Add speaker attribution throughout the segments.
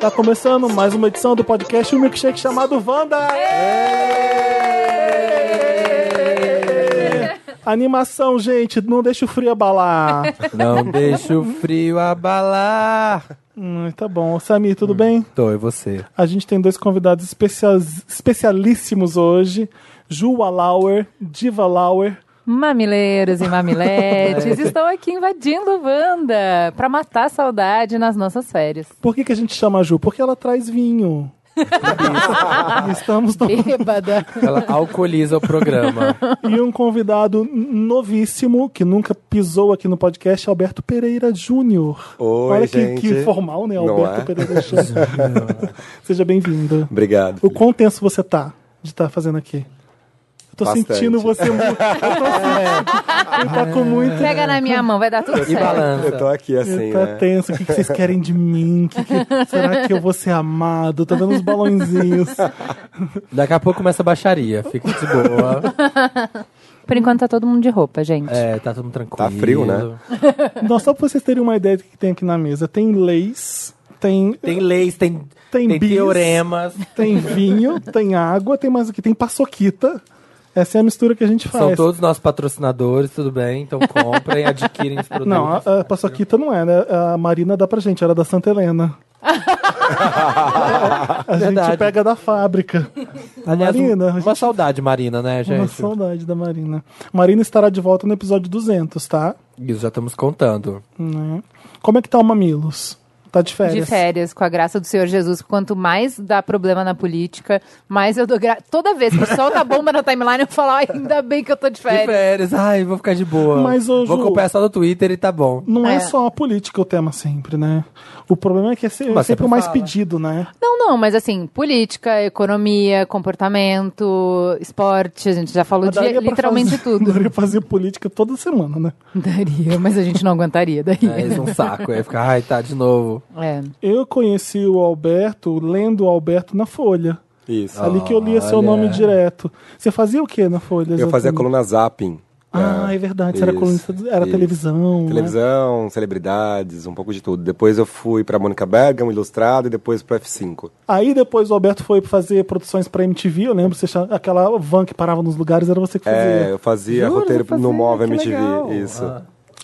Speaker 1: Tá começando mais uma edição do podcast Um Milkshake chamado Wanda! Êêêê! É. Animação, gente, não deixa o frio abalar.
Speaker 2: Não deixa o frio abalar.
Speaker 1: Hum, tá bom. Samir, tudo bem?
Speaker 2: Tô, e você?
Speaker 1: A gente tem dois convidados especiais- especialíssimos hoje. Ju Lauer, Diva Lauer.
Speaker 3: Mamileiros e mamiletes, estou aqui invadindo Wanda para matar a saudade nas nossas férias.
Speaker 1: Por que, que a gente chama a Ju? Porque ela traz vinho. E Estamos no...
Speaker 3: Bêbada.
Speaker 2: Ela alcooliza o programa.
Speaker 1: E um convidado novíssimo, que nunca pisou aqui no podcast, Alberto Pereira Júnior.
Speaker 4: Oi,
Speaker 1: Olha que,
Speaker 4: gente.
Speaker 1: que formal, né?
Speaker 4: Não
Speaker 1: Alberto
Speaker 4: é?
Speaker 1: Pereira Júnior. Seja bem-vindo.
Speaker 4: Obrigado.
Speaker 1: O
Speaker 4: Felipe.
Speaker 1: quão tenso você tá de estar fazendo aqui? Eu tô
Speaker 4: Bastante.
Speaker 1: sentindo você muito. Eu tô sentindo. Ele tá com muito.
Speaker 3: Pega na minha mão, vai dar tudo
Speaker 2: E
Speaker 3: certo.
Speaker 4: Eu
Speaker 2: balança.
Speaker 4: tô aqui assim,
Speaker 1: Ele tá
Speaker 4: né?
Speaker 1: tenso. O que, que vocês querem de mim? Que que- Será que eu vou ser amado? Tá dando uns balãozinhos.
Speaker 2: Daqui a pouco começa a baixaria. Fica de boa.
Speaker 3: Por enquanto tá todo mundo de roupa, gente.
Speaker 2: É, tá tudo tranquilo.
Speaker 4: Tá frio, né?
Speaker 1: Não, só pra vocês terem uma ideia do que tem aqui na mesa. Tem leis, tem
Speaker 2: Tem leis, tem,
Speaker 1: Tem
Speaker 2: tem,
Speaker 1: bis.
Speaker 2: teoremas.
Speaker 1: Tem vinho, tem água, tem mais o que? Tem paçoquita. Essa é a mistura que a gente faz.
Speaker 2: São todos né? nossos patrocinadores, tudo bem? Então comprem, adquirem os produtos. um-
Speaker 1: Não, a, a paçoquita não é, né? A Marina dá pra gente, era da Santa Helena. a gente
Speaker 2: Verdade.
Speaker 1: pega da fábrica.
Speaker 2: Aliás, um-
Speaker 1: Marina, a
Speaker 2: uma
Speaker 1: gente-
Speaker 2: saudade, Marina, né,
Speaker 1: Uma
Speaker 2: gente?
Speaker 1: saudade da Marina. Marina estará de volta no episódio 200, tá?
Speaker 2: Isso, já estamos contando.
Speaker 1: Né? Como é que tá o Mamilos? Tá de férias?
Speaker 3: De férias, com a graça do Senhor Jesus. Quanto mais dá problema na política, mais eu dou graça. Toda vez que solta a bomba na timeline, eu falo, "Ai, ainda bem que eu tô de
Speaker 2: De
Speaker 3: férias.
Speaker 2: férias, ai, vou ficar de boa.
Speaker 1: Mas, ô,
Speaker 2: vou
Speaker 1: Ju-
Speaker 2: acompanhar só no Twitter e tá bom.
Speaker 1: Não é.
Speaker 3: É.
Speaker 1: só a política o tema sempre, né? O problema é que é se-
Speaker 2: Mas
Speaker 1: sempre
Speaker 2: sempre
Speaker 1: o mais
Speaker 2: fala.
Speaker 1: pedido, né?
Speaker 3: Não, não, mas assim, política, economia, comportamento, esporte, a gente já falou de
Speaker 1: Daria pra
Speaker 3: literalmente
Speaker 1: fazer-
Speaker 3: tudo.
Speaker 1: Daria pra fazer política toda semana, né?
Speaker 3: Daria, mas a gente não aguentaria,
Speaker 2: É,
Speaker 3: daria.
Speaker 2: isso é um saco. Aí fica, ai, tá de novo.
Speaker 3: É.
Speaker 1: Eu conheci o Alberto lendo o Alberto na Folha.
Speaker 4: Isso.
Speaker 1: Ali que eu lia seu
Speaker 2: Olha.
Speaker 1: nome direto. Você fazia o que na Folha?
Speaker 4: Eu fazia a
Speaker 1: exatamente?
Speaker 4: coluna Zapping.
Speaker 1: Ah,
Speaker 2: né?
Speaker 1: é verdade. Você era
Speaker 4: Isso,
Speaker 1: colunista, do- era
Speaker 4: isso.
Speaker 1: televisão. né?
Speaker 4: Televisão, celebridades, um pouco de tudo. Depois eu fui pra Mônica Bergamo, Ilustrado, e depois pro F5.
Speaker 1: Aí depois o Alberto foi fazer produções pra MTV. Eu lembro, você chama- aquela van que parava nos lugares era você que
Speaker 4: É,
Speaker 1: fazia.
Speaker 4: eu fazia
Speaker 2: Juro,
Speaker 4: roteiro
Speaker 2: você fazia?
Speaker 4: no Móvel
Speaker 2: Que
Speaker 4: MTV.
Speaker 2: legal.
Speaker 4: Isso.
Speaker 2: Ah.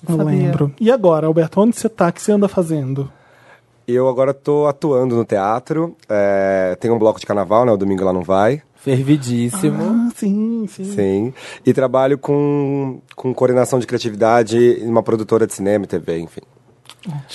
Speaker 1: eu lembro. E agora, Alberto, onde você tá? O que você anda fazendo?
Speaker 4: Eu agora tô atuando no teatro. é, tem um bloco de carnaval, né? O domingo lá não vai.
Speaker 2: Fervidíssimo.
Speaker 1: Ah, sim, sim.
Speaker 4: Sim. E trabalho com, com coordenação de criatividade em uma produtora de cinema e TV, enfim.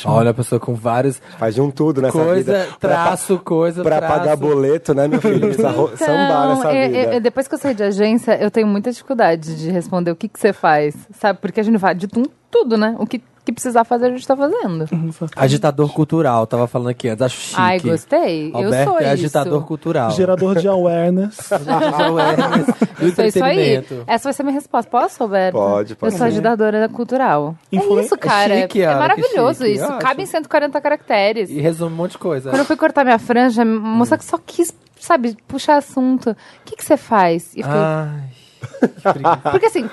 Speaker 2: Olha a pessoa com vários.
Speaker 4: Faz de um tudo nessa
Speaker 2: Coisa,
Speaker 4: vida. Pra-
Speaker 2: traço, coisa,
Speaker 4: Pra
Speaker 2: traço.
Speaker 4: pagar boleto, né, meu filho? Precisa ro- sambar um nessa
Speaker 3: um é-
Speaker 4: vida.
Speaker 3: é- é- depois que eu saí de agência, eu tenho muita dificuldade de responder o que, que você faz. Sabe? Porque a gente faz de tum- tudo, né? O que, que precisar fazer, a gente tá fazendo.
Speaker 2: Agitador cultural, tava falando aqui antes. Acho chique.
Speaker 3: Ai, gostei. eu
Speaker 2: Alberto
Speaker 3: sou
Speaker 2: é
Speaker 3: isso.
Speaker 2: agitador cultural.
Speaker 1: Gerador de awareness.
Speaker 2: do
Speaker 3: Eu sou isso aí.
Speaker 2: entretenimento.
Speaker 3: Essa vai ser minha resposta. Posso, Alberto?
Speaker 4: Pode, pode
Speaker 3: Eu sou
Speaker 4: ser.
Speaker 3: agitadora cultural.
Speaker 1: Influen-
Speaker 3: É isso, cara.
Speaker 2: É chique,
Speaker 3: é
Speaker 2: Ana,
Speaker 3: maravilhoso
Speaker 2: que chique,
Speaker 3: isso.
Speaker 2: eu
Speaker 3: Cabe em 140 caracteres.
Speaker 2: E resume um monte de coisa.
Speaker 3: Quando eu fui cortar minha franja, a moça que só quis, sabe, puxar assunto. O que, que você faz? E eu fiquei,
Speaker 2: Ai. que
Speaker 1: Tá.
Speaker 2: preguiça.
Speaker 3: Porque assim.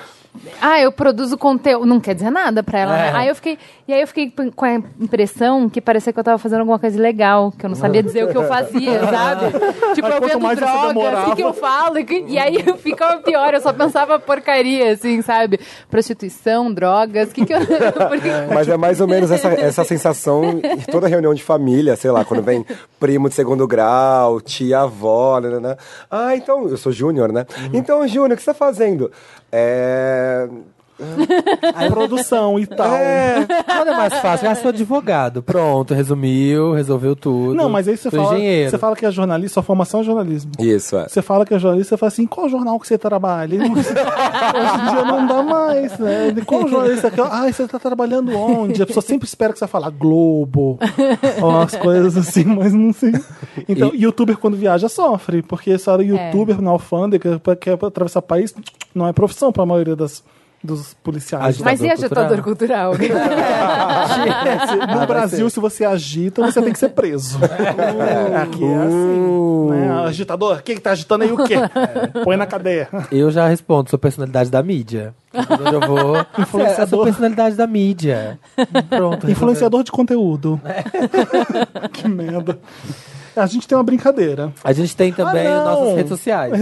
Speaker 3: Ah, eu produzo conteúdo. Não quer dizer nada pra ela, né?
Speaker 2: É.
Speaker 3: Aí eu fiquei. E aí eu fiquei p- com a impressão que parecia que eu tava fazendo alguma coisa ilegal, que eu não sabia dizer o que eu fazia, sabe? Tipo,
Speaker 1: Aí
Speaker 3: eu
Speaker 1: quanto
Speaker 3: vendo
Speaker 1: mais você
Speaker 3: droga, o
Speaker 1: demorava.
Speaker 3: que, que eu falo? E, que- e aí eu ficava pior, eu só pensava porcaria, assim, sabe? Prostituição, drogas, o que, que eu. Porque-
Speaker 4: Mas é mais ou menos essa, essa sensação em toda reunião de família, sei lá, quando vem primo de segundo grau, tia, avó, né, né, né. Ah, então, eu sou júnior, né?
Speaker 3: Uhum.
Speaker 4: Então, Júnior, o que você tá fazendo? É...
Speaker 1: produção e tal.
Speaker 4: é...
Speaker 2: Nada é mais fácil. Ah, sou advogado. Pronto, resumiu, resolveu tudo.
Speaker 1: Não, mas aí você
Speaker 2: sou
Speaker 1: fala,
Speaker 2: engenheiro.
Speaker 1: você fala que é jornalista, sua formação é jornalismo.
Speaker 4: Isso, é.
Speaker 1: Você fala que é jornalista, você fala assim, qual jornal que você trabalha? Ele não- Hoje em dia não dá mais, né? De Qual jornalista que... Ah, você tá trabalhando onde? A pessoa sempre espera que você vai falar Globo, ou as coisas assim, mas não sei. Então, youtuber quando viaja sofre, é porque se era youtuber na alfândega, é pra- quer atravessar país, não é profissão pra maioria das... dos policiais. Né?
Speaker 2: Agitador
Speaker 3: Mas e agitador cultural?
Speaker 1: No Brasil, se você agita, você tem que ser preso. Aqui é assim. né? Agitador, quem que tá agitando aí o quê? Põe na cadeia.
Speaker 2: Eu já respondo, sou personalidade da mídia. Onde eu vou.
Speaker 1: Influenciador.
Speaker 2: É, sou personalidade da mídia. Pronto.
Speaker 1: Influenciador de conteúdo.
Speaker 2: É.
Speaker 1: que merda. A gente tem uma brincadeira.
Speaker 2: A gente tem também
Speaker 1: Ah, não!
Speaker 2: nossas redes sociais.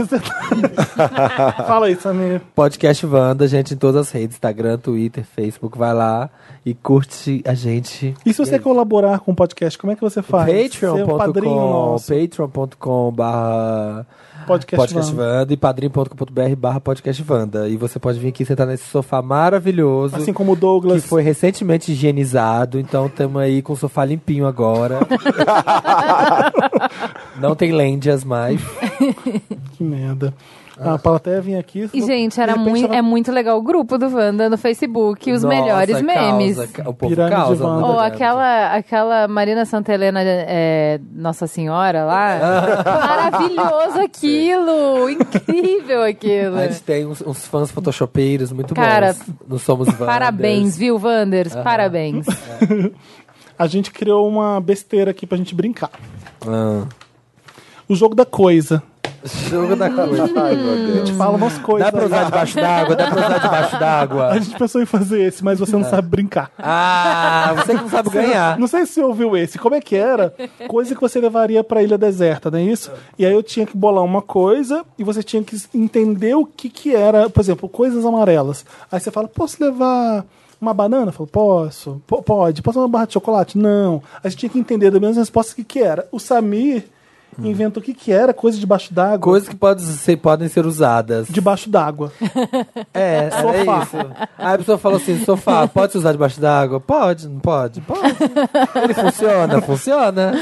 Speaker 1: Fala aí, Samir.
Speaker 2: Podcast Wanda, gente, em todas as redes, Instagram, Twitter, Facebook, vai lá e curte a gente.
Speaker 1: E se você colaborar com o podcast, como é que você faz? Ser um padrinho
Speaker 2: Patreon.com,
Speaker 1: nosso.
Speaker 2: patreon.com barra
Speaker 1: Podcast
Speaker 2: podcast
Speaker 1: Wanda.
Speaker 2: Wanda e padrim.com.br barra podcast Wanda. E você pode vir aqui sentar nesse sofá maravilhoso.
Speaker 1: Assim como o
Speaker 2: que
Speaker 1: Douglas.
Speaker 2: foi recentemente higienizado, então estamos aí com o sofá limpinho agora. Não tem lêndias mais.
Speaker 1: Que merda. A Paula até vinha aqui.
Speaker 3: E, gente, era
Speaker 1: de repente
Speaker 3: muito,
Speaker 1: ela-
Speaker 3: é muito legal o grupo do Wanda no Facebook, os
Speaker 2: Nossa,
Speaker 3: melhores memes.
Speaker 2: causa, ca- o povo
Speaker 1: Pirâmide
Speaker 2: causa.
Speaker 1: Wanda.
Speaker 2: não
Speaker 3: Ou
Speaker 2: adianta.
Speaker 3: aquela, aquela Marina Santa Helena, é, Nossa Senhora lá. Maravilhoso aquilo! Incrível aquilo!
Speaker 2: A gente tem uns, uns fãs photoshopeiros muito
Speaker 3: É. Cara,
Speaker 2: bons. Não somos Wanders.
Speaker 3: Parabéns, viu, Wanders? Parabéns. é-
Speaker 1: A gente criou uma besteira aqui pra gente brincar.
Speaker 2: Ah.
Speaker 1: O jogo da coisa.
Speaker 2: Jogo da coisa.
Speaker 3: Uhum.
Speaker 4: Ai, meu
Speaker 1: A
Speaker 4: Deus.
Speaker 1: gente fala umas coisas.
Speaker 2: Hum. Dá pra usar debaixo d'água? Dá pra usar debaixo d'água?
Speaker 1: A gente pensou em fazer esse, mas você não
Speaker 2: É.
Speaker 1: sabe brincar.
Speaker 2: Ah, você que não sabe ganhar.
Speaker 1: Não sei se você ouviu esse. Como é que era? Coisa que você levaria pra ilha deserta, não é isso? E aí eu tinha que bolar uma coisa e você tinha que entender o que que era. Por exemplo, coisas amarelas. Aí você fala, posso levar uma banana? Eu falo, posso. Po- pode. Posso levar uma barra de chocolate? Não. Aí você tinha que entender da mesma resposta o que que era. O Samir inventou o que que era coisa debaixo d'água.
Speaker 2: Coisas que pode ser- podem ser usadas.
Speaker 1: Debaixo d'água.
Speaker 2: É, era
Speaker 1: Sofá.
Speaker 2: isso. Aí a pessoa falou assim: sofá, pode se usar debaixo d'água? Pode, não pode? Pode. Ele funciona, funciona.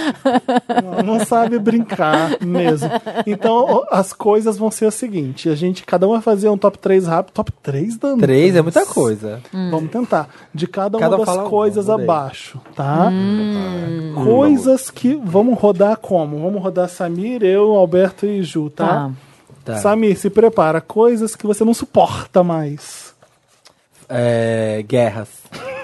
Speaker 1: Não, não sabe brincar mesmo. Então, o- as coisas vão ser o seguinte: a gente, cada um vai fazer um top 3 rápido. Top 3 da
Speaker 2: Três é muita coisa.
Speaker 1: Vamos tentar. De cada,
Speaker 2: Cada um
Speaker 1: uma das
Speaker 2: fala um, Hum.
Speaker 1: coisas
Speaker 2: mudei.
Speaker 1: abaixo, tá? Hum. Coisas que. Vamos rodar como? Vamos rodar Samir, eu, Alberto e Ju, tá?
Speaker 2: Tá.
Speaker 1: Samir, se prepara. Coisas que você não suporta mais.
Speaker 2: É, guerras.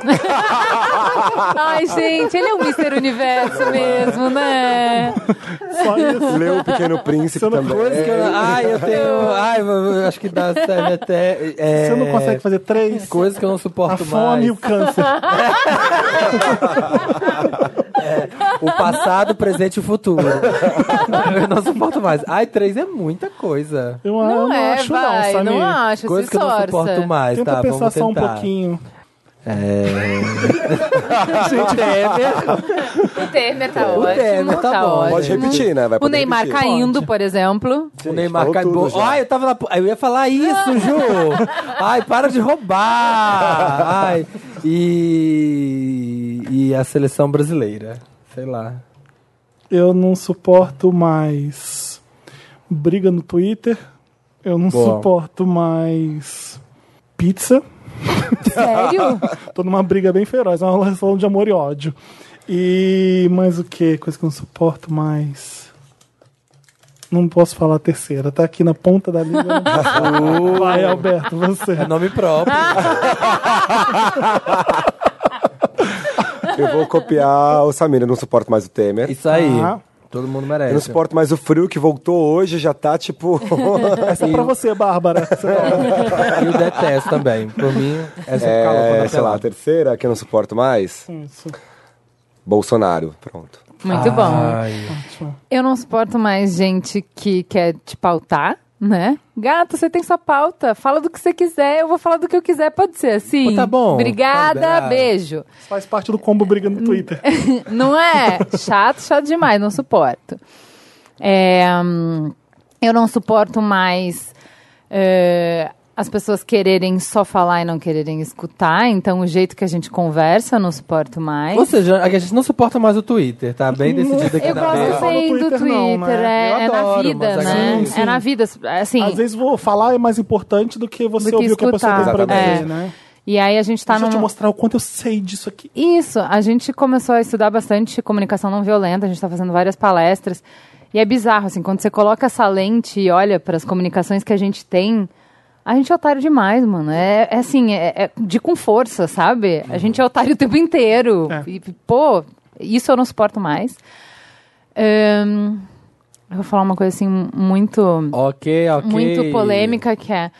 Speaker 3: Ah. Ai, gente, ele é um Mr. Universo mesmo, né?
Speaker 1: Só isso.
Speaker 4: Leu o Pequeno Príncipe
Speaker 1: Você não-
Speaker 4: também.
Speaker 2: Coisas que eu. Ai, eu tenho. Ai, eu acho que dá serve até. é,
Speaker 1: Você não consegue fazer três?
Speaker 2: Coisas que eu não
Speaker 1: A
Speaker 2: suporto
Speaker 1: fome
Speaker 2: mais.
Speaker 1: e o câncer.
Speaker 2: O passado, o presente e o futuro. eu não suporto mais. Ai, três é muita coisa.
Speaker 1: Eu eu
Speaker 3: Não,
Speaker 1: não
Speaker 3: é,
Speaker 1: acho, não,
Speaker 3: vai,
Speaker 1: Samir.
Speaker 3: não acho,
Speaker 2: Coisas
Speaker 3: se
Speaker 2: que eu não suporto
Speaker 3: esforça.
Speaker 2: mais,
Speaker 1: Tenta
Speaker 2: tá?
Speaker 1: pensar
Speaker 2: Vamos
Speaker 1: só um
Speaker 2: tentar.
Speaker 1: pouquinho.
Speaker 2: É...
Speaker 1: Gente,
Speaker 3: O Temer tá
Speaker 2: O
Speaker 3: ótimo,
Speaker 2: Temer tá bom,
Speaker 3: ótimo.
Speaker 4: Pode repetir, né? Vai
Speaker 3: Uhum. O
Speaker 4: poder
Speaker 3: Neymar
Speaker 4: repetir.
Speaker 3: caindo, por exemplo.
Speaker 2: o Neymar
Speaker 4: falou
Speaker 2: caiu.
Speaker 4: tudo já.
Speaker 2: Ai, eu tava na. pu- Eu ia falar isso, Ju! Ai, para de roubar! Ai. E. E a seleção brasileira. Sei lá.
Speaker 1: Eu não suporto mais briga no Twitter. Eu não
Speaker 2: Bom.
Speaker 1: suporto mais pizza.
Speaker 3: Sério?
Speaker 1: Tô numa briga bem feroz, é uma relação de amor e ódio. E mais o que? Coisa que eu não suporto mais. Não posso falar a terceira, tá aqui na ponta da língua. eu não posso. Vai, Alberto, você.
Speaker 2: É nome próprio.
Speaker 4: Eu vou copiar o Samir, eu não suporto mais o Temer.
Speaker 2: Isso aí.
Speaker 1: Tá.
Speaker 2: Todo mundo merece.
Speaker 3: é.
Speaker 4: Eu não suporto mais o frio que voltou hoje, já tá tipo.
Speaker 1: Essa é pra você, é Bárbara.
Speaker 2: Eu detesto também. Por mim, essa é calor quando
Speaker 4: é,
Speaker 2: tá
Speaker 4: sei lá, a
Speaker 2: pelado.
Speaker 4: terceira que eu não suporto mais?
Speaker 1: Isso,
Speaker 4: Bolsonaro. Pronto.
Speaker 3: Muito
Speaker 2: Ah.
Speaker 3: bom.
Speaker 2: Ai.
Speaker 1: ótimo.
Speaker 3: Eu não suporto mais gente que quer te pautar, né? Gato, você tem sua pauta. Fala do que você quiser, eu vou falar do que eu quiser. Pode ser assim.
Speaker 2: Pô, tá bom.
Speaker 3: Obrigada,
Speaker 2: Tá bom.
Speaker 3: beijo.
Speaker 1: Faz parte do combo briga no Twitter.
Speaker 3: Não é? Chato, chato demais, não suporto. É, hum, eu não suporto mais é, as pessoas quererem só falar e não quererem escutar. Então, o jeito que a gente conversa, eu não suporto mais.
Speaker 2: Ou seja, a gente não suporta mais o Twitter, tá? Bem decidido aqui
Speaker 3: Eu
Speaker 2: na
Speaker 3: gosto
Speaker 2: mesa.
Speaker 1: só no
Speaker 3: bem do
Speaker 1: Twitter,
Speaker 3: Twitter,
Speaker 1: não, né?
Speaker 3: é,
Speaker 2: Eu
Speaker 3: é na
Speaker 2: adoro,
Speaker 3: vida,
Speaker 2: mas
Speaker 3: né?
Speaker 1: assim-
Speaker 3: É na vida, assim.
Speaker 1: Às vezes vou falar é mais importante do que você
Speaker 3: Do que
Speaker 1: ouvir o que a pessoa tem pra
Speaker 3: escutar.
Speaker 1: dizer,
Speaker 3: É.
Speaker 1: né?
Speaker 3: E aí a gente tá
Speaker 1: Deixa eu te
Speaker 3: num-
Speaker 1: mostrar o quanto eu sei disso aqui.
Speaker 3: Isso, a gente começou a estudar bastante comunicação não violenta, a gente está fazendo várias palestras. E é bizarro, assim, quando você coloca essa lente e olha para as comunicações que a gente tem, A gente é otário demais, mano. É, é assim, é, é de com força, sabe? A gente é otário o tempo inteiro.
Speaker 1: Uhum. É.
Speaker 3: E, pô, isso eu não suporto mais. Ahn, eu vou falar uma coisa assim muito
Speaker 2: Ok, ok.
Speaker 3: muito polêmica que é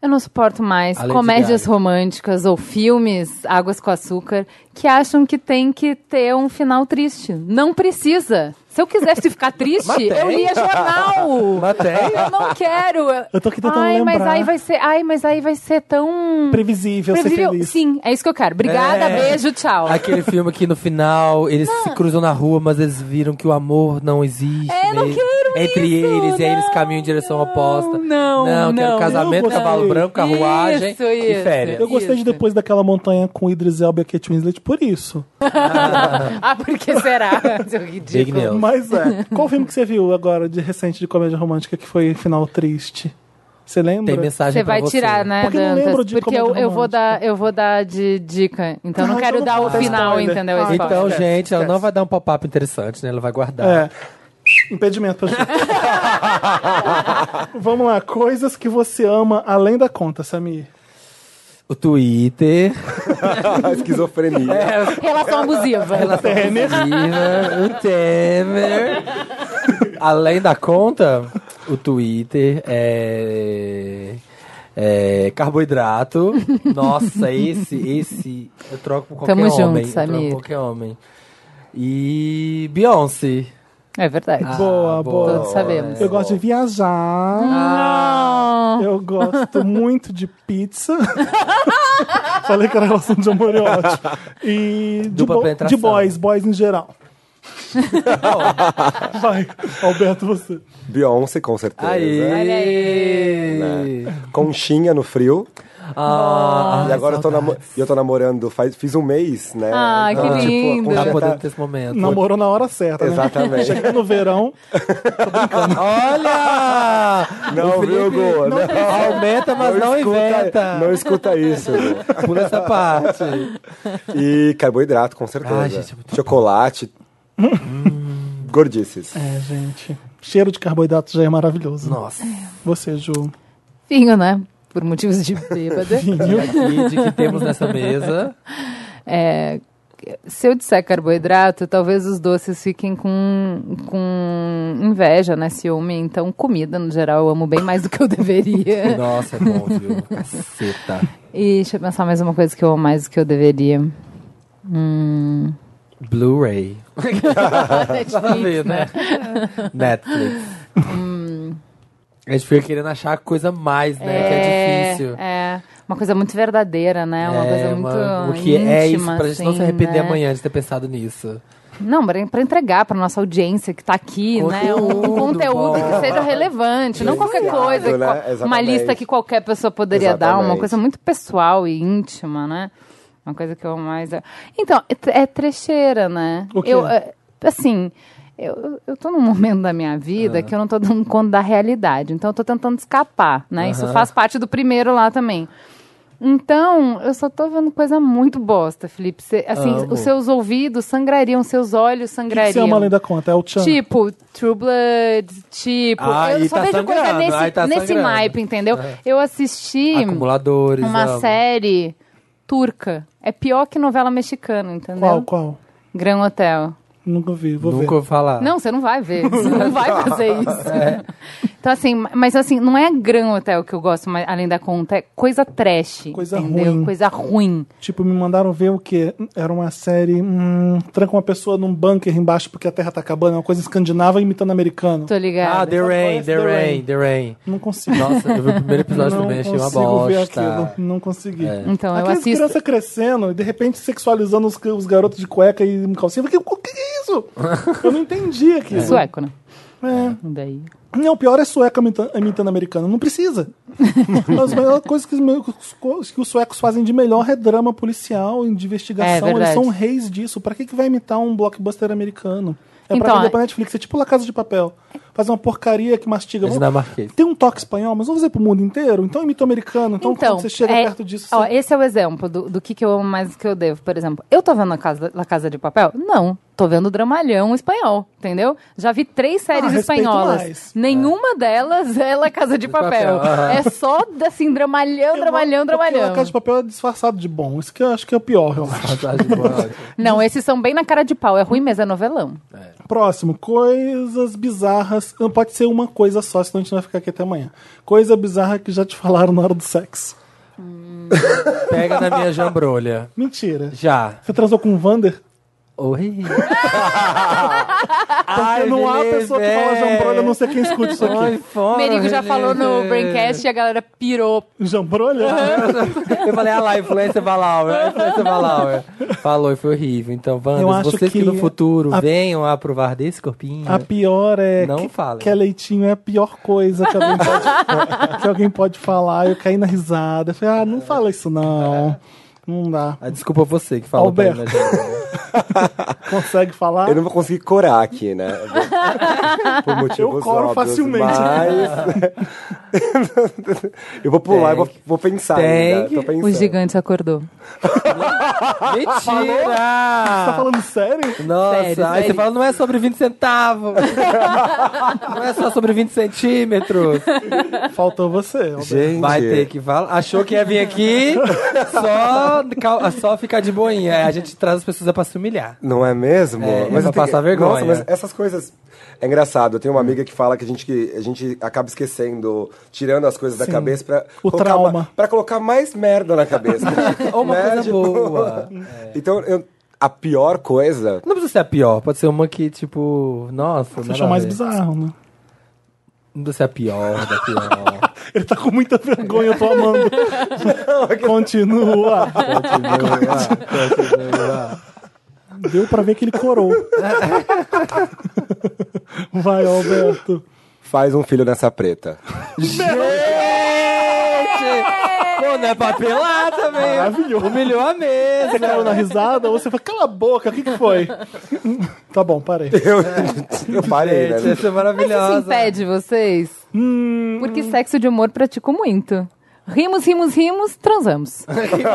Speaker 3: eu não suporto mais
Speaker 2: A Lady
Speaker 3: comédias
Speaker 2: Gaga.
Speaker 3: românticas ou filmes águas com açúcar que acham que tem que ter um final triste. Não precisa. Se eu quisesse ficar
Speaker 2: Mas
Speaker 3: triste,
Speaker 2: tem.
Speaker 3: eu lia jornal.
Speaker 2: Mas tem?
Speaker 3: Eu não quero.
Speaker 1: Eu tô aqui tentando
Speaker 3: ai, mas
Speaker 1: lembrar.
Speaker 3: aí vai ser, ai, mas aí vai ser tão
Speaker 1: Previsível,
Speaker 3: previsível.
Speaker 1: ser feliz.
Speaker 3: Sim, é isso que eu quero. Obrigada,
Speaker 2: É.
Speaker 3: beijo, tchau.
Speaker 2: Aquele filme que no final eles se cruzam na rua, mas eles viram que o amor não existe.
Speaker 3: É, não
Speaker 2: mesmo.
Speaker 3: quero
Speaker 2: Entre
Speaker 3: isso,
Speaker 2: eles, e aí eles
Speaker 3: não,
Speaker 2: caminham em direção oposta.
Speaker 3: não,
Speaker 2: não. quero
Speaker 3: não,
Speaker 2: casamento,
Speaker 1: não gostei.
Speaker 2: cavalo branco, carruagem
Speaker 3: Isso,
Speaker 2: e
Speaker 3: isso.
Speaker 2: férias.
Speaker 1: Eu gostei de
Speaker 3: Isso.
Speaker 1: depois daquela montanha com Idris Elba e a Kate Winslet por isso.
Speaker 3: ah, porque será? Seu ridículo.
Speaker 2: Big news.
Speaker 1: Mas é. Qual filme que você viu agora de recente de comédia romântica que foi final triste? Você lembra?
Speaker 2: Tem mensagem
Speaker 3: Você
Speaker 2: pra
Speaker 3: vai
Speaker 2: você.
Speaker 3: tirar, né,
Speaker 1: Porque eu não
Speaker 3: Dantas?
Speaker 1: lembro de é
Speaker 3: porque eu,
Speaker 1: comédia
Speaker 3: eu vou dar, eu vou dar de dica. Então eu
Speaker 1: Ah,
Speaker 3: não quero
Speaker 1: então
Speaker 3: dar
Speaker 1: não
Speaker 3: o
Speaker 1: dá
Speaker 3: final,
Speaker 1: spoiler.
Speaker 3: entendeu?
Speaker 1: Ah,
Speaker 3: Spoiler.
Speaker 2: Então,
Speaker 1: Esquece,
Speaker 2: gente, ela
Speaker 1: esquece.
Speaker 2: não vai dar um pop-up interessante, né? Ela vai guardar.
Speaker 1: É. Impedimento pra gente. Vamos lá, coisas que você ama além da conta, Samir.
Speaker 2: O Twitter.
Speaker 4: Esquizofrenia.
Speaker 2: É.
Speaker 3: Relação abusiva.
Speaker 1: Temer.
Speaker 2: Ivan, o Temer. Além da conta, o Twitter é. é carboidrato. Nossa, esse, esse. Eu troco por qualquer
Speaker 3: Tamo junto,
Speaker 2: homem. eu troco por
Speaker 3: Samir.
Speaker 2: qualquer homem. E. Beyoncé.
Speaker 3: É verdade.
Speaker 1: Boa, boa.
Speaker 3: Todos sabemos.
Speaker 1: Eu gosto de viajar. Eu gosto muito de pizza. Falei que era relação de amor e ódio. E de,
Speaker 2: Dupla
Speaker 1: bo- de
Speaker 2: penetração.
Speaker 1: boys, boys em geral. Vai, Alberto, você.
Speaker 4: Beyoncé, com certeza.
Speaker 2: Aí.
Speaker 3: Olha
Speaker 4: Conchinha no frio.
Speaker 2: Né? Ah,
Speaker 4: e agora eu tô, namo- e eu tô namorando, faz... fiz um mês, né?
Speaker 3: Ah, que
Speaker 4: tipo, a
Speaker 3: lindo.
Speaker 4: conchinha
Speaker 2: tá
Speaker 4: tá-
Speaker 2: podendo ter esse momento.
Speaker 1: Namorou na hora certa, né?
Speaker 4: Exatamente.
Speaker 1: Cheguei no verão.
Speaker 2: Ah, Olha!
Speaker 4: Não,
Speaker 2: O
Speaker 4: viu,
Speaker 2: Felipe
Speaker 4: Gu? Não,
Speaker 2: Aumenta, mas não,
Speaker 4: escuta,
Speaker 2: inventa.
Speaker 4: Não escuta isso. Gu.
Speaker 2: Pula essa parte.
Speaker 4: E carboidrato, com certeza.
Speaker 2: Ai, gente, é muito
Speaker 4: Chocolate.
Speaker 2: Hum.
Speaker 4: Gordices.
Speaker 1: É, gente. Cheiro de carboidrato já é maravilhoso.
Speaker 2: Nossa.
Speaker 1: Você, Ju.
Speaker 3: Vinho, né? Por motivos de bêbada.
Speaker 2: aqui de que temos nessa mesa.
Speaker 3: É, se eu disser carboidrato, talvez os doces fiquem com, com inveja, né? Ciúme. Então, comida, no geral, eu amo bem mais do que eu deveria.
Speaker 2: Nossa, é bom, viu? Caceta.
Speaker 3: E deixa eu pensar mais uma coisa que eu amo mais do que eu deveria. Hum.
Speaker 2: Blu-ray. Nada a ver, né? Netflix.
Speaker 3: Hum.
Speaker 2: A gente fica querendo achar a coisa a mais, né? que é difícil.
Speaker 3: é. uma coisa muito verdadeira, né? Uma coisa
Speaker 2: É,
Speaker 3: muito.
Speaker 2: uma- o que é isso,
Speaker 3: íntima,
Speaker 2: pra gente não se
Speaker 3: assim,
Speaker 2: arrepender
Speaker 3: né?
Speaker 2: amanhã de ter pensado nisso.
Speaker 3: Não, é pra, pra entregar pra nossa audiência que tá aqui, né? Um,
Speaker 2: Conteúdo
Speaker 3: conteúdo
Speaker 2: bom.
Speaker 3: que seja relevante, não qualquer
Speaker 4: Exato,
Speaker 3: coisa. que
Speaker 4: né?
Speaker 3: qual- uma
Speaker 4: Exatamente.
Speaker 3: lista que qualquer pessoa poderia dar, uma
Speaker 4: Exatamente.
Speaker 3: coisa muito pessoal e íntima, né? Uma coisa que eu mais. Então, é t- é trecheira, né?
Speaker 1: O quê?
Speaker 3: Eu, é, assim. Eu, eu tô num momento da minha vida
Speaker 1: Ah.
Speaker 3: que eu não tô dando conta da realidade. Então, eu tô tentando escapar, né? Isso
Speaker 2: Aham.
Speaker 3: faz parte do primeiro lá também. Então, eu só tô vendo coisa muito bosta, Felipe. Cê- assim,
Speaker 2: Amo.
Speaker 3: os seus ouvidos sangrariam, seus olhos
Speaker 1: O que que você
Speaker 3: sangrariam.
Speaker 1: ama além da conta? É o Chan.
Speaker 3: Tipo, True Blood, tipo.
Speaker 2: Ah,
Speaker 3: eu
Speaker 2: e
Speaker 3: só
Speaker 2: tá
Speaker 3: vejo coisa
Speaker 2: sangrando,
Speaker 3: nesse,
Speaker 2: aí tá
Speaker 3: nesse
Speaker 2: sangrando. É.
Speaker 3: naipe, entendeu? Eu assisti
Speaker 2: Acumuladores.
Speaker 3: uma
Speaker 2: amo.
Speaker 3: série turca. É pior que novela mexicana, entendeu?
Speaker 1: Qual, qual?
Speaker 3: Gran Hotel.
Speaker 1: Nunca vi, vou
Speaker 2: Nunca
Speaker 1: ver.
Speaker 2: ouvi falar.
Speaker 3: Não, você não vai ver. Você não vai
Speaker 2: É.
Speaker 3: fazer isso. Então, assim, mas assim, não é Gran Hotel que eu gosto, mas, além da conta, é coisa trash.
Speaker 1: Coisa
Speaker 3: entendeu?
Speaker 1: ruim.
Speaker 3: Coisa ruim.
Speaker 1: Tipo, me mandaram ver o quê? Era uma série. Hum, tranca uma pessoa num bunker embaixo porque a terra tá acabando. É uma coisa escandinava imitando americano.
Speaker 3: Tô ligada.
Speaker 2: Ah, The Rain,
Speaker 1: conheço
Speaker 2: The
Speaker 1: The
Speaker 2: Rain, The Rain.
Speaker 1: Não consigo.
Speaker 2: Nossa, eu vi o primeiro episódio
Speaker 1: não
Speaker 2: também, achei uma
Speaker 1: consigo ver aquilo.
Speaker 2: bosta. É.
Speaker 1: Não consegui.
Speaker 3: Então, eu
Speaker 1: Aquelas
Speaker 3: assisto.
Speaker 1: crianças crescendo e de repente sexualizando os, os garotos de cueca e calcinha. Eu fiquei, O que é isso? Eu não entendi aquilo.
Speaker 3: Sueco, né?
Speaker 1: É.
Speaker 3: Daí.
Speaker 1: Não, o pior é sueca imita- imitando americano. Não precisa. As melhores coisas que os, me- que os suecos fazem de melhor é drama policial, de
Speaker 3: É
Speaker 1: investigação. Eles
Speaker 3: verdade.
Speaker 1: são reis disso. Pra que, que vai imitar um blockbuster americano? É pra
Speaker 3: Então,
Speaker 1: vender pra
Speaker 3: é-
Speaker 1: Netflix. É tipo La Casa de Papel. Faz uma porcaria que mastiga.
Speaker 2: É dinamarquês.
Speaker 1: Tem um toque espanhol, mas vamos fazer pro mundo inteiro? Então imita o americano. Então,
Speaker 3: Então,
Speaker 1: quando você chega
Speaker 3: é-
Speaker 1: perto disso... assim?
Speaker 3: ó,
Speaker 1: você-
Speaker 3: esse é o exemplo do, do que, que eu amo mais do que eu devo. Por exemplo, eu tô vendo a casa, La Casa de Papel? Não. Tô tô vendo dramalhão espanhol, entendeu? Já vi três séries
Speaker 1: Ah, respeito
Speaker 3: espanholas.
Speaker 1: mais.
Speaker 3: Nenhuma delas é La Casa de Papel.
Speaker 2: Papel, aham.
Speaker 3: É só, assim, dramalhão, dramalhão,
Speaker 1: Porque
Speaker 3: dramalhão.
Speaker 1: a casa de papel é disfarçado de bom. Isso que eu acho que é o pior, eu acho.
Speaker 2: Fantástico, boa, ótimo.
Speaker 3: Não, esses são bem na cara de pau. É ruim, mas é novelão.
Speaker 1: Próximo, coisas bizarras. Não pode ser uma coisa só, senão a gente vai ficar aqui até amanhã. Coisa bizarra que já te falaram na hora do sexo.
Speaker 2: Pega na minha jambrolha.
Speaker 1: Mentira.
Speaker 2: Já.
Speaker 1: Você transou com o Vander?
Speaker 2: Oi.
Speaker 1: Porque
Speaker 2: Ai, É.
Speaker 1: não há
Speaker 2: Lelê,
Speaker 1: pessoa que fala
Speaker 2: véi.
Speaker 1: jambrolha, a não ser quem escute isso
Speaker 2: Ai,
Speaker 1: aqui.
Speaker 2: fora,
Speaker 3: O Merigo já
Speaker 2: Lelê.
Speaker 3: falou no Braincast e a galera pirou.
Speaker 1: Jambrolha?
Speaker 2: Eu falei, ah lá, influência Valauer, a influência Valauer. Falou, e foi horrível. Então,
Speaker 1: Eu
Speaker 2: Wanders,
Speaker 1: acho
Speaker 2: vocês que,
Speaker 1: que
Speaker 2: no futuro
Speaker 1: a-
Speaker 2: venham a aprovar desse corpinho.
Speaker 1: A pior é
Speaker 2: Não
Speaker 1: que,
Speaker 2: fala.
Speaker 1: que é leitinho, é a pior coisa que alguém pode, que alguém pode falar. Eu caí na risada. Eu falei, ah, não fala isso não. Não dá.
Speaker 2: Ah, desculpa você que falou pra ele,
Speaker 1: Alberto.
Speaker 2: né, gente?
Speaker 1: Consegue falar?
Speaker 4: Eu não vou conseguir corar aqui, né? Por motivos
Speaker 1: Eu coro
Speaker 4: óbvios,
Speaker 1: facilmente.
Speaker 4: Mas... eu vou pular, eu vou, vou pensar
Speaker 2: Tem
Speaker 4: ainda.
Speaker 2: que-
Speaker 4: Tô pensando.
Speaker 3: O gigante acordou.
Speaker 2: Mentira!
Speaker 1: Você tá falando sério?
Speaker 2: Nossa,
Speaker 3: Sério,
Speaker 2: aí
Speaker 3: sério.
Speaker 2: você fala, não é sobre 20 centavos. não é só sobre 20 centímetros.
Speaker 1: Faltou você. Alberto.
Speaker 4: Gente,
Speaker 2: Vai ter que falar. Achou que ia vir aqui só, cal- só ficar de boinha. Aí A gente traz as pessoas pra se humilhar.
Speaker 4: Não é mesmo?
Speaker 2: É,
Speaker 4: eu
Speaker 2: pra
Speaker 4: tenho
Speaker 2: passar vergonha.
Speaker 4: Nossa, mas essas coisas. É engraçado. Eu tenho uma amiga que fala que a gente, que a gente acaba esquecendo, tirando as coisas da
Speaker 1: Sim.
Speaker 4: cabeça pra.
Speaker 1: O
Speaker 4: colocar
Speaker 1: trauma.
Speaker 4: ma- Pra colocar mais merda na cabeça. Né?
Speaker 2: Ou uma coisa boa.
Speaker 4: Então, eu- a pior coisa.
Speaker 2: Não precisa ser a pior, pode ser uma que, tipo, nossa,
Speaker 1: Você
Speaker 2: nada
Speaker 1: achou
Speaker 2: a
Speaker 1: mais
Speaker 2: ver.
Speaker 1: bizarro, né?
Speaker 2: Não precisa ser a pior da pior.
Speaker 1: Ele tá com muita vergonha, eu tô amando. Continua. Deu pra ver que ele corou. Vai, Alberto.
Speaker 4: Faz um filho nessa preta.
Speaker 2: Gente! Pô, não é papelada, velho!
Speaker 1: Maravilhoso.
Speaker 2: Humilhou a mesa!
Speaker 1: Você caiu na risada ou você fala, cala a boca, o que, que foi? tá bom, parei.
Speaker 4: Eu, eu parei,
Speaker 2: Gente, essa
Speaker 4: né?
Speaker 2: é
Speaker 3: Mas isso
Speaker 2: maravilhosa.
Speaker 3: impede vocês?
Speaker 1: Hum,
Speaker 3: Porque sexo de humor pratico muito. Rimos, rimos, rimos, transamos. rimos,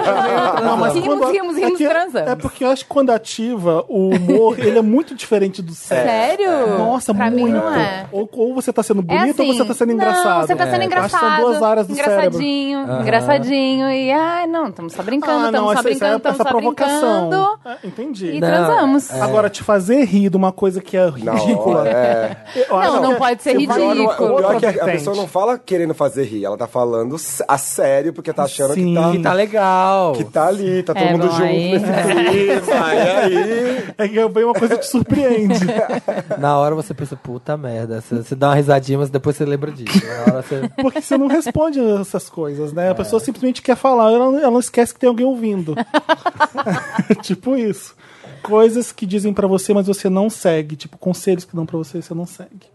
Speaker 1: quando-
Speaker 3: rimos,
Speaker 1: é,
Speaker 3: rimos,
Speaker 1: que- é
Speaker 3: transamos.
Speaker 1: porque eu acho que quando ativa o humor, ele é muito diferente do sexo.
Speaker 3: Sério?
Speaker 1: Nossa,
Speaker 3: pra
Speaker 1: muito.
Speaker 3: Mim não é.
Speaker 1: ou, ou você tá sendo
Speaker 3: É
Speaker 1: bonito ou você tá sendo engraçado.
Speaker 3: Não, você tá sendo
Speaker 1: É. Acho que
Speaker 3: engraçado.
Speaker 1: são duas áreas do cérebro.
Speaker 3: engraçadinho, engraçadinho. E, ai, não, estamos só brincando,
Speaker 1: Ah,
Speaker 3: estamos
Speaker 1: não,
Speaker 3: só
Speaker 1: essa, essa é-
Speaker 3: brincando, estamos
Speaker 1: essa
Speaker 3: só
Speaker 1: provocação.
Speaker 3: brincando.
Speaker 1: É,
Speaker 3: E
Speaker 1: entendi.
Speaker 2: Não, é,
Speaker 3: transamos.
Speaker 1: Agora, te fazer rir de uma coisa que é
Speaker 4: Na
Speaker 1: ridícula.
Speaker 4: hora, é.
Speaker 1: eu acho
Speaker 3: Não,
Speaker 1: que
Speaker 3: não
Speaker 1: é-
Speaker 3: pode ser
Speaker 1: você vai-
Speaker 4: Pior não- o
Speaker 3: ridículo.
Speaker 4: pior é que a- a
Speaker 1: Outra
Speaker 4: pessoa não
Speaker 1: vertente.
Speaker 4: fala querendo fazer rir, ela tá falando s- a sério porque tá achando
Speaker 1: Sim.
Speaker 4: que tá,
Speaker 2: Que tá legal.
Speaker 4: que tá ali, tá todo
Speaker 3: É,
Speaker 4: mundo
Speaker 3: bom,
Speaker 4: junto.
Speaker 3: aí-
Speaker 4: nesse clima, e aí?
Speaker 1: É que vem uma coisa que te surpreende.
Speaker 4: tá-
Speaker 2: Na hora você pensa, puta merda. Você, você dá uma risadinha, mas depois você lembra disso. Na hora você.
Speaker 1: Porque você não responde essas coisas,
Speaker 4: É.
Speaker 1: né? A pessoa simplesmente quer falar, ela, ela não esquece que tem alguém ouvindo. tipo isso. Coisas que dizem pra você, mas você não segue. Tipo, conselhos que dão pra você, você não segue.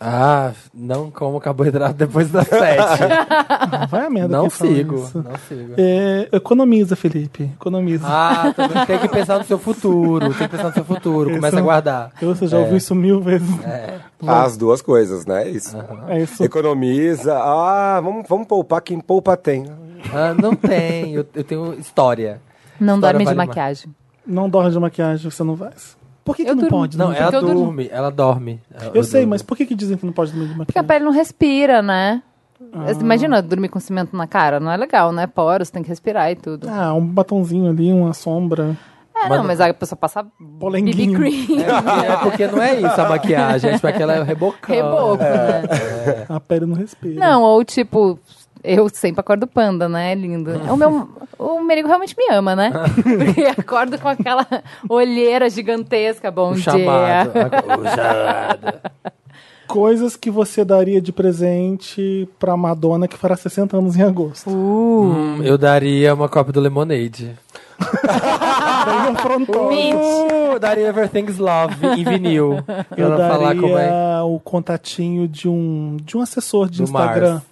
Speaker 2: Ah, não como carboidrato depois das sete.
Speaker 1: Ah, vai a merda
Speaker 2: não
Speaker 1: quem fala
Speaker 2: sigo.
Speaker 1: isso.
Speaker 2: Não sigo.
Speaker 1: É, economiza, Felipe. Economiza.
Speaker 2: Ah, também tem que pensar no seu futuro. Tem que pensar no seu futuro. Começa
Speaker 1: Isso-
Speaker 2: a guardar.
Speaker 1: Você
Speaker 4: é.
Speaker 1: já ouviu isso mil vezes. É,
Speaker 4: As duas coisas, né? É Isso.
Speaker 1: isso.
Speaker 4: Economiza. Ah, vamos, vamos poupar quem poupa tem.
Speaker 2: Ah, não tem. Eu, eu tenho história.
Speaker 3: Não
Speaker 2: História
Speaker 3: dorme de
Speaker 2: vale mais.
Speaker 3: maquiagem.
Speaker 1: Não dorme de maquiagem, você não faz. Por que, que
Speaker 3: Eu
Speaker 1: não
Speaker 3: durmo.
Speaker 1: pode?
Speaker 2: Não, é,
Speaker 1: dormir?
Speaker 2: ela
Speaker 3: eu durmo.
Speaker 2: dorme. Ela dorme.
Speaker 1: Eu, sei, mas por que, que dizem que não pode dormir de
Speaker 3: Porque a
Speaker 1: maquiagem?
Speaker 3: pele não respira, né?
Speaker 2: Ah.
Speaker 3: Imagina dormir com cimento na cara, não é legal, né? Poros, tem que respirar e tudo.
Speaker 1: Ah, um batonzinho ali, uma sombra.
Speaker 3: É, não, mas a pessoa passa BB
Speaker 1: Polenguinho.
Speaker 3: cream,
Speaker 2: É porque não é isso a maquiagem. É tipo aquela rebocão.
Speaker 3: reboco, né?
Speaker 1: A pele não
Speaker 4: É.
Speaker 1: respira.
Speaker 3: Não, ou tipo, eu sempre acordo panda, né? Lindo. O meu, o Merigo realmente me ama, né? Porque acordo com aquela olheira gigantesca, bom
Speaker 2: O
Speaker 3: dia.
Speaker 2: chamado. O chamado.
Speaker 1: Coisas que você daria de presente pra Madonna que fará 60 anos em agosto.
Speaker 3: Uh,
Speaker 2: Hum, eu daria uma cópia do Lemonade.
Speaker 1: Bem afrontosa.
Speaker 2: Uh, daria Everything's Love em vinil. Pra
Speaker 1: Eu
Speaker 2: não
Speaker 1: daria
Speaker 2: falar como é.
Speaker 1: o contatinho de um, de um assessor de
Speaker 2: Do
Speaker 1: Instagram.
Speaker 2: Mars.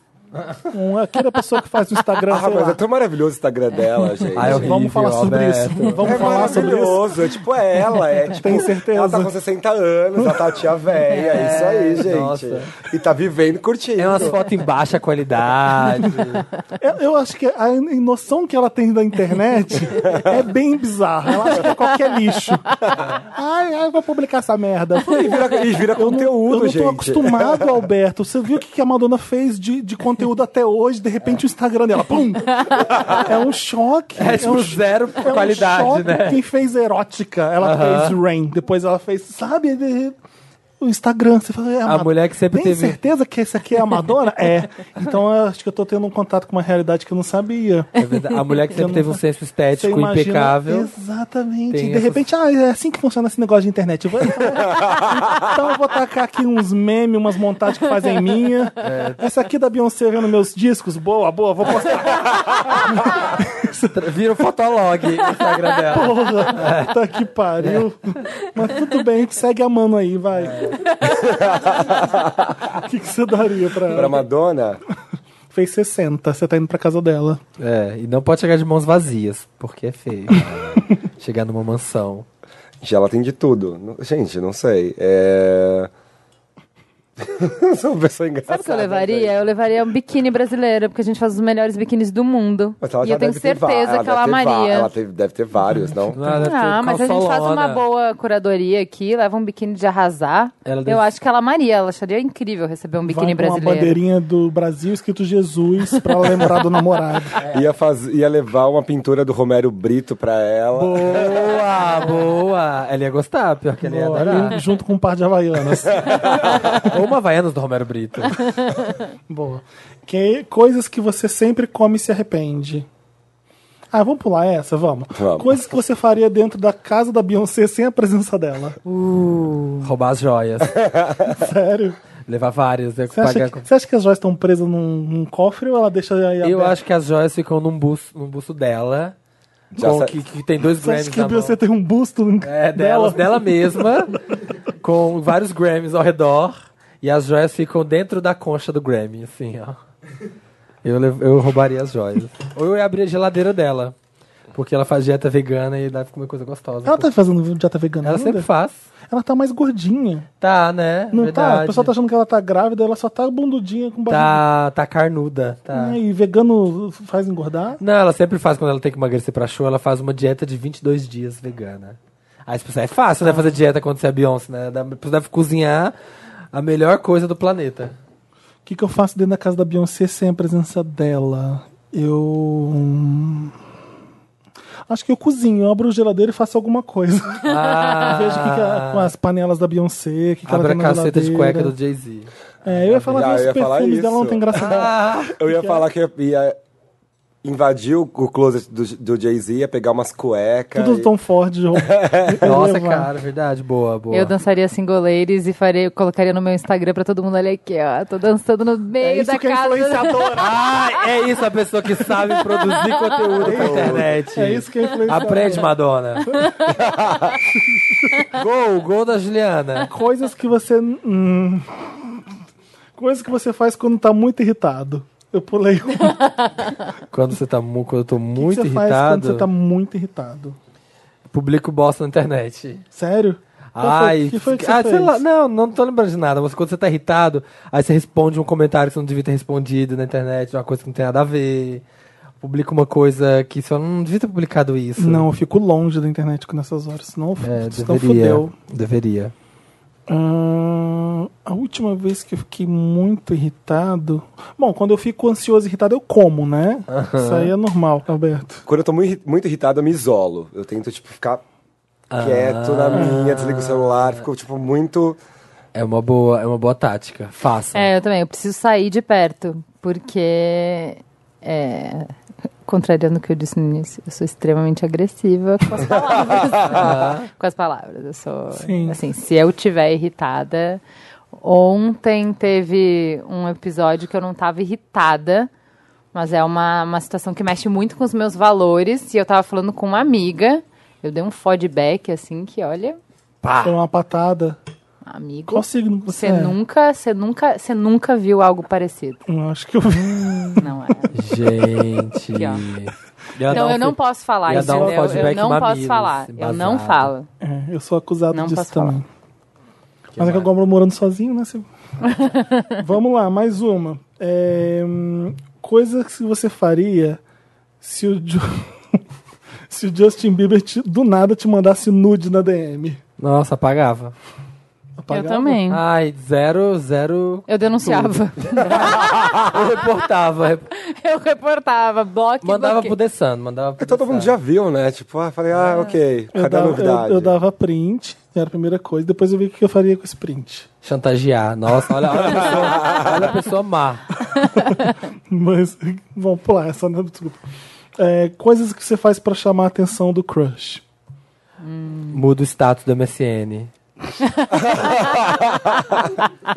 Speaker 1: Um é aquela pessoa que faz o Instagram.
Speaker 4: Ah,
Speaker 1: sei
Speaker 4: mas
Speaker 1: lá.
Speaker 4: é tão maravilhoso o Instagram dela, gente.
Speaker 2: Ah, é horrível,
Speaker 1: Vamos falar sobre
Speaker 2: Alberto.
Speaker 1: isso. Vamos
Speaker 4: é
Speaker 1: falar sobre isso.
Speaker 4: maravilhoso, é tipo ela, é tipo,
Speaker 1: Tem certeza.
Speaker 4: Ela tá com 60 anos, ela tá tia velha, é, isso aí, gente.
Speaker 2: nossa.
Speaker 4: E tá vivendo e curtindo.
Speaker 2: É umas fotos em baixa qualidade.
Speaker 1: Eu, eu acho que a noção que ela tem da internet é bem bizarra. Ela acha que é qualquer lixo. Ai, ai, eu vou publicar essa merda.
Speaker 4: E vira, e vira
Speaker 1: Eu não, eu
Speaker 4: conteúdo,
Speaker 1: não tô
Speaker 4: gente.
Speaker 1: acostumado, Alberto. Você viu o que que a Madonna fez de, de conteúdo até hoje? De repente o Instagram dela, pum! É um choque.
Speaker 2: É tipo
Speaker 1: um
Speaker 2: zero
Speaker 1: é um
Speaker 2: qualidade,
Speaker 1: choque.
Speaker 2: né?
Speaker 1: Quem fez erótica, ela fez Rain. Depois ela fez, sabe? de- O Instagram, você fala, é
Speaker 2: A mulher que sempre
Speaker 1: Tem
Speaker 2: teve-
Speaker 1: certeza que esse aqui é a Madonna? é. Então eu acho que eu tô tendo um contato com uma realidade que eu não sabia.
Speaker 2: É verdade. A mulher que sempre teve um senso
Speaker 1: Você
Speaker 2: estético
Speaker 1: imagina-
Speaker 2: impecável.
Speaker 1: Exatamente.
Speaker 2: Tem
Speaker 1: E de
Speaker 2: essas-
Speaker 1: repente, ah, é assim que funciona esse negócio de internet. Eu vou- então eu vou tacar aqui uns memes, umas montagens que fazem minha.
Speaker 2: É.
Speaker 1: Essa aqui da Beyoncé vendo meus discos, boa, boa, vou postar.
Speaker 2: Tra- Vira um fotolog no Instagram dela.
Speaker 1: Porra, puta que pariu. Mas tudo bem, segue a mano aí, vai. O que, que você daria pra
Speaker 4: Pra
Speaker 1: ela?
Speaker 4: Madonna,
Speaker 1: Fez 60, você tá indo pra casa dela.
Speaker 2: É, e não pode chegar de mãos vazias, porque é feio. chegar numa mansão.
Speaker 4: já ela tem de tudo. Não- Gente, não sei. É... Sou uma pessoa
Speaker 3: Sabe
Speaker 4: engraçada.
Speaker 3: o que eu levaria? Eu levaria um biquíni brasileiro, porque a gente faz os melhores biquínis do mundo.
Speaker 4: Mas ela
Speaker 3: e
Speaker 4: já
Speaker 3: eu tenho
Speaker 4: deve ter va-
Speaker 3: certeza que ela
Speaker 4: deve ter va-
Speaker 3: amaria.
Speaker 4: Ela teve- deve ter vários, não?
Speaker 3: Ah, mas a gente faz uma boa curadoria aqui, leva um biquíni de arrasar.
Speaker 2: Ela deve-
Speaker 3: Eu acho que ela amaria, ela acharia incrível receber um biquíni
Speaker 1: vai com uma
Speaker 3: brasileiro.
Speaker 1: bandeirinha do Brasil escrito Jesus pra ela lembrar do namorado.
Speaker 4: Ia, faz... Ia levar uma pintura do Romero Brito pra ela.
Speaker 2: Boa, boa. Ela ia gostar, pior que ela ia
Speaker 1: Boa, ali
Speaker 2: adorar.
Speaker 1: junto com um par de havaianas.
Speaker 2: Ou uma Havaianas do Romero Brito.
Speaker 1: Boa. Que, coisas que você sempre come e se arrepende. Ah, vamos pular essa? Vamos.
Speaker 4: Vamos.
Speaker 1: Coisas que você faria dentro da casa da Beyoncé sem a presença dela.
Speaker 2: Roubar as joias.
Speaker 1: Sério.
Speaker 2: Levar várias, né?
Speaker 1: Você acha,
Speaker 2: pagar
Speaker 1: que,
Speaker 2: com-
Speaker 1: você acha que as joias estão presas num, num cofre ou ela deixa aí
Speaker 2: Eu
Speaker 1: aberta?
Speaker 2: acho que as joias ficam num busto, num busto dela.
Speaker 4: Já
Speaker 2: com-
Speaker 4: sa-
Speaker 2: que, que tem dois
Speaker 1: Você
Speaker 2: Grammys
Speaker 1: acha que
Speaker 2: na
Speaker 1: a
Speaker 2: mão.
Speaker 1: Beyoncé tem um busto
Speaker 2: É, dela, dela mesma, com vários Grammys ao redor. E as joias ficam dentro da concha do Grammy, assim, ó. Eu, lev- eu roubaria as joias. Ou eu ia abrir a geladeira dela. Porque ela faz dieta vegana e deve comer coisa gostosa.
Speaker 1: Ela tá fazendo dieta vegana
Speaker 2: Ela
Speaker 1: ainda?
Speaker 2: sempre faz.
Speaker 1: Ela tá mais gordinha.
Speaker 2: Tá, né?
Speaker 1: Não tá?
Speaker 2: Verdade.
Speaker 1: O pessoal tá achando que ela tá grávida, ela só tá bundudinha com barriga.
Speaker 2: Tá, tá carnuda. Tá.
Speaker 1: Ah, E vegano faz engordar?
Speaker 2: Não, ela sempre faz quando ela tem que emagrecer pra show, ela faz uma dieta de 22 dias vegana. Aí você pensa, é fácil,
Speaker 1: Ah.
Speaker 2: né, fazer dieta quando você é Beyoncé, né? Dá- Você deve cozinhar a melhor coisa do planeta.
Speaker 1: O que, que eu faço dentro da casa da Beyoncé sem a presença dela? Eu. hum, Acho que eu cozinho, eu abro o geladeiro e faço alguma coisa.
Speaker 2: Ah,
Speaker 1: Vejo o que, que é, com as panelas da Beyoncé, o que, que ela
Speaker 2: Abre
Speaker 1: tem
Speaker 2: a
Speaker 1: na
Speaker 2: caceta de
Speaker 1: geladeira.
Speaker 2: cueca do Jay-Z.
Speaker 1: É, eu ia falar
Speaker 4: Ah,
Speaker 1: que
Speaker 4: eu
Speaker 1: os
Speaker 4: ia falar
Speaker 1: perfumes dela não
Speaker 4: isso.
Speaker 1: tem graça
Speaker 3: Ah,
Speaker 1: nenhuma.
Speaker 4: Eu ia falar que eu ia invadir o o closet do, do Jay-Z, ia pegar umas cuecas.
Speaker 1: Tudo do
Speaker 4: e-
Speaker 1: Tom Ford. de roupa. Eu ia
Speaker 2: Nossa,
Speaker 1: levar.
Speaker 2: cara, verdade, boa, boa.
Speaker 3: Eu dançaria singoleiros e faria, colocaria no meu Instagram pra todo mundo olhar aqui, ó. Tô dançando no meio
Speaker 1: É isso
Speaker 3: da
Speaker 1: que é
Speaker 3: casa.
Speaker 1: influenciador.
Speaker 2: Ah, é isso a pessoa que sabe produzir conteúdo na internet.
Speaker 1: É isso que é influenciador.
Speaker 2: Aprende, Madonna. gol, gol da Juliana.
Speaker 1: Coisas que você. hum, Coisas que você faz quando tá muito irritado. Eu pulei um. O
Speaker 2: Quando você tá mu- quando eu tô
Speaker 1: que
Speaker 2: muito
Speaker 1: você faz quando
Speaker 2: irritado,
Speaker 1: você tá muito irritado?
Speaker 2: publico bosta na internet.
Speaker 1: Sério? Qual foi,
Speaker 2: Ai,
Speaker 1: que foi que você
Speaker 2: ah,
Speaker 1: fez?
Speaker 2: sei lá, não, não tô lembrando de nada, mas quando você tá irritado, aí você responde um comentário que você não devia ter respondido na internet, uma coisa que não tem nada a ver. Publica uma coisa que você fala, não devia ter publicado isso.
Speaker 1: Não, eu fico longe da internet nessas horas, senão,
Speaker 2: É,
Speaker 1: senão
Speaker 2: deveria.
Speaker 1: fudeu.
Speaker 2: Deveria.
Speaker 1: Ah, a última vez que eu fiquei muito irritado. Bom, quando eu fico ansioso e irritado, eu como, né? Isso aí é normal, Alberto.
Speaker 4: Quando eu tô mui- muito irritado, eu me isolo. Eu tento, tipo, ficar quieto na minha, desligo o celular, fico, tipo, muito.
Speaker 2: É uma boa, é uma boa tática. Faça.
Speaker 3: É, eu também. Eu preciso sair de perto, porque. É. Contrariando o que eu disse no início, eu sou extremamente agressiva com as palavras. com as palavras. Eu sou.
Speaker 1: Sim.
Speaker 3: Assim, se eu tiver irritada. Ontem teve um episódio que eu não tava irritada, mas é uma, uma situação que mexe muito com os meus valores. E eu tava falando com uma amiga, eu dei um feedback assim que, olha,
Speaker 2: Pá.
Speaker 1: Foi uma patada.
Speaker 3: Amigo.
Speaker 1: Qual signo que você
Speaker 3: Você
Speaker 1: é?
Speaker 3: nunca, você nunca, você nunca viu algo parecido.
Speaker 1: Hum, Acho que eu vi.
Speaker 3: Não é.
Speaker 2: Gente.
Speaker 3: Aqui, ó.
Speaker 2: Ia dar
Speaker 3: Então
Speaker 2: um
Speaker 3: eu não
Speaker 2: fe-
Speaker 3: posso falar,
Speaker 2: ia dar um
Speaker 3: entendeu? eu
Speaker 2: feedback
Speaker 3: não
Speaker 2: mamilos,
Speaker 3: posso falar. Eu não
Speaker 2: embasado.
Speaker 3: falo.
Speaker 1: É, eu sou acusado
Speaker 3: Não
Speaker 1: disso
Speaker 3: posso falar.
Speaker 1: também. Mas é que eu moro morando sozinho, né? Você- Vamos lá, mais uma. É, hum, coisa que você faria se o, Ju- se o Justin Bieber te- do nada te mandasse nude na DM.
Speaker 2: Nossa, apagava.
Speaker 1: Apagava?
Speaker 3: Eu também.
Speaker 2: Ai, zero, zero.
Speaker 3: Eu denunciava. Ah.
Speaker 2: Eu reportava. rep-
Speaker 3: eu reportava, bloco
Speaker 2: Mandava
Speaker 3: bloqueio.
Speaker 2: pro The Sun, mandava pro
Speaker 4: Porque É
Speaker 1: Então
Speaker 4: todo
Speaker 2: The
Speaker 4: mundo
Speaker 2: Sun.
Speaker 4: já viu, né? Tipo, ah, falei, ah, ok,
Speaker 1: Eu
Speaker 4: cadê a
Speaker 1: dava, eu,
Speaker 4: novidade?
Speaker 1: eu dava print, era a primeira coisa. Depois eu vi o que eu faria com esse print.
Speaker 2: Chantagear. Nossa, olha, olha, a, pessoa, olha a pessoa má.
Speaker 1: Mas vamos pular essa, né? Desculpa. É, coisas que você faz pra chamar a atenção do crush.
Speaker 2: Muda o status do MSN.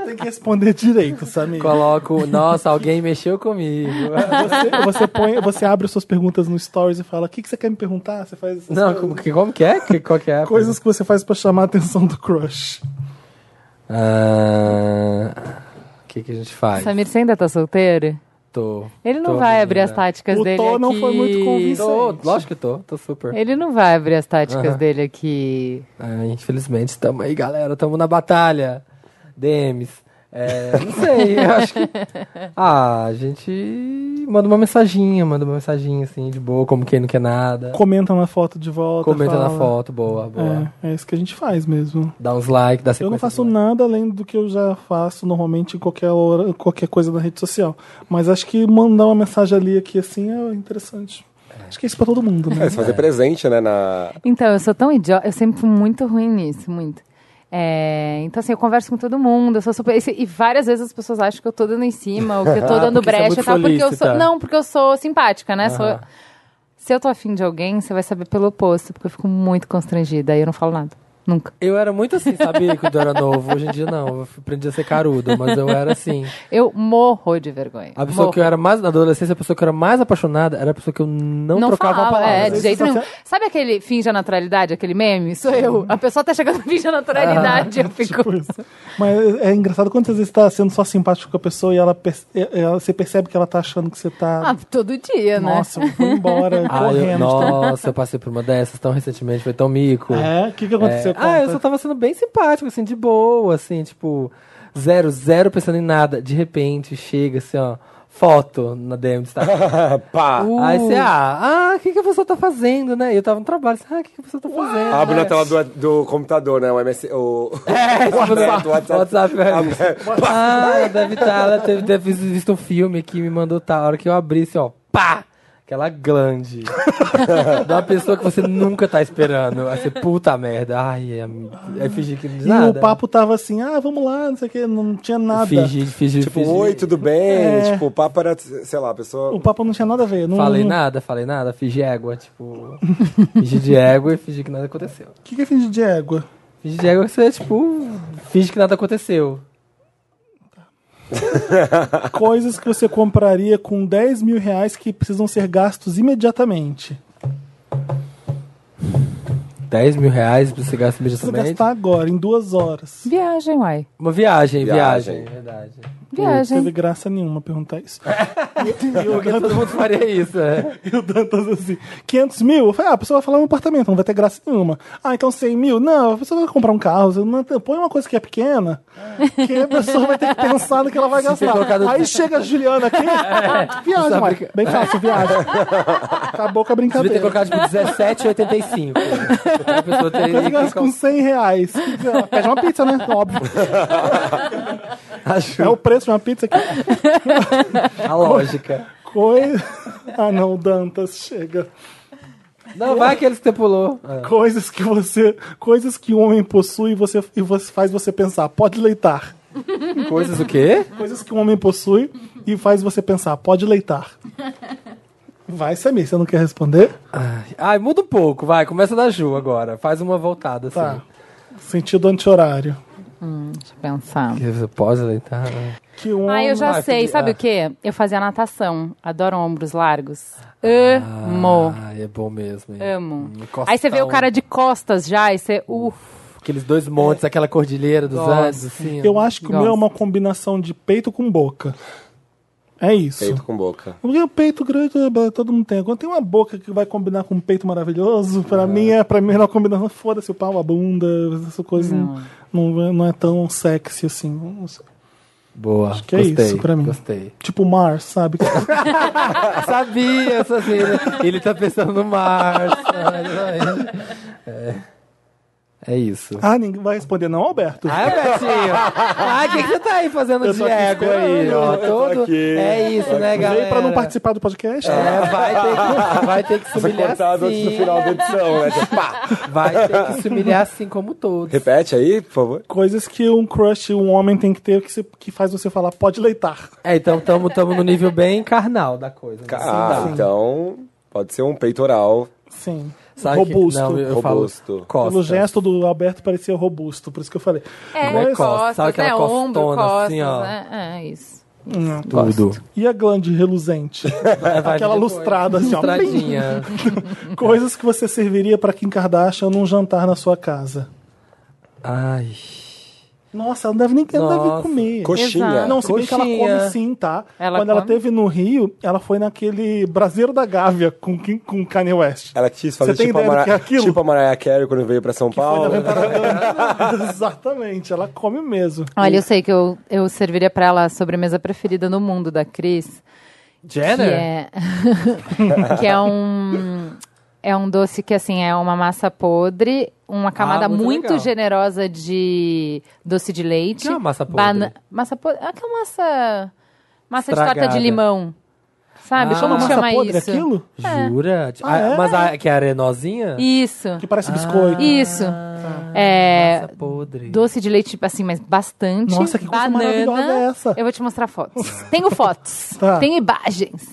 Speaker 1: Tem que responder direito, Samir.
Speaker 2: Coloco, nossa, alguém mexeu comigo.
Speaker 1: Você, você põe, você abre suas perguntas no Stories e fala: o que, que você quer me perguntar? Você faz essas
Speaker 2: Não,
Speaker 1: coisas.
Speaker 2: como que, como que é? Que, qual que é?
Speaker 1: coisas que você faz pra chamar a atenção do crush.
Speaker 2: Ah, O que, que a gente faz?
Speaker 3: Samir, você ainda tá solteiro?
Speaker 2: Tô.
Speaker 3: Ele não
Speaker 2: Tô,
Speaker 3: vai
Speaker 2: menina.
Speaker 3: abrir as táticas
Speaker 1: O
Speaker 3: dele
Speaker 1: Tô
Speaker 3: aqui.
Speaker 1: não foi muito convincente.
Speaker 2: Tô, lógico que tô, tô super.
Speaker 3: Ele não vai abrir as táticas
Speaker 2: Aham.
Speaker 3: dele aqui.
Speaker 2: Ah, infelizmente, tamo aí, galera. Tamo na batalha. DMs. É, não sei, eu acho que. Ah, a gente manda uma mensaginha, manda uma mensaginha assim, de boa, como quem não quer nada.
Speaker 1: Comenta na foto de volta.
Speaker 2: Comenta
Speaker 1: fala.
Speaker 2: na foto, boa, boa.
Speaker 1: É, é isso que a gente faz mesmo.
Speaker 2: Dá uns likes, dá sequência.
Speaker 1: Eu não faço
Speaker 2: de like.
Speaker 1: nada além do que eu já faço normalmente em qualquer hora, qualquer coisa na rede social. Mas acho que mandar uma mensagem ali aqui assim é interessante. Acho que é isso pra todo mundo, né?
Speaker 4: É, se fazer presente, né? Na...
Speaker 3: Então, eu sou tão idiota. Eu sempre fui muito ruim nisso, muito. É, então, assim, eu converso com todo mundo, eu sou super. E se- E várias vezes as pessoas acham que eu tô dando em cima, ou que eu tô
Speaker 2: Ah,
Speaker 3: dando
Speaker 2: porque você é
Speaker 3: brecha
Speaker 2: muito
Speaker 3: e tal, porque eu
Speaker 2: solícita.
Speaker 3: sou. Não, porque eu sou simpática, né? Sou-
Speaker 2: Aham.
Speaker 3: Se eu tô afim de alguém, você vai saber pelo oposto, porque eu fico muito constrangida, aí eu não falo nada. Nunca.
Speaker 2: Eu era muito assim, sabia, quando eu era novo. Hoje em dia não, eu aprendi a ser carudo, mas eu era assim.
Speaker 3: Eu morro de vergonha.
Speaker 2: A pessoa
Speaker 3: morro.
Speaker 2: que eu era mais, na adolescência, a pessoa que eu era mais apaixonada era a pessoa que eu não,
Speaker 3: não
Speaker 2: trocava
Speaker 3: falava,
Speaker 2: a palavra.
Speaker 3: é, de jeito nenhum. Sabe aquele finge a naturalidade, aquele meme? Sou eu. A pessoa tá chegando finge a naturalidade, eu fico...
Speaker 1: Tipo isso. Mas é engraçado quantas vezes você tá sendo só simpático com a pessoa e ela, perce- é- ela- você percebe que ela tá achando que você tá.
Speaker 3: Ah, todo dia, né?
Speaker 1: Nossa, eu vou embora,
Speaker 2: Ah, eu,
Speaker 1: correndo.
Speaker 2: nossa, eu passei por uma dessas tão recentemente, foi tão mico.
Speaker 1: É, o que, que aconteceu?
Speaker 2: É, Ah, eu
Speaker 1: Conta.
Speaker 2: só tava sendo bem simpático, assim, de boa, assim, tipo, zero, zero pensando em nada. De repente, chega assim, ó, foto na DM do Instagram.
Speaker 4: Pá!
Speaker 2: Aí você,
Speaker 1: Uh.
Speaker 2: ah, ah, o que, que a pessoa tá fazendo, né? E eu tava no trabalho, assim, ah, o que, que a pessoa tá fazendo?
Speaker 4: Abre
Speaker 2: né?
Speaker 4: na tela do, do computador, né? O MS... O...
Speaker 2: É, tipo,
Speaker 4: WhatsApp,
Speaker 2: do
Speaker 4: WhatsApp.
Speaker 2: WhatsApp, é
Speaker 4: Ah,
Speaker 2: velho. Ah, deve estar, ela deve ter visto um filme que me mandou tal. A hora que eu abri, assim, ó, pá! Aquela glande. de uma pessoa que você nunca tá esperando. Aí você, puta merda. Ai, é, é fingir que não diz
Speaker 1: E
Speaker 2: nada.
Speaker 1: o papo tava assim, ah, vamos lá, não sei o que, não tinha nada.
Speaker 2: Fingir, fingir,
Speaker 4: Tipo,
Speaker 2: fingir.
Speaker 4: oi, tudo bem?
Speaker 1: É.
Speaker 4: Tipo, o papo era, sei lá, a pessoa...
Speaker 1: O papo não tinha nada a ver. Não,
Speaker 2: Falei
Speaker 1: não-
Speaker 2: nada, falei nada. Fingi égua, tipo... fingir de égua e fingir que nada aconteceu.
Speaker 1: O que, que é fingir de égua?
Speaker 2: Fingir de égua que você, tipo... Finge que nada aconteceu.
Speaker 1: Coisas que você compraria com 10 mil reais que precisam ser gastos imediatamente.
Speaker 2: 10 mil reais pra você gastar
Speaker 1: Precisa
Speaker 2: imediatamente.
Speaker 1: gastar agora, em duas horas.
Speaker 3: Viagem, uai.
Speaker 2: Uma viagem, viagem.
Speaker 4: Viagem.
Speaker 2: Verdade.
Speaker 1: Não teve
Speaker 3: Viagem.
Speaker 1: graça nenhuma perguntar isso.
Speaker 2: Porque todo mundo faria isso, é.
Speaker 1: E o Dantas assim, 500 mil? Eu falei, ah, a pessoa vai falar um apartamento, não vai ter graça nenhuma. Ah, então 100 mil? Não, a pessoa vai comprar um carro. Você não- põe uma coisa que é pequena, que a pessoa vai ter que pensar no que ela vai
Speaker 2: Se
Speaker 1: gastar.
Speaker 2: ter colocado- É.
Speaker 1: Aí chega a Juliana aqui, viagem,
Speaker 2: sabe
Speaker 1: Mike. Bem fácil, viagem. Acabou com a
Speaker 2: Devia ter
Speaker 1: brincadeira.
Speaker 2: colocado tipo 17,85. Aí a pessoa teria
Speaker 1: Coisa
Speaker 2: que
Speaker 1: que gasta
Speaker 2: colocar
Speaker 1: com 100 reais. Pede uma pizza, né? Óbvio. É o preço de uma pizza aqui. É
Speaker 2: a lógica.
Speaker 1: Coisa. Ah, não, Dantas, chega.
Speaker 2: Não, vai aqueles que você pulou.
Speaker 1: Coisas que você. Coisas que o homem possui e você, e você faz você pensar, pode leitar.
Speaker 2: Coisas o quê?
Speaker 1: Coisas que um homem possui e faz você pensar, pode leitar. Vai, Samir, você não quer responder?
Speaker 2: Ai, muda um pouco, vai. Começa da Ju agora. Faz uma voltada, assim.
Speaker 1: Tá. Sentido anti-horário.
Speaker 3: Deixa eu pensar.
Speaker 2: Que Você pode deitar, né?
Speaker 1: Que um
Speaker 3: Ah, eu já
Speaker 2: Vai,
Speaker 3: sei.
Speaker 2: pedi-
Speaker 3: Sabe
Speaker 2: ah.
Speaker 3: o quê? Eu fazia natação. Adoro ombros largos. Amo.
Speaker 2: Ah. Ai, é bom mesmo. hein?
Speaker 3: Amo.
Speaker 2: Um costão.
Speaker 3: Aí você vê o cara de costas já e você... Ufa.
Speaker 2: Aqueles dois montes, aquela cordilheira dos
Speaker 3: Nossa.
Speaker 2: Andes, assim.
Speaker 1: Eu acho que o meu é
Speaker 3: Gosto.
Speaker 1: uma combinação de peito com boca. É isso.
Speaker 4: Feito com boca.
Speaker 1: Porque o peito grande né, todo mundo tem. Agora tem uma boca que vai combinar com um peito maravilhoso. Pra mim é pra mim não combinação. Foda-se o pau, a bunda, essa coisa não, não, não é tão sexy assim. Não sei.
Speaker 2: Boa.
Speaker 1: Acho que é
Speaker 2: gostei,
Speaker 1: isso pra mim.
Speaker 2: Gostei.
Speaker 1: Tipo mar, sabe?
Speaker 2: Sabia, eu sabia. Ele, ele tá pensando no Mars. É, é isso.
Speaker 1: ah, ninguém vai responder não, Alberto.
Speaker 2: Ah, Betinho! Ah, o que, que você tá aí fazendo
Speaker 1: Eu
Speaker 2: de
Speaker 1: tô aqui
Speaker 2: ego aí?
Speaker 1: esperando,
Speaker 2: Ó,
Speaker 4: eu tô
Speaker 2: todo...
Speaker 4: aqui.
Speaker 2: É isso, né, galera?
Speaker 1: Veio pra não participar do podcast?
Speaker 2: É, vai ter que, vai ter que se
Speaker 4: Você
Speaker 2: humilhar
Speaker 4: cortado antes do
Speaker 2: assim.
Speaker 4: final da edição, né? Tipo, pá.
Speaker 2: Vai ter que se humilhar assim como todos.
Speaker 4: Repete aí, por favor.
Speaker 1: Coisas que um crush, um homem tem que ter que, se- que faz você falar, pode leitar.
Speaker 2: É, então tamo, tamo no nível bem carnal da coisa. né?
Speaker 4: Ah, então pode ser um peitoral
Speaker 1: Sim.
Speaker 2: Sabe que-
Speaker 1: robusto.
Speaker 2: não, eu falo
Speaker 4: Robusto.
Speaker 2: costa.
Speaker 1: Pelo gesto do Alberto parecia robusto, por isso que eu falei.
Speaker 3: É,
Speaker 2: Não é
Speaker 3: costas,
Speaker 2: costa, sabe aquela
Speaker 3: né? Ombro,
Speaker 2: costona,
Speaker 3: costas,
Speaker 2: assim, ó.
Speaker 3: né? É, isso.
Speaker 1: Hum.
Speaker 2: Tudo.
Speaker 1: E a glande reluzente?
Speaker 2: É, vai
Speaker 1: Aquela
Speaker 2: depois.
Speaker 1: lustrada, assim, ó.
Speaker 2: Lustradinha.
Speaker 1: Coisas que você serviria pra Kim Kardashian num jantar na sua casa.
Speaker 2: Ai.
Speaker 1: Nossa, ela não deve nem ela não deve
Speaker 2: Nossa.
Speaker 1: comer.
Speaker 4: Coxinha.
Speaker 3: Exato.
Speaker 1: Não, se bem que ela
Speaker 2: Coxinha.
Speaker 1: come sim, tá?
Speaker 3: Ela
Speaker 1: Quando ela
Speaker 3: come?
Speaker 1: teve no Rio, ela foi naquele Braseiro da Gávea com, Kim- com Kanye West.
Speaker 4: Ela quis
Speaker 1: Você
Speaker 4: fazer
Speaker 1: tem
Speaker 4: tipo a,
Speaker 1: ideia do
Speaker 4: Mara...
Speaker 1: que é aquilo?
Speaker 4: tipo a Mariah Carey quando veio pra São
Speaker 1: Foi
Speaker 4: Paulo.
Speaker 1: na Ventana- Exatamente, ela come mesmo.
Speaker 3: Olha, eu sei que eu, eu serviria pra ela a sobremesa preferida no mundo da Cris. Que
Speaker 2: Jenner?
Speaker 3: é, que é um é um doce que assim é uma massa podre, uma camada
Speaker 2: Ah, muito
Speaker 3: muito,
Speaker 2: legal.
Speaker 3: generosa de doce de leite.
Speaker 2: Que é uma massa podre?
Speaker 3: tipo Bana- massa podre, é aquela massa massa de
Speaker 2: Estragada.
Speaker 3: torta de limão. Sabe?
Speaker 2: Ah.
Speaker 3: Como que
Speaker 1: massa
Speaker 3: chama
Speaker 1: podre é
Speaker 3: isso?
Speaker 1: aquilo?
Speaker 2: Jura?
Speaker 1: Ah,
Speaker 2: Ah,
Speaker 1: é?
Speaker 2: Mas a, que é arenosinha? Ah,
Speaker 3: Isso.
Speaker 1: Que parece biscoito.
Speaker 3: Isso. É
Speaker 2: Massa podre.
Speaker 3: doce de leite assim, mas bastante.
Speaker 1: Nossa, que coisa maravilhosa é essa?
Speaker 3: Eu vou te mostrar fotos. Tenho fotos.
Speaker 1: Tá.
Speaker 3: Tenho imagens.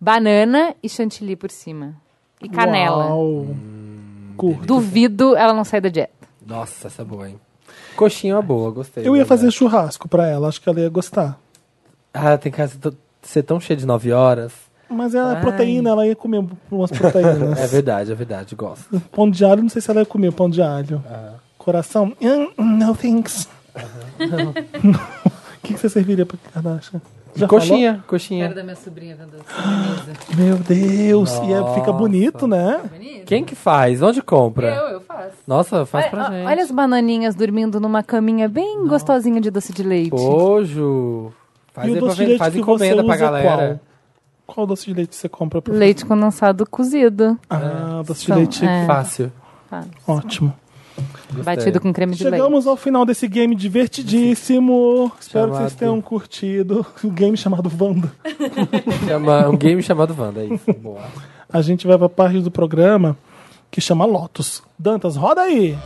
Speaker 3: Banana e chantilly por cima. E canela.
Speaker 1: Uau.
Speaker 4: Hum,
Speaker 1: Curto.
Speaker 3: Duvido ela não sair da dieta.
Speaker 2: Nossa, essa é boa, hein? Coxinha é uma boa, gostei.
Speaker 1: Eu ia
Speaker 2: galera.
Speaker 1: fazer churrasco pra ela, acho que ela ia gostar.
Speaker 2: Ah, tem que ser t- ser tão cheio de 9 horas.
Speaker 1: Mas é
Speaker 2: Ai.
Speaker 1: proteína, ela ia comer umas proteínas.
Speaker 2: É verdade, é verdade, gosto.
Speaker 1: Pão de alho, não sei se ela ia comer pão de alho.
Speaker 2: Ah.
Speaker 1: Coração? Hum, No thanks. O que, que você serviria pra Kardashian? Já
Speaker 2: coxinha, coxinha.
Speaker 3: da minha sobrinha vendo sobremesa.
Speaker 1: falou? Meu Deus, e é- fica bonito, né?
Speaker 2: Quem que faz? Onde compra?
Speaker 3: eu faço.
Speaker 2: Nossa, faz pra
Speaker 3: olha,
Speaker 2: gente.
Speaker 3: olha as bananinhas dormindo numa caminha bem gostosinha de doce de leite.
Speaker 2: Pô, Ju. Faz,
Speaker 1: e
Speaker 2: aí
Speaker 1: o
Speaker 2: pra
Speaker 1: doce de
Speaker 2: vender,
Speaker 1: leite
Speaker 2: faz
Speaker 1: que você
Speaker 2: encomenda
Speaker 1: usa
Speaker 2: pra galera.
Speaker 1: qual? Qual doce de leite você compra? Pra...
Speaker 3: Leite condensado cozido.
Speaker 1: Ah, doce de
Speaker 3: São-
Speaker 1: leite.
Speaker 3: é.
Speaker 2: Fácil.
Speaker 1: Ótimo.
Speaker 2: Gostei.
Speaker 3: Batido com creme de leite.
Speaker 1: Chegamos ao final desse game divertidíssimo. Espero que vocês
Speaker 2: Chamado-
Speaker 1: tenham curtido. O game chamado Wanda.
Speaker 2: Chama, um game chamado Wanda, é isso. Boa.
Speaker 1: A gente vai pra parte do programa que chama Lotus. Dantas, roda aí!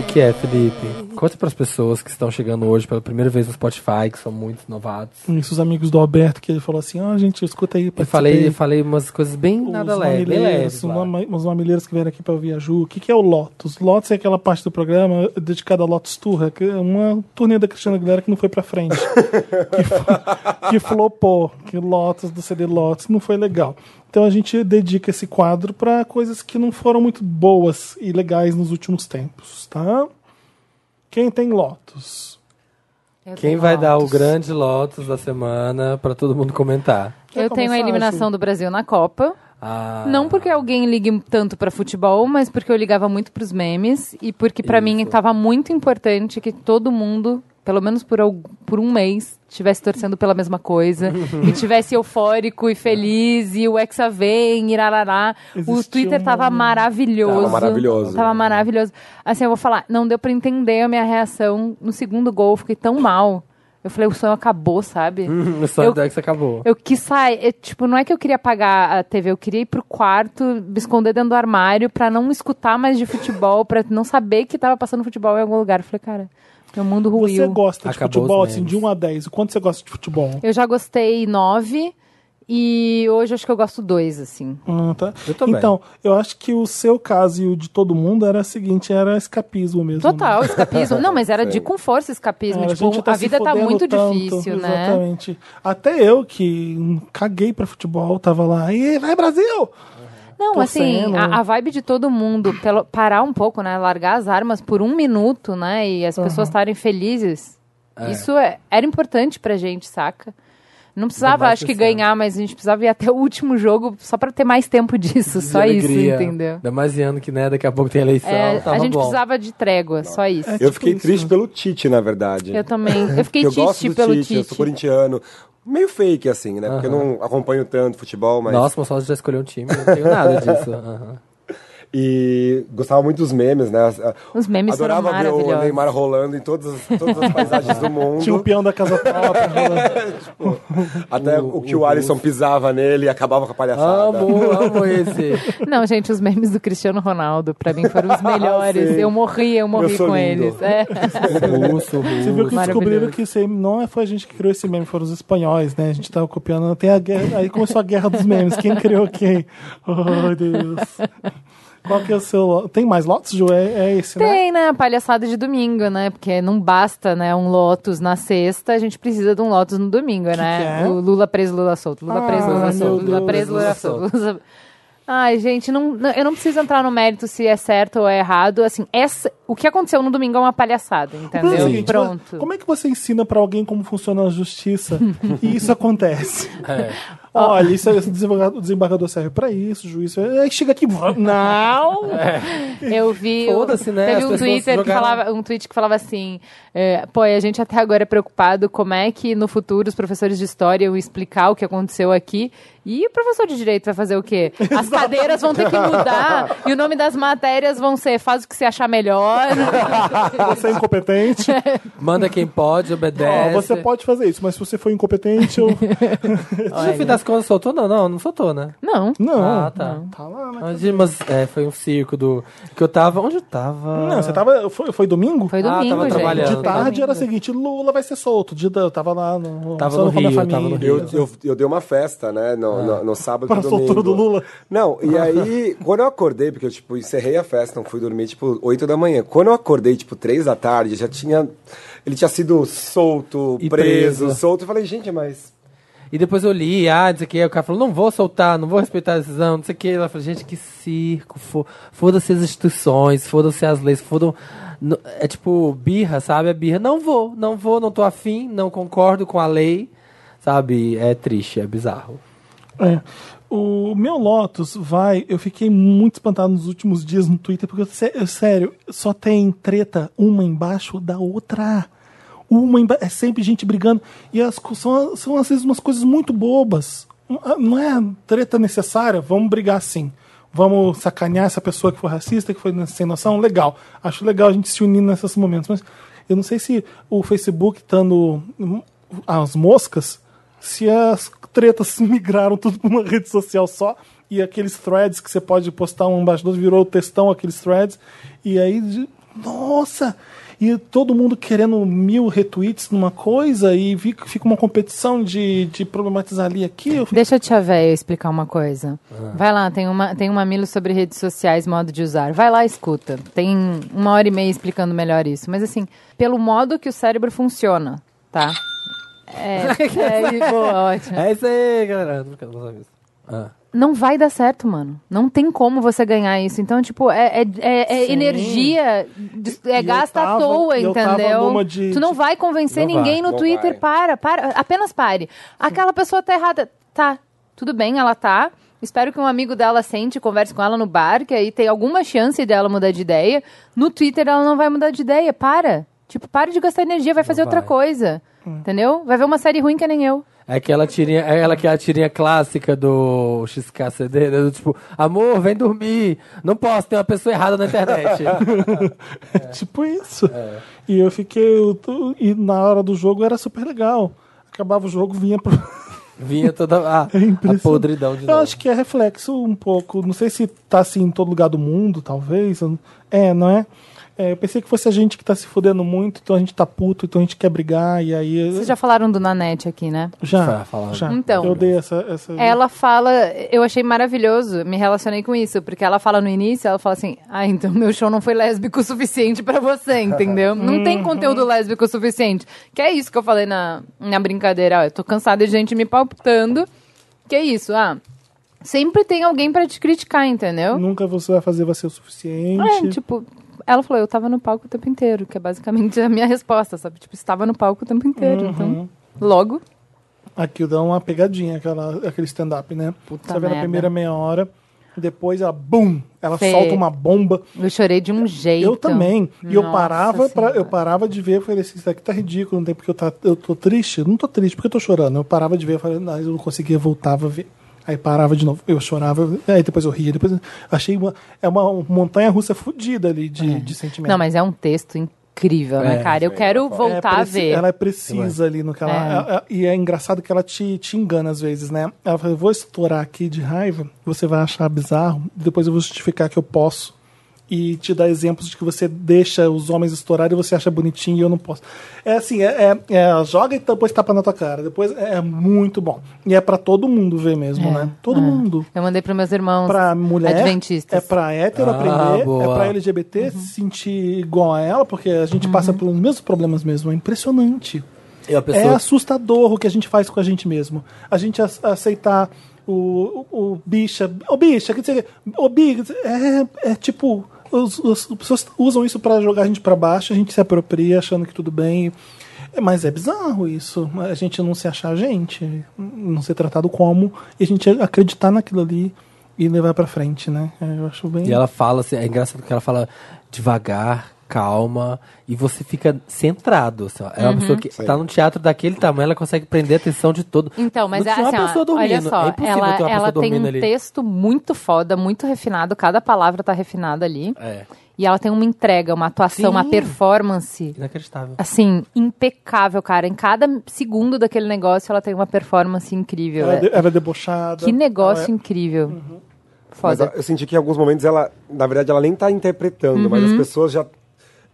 Speaker 2: O que é, Felipe? Conta pras pessoas que estão chegando hoje pela primeira vez no Spotify, que são muitos novatos.
Speaker 1: Isso, os Um amigos do Alberto, que ele falou assim: ó, gente, escuta aí.
Speaker 2: Eu
Speaker 1: participei.
Speaker 2: falei, eu falei umas coisas bem
Speaker 1: Os
Speaker 2: nada leve, bem leves
Speaker 1: mamileiros,
Speaker 2: lá.
Speaker 1: os mamileiros que vieram aqui pra ouvir a Ju. O que, que é o Lotus? Lotus é aquela parte do programa dedicada a Lotus Tour, que é uma turnê da Cristina Aguilera que não foi pra frente. que, fo- que flopou. Que Lotus, do CD Lotus, não foi legal. Então a gente dedica esse quadro pra coisas que não foram muito boas e legais nos últimos tempos, tá? Quem tem Lotus?
Speaker 3: Eu
Speaker 2: Quem
Speaker 3: tenho
Speaker 2: vai dar o
Speaker 3: Lotus.
Speaker 2: grande Lotus da semana pra todo mundo comentar?
Speaker 1: Quer
Speaker 3: Eu tenho a
Speaker 1: começar, assim?
Speaker 3: eliminação
Speaker 1: Ju?
Speaker 3: do Brasil na Copa.
Speaker 2: Ah,
Speaker 3: Não porque alguém ligue tanto pra futebol, mas porque eu ligava muito pros memes e porque pra mim
Speaker 2: Isso.
Speaker 3: estava muito importante que todo mundo, pelo menos por, al- por um mês, estivesse torcendo pela mesma coisa e tivesse eufórico e feliz e o Hexa vem, irarará. o
Speaker 1: Existiu
Speaker 3: Twitter
Speaker 1: um-
Speaker 3: tava maravilhoso.
Speaker 4: Tava maravilhoso.
Speaker 3: Tava maravilhoso. Assim, eu vou falar, não deu pra entender a minha reação no segundo gol, eu fiquei tão mal. Eu falei, o sonho acabou, sabe?
Speaker 2: o sonho
Speaker 3: Eu-
Speaker 2: do Ex acabou.
Speaker 3: Eu quis sair, é, tipo, não é que eu queria apagar a TV, eu queria ir pro quarto, me esconder dentro do armário pra não escutar mais de futebol, pra não saber que tava passando futebol em algum lugar. Eu falei, cara, meu mundo
Speaker 1: Você
Speaker 3: ruiu.
Speaker 1: gosta de
Speaker 2: Acabou os
Speaker 1: futebol, assim,
Speaker 2: memes.
Speaker 1: de 1 a 10? O quanto você gosta de futebol?
Speaker 3: Eu já gostei nove e hoje acho que eu gosto dois, assim.
Speaker 1: Ah, tá.
Speaker 2: Eu também.
Speaker 1: Então, eu acho que o seu caso e o de todo mundo era o seguinte, era escapismo mesmo. né?
Speaker 3: Total, escapismo. Não, mas era de com força escapismo.
Speaker 1: Era,
Speaker 3: tipo, a,
Speaker 1: tá se
Speaker 3: vida tá
Speaker 1: fudendo
Speaker 3: muito
Speaker 1: tanto,
Speaker 3: difícil, né?
Speaker 1: Exatamente. Até eu, que hum, caguei pra futebol, tava lá, e vai Brasil!
Speaker 3: Não, assim,
Speaker 1: Torcendo.
Speaker 3: a, a vibe de todo mundo pelo, parar um pouco, né? Largar as armas por um minuto, né? E as pessoas estarem felizes. Isso é- era importante pra gente, saca? Não precisava,
Speaker 2: mais
Speaker 3: acho que,
Speaker 2: que
Speaker 3: ganhar, mas a gente precisava ir até o último jogo só pra ter mais tempo disso.
Speaker 2: De
Speaker 3: Só
Speaker 2: alegria.
Speaker 3: isso, entendeu?
Speaker 2: Ainda mais em ano que, né, daqui a pouco tem eleição.
Speaker 3: É,
Speaker 2: tava
Speaker 3: a gente
Speaker 2: bom.
Speaker 3: precisava de trégua, só isso.
Speaker 4: Eu fiquei triste pelo Tite, na verdade.
Speaker 3: Eu também. Eu fiquei
Speaker 4: Porque eu gosto
Speaker 3: triste
Speaker 4: do
Speaker 3: pelo
Speaker 4: Tite, eu sou
Speaker 3: Tite.
Speaker 4: corintiano. Meio fake, assim, né? Porque eu não acompanho tanto futebol, mas.
Speaker 2: Nossa, mas só já escolheu um time, eu não tenho nada disso. Aham.
Speaker 4: E gostava muito dos memes, né? As- a-
Speaker 3: Os memes foram
Speaker 4: Adorava ver o
Speaker 3: maravilhosos.
Speaker 4: Neymar rolando em todas as, todas as paisagens do
Speaker 1: Tinha um o
Speaker 4: mundo.
Speaker 1: peão da casa própria.
Speaker 4: Até o, que o Alisson pisava nele e acabava com a palhaçada.
Speaker 2: Amo, amo esse.
Speaker 3: Não, gente, os memes do Cristiano Ronaldo, pra mim, foram os melhores.
Speaker 4: Sim.
Speaker 3: eu morri, eu morri
Speaker 4: sou
Speaker 3: com
Speaker 4: lindo.
Speaker 3: eles. É.
Speaker 2: Russo, russo.
Speaker 1: Você viu que
Speaker 3: Uhum. Maravilhoso.
Speaker 1: descobriram que isso aí não é- foi a gente que criou esse meme, foram os espanhóis, né? A gente tava copiando. Tem a guerra, aí começou a guerra dos memes. Quem criou quem? Oh, Deus. Qual que é o seu. lo- Tem mais lotes, Ju? É, é esse, né?
Speaker 3: Tem, né? A palhaçada de domingo, né? Porque não basta, né? Um Lotus na sexta, a gente precisa de um Lotus no domingo, né?
Speaker 1: que é?
Speaker 3: O Lula preso, Lula solto. Lula
Speaker 1: Ah,
Speaker 3: preso, Lula
Speaker 1: meu
Speaker 3: solto. Lula
Speaker 2: Deus,
Speaker 3: preso,
Speaker 2: Lula
Speaker 3: Lula solto. Lula- Ai, gente, não, não- eu não preciso entrar no mérito se é certo ou é errado. Assim, essa, o que aconteceu no domingo é uma palhaçada,
Speaker 1: Mas é o
Speaker 3: entendeu?
Speaker 1: seguinte,
Speaker 3: Pronto.
Speaker 1: Como é que você ensina pra alguém como funciona a justiça e isso acontece?
Speaker 2: É.
Speaker 1: Olha, isso, esse desembargador, o desembargador serve pra isso, o juiz. Aí chega aqui. Não!
Speaker 3: Eu vi.
Speaker 2: É. Foda-se, né? As
Speaker 3: Teve um
Speaker 2: pessoas
Speaker 3: Twitter que
Speaker 2: jogaram-
Speaker 3: falava, um tweet que falava assim: é, pô, e a gente até agora é preocupado como é que no futuro os professores de história vão explicar o que aconteceu aqui. E o professor de direito vai fazer o quê? As cadeiras vão ter que mudar e o nome das matérias vão ser faz o que você achar melhor.
Speaker 1: Você é incompetente.
Speaker 2: Manda quem pode,
Speaker 1: Ó,
Speaker 3: É
Speaker 2: obedece.
Speaker 1: você pode fazer isso, mas se você for incompetente, eu.
Speaker 2: No fim das contas, soltou? Não, não, não soltou, né?
Speaker 3: Não.
Speaker 1: Não.
Speaker 2: Ah, tá.
Speaker 1: Tá lá, né?
Speaker 2: Mas, mas, é, foi um circo do. Que eu tava. Onde eu tava?
Speaker 1: Não, você tava. Foi, foi domingo?
Speaker 3: Foi
Speaker 2: Ah, tava
Speaker 3: domingo, gente.
Speaker 2: trabalhando.
Speaker 1: De
Speaker 2: Foi
Speaker 1: tarde era o
Speaker 3: Domingo.
Speaker 1: seguinte: Lula vai ser solto. De, eu tava lá no.
Speaker 2: Tava
Speaker 1: almoçando
Speaker 2: no
Speaker 1: com a minha família.
Speaker 2: Rio, tava no Rio. Ah.
Speaker 4: Eu, eu, eu dei uma festa, né? No, no, no sábado
Speaker 1: Pra
Speaker 4: e domingo.
Speaker 1: soltura do Lula?
Speaker 4: Não, e aí, quando eu acordei, porque eu, tipo, encerrei a festa, não fui dormir, tipo, 8 da manhã. Quando eu acordei, tipo, 3 da tarde, já tinha... Ele tinha sido solto,
Speaker 2: E
Speaker 4: preso,
Speaker 2: preso.
Speaker 4: solto. Eu falei, gente, mas...
Speaker 2: E depois eu li, ah, não sei o que, o cara falou, não vou soltar, não vou respeitar a decisão, não sei o que. Ela falou, gente, que circo, fo- foda-se as instituições, foda-se as leis, foda N- É tipo birra, sabe? É birra, não vou, não vou, não tô afim, não concordo com a lei, sabe? É triste, é bizarro.
Speaker 1: É. O meu Lotus vai. Eu fiquei muito espantado nos últimos dias no Twitter, porque, sé- eu- sério, só tem treta uma embaixo da outra. Uma emba- É sempre gente brigando. E as co- são, são, às vezes, umas coisas muito bobas. Não- Não é treta necessária, vamos brigar sim. Vamos sacanear essa pessoa que foi racista, que foi sem noção. Legal. Acho legal a gente se unir nesses momentos. Mas eu não sei se o Facebook, estando hum, as moscas, se as tretas migraram tudo para uma rede social só e aqueles threads que você pode postar um embaixador virou textão aqueles threads e aí de- nossa e todo mundo querendo mil retweets numa coisa e vi- fica uma competição de, de problematizar ali e aqui eu fico,
Speaker 3: Deixa a tia véia explicar uma coisa. Vai lá, tem uma tem um mamilo sobre redes sociais, modo de usar. Vai lá, escuta. Tem uma hora e meia explicando melhor isso. Mas assim, pelo modo que o cérebro funciona, tá? É, é, e- boa, ótimo.
Speaker 2: É isso aí, galera. Nunca não sabe isso. Ah.
Speaker 3: Não vai dar certo, mano. Não tem como você ganhar isso. Então, tipo, é, é- é- é
Speaker 1: Sim.
Speaker 3: energia, des- é
Speaker 1: eu
Speaker 3: gasta
Speaker 1: tava-
Speaker 3: à toa,
Speaker 1: eu tava
Speaker 3: entendeu?
Speaker 1: numa de- tipo,
Speaker 3: tu não vai convencer
Speaker 2: Não vai,
Speaker 3: ninguém no
Speaker 4: não
Speaker 3: Twitter.
Speaker 4: vai.
Speaker 3: Para, para. Apenas pare. Aquela pessoa tá errada. Tá, tudo bem, ela tá. Espero que um amigo dela sente, e converse com ela no bar, que aí tem alguma chance dela mudar de ideia. No Twitter ela não vai mudar de ideia. Para. Tipo, para de gastar energia, vai fazer outra
Speaker 2: vai.
Speaker 3: coisa.
Speaker 1: Hum.
Speaker 3: Entendeu? Vai ver uma série ruim que nem eu.
Speaker 2: É aquela tirinha, é ela que é a tirinha clássica do XKCD, né? Do tipo, amor, vem dormir, não posso, tem uma pessoa errada na internet.
Speaker 1: tipo isso e eu fiquei eu tô- e na hora do jogo era super legal acabava o jogo vinha pro...
Speaker 2: Vinha toda a,
Speaker 1: É impressionante.
Speaker 2: a podridão de
Speaker 1: Eu
Speaker 2: novo.
Speaker 1: acho que é reflexo um pouco. Não sei se tá assim em todo lugar do mundo, talvez. eu não- É, não é? É, eu pensei que fosse a gente que tá se fudendo muito, então a gente tá puto, então a gente quer brigar, e aí.
Speaker 3: Vocês já falaram do Nanete aqui, né?
Speaker 1: Já.
Speaker 2: Fala-
Speaker 1: já.
Speaker 3: Então.
Speaker 1: Eu dei essa. essa...
Speaker 3: Ela fala, eu achei maravilhoso, me relacionei com isso, porque ela fala no início, ela fala assim: "Ah, então meu show não foi lésbico o suficiente pra você", entendeu? não tem
Speaker 1: Uhum.
Speaker 3: conteúdo lésbico o suficiente. Que é isso que eu falei na, na brincadeira, ó, eu tô cansada de gente me palpitando. Que é isso? Ah, Sempre tem alguém pra te criticar, entendeu?
Speaker 1: Nunca você vai fazer vai ser o suficiente.
Speaker 3: É, tipo, ela falou, eu tava no palco o tempo inteiro, que é basicamente a minha resposta, sabe? Tipo, estava no palco o tempo inteiro,
Speaker 1: Uhum.
Speaker 3: então. Logo,
Speaker 1: Aqui dá uma pegadinha, aquela, aquele stand-up, né?
Speaker 3: Puta
Speaker 1: você vê na
Speaker 3: merda.
Speaker 1: primeira meia hora, e depois ela, bum! Ela
Speaker 3: Fê.
Speaker 1: solta uma bomba.
Speaker 3: eu chorei de um jeito.
Speaker 1: Eu também. E eu
Speaker 3: Nossa
Speaker 1: parava, pra,
Speaker 3: Senhora.
Speaker 1: eu parava de ver e falei assim, isso daqui tá ridículo, não tem porque eu, tá, eu tô triste. Eu Não tô triste, porque eu tô chorando. Eu parava de ver, eu falei, não, eu não conseguia, voltava a ver. Aí parava de novo, eu chorava, eu- aí depois eu ria, depois eu- achei uma. É uma montanha russa fodida ali de, de sentimento.
Speaker 3: Não, mas é um texto incrível,
Speaker 2: É,
Speaker 3: né, cara? Eu quero
Speaker 1: É
Speaker 3: voltar a
Speaker 1: preci-
Speaker 3: ver.
Speaker 1: Ela é precisa ali no que ela. é- é- e é engraçado que ela te, te engana às vezes, né? Ela fala, eu vou estourar aqui de raiva, você vai achar bizarro, depois eu vou justificar que eu posso. E te dá exemplos de que você deixa os homens estourar e você acha bonitinho e eu não posso. É assim, é, é- é, ela joga e depois tapa na tua cara. Depois é muito bom. E é pra todo mundo ver mesmo,
Speaker 3: É,
Speaker 1: né? Todo
Speaker 3: é.
Speaker 1: mundo.
Speaker 3: Eu mandei pros meus irmãos
Speaker 1: Pra mulher,
Speaker 3: adventistas. Uhum.
Speaker 1: é pra hétero
Speaker 2: Ah,
Speaker 1: aprender,
Speaker 2: boa.
Speaker 1: é pra LGBT se sentir igual a ela, porque a gente passa pelos mesmos problemas mesmo. É impressionante.
Speaker 2: E a
Speaker 1: É
Speaker 2: pessoa.
Speaker 1: assustador o que a gente faz com a gente mesmo. A gente ac- aceitar o, o, o bicha. Ô bicha, que você. Ô bi, que você- é, é tipo. os- os- as pessoas usam isso pra jogar a gente pra baixo, a gente se apropria achando que tudo bem. É, Mas é bizarro isso. A gente não se achar gente, não ser tratado como, e a gente acreditar naquilo ali e levar pra frente, né? É, Eu acho bem.
Speaker 2: E ela fala assim, é engraçado que ela fala devagar, calma, e você fica centrado. assim, ó. É uma
Speaker 3: Uhum.
Speaker 2: pessoa que tá num teatro daquele tamanho, ela consegue prender a atenção de todo.
Speaker 3: Então, mas
Speaker 2: Não
Speaker 3: é
Speaker 2: tinha uma
Speaker 3: assim, ó,
Speaker 2: pessoa dormindo.
Speaker 3: olha só,
Speaker 2: É impossível
Speaker 3: ela,
Speaker 2: ter uma
Speaker 3: ela
Speaker 2: pessoa
Speaker 3: tem um
Speaker 2: dormindo ali.
Speaker 3: texto muito foda, muito refinado, cada palavra tá refinada ali.
Speaker 2: É,
Speaker 3: E ela tem uma entrega, uma atuação, uma performance,
Speaker 2: inacreditável.
Speaker 3: assim, impecável, cara. Em cada segundo daquele negócio, ela tem uma performance incrível.
Speaker 1: Ela, é
Speaker 3: É-
Speaker 1: de- ela é debochada.
Speaker 3: Que
Speaker 1: ela
Speaker 3: negócio
Speaker 1: é-
Speaker 3: incrível.
Speaker 4: Mas
Speaker 3: Foda.
Speaker 4: eu senti que em alguns momentos ela, na verdade, ela nem tá interpretando, mas as
Speaker 2: Uhum.
Speaker 4: pessoas já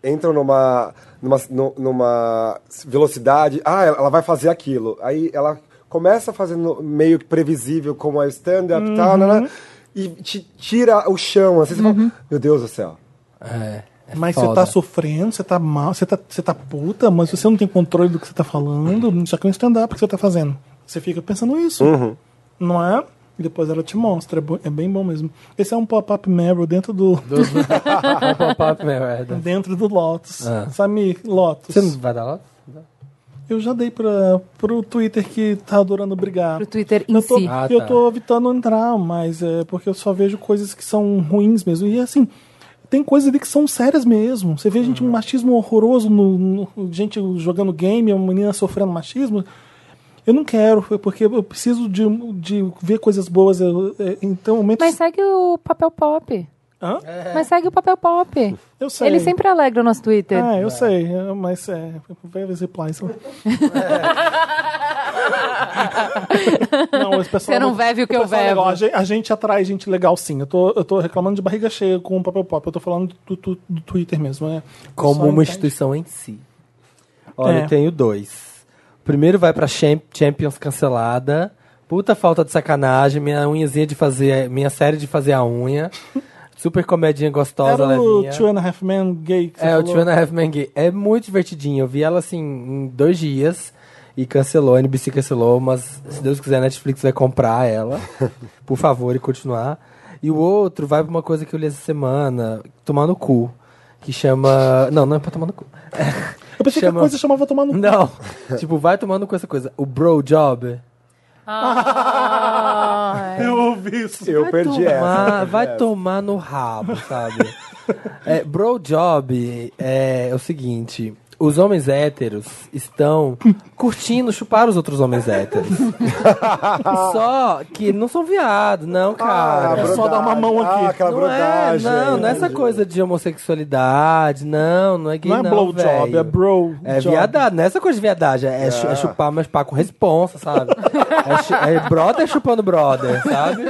Speaker 4: entram numa, numa, nu- numa velocidade. Ah, ela ela vai fazer aquilo. Aí ela começa fazendo meio que previsível como é o stand-up e tal, né,
Speaker 2: Uhum.
Speaker 4: né, e te tira o chão. Assim, você fala, meu Deus do céu.
Speaker 2: É, é
Speaker 1: Mas
Speaker 2: foda.
Speaker 1: você tá sofrendo, você tá mal, você tá, você tá puta, mas você não tem controle do que você tá falando. Isso aqui é um stand-up que você tá fazendo. Você fica pensando isso. Não é? E depois ela te mostra. é bo- É bem bom mesmo. Esse é um pop-up Meryl dentro do,
Speaker 2: É um pop-up, meu, é, da-
Speaker 1: dentro do Lotus.
Speaker 2: Ah.
Speaker 1: Sabe, Lotus.
Speaker 2: Você não vai dar lá?
Speaker 1: Eu já dei pra, pro Twitter que tá adorando brigar.
Speaker 3: Pro Twitter em
Speaker 1: Eu tô,
Speaker 3: si.
Speaker 2: Ah,
Speaker 1: eu
Speaker 2: tá.
Speaker 1: tô evitando entrar, mas é porque eu só vejo coisas que são ruins mesmo. E assim, tem coisas ali que são sérias mesmo. Você vê
Speaker 2: Uhum.
Speaker 1: gente um machismo horroroso, no, no- gente jogando game, uma menina sofrendo machismo. Eu não quero, foi porque eu preciso de, de ver coisas boas. eu- é, então, momentos.
Speaker 3: Mas segue o papel pop.
Speaker 1: Hã?
Speaker 3: Mas segue o papel pop.
Speaker 1: Eu sei.
Speaker 3: Ele sempre alegra o nosso Twitter.
Speaker 1: Ah, eu sei, é, mas é. Vai ver replies. Não, esse pessoal-
Speaker 3: Você não veve o que eu
Speaker 1: pessoal é
Speaker 3: vevo.
Speaker 1: legal. A gente, a gente atrai gente legal, sim. Eu tô, eu tô reclamando de barriga cheia com o papel pop. Eu tô falando do, do- do Twitter mesmo, né?
Speaker 2: Como
Speaker 1: Pessoal,
Speaker 2: uma
Speaker 1: entende?
Speaker 2: instituição em si. Olha,
Speaker 1: É.
Speaker 2: eu tenho dois. O primeiro vai pra Champ- Champions cancelada. Puta falta de sacanagem. Minha unhazinha de fazer. Minha série de fazer a unha. Super comedinha gostosa,
Speaker 1: Era o
Speaker 2: levinha.
Speaker 1: Two and a Half Men gay que você
Speaker 2: É, o
Speaker 1: falou.
Speaker 2: Two and a Half Men Gay. É muito divertidinho. Eu vi ela, assim, em dois dias. E cancelou, a NBC cancelou. Mas, se Deus quiser, a Netflix vai comprar ela. por favor, e continuar. E o outro vai pra uma coisa que eu li essa semana. Tomar no cu. Que chama... Não, não é pra tomar no cu.
Speaker 1: Eu pensei que a
Speaker 2: chama-
Speaker 1: coisa chamava tomar no cu.
Speaker 2: Não. tipo, vai tomando com essa coisa. O Bro Job.
Speaker 3: Ah,
Speaker 2: Né?
Speaker 1: Eu ouvi isso.
Speaker 4: Eu
Speaker 2: Vai
Speaker 4: perdi
Speaker 2: tomar-
Speaker 4: essa.
Speaker 2: Vai tomar no rabo, sabe? é, bro job é o seguinte. Os homens héteros estão curtindo chupar os outros homens héteros. Só que não são viados, não, cara.
Speaker 1: Ah, bro- só dar uma mão aqui.
Speaker 4: Ah, aquela
Speaker 2: não é,
Speaker 4: brodagem. né,
Speaker 2: não, não é essa coisa de homossexualidade, não, não é gay
Speaker 1: Não
Speaker 2: não,
Speaker 1: é blowjob,
Speaker 2: velho.
Speaker 1: é bro.
Speaker 2: É
Speaker 1: job. Ah.
Speaker 2: viadagem, não é essa coisa de viadagem. É, chu- é chupar, mas pá com responsa, sabe? é, chu- é brother chupando brother, sabe?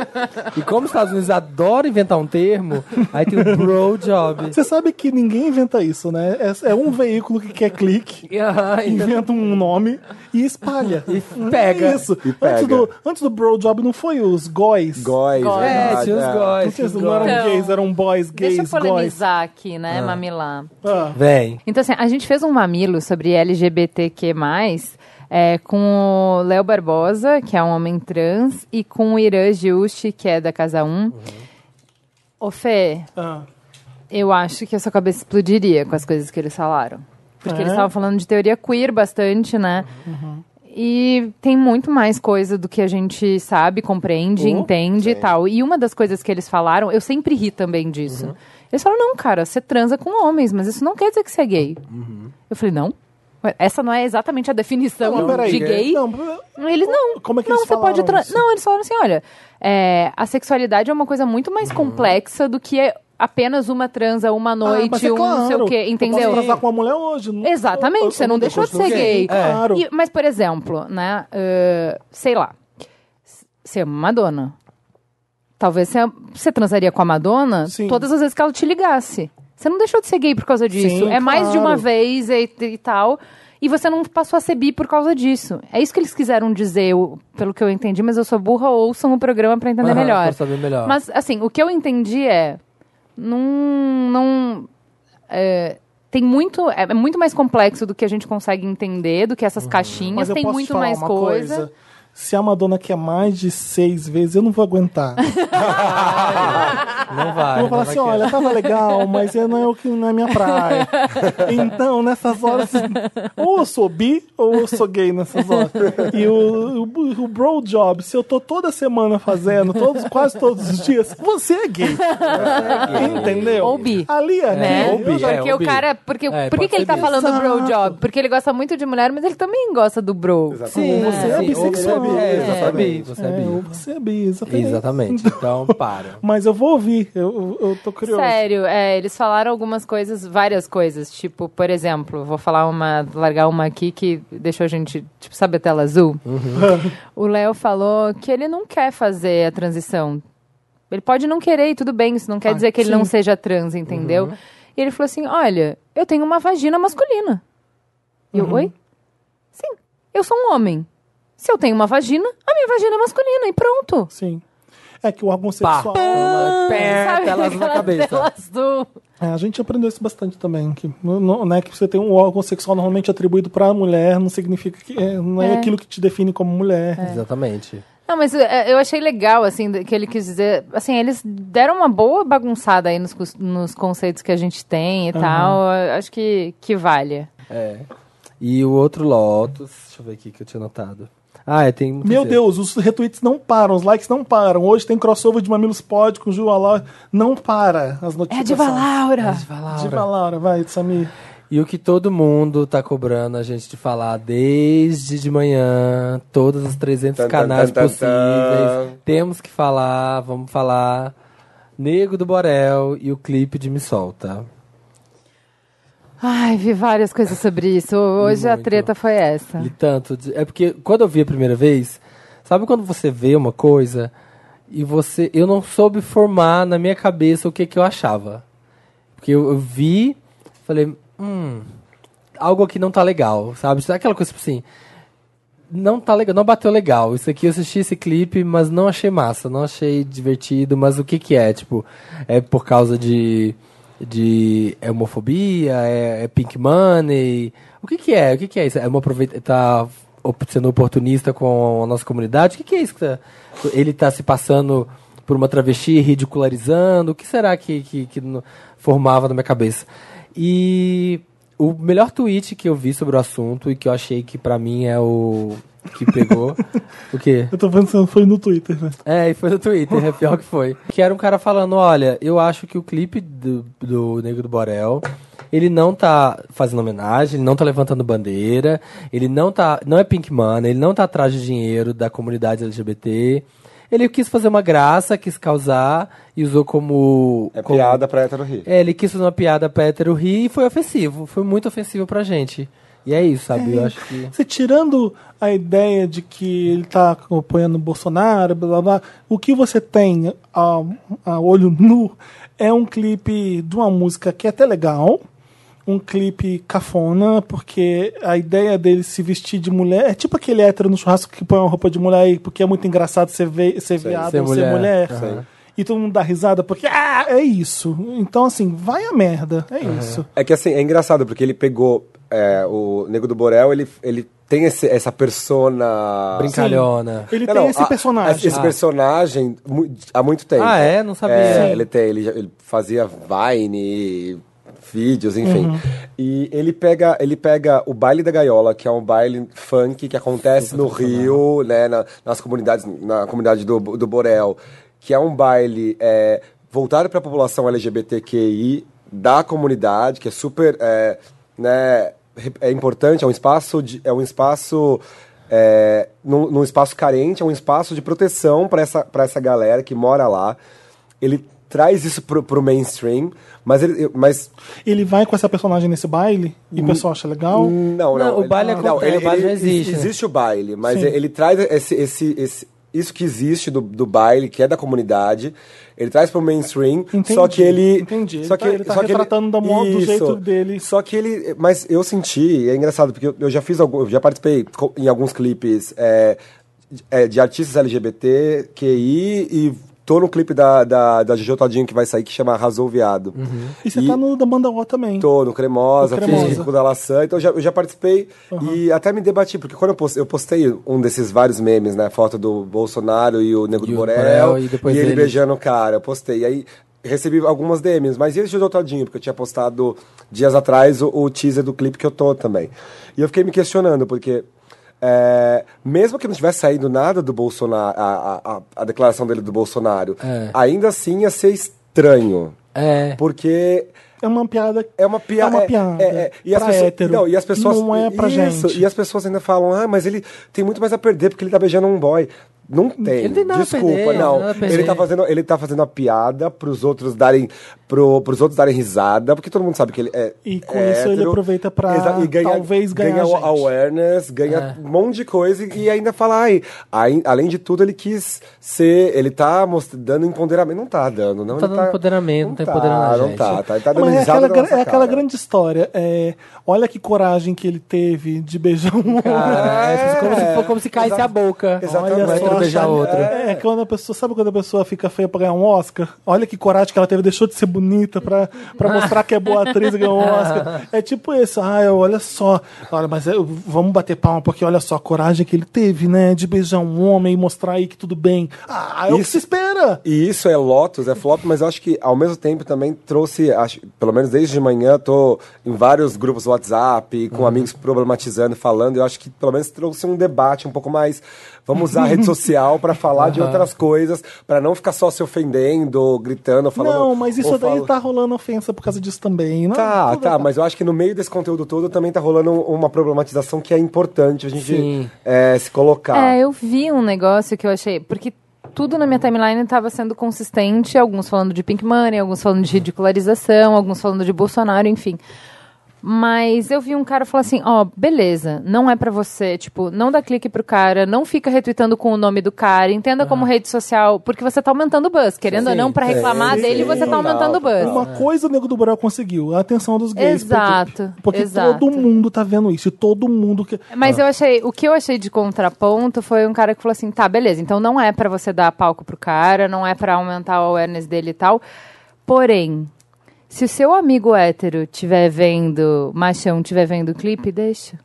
Speaker 2: E como os Estados Unidos adoram inventar um termo, aí tem o bro job.
Speaker 1: Você sabe que ninguém inventa isso, né? É, é um veículo que quer clique.
Speaker 2: E, ah, então-
Speaker 1: inventa um nome e espalha.
Speaker 2: E pega.
Speaker 1: É isso.
Speaker 4: E pega.
Speaker 1: Antes do, antes do Bro Job não foi os góis.
Speaker 4: Góis,
Speaker 3: Góis.
Speaker 2: é,
Speaker 4: verdade,
Speaker 2: tinha os
Speaker 4: é.
Speaker 1: Não,
Speaker 2: góis.
Speaker 1: tinha-
Speaker 2: tinha os
Speaker 1: não eram
Speaker 2: góis.
Speaker 3: Então,
Speaker 1: gays, eram boys, gays,
Speaker 3: deixa eu
Speaker 1: góis.
Speaker 3: polemizar aqui, né, Mamilá?
Speaker 1: Ah,
Speaker 2: Vem.
Speaker 3: Então, assim, a gente fez um mamilo sobre LGBTQ, é, com o Léo Barbosa, que é um homem trans, e com o Irã Giusti, que é da Casa 1.
Speaker 1: Uhum.
Speaker 3: Ô, Fê,
Speaker 1: Ah,
Speaker 3: eu acho que a sua cabeça explodiria com as coisas que eles falaram. Porque
Speaker 1: É?
Speaker 3: eles estavam falando de teoria queer bastante, né? E tem muito mais coisa do que a gente sabe,
Speaker 1: Oh,
Speaker 3: compreende, entende e tal. E uma das coisas que eles falaram, eu sempre ri também disso.
Speaker 1: Uhum.
Speaker 3: Eles falaram, não, cara, você transa com homens, mas isso não quer dizer que você é gay. Eu falei, não? Ué, Essa não é exatamente a definição
Speaker 1: Uhum. mas peraí.
Speaker 3: Então, de gay?
Speaker 1: Não,
Speaker 3: Eles não.
Speaker 1: Como é que
Speaker 3: não,
Speaker 1: eles
Speaker 3: você pode
Speaker 1: falaram
Speaker 3: tra-
Speaker 1: isso?
Speaker 3: Não, eles falaram assim, olha, é, a sexualidade é uma coisa muito mais complexa do que é apenas uma transa, uma
Speaker 1: Uhum. Ah, mas
Speaker 3: noite,
Speaker 1: é
Speaker 3: um não sei
Speaker 1: claro,
Speaker 3: o quê, entendeu?
Speaker 1: Eu posso transar com uma mulher hoje. não-
Speaker 3: Exatamente,
Speaker 1: eu- eu-
Speaker 3: você não
Speaker 1: Então, eu
Speaker 3: deixou de
Speaker 1: continuo
Speaker 3: ser gay.
Speaker 2: É.
Speaker 1: Claro.
Speaker 3: E- mas, por exemplo, né, ãh, sei lá, s- você ama Madonna. Talvez você, você transaria com a Madonna
Speaker 1: Sim.
Speaker 3: todas as vezes que ela te ligasse. Você não deixou de ser gay por causa disso. é
Speaker 1: Sim,
Speaker 3: mais de uma
Speaker 1: claro.
Speaker 3: vez e, e tal. E você não passou a ser bi por causa disso. É isso que eles quiseram dizer, eu- pelo que eu entendi, mas eu sou burra, ouçam o programa pra entender
Speaker 2: Aham,
Speaker 3: melhor.
Speaker 2: pra saber melhor.
Speaker 3: Mas, assim, o que eu entendi é. Não. não é, tem muito. É, é muito mais complexo do que a gente consegue entender, do que
Speaker 2: Uhum.
Speaker 3: essas caixinhas.
Speaker 1: Mas eu
Speaker 3: Tem
Speaker 1: posso te
Speaker 3: muito
Speaker 1: falar
Speaker 3: mais
Speaker 1: uma
Speaker 3: coisa.
Speaker 1: Se a Madonna quer mais de seis vezes, eu não vou aguentar.
Speaker 2: Não vai.
Speaker 1: Eu vou falar
Speaker 2: não vai
Speaker 1: assim,
Speaker 2: querer.
Speaker 1: olha, tava legal, mas eu não é o que não é minha praia. Então, nessas horas, ou eu sou bi, ou eu sou gay nessas horas. E o, o, o bro job, se eu tô toda semana fazendo, todos, quase todos os dias, você é gay. Entendeu?
Speaker 3: Ou bi.
Speaker 1: Ali, ali,
Speaker 3: Né?
Speaker 2: É, ou bi,
Speaker 1: eu já-
Speaker 2: é.
Speaker 3: Porque o
Speaker 2: bi.
Speaker 3: cara. Porque,
Speaker 2: É,
Speaker 3: por que,
Speaker 2: pode
Speaker 3: que ele
Speaker 2: ser
Speaker 3: tá
Speaker 2: bi.
Speaker 3: falando do bro
Speaker 1: Exato.
Speaker 3: job? Porque ele gosta muito de mulher, mas ele também gosta do bro.
Speaker 2: Sim,
Speaker 1: você é
Speaker 2: sim,
Speaker 1: bissexual.
Speaker 2: ou- é, Você é
Speaker 4: É.
Speaker 2: bi, você é
Speaker 1: É, ou
Speaker 2: bi.
Speaker 1: você é bi, exatamente.
Speaker 2: Exatamente. Então, para.
Speaker 1: Mas eu vou ouvir, eu, eu tô curioso.
Speaker 3: Sério, é, eles falaram algumas coisas, várias coisas. Tipo, por exemplo, vou falar uma, largar uma aqui que deixou a gente, tipo, sabe a tela azul?
Speaker 1: Uhum.
Speaker 3: o Léo falou que ele não quer fazer a transição. Ele pode não querer e tudo bem, isso não quer
Speaker 1: Ah,
Speaker 3: dizer que ele
Speaker 1: sim. Uhum.
Speaker 3: não seja trans, entendeu? E ele falou assim: olha, eu tenho uma vagina masculina. E
Speaker 1: Uhum.
Speaker 3: eu, oi? Sim, eu sou um homem. Se eu tenho uma vagina, a minha vagina é masculina e pronto.
Speaker 1: Sim. É que o órgão
Speaker 2: Pá.
Speaker 1: sexual.
Speaker 2: Perto, elas na
Speaker 3: Aquela
Speaker 2: cabeça.
Speaker 3: tela azul.
Speaker 1: É, a gente aprendeu isso bastante também, que, no- no- né, que você tem um órgão sexual normalmente atribuído pra mulher, não significa que é, não é,
Speaker 3: É.
Speaker 1: aquilo que te define como mulher.
Speaker 2: É. Exatamente.
Speaker 3: Não, mas é, eu achei legal, assim, do- que ele quis dizer. Assim, eles deram uma boa bagunçada aí nos, cons- nos conceitos que a gente tem e tal. Eu Acho que, que vale.
Speaker 2: É. E o outro Lotus, deixa eu ver aqui que eu tinha notado. Ah, é, tem muito
Speaker 1: Meu
Speaker 2: jeito.
Speaker 1: Deus, os retweets não param, os likes não param. Hoje tem crossover de Mamilos Pod com Ju Laura. Não para as
Speaker 3: É
Speaker 1: notificações.
Speaker 3: Diva Laura!
Speaker 2: Vai lá,
Speaker 1: Diva
Speaker 2: Laura.
Speaker 1: Laura, vai, Samir.
Speaker 2: E o que todo mundo tá cobrando a gente de falar desde de manhã, todos os 300
Speaker 4: Tan, tan,
Speaker 2: canais
Speaker 4: tan, tan,
Speaker 2: possíveis.
Speaker 4: tan.
Speaker 2: Temos que falar, vamos falar. Nego do Borel e o clipe de Me Solta.
Speaker 3: Ai, vi várias coisas sobre isso. Hoje a
Speaker 2: Muito.
Speaker 3: treta foi essa.
Speaker 2: Li tanto. de- É porque quando eu vi a primeira vez, sabe quando você vê uma coisa e você. Eu não soube formar na minha cabeça o que, que eu achava. Porque eu, eu vi, falei, hum, algo aqui não tá legal, sabe? Aquela coisa tipo assim. Não tá legal, não bateu legal. Isso aqui eu assisti esse clipe, mas não achei massa, não achei divertido, mas o que que é? Tipo, é por causa de. de é homofobia? É, é pink money? O que que é? O que que é isso? É uma aproveita, tá op- sendo oportunista com a nossa comunidade? O que que é isso? Que tá- ele tá se passando por uma travesti, ridicularizando? O que será que, que, que no- formava na minha cabeça? E o melhor tweet que eu vi sobre o assunto e que eu achei que pra mim é o que pegou. o quê?
Speaker 1: Eu tô pensando, foi no Twitter, né?
Speaker 2: É, e foi no Twitter, é pior que foi. Que era um cara falando, olha, eu acho que o clipe do, do Negro do Borel, ele não tá fazendo homenagem, ele não tá levantando bandeira, ele não tá. Não é Pink Money, ele não tá atrás de dinheiro da comunidade LGBT. Ele quis fazer uma graça, quis causar e usou como.
Speaker 4: É
Speaker 2: como-
Speaker 4: piada pra hétero rir.
Speaker 2: É, ele quis fazer uma piada pra hétero rir e foi ofensivo. Foi muito ofensivo pra gente. E é isso, sabe? Eu acho que.
Speaker 1: Você tirando a ideia de que ele tá apoiando o Bolsonaro, blá blá, blá, o que você tem a, a olho nu é um clipe de uma música que é até legal, um clipe cafona, porque a ideia dele se vestir de mulher é tipo aquele hétero no churrasco que põe uma roupa de mulher aí, porque é muito engraçado ser, ve ser viado
Speaker 2: ser
Speaker 1: ou
Speaker 2: mulher.
Speaker 1: ser mulher.
Speaker 2: Sei.
Speaker 1: E e todo mundo dá risada porque ah, é isso. Então, assim, vai a merda. É isso.
Speaker 4: É que assim, é engraçado, porque ele pegou é, o Nego do Borel, ele, ele tem esse- essa persona.
Speaker 2: Brincalhona.
Speaker 1: Ele
Speaker 4: Não,
Speaker 1: tem
Speaker 4: não,
Speaker 1: esse
Speaker 4: a-
Speaker 1: personagem.
Speaker 4: Esse personagem mu- há muito tempo.
Speaker 2: Ah, é? Não sabia.
Speaker 4: É,
Speaker 2: Sim.
Speaker 4: ele, tem, ele, já- ele fazia Vine, vídeos, enfim. E ele pega, ele pega o baile da gaiola, que é um baile funk que acontece no Rio, né? na- nas comunidades, na comunidade do, do Borel, que é um baile é, voltado para a população LGBTQI da comunidade, que é super, é, né? re- É importante, é um espaço, de- é um espaço é, num, num espaço carente, é um espaço de proteção para essa, pra essa galera que mora lá. Ele traz isso pro, pro mainstream, mas, ele, eu- mas
Speaker 1: Ele vai com essa personagem nesse baile
Speaker 4: Hum.
Speaker 1: e o pessoal acha legal.
Speaker 4: não, não.
Speaker 2: Não, o baile
Speaker 1: é
Speaker 4: não,
Speaker 2: acontece, o baile já existe, né?
Speaker 4: Existe o baile, mas
Speaker 1: Sim.
Speaker 4: ele traz esse, esse, esse- isso que existe do, do baile, que é da comunidade, ele traz pro mainstream,
Speaker 1: Entendi,
Speaker 4: só que ele...
Speaker 1: entendi. Ele
Speaker 4: Só
Speaker 1: tá- ele tá retratando da mo- do jeito dele.
Speaker 4: Só que ele... Mas eu senti, é engraçado, porque eu, eu já fiz algum, eu já participei co- em alguns clipes é, de- é, de artistas LGBT, QI e... Tô no clipe da, da, da Jojo Todinho que vai sair, que chama Arrasou o Viado.
Speaker 1: E você tá no da banda O também.
Speaker 4: Tô no Cremosa,
Speaker 1: No
Speaker 4: fiz
Speaker 1: Cremosa.
Speaker 4: o da Laçã, então já, eu já participei e até me debati, porque quando eu postei, eu postei um desses vários memes, né? Foto do Bolsonaro e o Nego
Speaker 2: E
Speaker 4: do
Speaker 2: o
Speaker 4: Borel,
Speaker 2: Borel,
Speaker 4: e,
Speaker 2: e depois
Speaker 4: ele
Speaker 2: ele.
Speaker 4: beijando o cara, eu postei. E aí recebi algumas DMs, mas e esse do Todinho, porque eu tinha postado dias atrás o, o teaser do clipe que eu tô também. E eu fiquei me questionando, porque... é, mesmo que não tivesse saído nada do Bolsonaro, a, a- a- a declaração dele do Bolsonaro,
Speaker 2: É.
Speaker 4: ainda assim ia ser estranho.
Speaker 2: É.
Speaker 4: Porque
Speaker 1: É uma piada.
Speaker 4: é uma piada.
Speaker 1: É uma piada.
Speaker 4: É, é. E as
Speaker 1: pra
Speaker 4: pessoas,
Speaker 1: hétero.
Speaker 4: Não, e as pessoas.
Speaker 1: Não é pra
Speaker 4: Isso,
Speaker 1: gente.
Speaker 4: E as pessoas ainda falam, ah, mas ele tem muito mais a perder porque ele tá beijando um boy. Não tem.
Speaker 2: Ele tem nada a
Speaker 4: Desculpa,
Speaker 2: perder,
Speaker 4: não.
Speaker 2: nada a perder.
Speaker 4: ele, tá fazendo, ele tá fazendo a piada pros outros darem. Pro, pros outros darem risada, porque todo mundo sabe que ele é.
Speaker 1: E com
Speaker 4: é
Speaker 1: isso ele
Speaker 4: hétero.
Speaker 1: aproveita pra
Speaker 4: Exa-
Speaker 1: talvez ganhar
Speaker 4: ganha
Speaker 1: gente. É.
Speaker 4: awareness, ganha um monte de coisa e e ainda fala, ai, ai, além de tudo, ele quis ser. Ele tá most- dando empoderamento. Não tá dando, não.
Speaker 2: Não tá
Speaker 4: ele
Speaker 2: dando empoderamento, não tá empoderando a
Speaker 4: Não
Speaker 2: gente.
Speaker 4: tá, tá, tá dando
Speaker 1: Mas é
Speaker 4: risada
Speaker 1: aquela,
Speaker 4: na
Speaker 1: gran-
Speaker 4: nossa
Speaker 1: é aquela
Speaker 4: cara.
Speaker 1: grande história. É, olha que coragem que ele teve de beijar um homem.
Speaker 2: Cara, é, como, se, como se caísse
Speaker 4: Exato.
Speaker 2: a boca.
Speaker 4: Exatamente.
Speaker 2: Um hétero
Speaker 4: Olha só,
Speaker 2: beijar
Speaker 1: sabe?
Speaker 2: outro.
Speaker 1: É, quando a pessoa, sabe quando a pessoa fica feia pra ganhar um Oscar? Olha que coragem que ela teve, deixou de ser bonita pra, pra mostrar que é boa atriz e ganhou um Oscar. É tipo isso, ah, eu- olha só, olha, mas eu- vamos bater palma, porque olha só a coragem que ele teve, né, de beijar um homem e mostrar aí que tudo bem. Ah, é o que
Speaker 4: Isso-
Speaker 1: se espera!
Speaker 4: E isso é Lotus, é flop, mas eu acho que ao mesmo tempo também trouxe, acho- pelo menos desde de manhã, tô em vários grupos do WhatsApp,
Speaker 1: Uhum.
Speaker 4: com amigos problematizando, falando, eu acho que pelo menos trouxe um debate um pouco mais. Vamos usar a rede social para falar de outras coisas, para não ficar só se ofendendo, gritando, falando.
Speaker 1: Não, mas isso
Speaker 4: ou
Speaker 1: daí
Speaker 4: falo-
Speaker 1: tá rolando ofensa por causa disso também. Não,
Speaker 4: Tá,
Speaker 1: tudo
Speaker 4: tá, mas eu acho que no meio desse conteúdo todo também tá rolando uma problematização que é importante a gente
Speaker 2: Sim.
Speaker 4: eh, se colocar.
Speaker 3: É, eu vi um negócio que eu achei. Porque tudo na minha timeline estava sendo consistente, alguns falando de Pink Money, alguns falando de ridicularização, alguns falando de Bolsonaro, enfim. Mas eu vi um cara falar assim, ó, beleza, não é pra você, tipo, não dá clique pro cara, não fica retweetando com o nome do cara, entenda como rede social, porque você tá aumentando o buzz, querendo ou
Speaker 2: Sim,
Speaker 3: não, pra
Speaker 4: Ah. sim,
Speaker 3: reclamar
Speaker 4: sim,
Speaker 3: dele, você tá
Speaker 4: total,
Speaker 3: aumentando o buzz.
Speaker 4: total.
Speaker 1: Uma coisa o Nego do Borel conseguiu, a atenção dos gays. porque-
Speaker 3: Exato,
Speaker 1: Porque,
Speaker 3: exato. É,
Speaker 1: todo mundo tá vendo isso, e todo mundo... Que...
Speaker 3: Mas eu achei, o que eu achei de contraponto foi um cara que falou assim, tá, beleza, então não é pra você dar palco pro cara, não é pra aumentar o awareness dele e tal. Porém, se o seu amigo hétero tiver vendo, machão tiver vendo o clipe, deixa.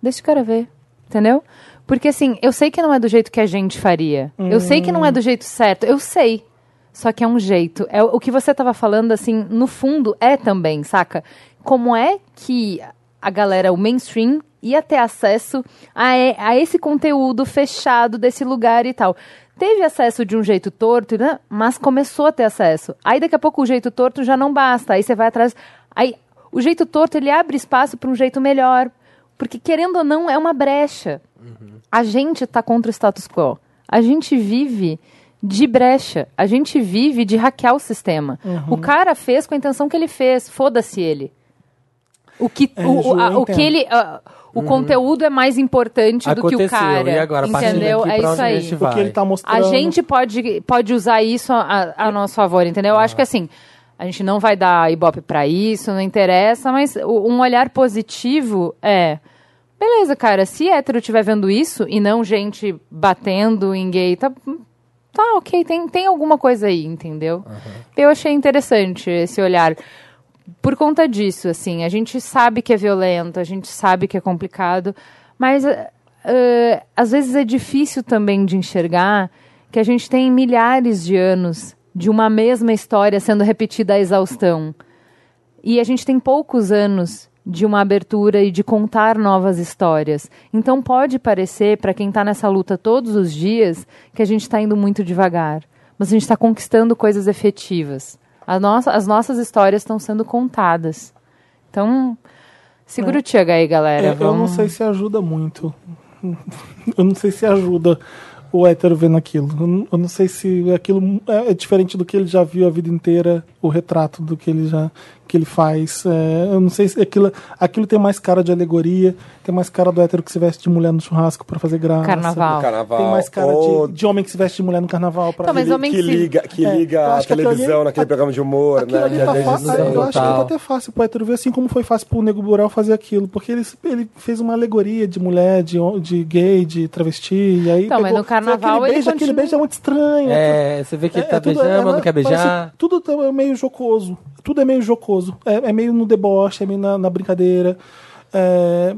Speaker 3: Deixa o cara ver, entendeu? Porque assim, eu sei que não é do jeito que a gente faria. Eu sei que não é do jeito certo, eu sei. Só que é um jeito. É o o que você tava falando, assim, no fundo é também, saca? Como é que a galera, o mainstream, ia ter acesso a, e- a esse conteúdo fechado desse lugar e tal. Teve acesso de um jeito torto, né? mas começou a ter acesso. Aí daqui a pouco o jeito torto já não basta. Aí você vai atrás. Aí o jeito torto ele abre espaço para um jeito melhor. Porque querendo ou não, é uma brecha. A gente tá contra o status quo. A gente vive de brecha. A gente vive de hackear o sistema.
Speaker 1: Uhum.
Speaker 3: O cara fez com a intenção que ele fez. Foda-se ele. O que,
Speaker 1: É,
Speaker 3: o, o- a-
Speaker 1: Ju, eu
Speaker 3: o que
Speaker 1: entendo.
Speaker 3: ele. a- o conteúdo é mais importante do que o
Speaker 2: Uhum. Aconteceu,
Speaker 3: cara.
Speaker 2: e agora? A partir
Speaker 3: entendeu?
Speaker 2: daqui,
Speaker 3: É
Speaker 2: pra
Speaker 3: isso
Speaker 2: onde a
Speaker 3: aí.
Speaker 2: gente
Speaker 1: O que
Speaker 2: vai?
Speaker 1: ele tá
Speaker 3: A
Speaker 1: mostrando.
Speaker 3: gente pode, pode usar isso a, a nosso favor, entendeu? Eu acho que assim, a gente não vai dar ibope pra isso, não interessa, mas o- um olhar positivo é. Beleza, cara, se hétero estiver vendo isso e não gente batendo em gay, tá, tá, ok, tem, tem alguma coisa aí, entendeu? Eu achei interessante esse olhar. Por conta disso, assim, a gente sabe que é violento, a gente sabe que é complicado, mas eh, eh, às vezes é difícil também de enxergar que a gente tem milhares de anos de uma mesma história sendo repetida à exaustão. E a gente tem poucos anos de uma abertura e de contar novas histórias. Então pode parecer, para quem está nessa luta todos os dias, que a gente está indo muito devagar. Mas a gente está conquistando coisas efetivas. A nossa- as nossas histórias estão sendo contadas. Então, segura o Tiago aí, galera.
Speaker 1: É, eu não
Speaker 3: Vamos-
Speaker 1: sei se ajuda muito. Eu não sei se ajuda o hétero vendo aquilo. Eu não- Eu não sei se aquilo é é diferente do que ele já viu a vida inteira, o retrato do que ele já que ele faz. É, eu não sei se aquilo, aquilo tem mais cara de alegoria, tem mais cara do hétero que se veste de mulher no churrasco pra fazer graça.
Speaker 3: Carnaval.
Speaker 4: Carnaval.
Speaker 1: Tem mais cara
Speaker 4: ou
Speaker 1: de, de homem que se veste de mulher no carnaval pra
Speaker 3: Tá, mas
Speaker 1: ele-
Speaker 3: homem
Speaker 4: que
Speaker 3: que se-
Speaker 4: liga, que
Speaker 1: É, eu
Speaker 4: liga a
Speaker 1: acho que aquilo
Speaker 4: televisão
Speaker 1: ali-
Speaker 4: naquele programa de humor,
Speaker 1: Aquilo
Speaker 4: né?
Speaker 1: ali tá
Speaker 4: que às vezes
Speaker 1: fácil,
Speaker 2: não
Speaker 1: eu
Speaker 2: dá.
Speaker 1: acho que tá
Speaker 2: Total.
Speaker 1: até fácil pro hétero ver, assim como foi fácil pro Nego Bural fazer aquilo, porque ele, ele fez uma alegoria de mulher, de, hom- de gay, de travesti, e aí
Speaker 3: Então, mas
Speaker 1: pegou-
Speaker 3: no
Speaker 1: foi
Speaker 3: carnaval
Speaker 1: aquele
Speaker 3: ele
Speaker 1: beijo, aquele
Speaker 3: continua-
Speaker 1: beijo é muito estranho.
Speaker 2: É, você vê que ele tá
Speaker 1: tudo-
Speaker 2: beijando, mas
Speaker 1: né,
Speaker 2: não quer
Speaker 1: parece-
Speaker 2: beijar.
Speaker 1: tudo tá- é meio jocoso, tudo é meio jocoso, é, é meio no deboche, é meio na, na brincadeira, é,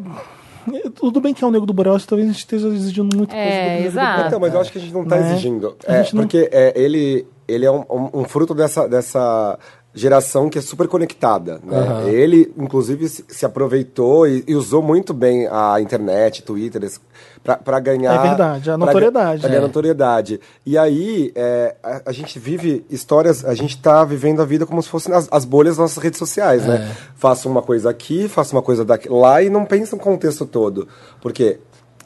Speaker 1: Tudo bem que é o Nego do Borel, acho que talvez a gente esteja exigindo muito.
Speaker 3: É,
Speaker 1: coisa do Nego do
Speaker 3: exato.
Speaker 1: Borel.
Speaker 4: Então, mas eu acho que a gente não tá
Speaker 1: Ah, Né?
Speaker 4: exigindo.
Speaker 1: A
Speaker 4: É,
Speaker 1: gente não-
Speaker 4: porque é, ele, ele é um, um- um fruto dessa, dessa geração que é super conectada. né?
Speaker 2: Aham.
Speaker 4: Ele, inclusive, se, se aproveitou e, e usou muito bem a internet, Twitter, esse- pra, pra ganhar.
Speaker 1: É verdade, a
Speaker 4: pra ga-
Speaker 1: notoriedade,
Speaker 4: Pra,
Speaker 1: né?
Speaker 4: ganhar notoriedade. E aí, é, a, a gente vive histórias, a gente tá vivendo a vida como se fossem as, as bolhas das nossas redes sociais,
Speaker 1: É.
Speaker 4: né? Faço uma coisa aqui, faço uma coisa daqui, lá e não pensa no contexto todo. Porque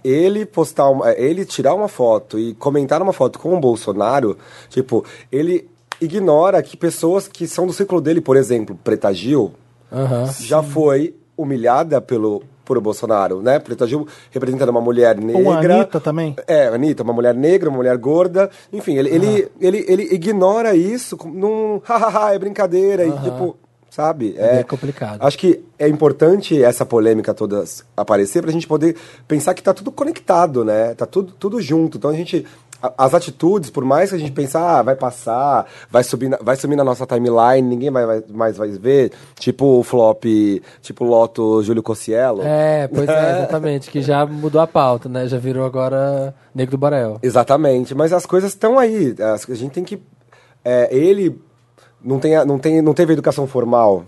Speaker 4: ele postar uma, é, ele tirar uma foto e comentar uma foto com o Bolsonaro, tipo, ele ignora que pessoas que são do círculo dele, por exemplo, Preta Gil,
Speaker 1: Ah,
Speaker 2: Aham.
Speaker 4: já foi humilhada pelo por Bolsonaro, né? Preta Gil representando uma mulher negra.
Speaker 1: Ou a Anitta também.
Speaker 4: É, Anitta, uma mulher negra, uma mulher gorda. Enfim, ele, ele, ele, ele ignora isso com- num hahaha, é brincadeira. E tipo, sabe?
Speaker 2: É bem complicado.
Speaker 4: Acho que é importante essa polêmica toda s- aparecer pra gente poder pensar que tá tudo conectado, né? Tá tudo, tudo junto. Então a gente. a- As atitudes, por mais que a gente pense, ah, vai passar, vai subir, na- vai sumir na nossa timeline, ninguém vai, vai- mais vai ver. Tipo o flop, tipo o Loto Júlio Cossiello.
Speaker 2: É, pois é, exatamente. Que já mudou a pauta, né? Já virou agora Negro do Borel.
Speaker 4: Exatamente, mas as coisas estão aí. as- a gente tem que. é, ele não, tem, a- não, tem, não teve educação formal,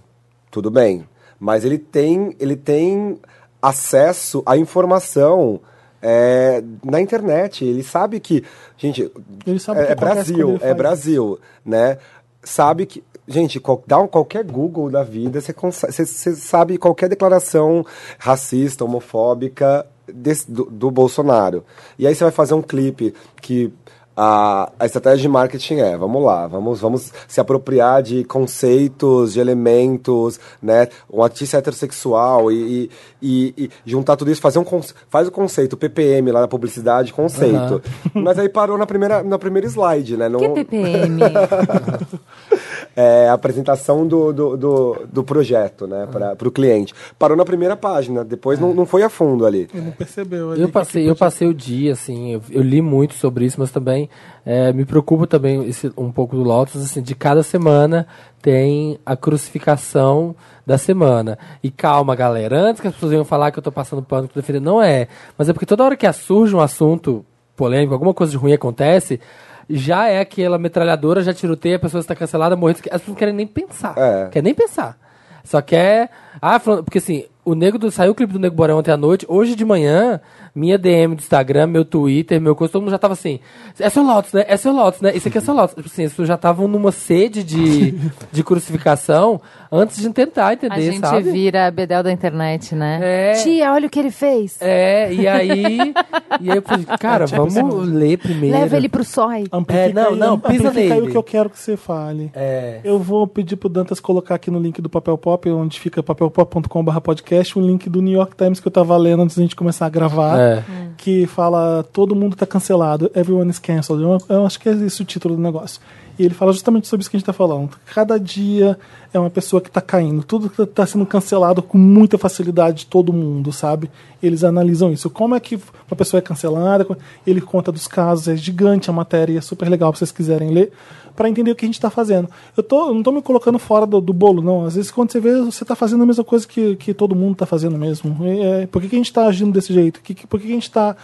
Speaker 4: tudo bem. Mas ele tem, ele tem acesso à informação é, na internet. Ele sabe que. Gente,
Speaker 1: Ele sabe o
Speaker 4: é,
Speaker 1: que
Speaker 4: é
Speaker 1: acontece quando
Speaker 4: Brasil,
Speaker 1: ele
Speaker 4: é
Speaker 1: faz.
Speaker 4: Brasil, né? Sabe que. Gente, qual- dá um, qualquer Google da vida, você consa- você você sabe qualquer declaração racista, homofóbica desse- do, do Bolsonaro. E aí você vai fazer um clipe que a, a estratégia de marketing é, vamos lá, vamos, vamos se apropriar de conceitos, de elementos, né? Um artista heterossexual e, e, e- e juntar tudo isso, fazer um conce- faz o conceito, PPM lá na publicidade, conceito. Mas aí parou na primeira, na primeira slide, né?
Speaker 3: Que
Speaker 4: Não-
Speaker 3: PPM?
Speaker 4: é, a apresentação do, do, do, do projeto, né, para o cliente. Parou na primeira página, depois não, não foi a fundo ali.
Speaker 1: Ele não percebeu. ali
Speaker 2: Eu
Speaker 1: que
Speaker 2: passei, eu passei o dia, assim, eu, eu li muito sobre isso, mas também é, me preocupo também esse- um pouco do Lotus, assim, de cada semana tem a crucificação da semana. E calma, galera, antes que as pessoas venham falar que eu tô passando pano, que eu tô defendendo, não é. Mas é porque toda hora que surge um assunto polêmico, alguma coisa de ruim acontece, já é aquela metralhadora, já tiroteia, a pessoa está cancelada, morreu, as pessoas não querem nem pensar.
Speaker 4: É.
Speaker 2: Quer nem pensar. Só quer. Ah, falando- porque assim, o nego do. Saiu o clipe do Nego Borão ontem à noite. Hoje de manhã, minha DM do Instagram, meu Twitter, meu coisa, todo mundo já tava assim. É seu Lotus, né? É seu Lotus, né? Isso aqui é seu Lotus. Tipo Assim, as pessoas já estavam numa sede de, de crucificação antes de tentar entender,
Speaker 3: A gente
Speaker 2: sabe?
Speaker 3: vira a Bedel da internet, né?
Speaker 2: É.
Speaker 3: Tia, olha o que ele fez.
Speaker 2: É, e aí. e aí eu falei, cara, vamos ler primeiro.
Speaker 3: Leva ele pro SOI.
Speaker 1: Amplifica
Speaker 2: É, não,
Speaker 1: aí,
Speaker 2: não,
Speaker 1: amplifica
Speaker 2: pisa
Speaker 1: aí
Speaker 2: nele.
Speaker 1: o que eu quero que você fale.
Speaker 2: É.
Speaker 1: Eu vou pedir pro Dantas colocar aqui no link do Papel Pop, onde fica papelpop.com.br podcast, o link do New York Times que eu tava lendo antes da gente começar a gravar,
Speaker 2: É.
Speaker 1: que fala todo mundo tá cancelado, everyone is canceled. Eu, eu acho que é esse o título do negócio. E ele fala justamente sobre isso que a gente está falando. Cada dia é uma pessoa que está caindo. Tudo que está sendo cancelado com muita facilidade, todo mundo, sabe? Eles analisam isso. Como é que uma pessoa é cancelada? Ele conta dos casos, é gigante a matéria, é super legal para vocês quiserem ler, para entender o que a gente está fazendo. Eu, tô, eu não estou me colocando fora do, do bolo, não. Às vezes, quando você vê, você está fazendo a mesma coisa que, que todo mundo está fazendo mesmo. E, é, por que, que a gente está agindo desse jeito? Que, que- por que, que a gente está.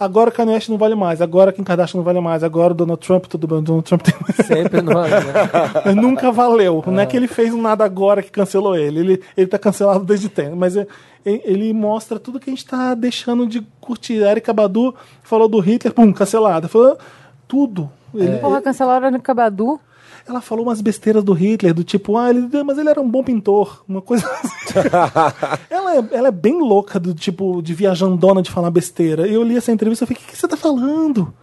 Speaker 1: Agora o Kanye West não vale mais, agora Kim Kardashian não vale mais, agora o Donald Trump, tudo bem, o Donald Trump tem mais
Speaker 2: Sempre né? no
Speaker 1: mas nunca valeu. Não é que ele fez um nada agora que cancelou ele. Ele, ele tá cancelado desde tempo. Mas é- e- ele mostra tudo que a gente tá deixando de curtir. Erika Badu falou do Hitler, pum, cancelada. Falou tudo. Ele-
Speaker 3: Porra, cancelaram no Cabadu.
Speaker 1: Ela falou umas besteiras do Hitler, do tipo, ah, ele, mas ele era um bom pintor, uma coisa assim. ela, é, ela é bem louca do tipo, de viajandona de falar besteira. Eu li essa entrevista e falei, o que, que você tá falando?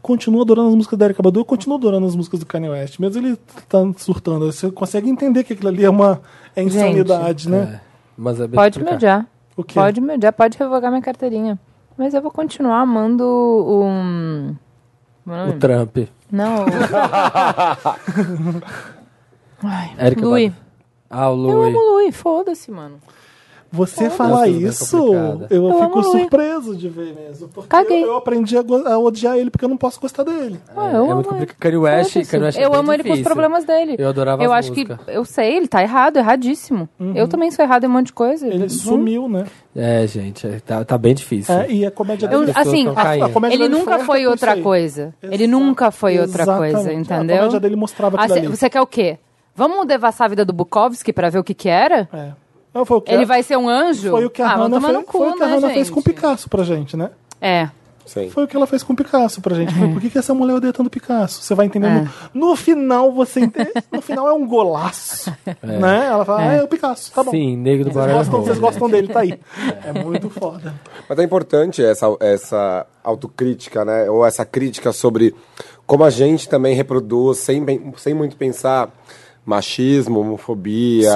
Speaker 1: Continua adorando as músicas da Erika Badu, eu continuo adorando as músicas do Kanye West. Mesmo ele tá surtando, você consegue entender que aquilo ali é uma é insanidade, né?
Speaker 2: Mas é bem
Speaker 3: Pode me
Speaker 2: complicado.
Speaker 3: odiar.
Speaker 1: O quê?
Speaker 3: Pode me odiar, pode revogar minha carteirinha. Mas eu vou continuar amando um. como é o nome?
Speaker 2: O Trump.
Speaker 3: Não. o- Ai,
Speaker 2: Erika
Speaker 3: Louis.
Speaker 2: Ah, o
Speaker 3: Eu
Speaker 2: Louis.
Speaker 3: amo o Louis, foda-se, mano.
Speaker 1: Você
Speaker 2: Nossa,
Speaker 1: falar
Speaker 2: tudo bem
Speaker 1: isso,
Speaker 2: complicado.
Speaker 1: eu,
Speaker 3: Eu amo
Speaker 1: fico
Speaker 3: o Louis.
Speaker 1: surpreso de ver mesmo. Porque eu,
Speaker 3: Caguei.
Speaker 1: eu aprendi a, go- a odiar ele porque eu não posso gostar dele.
Speaker 2: É
Speaker 3: Ah, eu
Speaker 2: muito
Speaker 3: amo
Speaker 2: complicado.
Speaker 3: ele.
Speaker 2: Kanye West,
Speaker 3: Foda-se.
Speaker 2: Kanye West é
Speaker 3: eu
Speaker 2: bem
Speaker 3: amo ele com os
Speaker 2: difícil.
Speaker 3: problemas dele.
Speaker 2: Eu adorava
Speaker 3: Eu
Speaker 2: as
Speaker 3: acho
Speaker 2: músicas.
Speaker 3: que. Eu sei, ele tá errado, erradíssimo. Eu também sou errado em um monte de coisa.
Speaker 1: Uhum. Ele
Speaker 3: Hum.
Speaker 1: sumiu, né?
Speaker 2: É, gente, é, tá, tá bem difícil.
Speaker 1: É, e a comédia
Speaker 3: Eu-
Speaker 1: dele
Speaker 2: pessoas
Speaker 3: assim,
Speaker 2: tão
Speaker 3: a-
Speaker 2: caindo.
Speaker 1: comédia
Speaker 3: Ele
Speaker 1: dele
Speaker 3: nunca
Speaker 1: flerta
Speaker 3: foi
Speaker 1: com isso
Speaker 3: outra
Speaker 1: aí.
Speaker 3: coisa. Ele
Speaker 1: Exa-
Speaker 3: nunca foi outra
Speaker 1: exatamente. É,
Speaker 3: coisa, entendeu?
Speaker 1: A comédia dele mostrava
Speaker 3: Ah,
Speaker 1: aquilo
Speaker 3: cê-
Speaker 1: ali.
Speaker 3: Você quer o quê? Vamos devassar a vida do Bukowski pra ver o que que era?
Speaker 1: É. Não, foi o que
Speaker 3: Ele
Speaker 1: a-
Speaker 3: vai ser um anjo?
Speaker 1: Foi o que a
Speaker 3: ah, vamos
Speaker 1: Hannah
Speaker 3: tomar
Speaker 1: fez,
Speaker 3: no cu,
Speaker 1: foi o que a
Speaker 3: né,
Speaker 1: Hannah
Speaker 3: gente?
Speaker 1: fez com o Picasso pra gente, né?
Speaker 3: É.
Speaker 4: Sim.
Speaker 1: Foi o que ela fez com o Picasso pra gente. Foi, por que, que essa mulher odeia tanto o Picasso? Você vai entender.
Speaker 3: É.
Speaker 1: No, no final, você entende. No final é um golaço. Né? Ela fala, ah, é o Picasso, tá bom.
Speaker 2: Sim, Negro do é
Speaker 1: Vocês
Speaker 2: Barão.
Speaker 1: gostam,
Speaker 2: Roxo.
Speaker 1: vocês gostam dele, tá aí. É muito foda.
Speaker 4: Mas é importante essa, essa autocrítica, né? Ou essa crítica sobre como a gente também reproduz, sem, bem- sem muito pensar, machismo, homofobia,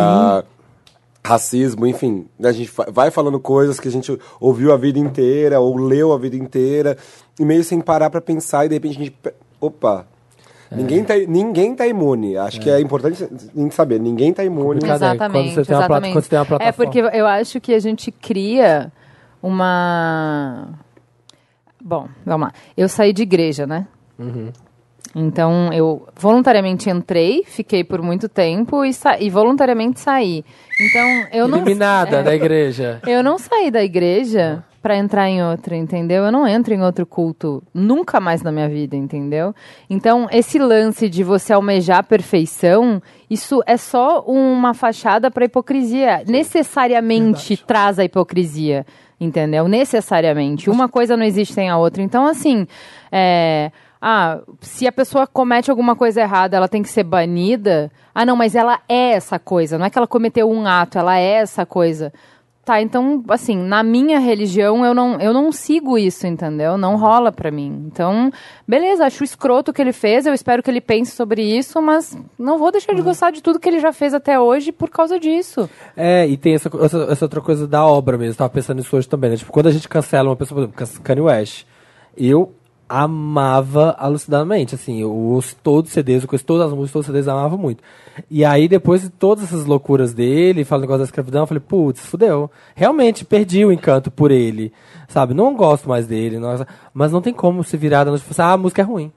Speaker 4: racismo, enfim. A gente fa- vai falando coisas que a gente ouviu a vida inteira, ou leu a vida inteira, e meio sem parar pra pensar, e de repente a gente. pe- Opa! Ninguém, tá, ninguém tá imune. Acho que é importante a gente saber, ninguém tá imune.
Speaker 2: Complicado. Cada-
Speaker 3: Exatamente.
Speaker 2: quando você tem uma plata-
Speaker 3: exatamente.
Speaker 2: quando você tem uma plataforma.
Speaker 3: É porque eu acho que a gente cria uma. Bom, vamos lá. Eu saí de igreja, né?
Speaker 2: Uhum.
Speaker 3: Então eu voluntariamente entrei, fiquei por muito tempo e, sa- e voluntariamente saí. Então eu não.
Speaker 2: Eliminada da igreja.
Speaker 3: Eu não saí da igreja pra entrar em outra, entendeu? Eu não entro em outro culto nunca mais na minha vida, entendeu? Então, esse lance de você almejar a perfeição, isso é só uma fachada pra hipocrisia. Necessariamente traz a hipocrisia, entendeu? Necessariamente. Uma coisa não existe sem a outra. Então, assim, é, ah, se a pessoa comete alguma coisa errada, ela tem que ser banida. Ah, não, mas ela é essa coisa. Não é que ela cometeu um ato, ela é essa coisa. Tá, então, assim, na minha religião eu não, eu não sigo isso, entendeu? Não rola pra mim. Então, beleza, acho escroto o que ele fez, eu espero que ele pense sobre isso, mas não vou deixar de
Speaker 1: Uhum.
Speaker 3: gostar de tudo que ele já fez até hoje por causa disso.
Speaker 2: É, e tem essa, co- essa, essa outra coisa da obra mesmo. Tava pensando nisso hoje também, né? Tipo, quando a gente cancela uma pessoa, por exemplo, can- Kanye West, eu amava alucinadamente, assim, eu ouço todos os CDs, eu conheço todas as músicas, todos os CDs, eu amava muito. E aí, depois de todas essas loucuras dele, falando negócio da escravidão, eu falei, putz, fudeu. Realmente, perdi o encanto por ele, sabe? Não gosto mais dele, nossa, mas não tem como se virar da noite e falar, ah, a música é ruim.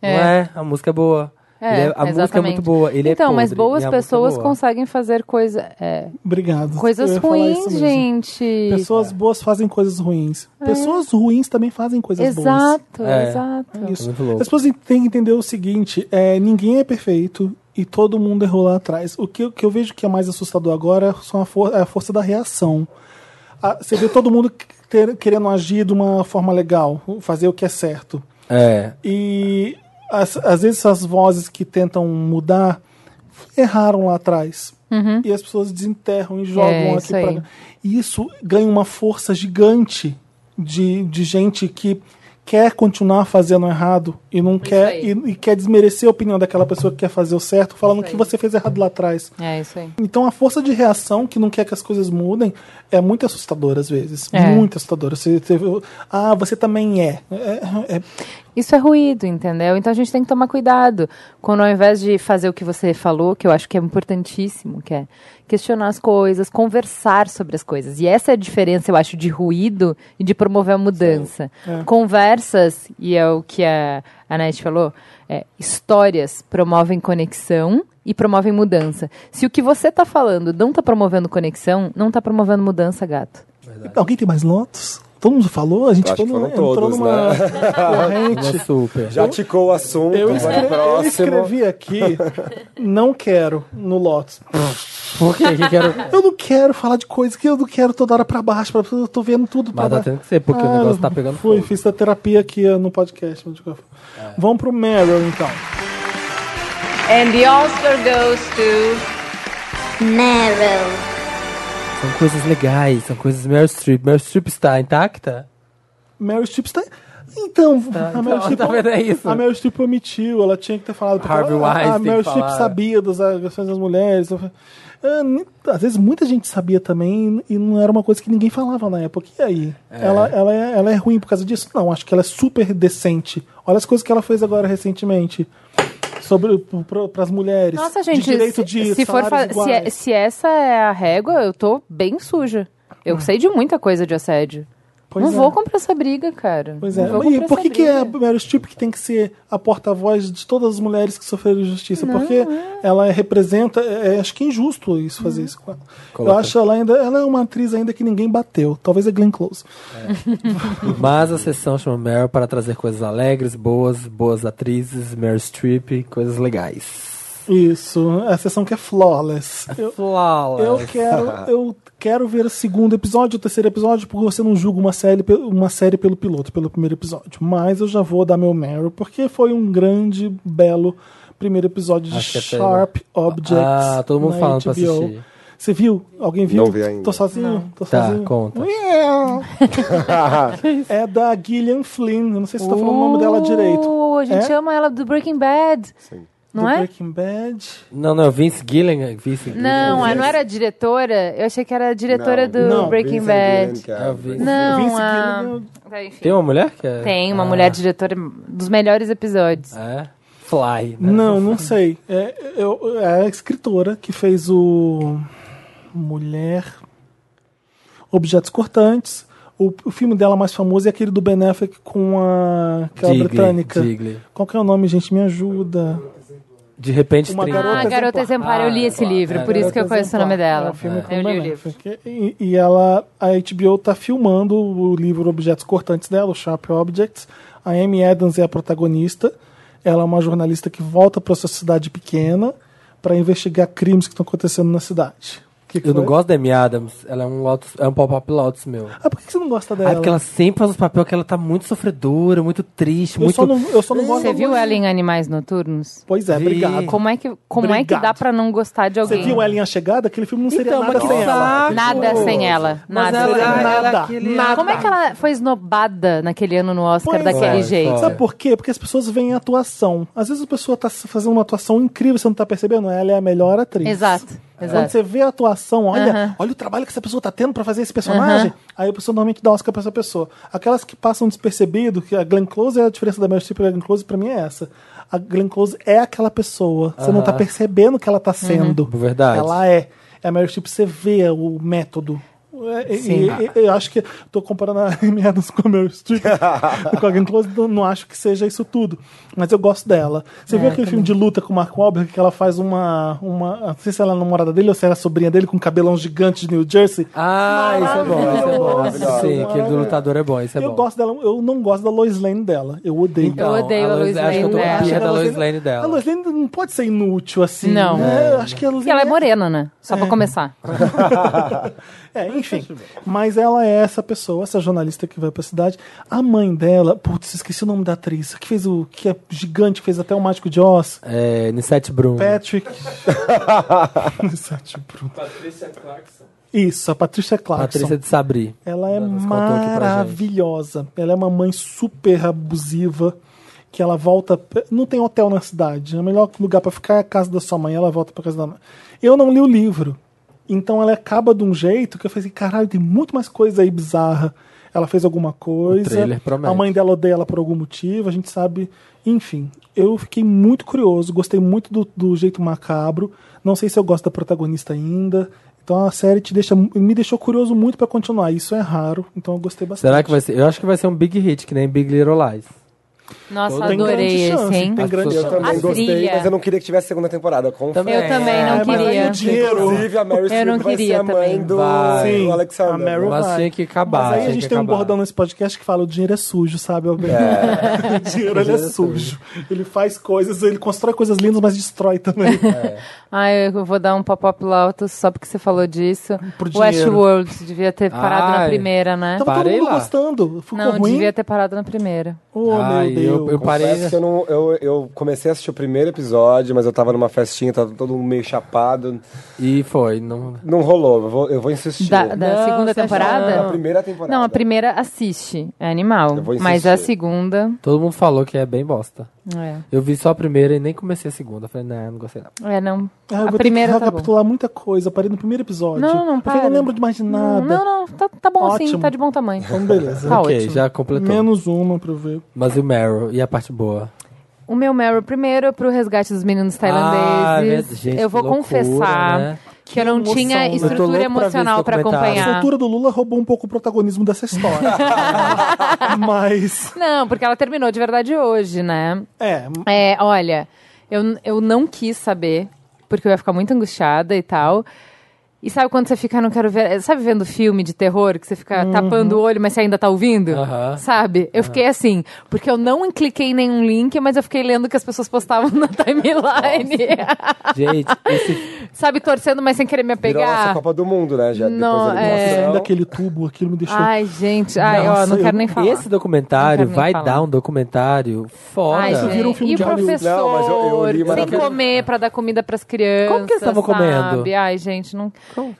Speaker 2: Não
Speaker 3: É.
Speaker 2: é, a música é boa. Ele a música é
Speaker 3: exatamente.
Speaker 2: muito boa, ele é
Speaker 3: Então, mas
Speaker 2: podre,
Speaker 3: boas
Speaker 2: e a música é
Speaker 3: pessoas
Speaker 2: boa.
Speaker 3: conseguem fazer coisa, é,
Speaker 1: Obrigado. tá Eu
Speaker 3: coisas
Speaker 1: ia falar isso
Speaker 3: ruins,
Speaker 1: mesmo.
Speaker 3: gente. É.
Speaker 1: Pessoas boas fazem coisas ruins. Pessoas ruins também fazem coisas boas.
Speaker 3: Exato,
Speaker 2: É.
Speaker 3: exato.
Speaker 1: Isso.
Speaker 2: muito louco.
Speaker 1: As pessoas têm que entender o seguinte: é, ninguém é perfeito e todo mundo errou lá atrás. O que, o que eu vejo que é mais assustador agora são a, for- é a força da reação. A- você vê todo mundo que- ter- querendo agir de uma forma legal, fazer o que é certo.
Speaker 2: É,
Speaker 1: E as- às vezes essas vozes que tentam mudar erraram lá atrás. E as pessoas desenterram e jogam
Speaker 3: Uhum. É,
Speaker 1: aqui
Speaker 3: isso aí.
Speaker 1: pra. E isso ganha uma força gigante de, de gente que quer continuar fazendo errado e não quer e,
Speaker 3: aí.
Speaker 1: e quer desmerecer a opinião daquela pessoa que quer fazer o certo, falando que você fez errado lá atrás.
Speaker 3: É isso aí.
Speaker 1: Então a força de reação que não quer que as coisas mudem é muito assustadora às vezes.
Speaker 3: É.
Speaker 1: Muito assustadora. Você, você- ah, você também é. É- é-
Speaker 3: Isso é ruído, entendeu? Então a gente tem que tomar cuidado. Quando ao invés de fazer o que você falou, que eu acho que é importantíssimo, que é questionar as coisas, conversar sobre as coisas. E essa é a diferença, eu acho, de ruído e de promover a mudança. Conversas, e é o que a, a Nath falou, é, histórias promovem conexão e promovem mudança. Se o que você está falando não está promovendo conexão, não está promovendo mudança, gato.
Speaker 1: Alguém tem mais lotos? Todo mundo falou? A gente
Speaker 4: Eu acho
Speaker 1: todo
Speaker 4: que
Speaker 1: mundo
Speaker 4: foram
Speaker 1: entrou
Speaker 4: todos,
Speaker 1: numa
Speaker 4: né?
Speaker 2: Uma
Speaker 1: corrente.
Speaker 2: super.
Speaker 4: Já ticou o assunto,
Speaker 1: Eu,
Speaker 4: vai
Speaker 1: escre- eu
Speaker 4: próximo.
Speaker 1: escrevi aqui, não quero, no Lotus.
Speaker 2: Por quê? que? Quero...
Speaker 1: Eu não quero falar de coisa que eu não quero toda hora pra baixo, pra, eu tô vendo tudo pra
Speaker 2: Mas tá
Speaker 1: baixo.
Speaker 2: tendo que ser, porque o
Speaker 1: Ah,
Speaker 2: negócio tá pegando
Speaker 1: fui,
Speaker 2: fogo.
Speaker 1: Fiz a terapia aqui ó, no podcast. mas de qualquer forma. Vamos pro Meryl, então.
Speaker 3: And the Oscar goes to...
Speaker 5: Meryl.
Speaker 2: São coisas legais, são coisas Meryl Streep. Meryl Streep está intacta?
Speaker 1: Meryl Streep está... Então, a Meryl
Speaker 2: então,
Speaker 1: Streep...
Speaker 2: tá vendo? É isso.
Speaker 1: A Meryl Streep omitiu, ela tinha que ter falado. porque
Speaker 2: Harvey
Speaker 1: ela- "Ah, a, a
Speaker 2: Weinstein
Speaker 1: Meryl Streep
Speaker 2: falar.
Speaker 1: sabia das agressões das mulheres. Ah, nem- Às vezes muita gente sabia também e não era uma coisa que ninguém falava na época. E aí? Ela, ela, é, ela é ruim por causa disso? Não, acho que ela é super decente. Olha as coisas que ela fez agora recentemente. Sobre para as mulheres.
Speaker 3: Nossa, gente,
Speaker 1: de direito
Speaker 3: se,
Speaker 1: de
Speaker 3: se for
Speaker 1: salários
Speaker 3: fa- se, é-
Speaker 1: iguais.
Speaker 3: se essa é a régua, eu tô bem suja. Eu sei de muita coisa de assédio.
Speaker 1: Ah. Pois
Speaker 3: não
Speaker 1: é.
Speaker 3: vou comprar essa briga, cara.
Speaker 1: Pois
Speaker 3: Não
Speaker 1: é.
Speaker 3: vou comprar
Speaker 1: E por
Speaker 3: essa
Speaker 1: que, que é a
Speaker 3: briga.
Speaker 1: Meryl Streep que tem que ser a porta-voz de todas as mulheres que sofreram injustiça? Porque ela representa. é- é- acho que é injusto isso fazer isso com ela. Eu acho ela ainda. Ela é uma atriz ainda que ninguém bateu. Talvez a Glenn Close.
Speaker 2: Mas a sessão chama Meryl para trazer coisas alegres, boas, boas atrizes, Meryl Streep, coisas legais.
Speaker 1: Isso. A sessão que é flawless. Uhum. Eu,
Speaker 2: Flawless.
Speaker 1: eu quero. Eu quero ver o segundo episódio, o terceiro episódio, porque você não julga uma série, pe- uma série pelo piloto, pelo primeiro episódio. Mas eu já vou dar meu Meryl, porque foi um grande, belo. Primeiro episódio de
Speaker 2: Acho que é
Speaker 1: Sharp Objects.
Speaker 2: Ah, todo mundo
Speaker 1: na
Speaker 2: falando pra
Speaker 1: HBO.
Speaker 2: assistir.
Speaker 1: Você viu? Alguém viu?
Speaker 4: Não vi ainda.
Speaker 1: Tô sozinho? Tô
Speaker 2: Tá,
Speaker 1: sozinho.
Speaker 2: conta.
Speaker 1: Yeah. é da Gillian Flynn. Eu não sei se tô é, tá falando o nome dela direito.
Speaker 3: Uh, a gente
Speaker 1: É?
Speaker 3: ama ela do Breaking Bad. Não
Speaker 1: Do
Speaker 3: é?
Speaker 1: Breaking Bad.
Speaker 2: Não, não, Vince Gilligan. Vince Gilligan.
Speaker 3: Não, ela não era a diretora. Eu achei que era a diretora
Speaker 4: Não,
Speaker 3: do
Speaker 1: não,
Speaker 3: Breaking
Speaker 4: Vincent
Speaker 3: Bad.
Speaker 4: Gilligan, que é-
Speaker 2: É o Vince.
Speaker 3: Não,
Speaker 1: Vince
Speaker 3: a...
Speaker 1: Gilligan.
Speaker 3: Tá, enfim.
Speaker 2: Tem uma mulher que é?
Speaker 3: Tem uma
Speaker 2: Ah,
Speaker 3: mulher diretora dos melhores episódios.
Speaker 2: É? Fly. Né?
Speaker 1: Não, não sei. É, eu- é a escritora que fez o Mulher, Objetos Cortantes. O, o filme dela mais famoso é aquele do Ben Affleck com a aquela
Speaker 2: Digley,
Speaker 1: é britânica.
Speaker 2: Digley.
Speaker 1: Qual que é o nome, gente? Me ajuda.
Speaker 2: De repente,
Speaker 1: Uma
Speaker 2: 30.
Speaker 1: garota
Speaker 3: ah, Garota Exemplar.
Speaker 2: Exemplar.
Speaker 3: eu li esse
Speaker 2: Ah,
Speaker 3: livro,
Speaker 2: é,
Speaker 3: por isso que eu
Speaker 1: Garota
Speaker 3: conheço o nome
Speaker 1: Exemplar.
Speaker 3: dela.
Speaker 1: É um filme com
Speaker 3: eu li o
Speaker 1: Ben
Speaker 3: livro.
Speaker 1: Affleck. E, e ela, a HBO tá filmando o livro Objetos Cortantes dela, o Sharp Objects. A Amy Adams é a protagonista. Ela é uma jornalista que volta para sua cidade pequena para investigar crimes que estão acontecendo na cidade. Que que
Speaker 2: Eu não
Speaker 1: foi?
Speaker 2: gosto da Amy Adams. Ela é um, Lotus, é um pop-up Lotus meu.
Speaker 1: Ah, por que que você não gosta dela?
Speaker 2: Ah, porque ela sempre faz os papéis que ela tá muito sofredora, muito triste,
Speaker 1: eu,
Speaker 2: é muito.
Speaker 1: só não, eu só não gosto
Speaker 3: Você viu ela em Animais Noturnos?
Speaker 1: Pois é,
Speaker 2: Vi.
Speaker 1: obrigado.
Speaker 3: Como é que, como é que
Speaker 1: Obrigado.
Speaker 3: dá pra não gostar de
Speaker 1: Você
Speaker 3: alguém?
Speaker 1: viu ela em A Chegada? Aquele filme não seria
Speaker 2: Então,
Speaker 1: nada
Speaker 2: mas
Speaker 1: sem
Speaker 2: que
Speaker 1: ela.
Speaker 2: saco.
Speaker 3: Nada sem ela.
Speaker 2: Mas
Speaker 3: Nada.
Speaker 2: ela,
Speaker 1: Seria
Speaker 2: ela, ela,
Speaker 1: nada.
Speaker 2: aquele-
Speaker 3: Como é que ela foi esnobada naquele ano no Oscar
Speaker 1: Pois
Speaker 3: daquele
Speaker 1: é.
Speaker 3: jeito?
Speaker 2: Foi.
Speaker 1: Sabe por quê? Porque as pessoas veem a atuação. Às vezes a pessoa tá fazendo uma atuação incrível, você não tá percebendo? Ela é a melhor atriz.
Speaker 3: Exato,
Speaker 1: Quando
Speaker 3: exato.
Speaker 1: você vê a atuação, olha, olha o trabalho que essa pessoa tá tendo pra fazer esse personagem, aí a pessoa normalmente dá Oscar pra essa pessoa. Aquelas que passam despercebido, que a Glenn Close é a diferença da Meryl Streep e a Glenn Close pra mim é essa. A Glenn Close é aquela pessoa, você não tá percebendo o que ela tá sendo.
Speaker 2: Verdade.
Speaker 1: Ela é. É a Meryl Streep, você vê o método. É, e- e- e- eu acho que tô comparando a Amy Adams com a Meryl Streep com a Glenn Close, não, não acho que seja isso tudo mas eu gosto dela
Speaker 2: É,
Speaker 1: você viu aquele filme de luta com o Mark Wahlberg que ela faz uma, uma não sei se ela é a namorada dele ou se ela é a sobrinha dele com um cabelão gigante de New Jersey
Speaker 2: Ah, isso é bom, isso é bom. Sim, aquele do lutador é bom, isso é
Speaker 1: eu
Speaker 2: bom.
Speaker 1: gosto dela eu não gosto da Lois Lane dela eu odeio
Speaker 2: Então,
Speaker 1: ela.
Speaker 3: Eu odeio a Lois
Speaker 2: Acho que eu tô
Speaker 3: Lane né?
Speaker 2: com
Speaker 3: dela.
Speaker 2: birra da Lois Lane
Speaker 1: a
Speaker 2: dela.
Speaker 1: Lois Lane não pode ser inútil assim
Speaker 3: Não.
Speaker 1: né? Eu acho que a Lois
Speaker 3: Porque ela é
Speaker 1: Lane
Speaker 3: morena, né? Só pra começar.
Speaker 1: É, enfim. Mas ela é essa pessoa, essa jornalista que vai pra cidade. A mãe dela, putz, esqueci o nome da atriz, que fez o. que é gigante, que fez até o Mágico de Oz.
Speaker 2: É, Nissete Bruno.
Speaker 1: Patrick. Sete Bruno. Isso, a Patrícia Clarkson.
Speaker 2: Patrícia de Sabri.
Speaker 1: Ela é
Speaker 2: Nos contou aqui pra gente.
Speaker 1: maravilhosa. Ela é uma mãe super abusiva. Que ela volta. pe- Não tem hotel na cidade. O melhor lugar pra ficar é a casa da sua mãe. Ela volta pra casa da mãe. Eu não li o livro. Então ela acaba de um jeito que eu falei assim: caralho, tem muito mais coisa aí bizarra. ela fez alguma coisa.
Speaker 2: trailer promete.
Speaker 1: A mãe dela odeia ela por algum motivo, a gente sabe. Enfim, eu fiquei muito curioso, gostei muito do, do jeito macabro. Não sei se eu gosto da protagonista ainda. Então a série te deixa, me deixou curioso muito pra continuar. Isso é raro, então eu gostei bastante.
Speaker 2: Será que vai ser? Eu acho que vai ser um big hit, que nem Big Little Lies.
Speaker 3: Nossa,
Speaker 1: Tem grande
Speaker 3: adorei esse,
Speaker 1: chance,
Speaker 3: hein?
Speaker 1: Tem grande
Speaker 2: Eu
Speaker 4: Eu
Speaker 1: chance.
Speaker 4: também
Speaker 3: A
Speaker 4: gostei,
Speaker 3: trilha.
Speaker 4: mas eu não queria que tivesse segunda temporada. Confesso.
Speaker 2: Também.
Speaker 3: Eu também Ah, não
Speaker 1: É, mas aí
Speaker 3: queria.
Speaker 1: o dinheiro.
Speaker 4: Inclusive, a Mary
Speaker 3: Eu não
Speaker 4: Streep vai ser
Speaker 3: queria
Speaker 4: a mãe
Speaker 3: também.
Speaker 4: do
Speaker 2: Vai.
Speaker 1: Sim,
Speaker 4: do Alexander. né?
Speaker 1: a Meryl
Speaker 2: Mas
Speaker 1: vai.
Speaker 2: tinha que acabar,
Speaker 1: Mas aí a
Speaker 2: tinha
Speaker 1: gente
Speaker 2: que
Speaker 1: tem um
Speaker 2: acabar.
Speaker 1: bordão nesse podcast que fala: o dinheiro é sujo, sabe, Alberto? o dinheiro ele é sujo. Ele faz coisas, ele constrói coisas lindas, mas destrói também.
Speaker 3: Ah, eu vou dar um pop-up lá alto só porque você falou disso.
Speaker 1: Por dinheiro.
Speaker 3: Westworld devia ter parado na
Speaker 2: Ai.
Speaker 3: primeira, né?
Speaker 1: Tava
Speaker 2: Parei
Speaker 1: todo mundo
Speaker 2: lá.
Speaker 1: gostando. Ficou
Speaker 3: Não,
Speaker 1: ruim.
Speaker 3: devia ter parado na primeira.
Speaker 1: Oh,
Speaker 2: Ai,
Speaker 1: meu Deus.
Speaker 2: eu, eu parei.
Speaker 4: Confesso que eu, não, eu, eu comecei a assistir o primeiro episódio, mas eu tava numa festinha, tava todo mundo meio chapado.
Speaker 2: E foi. Não...
Speaker 4: Não rolou, eu vou, eu vou insistir.
Speaker 3: Da, da
Speaker 2: Não,
Speaker 3: segunda
Speaker 2: você acha
Speaker 3: temporada?
Speaker 4: A primeira temporada.
Speaker 3: Não, a primeira assiste. É animal.
Speaker 4: Eu vou
Speaker 3: Mas a
Speaker 4: insistir.
Speaker 3: segunda.
Speaker 2: Todo mundo falou que é bem bosta.
Speaker 3: É,
Speaker 2: Eu vi só a primeira e nem comecei a segunda. Falei, não, não gostei não.
Speaker 3: é não.
Speaker 1: Ah, eu
Speaker 3: a
Speaker 1: vou
Speaker 3: primeira
Speaker 1: ter que
Speaker 3: tá bom.
Speaker 1: recapitular muita coisa. Eu parei no primeiro episódio.
Speaker 3: Não, não,
Speaker 1: Eu falei,
Speaker 3: para.
Speaker 1: não lembro de mais de nada.
Speaker 3: Não, não, tá, tá bom assim,
Speaker 1: Ótimo.
Speaker 3: tá de bom tamanho.
Speaker 1: Então, beleza.
Speaker 3: Tá
Speaker 2: ok,
Speaker 3: ótimo.
Speaker 2: já completou.
Speaker 1: Menos uma pra eu ver.
Speaker 2: Mas e o Meryl? E a parte boa?
Speaker 3: O meu Meryl primeiro é pro resgate dos meninos tailandeses.
Speaker 2: Ah, gente,
Speaker 3: eu vou
Speaker 2: que loucura,
Speaker 3: confessar
Speaker 2: né?
Speaker 3: que, eu não
Speaker 1: emoção, né? Eu tô
Speaker 2: louco
Speaker 3: tinha
Speaker 2: pra
Speaker 3: estrutura
Speaker 2: ver
Speaker 3: emocional
Speaker 2: esse
Speaker 3: pra
Speaker 2: documentário.
Speaker 1: A
Speaker 3: acompanhar.
Speaker 1: soltura do Lula roubou um pouco o protagonismo dessa história. mas.
Speaker 3: Não, porque ela terminou de verdade hoje, né?
Speaker 1: É,
Speaker 3: É, olha, eu, eu não quis saber, porque eu ia ficar muito angustiada e tal. E sabe quando você fica, não quero ver. Sabe vendo filme de terror que você fica tapando o olho, mas você ainda tá ouvindo?
Speaker 2: Aham.
Speaker 3: Sabe? Eu fiquei assim, porque eu não cliquei em nenhum link, mas eu fiquei lendo o que as pessoas postavam na timeline.
Speaker 2: Gente, esse...
Speaker 3: sabe, torcendo, mas sem querer me
Speaker 4: Virou a nossa
Speaker 3: apegar.
Speaker 4: Copa do Mundo, né, já
Speaker 3: Não,
Speaker 4: Depois da
Speaker 3: é.
Speaker 4: eliminação.
Speaker 1: saindo daquele tubo, aquilo me deixou.
Speaker 3: Ai, gente, ai, ó,
Speaker 1: Nossa,
Speaker 3: Ah, não quero
Speaker 1: eu-
Speaker 3: nem falar.
Speaker 2: esse documentário
Speaker 3: Não quero
Speaker 2: vai
Speaker 3: nem falar.
Speaker 2: dar um documentário fora.
Speaker 3: Ai, gente, é
Speaker 1: vira um filme
Speaker 3: e o
Speaker 1: de Hollywood.
Speaker 3: professor
Speaker 4: Não, mas eu- eu li
Speaker 3: sem
Speaker 4: maravilhoso.
Speaker 3: comer pra dar comida pras crianças.
Speaker 2: Como que eles estavam
Speaker 3: sabe?
Speaker 2: comendo?
Speaker 3: Ai, gente, não.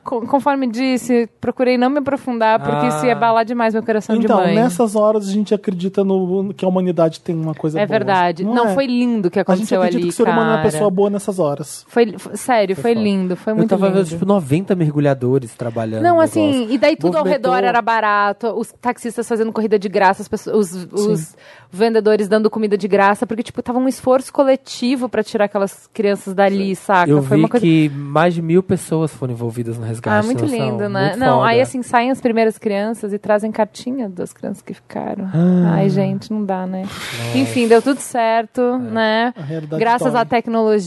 Speaker 3: Co- conforme disse, procurei não me aprofundar porque
Speaker 2: Ah.
Speaker 3: isso ia abalar demais meu coração
Speaker 1: Então,
Speaker 3: de mãe.
Speaker 1: nessas horas a gente acredita no, que a humanidade tem uma coisa
Speaker 3: é
Speaker 1: boa.
Speaker 3: verdade. Não,
Speaker 1: é?
Speaker 3: foi lindo o que
Speaker 1: A gente
Speaker 3: aconteceu
Speaker 1: acredita
Speaker 3: ali,
Speaker 1: que o ser humano é uma
Speaker 3: cara.
Speaker 1: pessoa boa nessas horas.
Speaker 3: Foi, foi- sério, foi, lindo, foi
Speaker 2: Eu
Speaker 3: muito
Speaker 2: tava
Speaker 3: lindo.
Speaker 2: vendo, tipo, 90 mergulhadores trabalhando.
Speaker 3: Não,
Speaker 2: no
Speaker 3: assim,
Speaker 2: negócio.
Speaker 3: e daí tudo
Speaker 2: Movimentou-
Speaker 3: ao redor era barato, os taxistas fazendo corrida de graça, as pessoas- os, os vendedores dando comida de graça, porque, tipo, tava um esforço coletivo pra tirar aquelas crianças dali, saca?
Speaker 2: Eu
Speaker 3: Foi
Speaker 2: vi
Speaker 3: uma coisa.
Speaker 2: que mais de mil pessoas foram envolvidas no resgate.
Speaker 3: Ah, muito
Speaker 2: não são?
Speaker 3: lindo, né?
Speaker 2: Muito
Speaker 3: não,
Speaker 2: foda.
Speaker 3: aí assim, saem as primeiras crianças e trazem cartinha das crianças que ficaram.
Speaker 2: Ah.
Speaker 3: Ai, gente, não dá, né? Enfim, deu tudo certo,
Speaker 2: É.
Speaker 3: né?
Speaker 1: A realidade
Speaker 3: Graças
Speaker 1: dói.
Speaker 3: à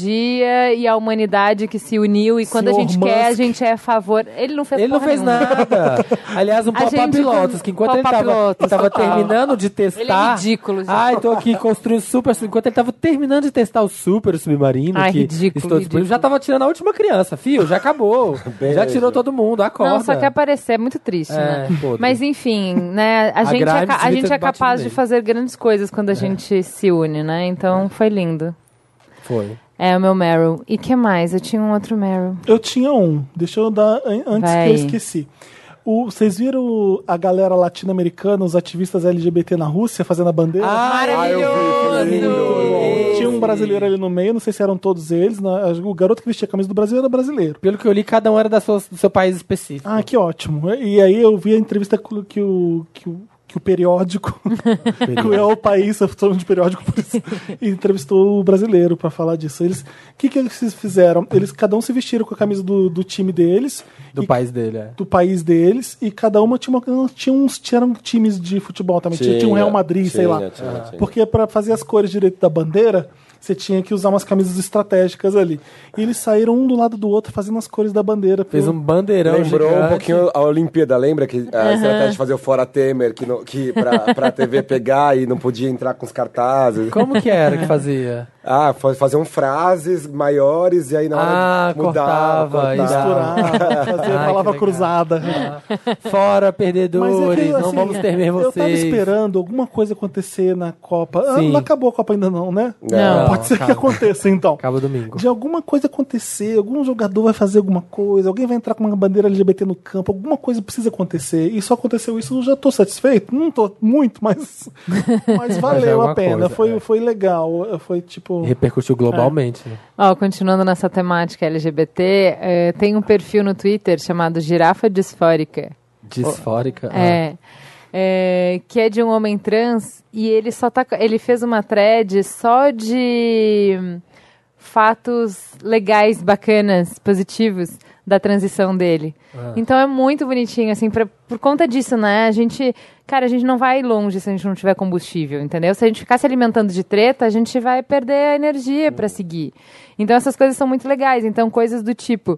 Speaker 3: tecnologia e à humanidade que se uniu. E quando a
Speaker 1: Senhor
Speaker 3: gente quer, a
Speaker 1: Musk.
Speaker 3: gente é a favor. Ele não fez
Speaker 2: Ele não
Speaker 3: porra
Speaker 2: fez
Speaker 3: nenhuma.
Speaker 2: nada. Aliás, um
Speaker 3: A gente
Speaker 2: pop-up
Speaker 3: com-
Speaker 2: Lotus, que enquanto ele
Speaker 3: pop-up
Speaker 2: tava,
Speaker 3: Lotus,
Speaker 2: tava
Speaker 3: total.
Speaker 2: terminando de testar.
Speaker 3: Ele é ridículo, gente.
Speaker 2: Ai, tô aqui construindo super. assim, Enquanto ele tava terminando de testar o super submarino,
Speaker 3: Ai,
Speaker 2: que
Speaker 3: ridículo,
Speaker 2: estou disponível,
Speaker 3: ridículo.
Speaker 2: já tava tirando a última criança, fio, já acabou. já tirou todo mundo, acorda.
Speaker 3: Não, só quer aparecer, é muito triste,
Speaker 2: É,
Speaker 3: né?
Speaker 2: podre.
Speaker 3: Mas enfim, né? A, gente, é,
Speaker 2: Grimes
Speaker 3: ca- a
Speaker 2: devia
Speaker 3: gente
Speaker 2: ter
Speaker 3: é capaz
Speaker 2: batido
Speaker 3: de
Speaker 2: nele. É.
Speaker 3: fazer grandes coisas quando a gente se une, né? Então foi lindo.
Speaker 2: Foi.
Speaker 3: É o meu Meryl. E que mais? Eu tinha um outro Meryl.
Speaker 1: Eu tinha um. Deixa eu dar an- antes
Speaker 3: Vai.
Speaker 1: que eu esqueci. O- vocês viram a galera latino-americana, os ativistas LGBT na Rússia fazendo a bandeira? Ah,
Speaker 4: Ah, eu vi, que lindo.
Speaker 1: Tinha um brasileiro ali no meio, não sei se eram todos eles. né? O garoto que vestia a camisa do Brasil era brasileiro.
Speaker 2: Pelo que eu li, cada um era da sua, do seu país específico.
Speaker 1: Ah, que ótimo. E aí eu vi a entrevista com- que o, que o, que o periódico, que é o país, eu tô falando de periódico por isso, e entrevistou o brasileiro pra falar disso. Eles, o que que eles fizeram? Eles cada um se vestiram com a camisa do, do time deles,
Speaker 2: Do
Speaker 1: e-
Speaker 2: país dele, é.
Speaker 1: do país deles, e cada uma tinha, uma, tinha uns tinham times de futebol também, tinha,
Speaker 4: Tinha,
Speaker 1: tinha um
Speaker 2: é.
Speaker 1: Real Madrid, sei
Speaker 4: tinha,
Speaker 1: lá.
Speaker 4: tinha,
Speaker 1: Ah.
Speaker 4: tinha.
Speaker 1: Porque pra fazer as cores direito da bandeira, você tinha que usar umas camisas estratégicas ali. E eles saíram um do lado do outro fazendo as cores da bandeira.
Speaker 2: Fez um bandeirão
Speaker 4: Lembrou
Speaker 2: gigante.
Speaker 4: um pouquinho a Olimpíada, lembra? Que a estratégia de fazer o Fora Temer, que, no, que pra, pra TV pegar e não podia entrar com os cartazes.
Speaker 2: Como que era que fazia?
Speaker 4: Ah, fa- faziam frases maiores e aí na hora
Speaker 2: Ah,
Speaker 4: de mudava.
Speaker 2: cortava, e dava.
Speaker 1: misturar, fazer
Speaker 2: Ai,
Speaker 1: a
Speaker 2: que
Speaker 1: palavra
Speaker 2: legal.
Speaker 1: cruzada. Mas
Speaker 2: Fora,
Speaker 1: é
Speaker 2: perdedores,
Speaker 1: que,
Speaker 2: não
Speaker 1: assim,
Speaker 2: vamos temer vocês.
Speaker 1: Eu tava esperando alguma coisa acontecer na Copa. Ah,
Speaker 2: Sim.
Speaker 1: não acabou a Copa ainda não, né?
Speaker 2: Não,
Speaker 1: Pode ser
Speaker 2: acaba.
Speaker 1: que aconteça, então.
Speaker 2: Acaba domingo.
Speaker 1: De alguma coisa acontecer, algum jogador vai fazer alguma coisa, alguém vai entrar com uma bandeira LGBT no campo, alguma coisa precisa acontecer. E só aconteceu isso, eu já tô satisfeito. Não tô muito, mas, mas valeu
Speaker 2: é alguma
Speaker 1: a pena.
Speaker 2: coisa,
Speaker 1: foi,
Speaker 2: é.
Speaker 1: foi legal. Foi tipo.
Speaker 2: Repercutiu globalmente. né?
Speaker 3: Ó, continuando nessa temática LGBT, eh, tem um perfil no Twitter chamado Girafa Disfórica.
Speaker 2: Disfórica. Ah,
Speaker 3: É. é, que é de um homem trans e ele só tá. Ele fez uma thread só de hum, fatos legais, bacanas, positivos da transição dele. Então é muito bonitinho, assim, pra- por conta disso, né? A gente. Cara, a gente não vai longe se a gente não tiver combustível, entendeu? Se a gente ficar se alimentando de treta, a gente vai perder a energia pra seguir. Então essas coisas são muito legais. Então, coisas do tipo.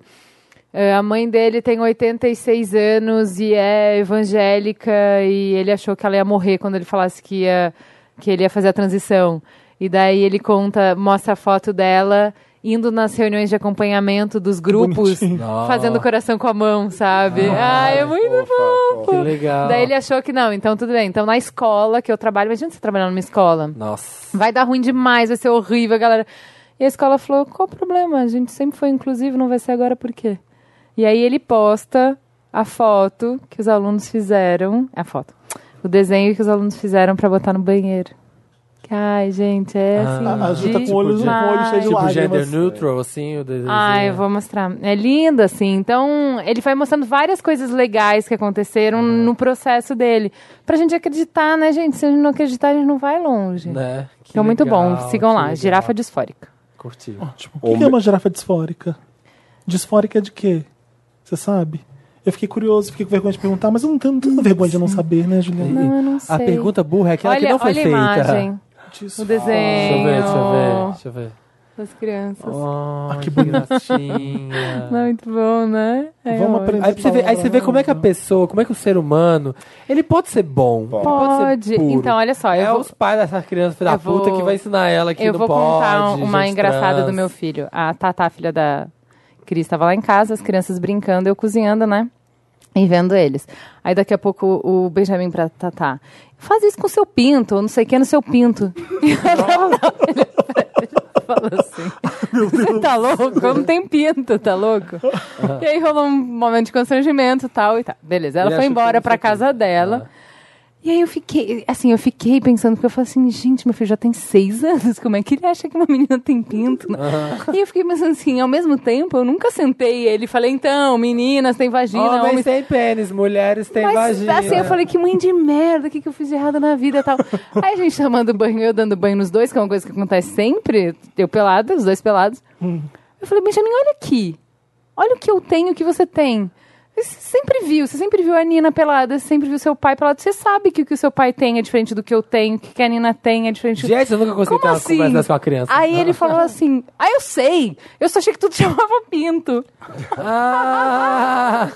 Speaker 3: É, A mãe dele tem 86 anos e é evangélica e ele achou que ela ia morrer quando ele falasse que ia que ele ia fazer a transição. E daí ele conta, mostra a foto dela indo nas reuniões de acompanhamento dos grupos,
Speaker 1: bonitinho.
Speaker 3: fazendo coração com a mão, sabe? Ah, é muito
Speaker 4: Fofa,
Speaker 3: fofo.
Speaker 2: Que legal.
Speaker 3: Daí ele achou que não, então tudo bem. Então na escola que eu trabalho, imagina você trabalhar numa escola.
Speaker 2: Nossa.
Speaker 3: Vai dar ruim demais, vai ser horrível, galera. E a escola falou: qual o problema? A gente sempre foi inclusivo, não vai ser agora por quê? E aí ele posta a foto que os alunos fizeram. A foto. O desenho que os alunos fizeram pra botar no banheiro. Que, Ai, gente, é assim.
Speaker 1: A Ju tá com o
Speaker 3: demais.
Speaker 1: olho, com o olho cheio de
Speaker 2: Tipo gender
Speaker 1: lágrimas. né?
Speaker 2: neutral, assim, o desenho.
Speaker 3: Ai, eu vou mostrar. É lindo, assim. Então, ele vai mostrando várias coisas legais que aconteceram
Speaker 1: Uhum.
Speaker 3: no processo dele. Pra gente acreditar, né, gente? Se a gente não acreditar, a gente não vai longe.
Speaker 2: Né? Que
Speaker 3: Então, muito
Speaker 2: legal,
Speaker 3: bom. Sigam
Speaker 2: que
Speaker 3: lá.
Speaker 2: legal.
Speaker 3: Girafa disfórica.
Speaker 2: Curti.
Speaker 1: Tipo, o que, que é uma girafa disfórica? Disfórica é de quê? Você sabe? Eu fiquei curioso, fiquei com vergonha de perguntar, mas eu não tenho, não tenho vergonha de não saber, né, Juliana?
Speaker 3: Não, eu não sei.
Speaker 2: A pergunta burra é aquela
Speaker 3: olha,
Speaker 2: que não foi
Speaker 3: olha
Speaker 2: feita.
Speaker 3: a imagem
Speaker 1: Disfórica.
Speaker 3: o
Speaker 2: Deixa eu
Speaker 3: desenho
Speaker 2: ver, deixa eu ver, deixa eu ver.
Speaker 3: das crianças.
Speaker 2: Oh,
Speaker 1: Ah, que
Speaker 2: que
Speaker 1: bonito.
Speaker 2: gracinha.
Speaker 3: Não é muito bom, né? É
Speaker 1: Vamos
Speaker 3: ótimo.
Speaker 1: aprender.
Speaker 2: Aí você, vê, aí você vê como é que a pessoa, como é que o ser humano, ele pode ser bom.
Speaker 4: Pode.
Speaker 2: ele pode.
Speaker 3: Pode.
Speaker 2: ser puro.
Speaker 3: Então, olha só, eu
Speaker 2: é
Speaker 3: vou-
Speaker 2: os pais dessa criança filha da
Speaker 3: Eu vou-
Speaker 2: puta que vai ensinar ela que
Speaker 3: eu
Speaker 2: não
Speaker 3: vou contar um,
Speaker 2: pode,
Speaker 3: uma
Speaker 2: gente
Speaker 3: engraçada
Speaker 2: trans.
Speaker 3: do meu filho. A Tatá, filha da Cris, estava lá em casa, as crianças brincando, eu cozinhando, né? E vendo eles. Aí daqui a pouco o Benjamin pra Tatá. Faz isso com seu pinto, ou não sei o que no seu pinto. E ela falou assim. Você tá louco? Eu não tenho pinto, tá louco? E aí rolou um momento de constrangimento tal e tal. Beleza, ela
Speaker 2: Ele
Speaker 3: foi
Speaker 2: achou que
Speaker 3: embora
Speaker 2: era
Speaker 3: pra
Speaker 2: seu
Speaker 3: casa
Speaker 2: pinto.
Speaker 3: dela.
Speaker 2: Ah.
Speaker 3: E aí eu fiquei, assim, eu fiquei pensando, porque eu falei assim, gente, meu filho já tem seis anos, como é que ele acha que uma menina tem pinto? né? E eu fiquei pensando assim, ao mesmo tempo, eu nunca sentei ele e falei, então, meninas têm vagina,
Speaker 2: Homens
Speaker 3: homens
Speaker 2: têm pênis, mulheres têm
Speaker 3: mas
Speaker 2: vagina. É.
Speaker 3: assim, eu falei, que mãe de merda, o que, que eu fiz de errado na vida e tal. Aí a gente chamando banho, eu dando banho nos dois, que é uma coisa que acontece sempre. Eu pelada, os dois pelados.
Speaker 2: Hum.
Speaker 3: Eu falei, Benjamin, olha aqui. Olha o que eu tenho, o que você tem. Você sempre viu, você sempre viu a Nina pelada, você sempre viu seu pai pelado. Você sabe que o que o seu pai tem é diferente do que eu tenho, o que que a Nina tem é diferente do
Speaker 2: Gente, eu nunca consegui
Speaker 3: Como
Speaker 2: ter uma
Speaker 3: assim?
Speaker 2: conversa dessa com a criança.
Speaker 3: Aí ele falou assim: Ah, eu sei! Eu só achei que tudo chamava Pinto.
Speaker 2: Ah,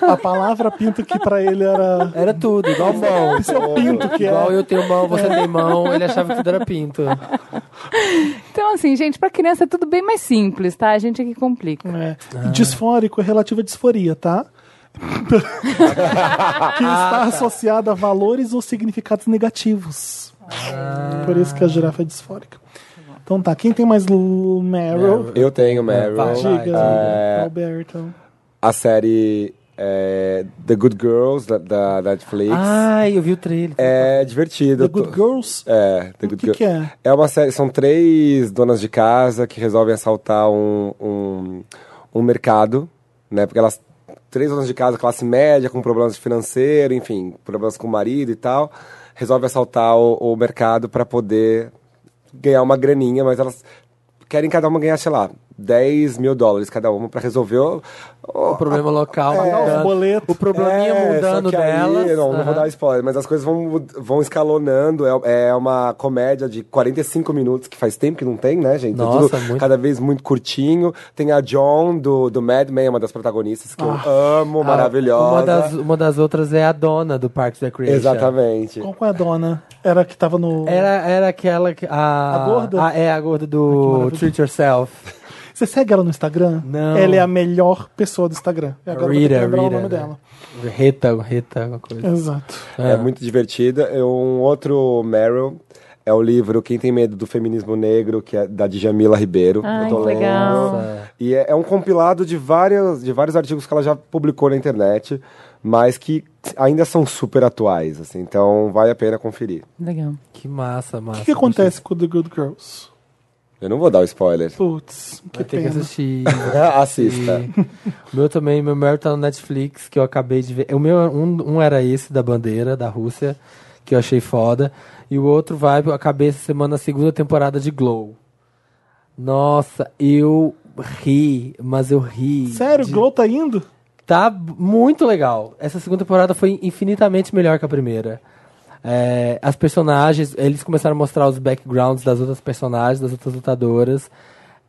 Speaker 1: A palavra pinto que pra ele era.
Speaker 2: era tudo, igual mão.
Speaker 1: Esse é o pinto que é.
Speaker 2: Igual eu tenho mão, você tem mão, ele achava que tudo era pinto.
Speaker 3: Então, assim, gente, pra criança é tudo bem mais simples, tá? A gente é que complica.
Speaker 1: É. Disfórico é relativo à disforia, tá? que está associada a valores ou significados negativos.
Speaker 2: Ah.
Speaker 1: Por isso que a girafa é disfórica. Então tá, quem tem mais L- Meryl?
Speaker 4: Eu tenho, Meryl.
Speaker 2: Vai, vai. Ah,
Speaker 1: Diga,
Speaker 4: É.
Speaker 1: Alberto.
Speaker 4: A série é, The Good Girls, da, da Netflix.
Speaker 2: Ai, eu vi o trailer.
Speaker 4: É divertido.
Speaker 1: The Good Girls?
Speaker 4: É, The
Speaker 1: O
Speaker 4: Good
Speaker 1: que,
Speaker 4: Girls.
Speaker 1: que é?
Speaker 4: É uma série, são três donas de casa que resolvem assaltar um, um, um mercado, né? Porque elas, três donas de casa, classe média, com problemas financeiros, enfim, problemas com o marido e tal, resolvem assaltar o, o mercado para poder ganhar uma graninha, mas elas querem cada uma ganhar, sei lá, 10 mil dólares cada uma para resolver o, o-
Speaker 2: O um problema local,
Speaker 1: Os
Speaker 2: mudando,
Speaker 1: boletos.
Speaker 2: o probleminha
Speaker 4: é,
Speaker 2: mudando
Speaker 4: só que aí-
Speaker 2: delas.
Speaker 4: não, não
Speaker 2: Aham.
Speaker 4: vou dar spoiler, mas as coisas vão, mud- vão escalonando. É, é uma comédia de 45 minutos, que faz tempo que não tem, né, gente? É
Speaker 2: Nossa,
Speaker 4: tudo
Speaker 2: muito.
Speaker 4: Cada vez muito curtinho. Tem a John, do, do Mad Men, uma das protagonistas, que eu amo,
Speaker 2: Ah,
Speaker 4: maravilhosa.
Speaker 2: Uma das, uma das outras é a dona do Parks and Recreation.
Speaker 4: Exatamente.
Speaker 1: Qual que é a dona? Era a que tava no.
Speaker 2: Era, era aquela que. A,
Speaker 1: A gorda?
Speaker 2: a- é, a gorda do Treat Yourself.
Speaker 1: Você segue ela no Instagram?
Speaker 2: Não.
Speaker 1: Ela é a melhor pessoa do Instagram. E Agora eu vou ter
Speaker 2: Rita,
Speaker 1: que lembrar o
Speaker 2: Rita.
Speaker 1: nome
Speaker 2: né?
Speaker 1: dela.
Speaker 2: Rita, Rita, alguma coisa.
Speaker 1: Exato.
Speaker 4: É muito divertida. É Um outro Meryl é o livro Quem Tem Medo do Feminismo Negro, que é da Djamila Ribeiro.
Speaker 3: Ai,
Speaker 4: eu tô
Speaker 3: que
Speaker 4: lendo.
Speaker 3: legal.
Speaker 2: Nossa.
Speaker 4: E é, é um compilado de, várias, de vários artigos que ela já publicou na internet, mas que ainda são super atuais, assim, então vale a pena conferir.
Speaker 3: Legal.
Speaker 2: Que massa,
Speaker 1: O
Speaker 2: massa.
Speaker 1: que, que acontece com The Good Girls?
Speaker 4: Eu não vou dar o spoiler.
Speaker 1: Putz, que
Speaker 2: Vai ter que
Speaker 1: pena.
Speaker 2: assistir.
Speaker 4: Assista.
Speaker 2: E o meu também, meu maior tá no Netflix, que eu acabei de ver. O meu, um, um era esse, da bandeira, da Rússia, que eu achei foda. E o outro vibe, eu acabei essa semana a segunda temporada de Glow. Nossa, eu ri, mas eu ri.
Speaker 1: Sério,
Speaker 2: de-
Speaker 1: Glow tá indo?
Speaker 2: Tá b- muito legal. Essa segunda temporada foi infinitamente melhor que a primeira. É, as personagens, eles começaram a mostrar os backgrounds das outras personagens, das outras lutadoras.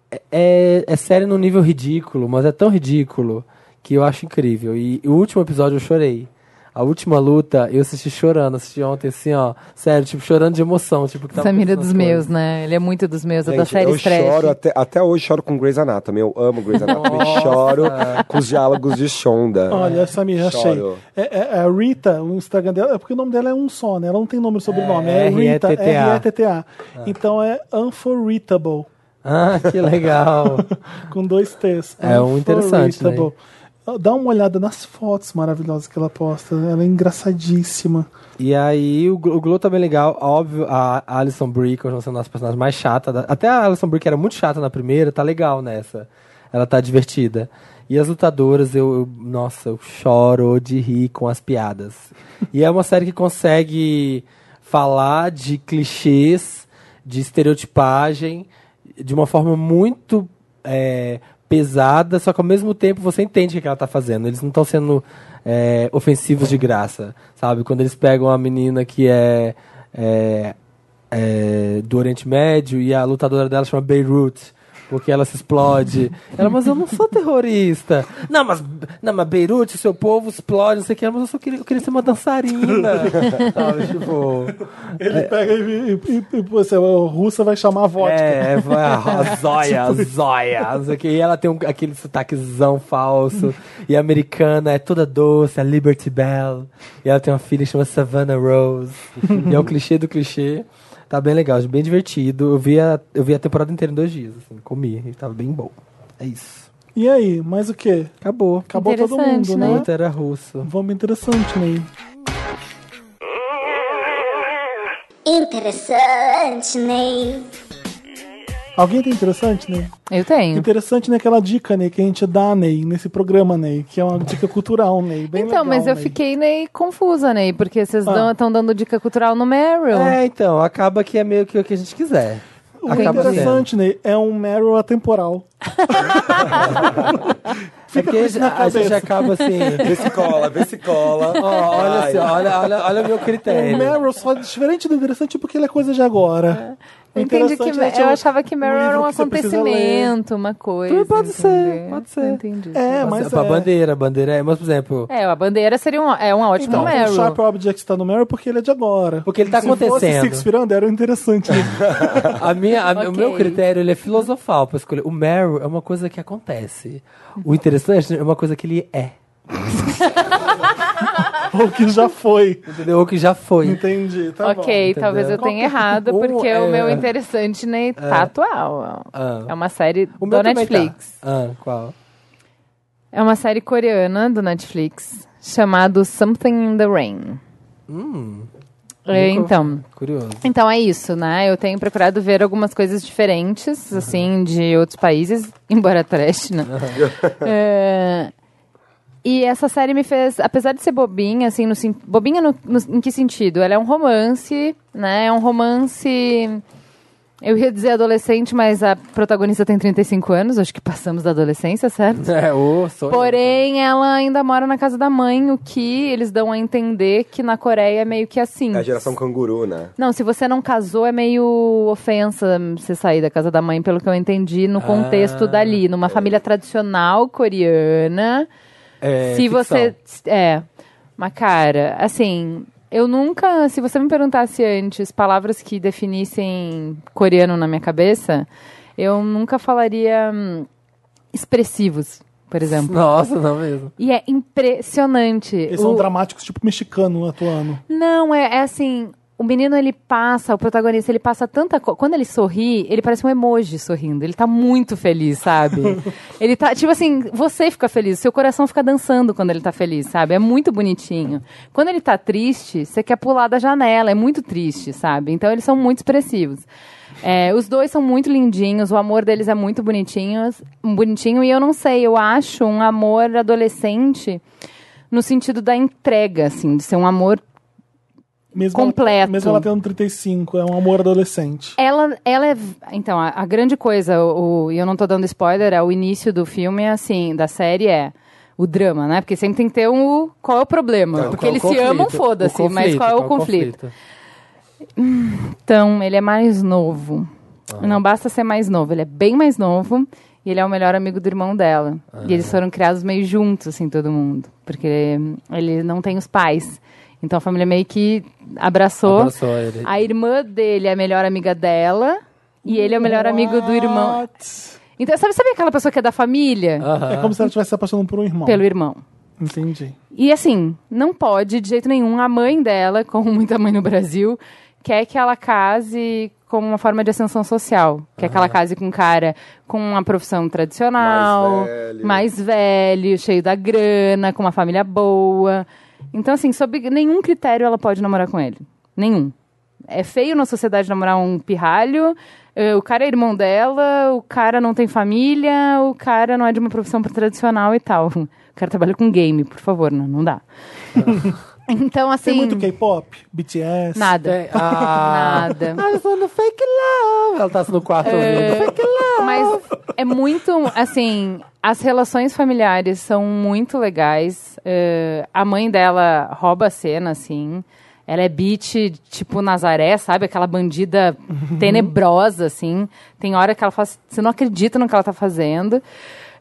Speaker 2: É- É, é série num nível ridículo, mas é tão ridículo que eu acho incrível. E, o último episódio eu chorei. A última luta eu assisti chorando, assisti ontem assim, ó, sério, tipo, chorando de emoção. Tipo, que tava
Speaker 3: Samira é dos
Speaker 2: acontecendo as
Speaker 3: meus, né? Ele é muito dos meus, é da
Speaker 4: Gente,
Speaker 3: série
Speaker 4: eu
Speaker 3: Stretch.
Speaker 4: choro até, até hoje choro com Grey's Anatomy. Eu amo Grey's Anatomy. choro com os diálogos de Shonda.
Speaker 1: Olha, Samir, achei.
Speaker 4: Choro.
Speaker 1: É, é- é a Rita, o Instagram dela, é porque o nome dela é um só, né? Ela não tem nome e sobrenome. É,
Speaker 2: É,
Speaker 1: Rita,
Speaker 2: R-E-T-T-A.
Speaker 1: R-E-T-T-A. Então é Unforritable,
Speaker 2: coisas. Ah, que legal.
Speaker 1: com dois T's.
Speaker 2: É um interessante, né?
Speaker 1: Unforritable. Dá uma olhada nas fotos maravilhosas que ela posta. Ela é engraçadíssima.
Speaker 2: E aí, o, Glo- o Glow tá bem legal. Óbvio, a Alison Brie, que é uma das personagens mais chatas. da- Até a Alison Brie, que era muito chata na primeira, tá legal nessa. Ela tá divertida. E as lutadoras, eu, eu- Nossa, eu choro de rir com as piadas. E é uma série que consegue falar de clichês, de estereotipagem, de uma forma muito é, pesada, só que ao mesmo tempo você entende o que que ela tá fazendo. Eles não estão sendo é, ofensivos de graça, sabe? Quando eles pegam a menina que é, é, é, do Oriente Médio e a lutadora dela chama Beirut. Porque ela se explode. Ela, mas eu não sou terrorista. Não, mas, não, mas Beirute, seu povo explode, não sei o que. Ela, Mas eu só queria, eu queria ser uma dançarina. sabe, tipo,
Speaker 1: Ele pega e, e, e, e pô, assim, o russa vai chamar a vodka.
Speaker 2: é, vai, a
Speaker 1: Tipo
Speaker 2: zóia, a zóia. não sei o quê. E ela tem um- aquele sotaquezão falso. E a americana é toda doce, a Liberty Bell. E ela tem uma filha que chama Savannah Rose. e é o clichê do clichê. Tá bem legal, bem divertido. Eu vi a, eu vi a temporada inteira em dois dias, assim, comi. E tava bem bom. É isso.
Speaker 1: E aí, mais o quê?
Speaker 2: Acabou.
Speaker 1: Acabou todo
Speaker 3: Interessante,
Speaker 1: mundo,
Speaker 3: né?
Speaker 1: né?
Speaker 2: Puta, era russo.
Speaker 1: Vamos interessante, né?
Speaker 5: Interessante, Ney.
Speaker 1: Alguém tem interessante, né?
Speaker 3: Eu tenho.
Speaker 1: Interessante, né? Aquela dica, Ney, que a gente dá, Ney, nesse programa, Ney, que é uma dica cultural, Ney. Bem
Speaker 3: Então,
Speaker 1: legal,
Speaker 3: mas eu
Speaker 1: Ney.
Speaker 3: fiquei né, confusa, Ney, porque vocês
Speaker 1: Ah.
Speaker 3: estão dando dica cultural no Meryl.
Speaker 2: É, então, acaba que é meio que o que a gente quiser.
Speaker 1: O
Speaker 2: Acaba
Speaker 1: interessante, Ney, é um Meryl atemporal.
Speaker 2: É porque a
Speaker 1: isso na
Speaker 2: gente- a gente
Speaker 1: cabeça.
Speaker 2: acaba assim.
Speaker 4: Vê se cola, vê se cola.
Speaker 2: ó, olha,
Speaker 4: Ai.
Speaker 2: assim, olha, olha, olha o meu critério.
Speaker 1: O Meryl só é diferente do interessante porque ele é coisa de agora. O
Speaker 3: Eu entendi que
Speaker 1: interessante é
Speaker 3: eu
Speaker 1: um-
Speaker 3: achava que Meryl era
Speaker 1: livro
Speaker 3: um
Speaker 1: que você precisa ler.
Speaker 3: acontecimento, uma coisa.
Speaker 2: Pode ser,
Speaker 3: entendeu?
Speaker 2: pode ser.
Speaker 3: Não Entendi.
Speaker 1: É,
Speaker 2: Mas
Speaker 1: mas
Speaker 2: pra
Speaker 1: é-
Speaker 2: bandeira, bandeira é, mas por exemplo,
Speaker 3: É, a bandeira seria um, é um ótimo
Speaker 1: Então, o
Speaker 3: Meryl.
Speaker 1: Sharp Object tá no Meryl porque ele é de agora.
Speaker 2: Porque ele tá
Speaker 1: Se fosse
Speaker 2: acontecendo.
Speaker 1: Six Firando, era o interessante. né?
Speaker 2: a minha, a- o
Speaker 3: Ok.
Speaker 2: meu critério ele é filosofal pra escolher. O Meryl é uma coisa que acontece. O interessante é uma coisa que ele é,
Speaker 1: ou que já foi.
Speaker 2: entendeu? Ou que já foi.
Speaker 1: Entendi, tá bom.
Speaker 3: ok,
Speaker 2: bom,
Speaker 3: talvez eu
Speaker 2: entendeu?
Speaker 3: tenha errado,
Speaker 2: Ou
Speaker 3: porque
Speaker 2: é-
Speaker 3: o meu interessante Ney tá atual.
Speaker 2: Ah.
Speaker 3: É uma série
Speaker 2: O
Speaker 3: do
Speaker 2: meu também
Speaker 3: Netflix.
Speaker 2: Tá. Ah, qual?
Speaker 3: É uma série coreana do Netflix, chamado Something in the Rain. É,
Speaker 2: Nunca-
Speaker 3: então,
Speaker 2: Curioso.
Speaker 3: Então é isso, né? Eu tenho procurado ver algumas coisas diferentes, assim, de outros países, embora trash, né? É, E essa série me fez, apesar de ser bobinha, assim, no, sen- bobinha no- no- em que sentido? Ela é um romance, né? É um romance. Eu ia dizer adolescente, mas a protagonista tem 35 anos, acho que passamos da adolescência, certo?
Speaker 2: É, o sonho.
Speaker 3: Porém, ela ainda mora na casa da mãe, o que eles dão a entender que na Coreia é meio que assim.
Speaker 4: É a geração canguru, né?
Speaker 3: Não, se você não casou, é meio ofensa você sair da casa da mãe, pelo que eu entendi, no contexto dali. Numa família tradicional coreana.
Speaker 2: É,
Speaker 3: se
Speaker 2: ficção.
Speaker 3: você. É. Mas, cara, assim. Eu nunca. Se você me perguntasse antes palavras que definissem coreano na minha cabeça, eu nunca falaria hum, expressivos, por exemplo.
Speaker 2: Nossa, não mesmo.
Speaker 3: E é impressionante.
Speaker 1: Eles são
Speaker 3: O-
Speaker 1: dramáticos, tipo mexicano atuando.
Speaker 3: não, é, é assim. o menino ele passa, o protagonista, ele passa tanta coisa. Quando ele sorri, ele parece um emoji sorrindo. Ele tá muito feliz, sabe? ele tá, tipo assim, você fica feliz, seu coração fica dançando quando ele tá feliz, sabe? É muito bonitinho. Quando ele tá triste, você quer pular da janela, é muito triste, sabe? Então eles são muito expressivos. É, os dois são muito lindinhos, o amor deles é muito bonitinho, bonitinho e eu não sei, eu acho um amor adolescente no sentido da entrega, assim, de ser um amor
Speaker 1: Mesmo Ela,
Speaker 3: Completo.
Speaker 1: mesmo ela tendo 35, é um amor adolescente.
Speaker 3: Ela, ela é. Então, a, a grande coisa, o, o- e eu não tô dando spoiler, é o início do filme, assim, da série é o drama, né? Porque sempre tem que ter um. Qual é o problema?
Speaker 2: Qual
Speaker 3: Porque
Speaker 2: é o
Speaker 3: eles
Speaker 2: conflito?
Speaker 3: se amam,
Speaker 2: O
Speaker 3: foda-se, mas
Speaker 2: conflito,
Speaker 3: qual é o conflito? Então, ele é mais novo.
Speaker 2: Ah.
Speaker 3: Não basta ser mais novo, ele é bem mais novo e ele é o melhor amigo do irmão dela. E
Speaker 2: Ah.
Speaker 3: eles foram criados meio juntos, assim, todo mundo. Porque ele, ele não tem os pais. Então a família meio que abraçou.
Speaker 2: Abraçou ele.
Speaker 3: A irmã dele é a melhor amiga dela. E ele é o melhor amigo do irmão.
Speaker 1: What?
Speaker 3: Então, sabe, sabe aquela pessoa que é da família?
Speaker 2: Aham.
Speaker 1: É como se ela estivesse se apaixonando por um irmão.
Speaker 3: Pelo irmão.
Speaker 1: Entendi.
Speaker 3: E assim, não pode de jeito nenhum. A mãe dela, como muita mãe no Brasil, quer que ela case como uma forma de ascensão social. Quer
Speaker 4: Ah.
Speaker 3: que ela case com um cara com uma profissão tradicional,
Speaker 4: Mais velho.
Speaker 3: mais velho, cheio da grana, com uma família boa. Então, assim, sob nenhum critério ela pode namorar com ele. Nenhum. É feio na sociedade namorar um pirralho. eh, O cara é irmão dela, o cara não tem família, o cara não é de uma profissão tradicional e tal. O cara trabalha com game, por favor, não, não dá. então, assim.
Speaker 1: Tem muito K-pop, BTS.
Speaker 3: Nada.
Speaker 2: Tem- ah,
Speaker 3: Nada.
Speaker 2: I'm on the fake love. Ela tá no
Speaker 3: É.
Speaker 2: quarto ouvindo fake love.
Speaker 3: Mas é muito, assim, as relações familiares são muito legais. Eh, a mãe dela rouba a cena, assim. Ela é beat, tipo Nazaré, sabe? Aquela bandida tenebrosa, assim. Tem hora que ela faz. Você não acredita no que ela tá fazendo.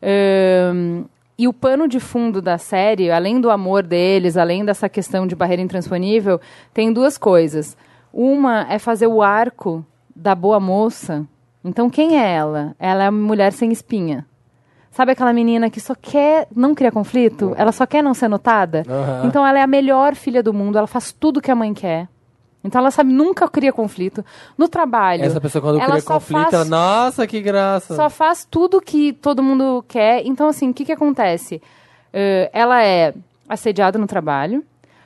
Speaker 3: Ahn, e o pano de fundo da série, além do amor deles, além dessa questão de barreira intransponível, tem duas coisas. Uma é fazer o arco da boa moça. Então, quem é ela? Ela é uma mulher sem espinha. Sabe aquela menina que só quer não criar
Speaker 2: Uhum.
Speaker 3: conflito? Ela só quer não ser notada?
Speaker 2: Aham.
Speaker 3: Então, ela é a melhor filha do mundo, ela faz tudo que a mãe quer. Então, ela sabe, nunca cria conflito. No trabalho.
Speaker 2: Essa pessoa, quando
Speaker 3: ela
Speaker 2: cria
Speaker 3: só
Speaker 2: conflito,
Speaker 3: faz
Speaker 2: ela, nossa, que graça.
Speaker 3: só faz tudo que todo mundo quer. Então, assim, o que, que acontece? Eh, ela é assediada no trabalho,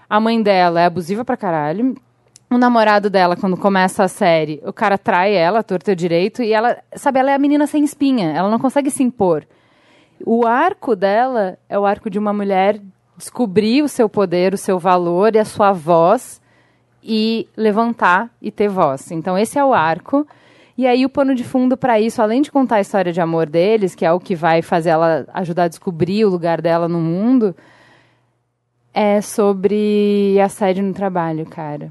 Speaker 3: a mãe dela é abusiva pra caralho. O namorado dela, quando começa a série, o cara trai ela, torta direito, e ela, sabe, ela é a menina sem espinha, ela não consegue se impor. O arco dela é o arco de uma mulher descobrir o seu poder, o seu valor e a sua voz e levantar e ter voz. Então esse é o arco. E aí o pano de fundo para isso, além de contar a história de amor deles, que é o que vai fazer ela ajudar a descobrir o lugar dela no mundo, é sobre assédio no trabalho, cara.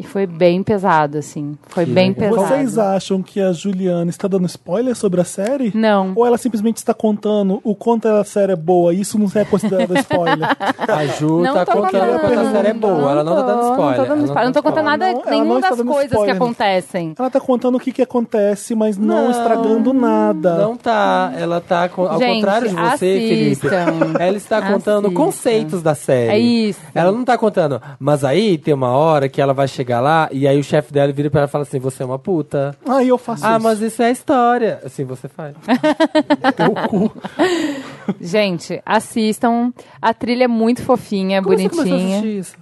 Speaker 3: E foi bem pesado assim. Foi
Speaker 2: Que
Speaker 3: bem
Speaker 2: legal.
Speaker 3: pesado.
Speaker 1: Vocês acham que a Juliana está dando spoiler sobre a série?
Speaker 3: Não.
Speaker 1: Ou ela simplesmente está contando o quanto a série é boa e isso não é considerado spoiler?
Speaker 2: A Ju
Speaker 3: Não
Speaker 2: tá
Speaker 3: tô
Speaker 2: contando
Speaker 3: contando.
Speaker 2: quanto a série é boa. ela não tá dando spoiler.
Speaker 3: Não tô dando
Speaker 2: Ela
Speaker 3: spoiler. Não tô contando nada,
Speaker 1: Não, ela não
Speaker 3: nenhuma
Speaker 1: está
Speaker 3: das
Speaker 1: dando
Speaker 3: coisas que
Speaker 1: spoiler.
Speaker 3: acontecem.
Speaker 1: ela tá contando o que, que acontece, mas não,
Speaker 2: Não,
Speaker 1: estragando nada.
Speaker 2: Não tá. Ela tá. co- Ao
Speaker 3: Gente,
Speaker 2: contrário de você, Felipe.
Speaker 3: assistam.
Speaker 2: Ela está contando
Speaker 3: Assistam.
Speaker 2: conceitos da série.
Speaker 3: É isso.
Speaker 2: Ela não tá contando. Mas aí tem uma hora que ela vai chegar lá e aí o chefe dela vira pra ela e fala assim: Você é uma puta.
Speaker 1: Aí eu faço
Speaker 2: Ah,
Speaker 1: isso.
Speaker 2: mas isso é história. Assim você faz.
Speaker 3: É
Speaker 1: Teu cu.
Speaker 3: Gente, assistam. A trilha é muito fofinha,
Speaker 2: Como você começou a
Speaker 3: bonitinha.
Speaker 2: assistir isso?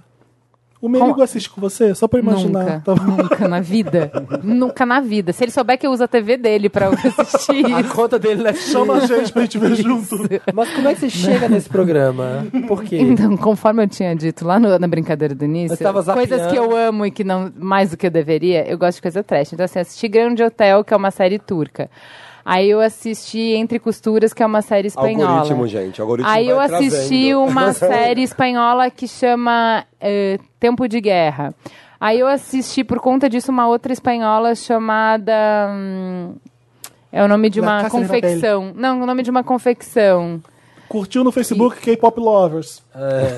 Speaker 1: O Merigo assiste com você? Só pra imaginar.
Speaker 3: Nunca,
Speaker 1: Tá bom.
Speaker 3: nunca na vida. nunca na vida. Se ele souber que eu uso a TV dele pra eu assistir
Speaker 2: A
Speaker 3: isso.
Speaker 2: conta dele não é
Speaker 1: Chama a gente pra gente ver junto.
Speaker 2: Mas como é que você chega nesse programa? Por quê?
Speaker 3: Então, conforme eu tinha dito lá no- na brincadeira do início,
Speaker 2: Mas tava zapeando.
Speaker 3: coisas que eu amo e que não mais do que eu deveria, eu gosto de coisa trash. Então, assim, assisti Grande Hotel, que é uma série turca. Aí eu assisti Entre Costuras, que é uma série espanhola.
Speaker 4: Algoritmo, gente. Algoritmo
Speaker 3: Aí
Speaker 4: vai
Speaker 3: eu assisti
Speaker 4: trazendo.
Speaker 3: uma série espanhola que chama eh, Tempo de Guerra. Aí eu assisti, por conta disso, uma outra espanhola chamada. hum, é o nome de
Speaker 1: La
Speaker 3: uma
Speaker 1: Casa de Papel.
Speaker 3: confecção. Não, o nome de uma confecção.
Speaker 1: Curtiu no Facebook K-Pop Lovers.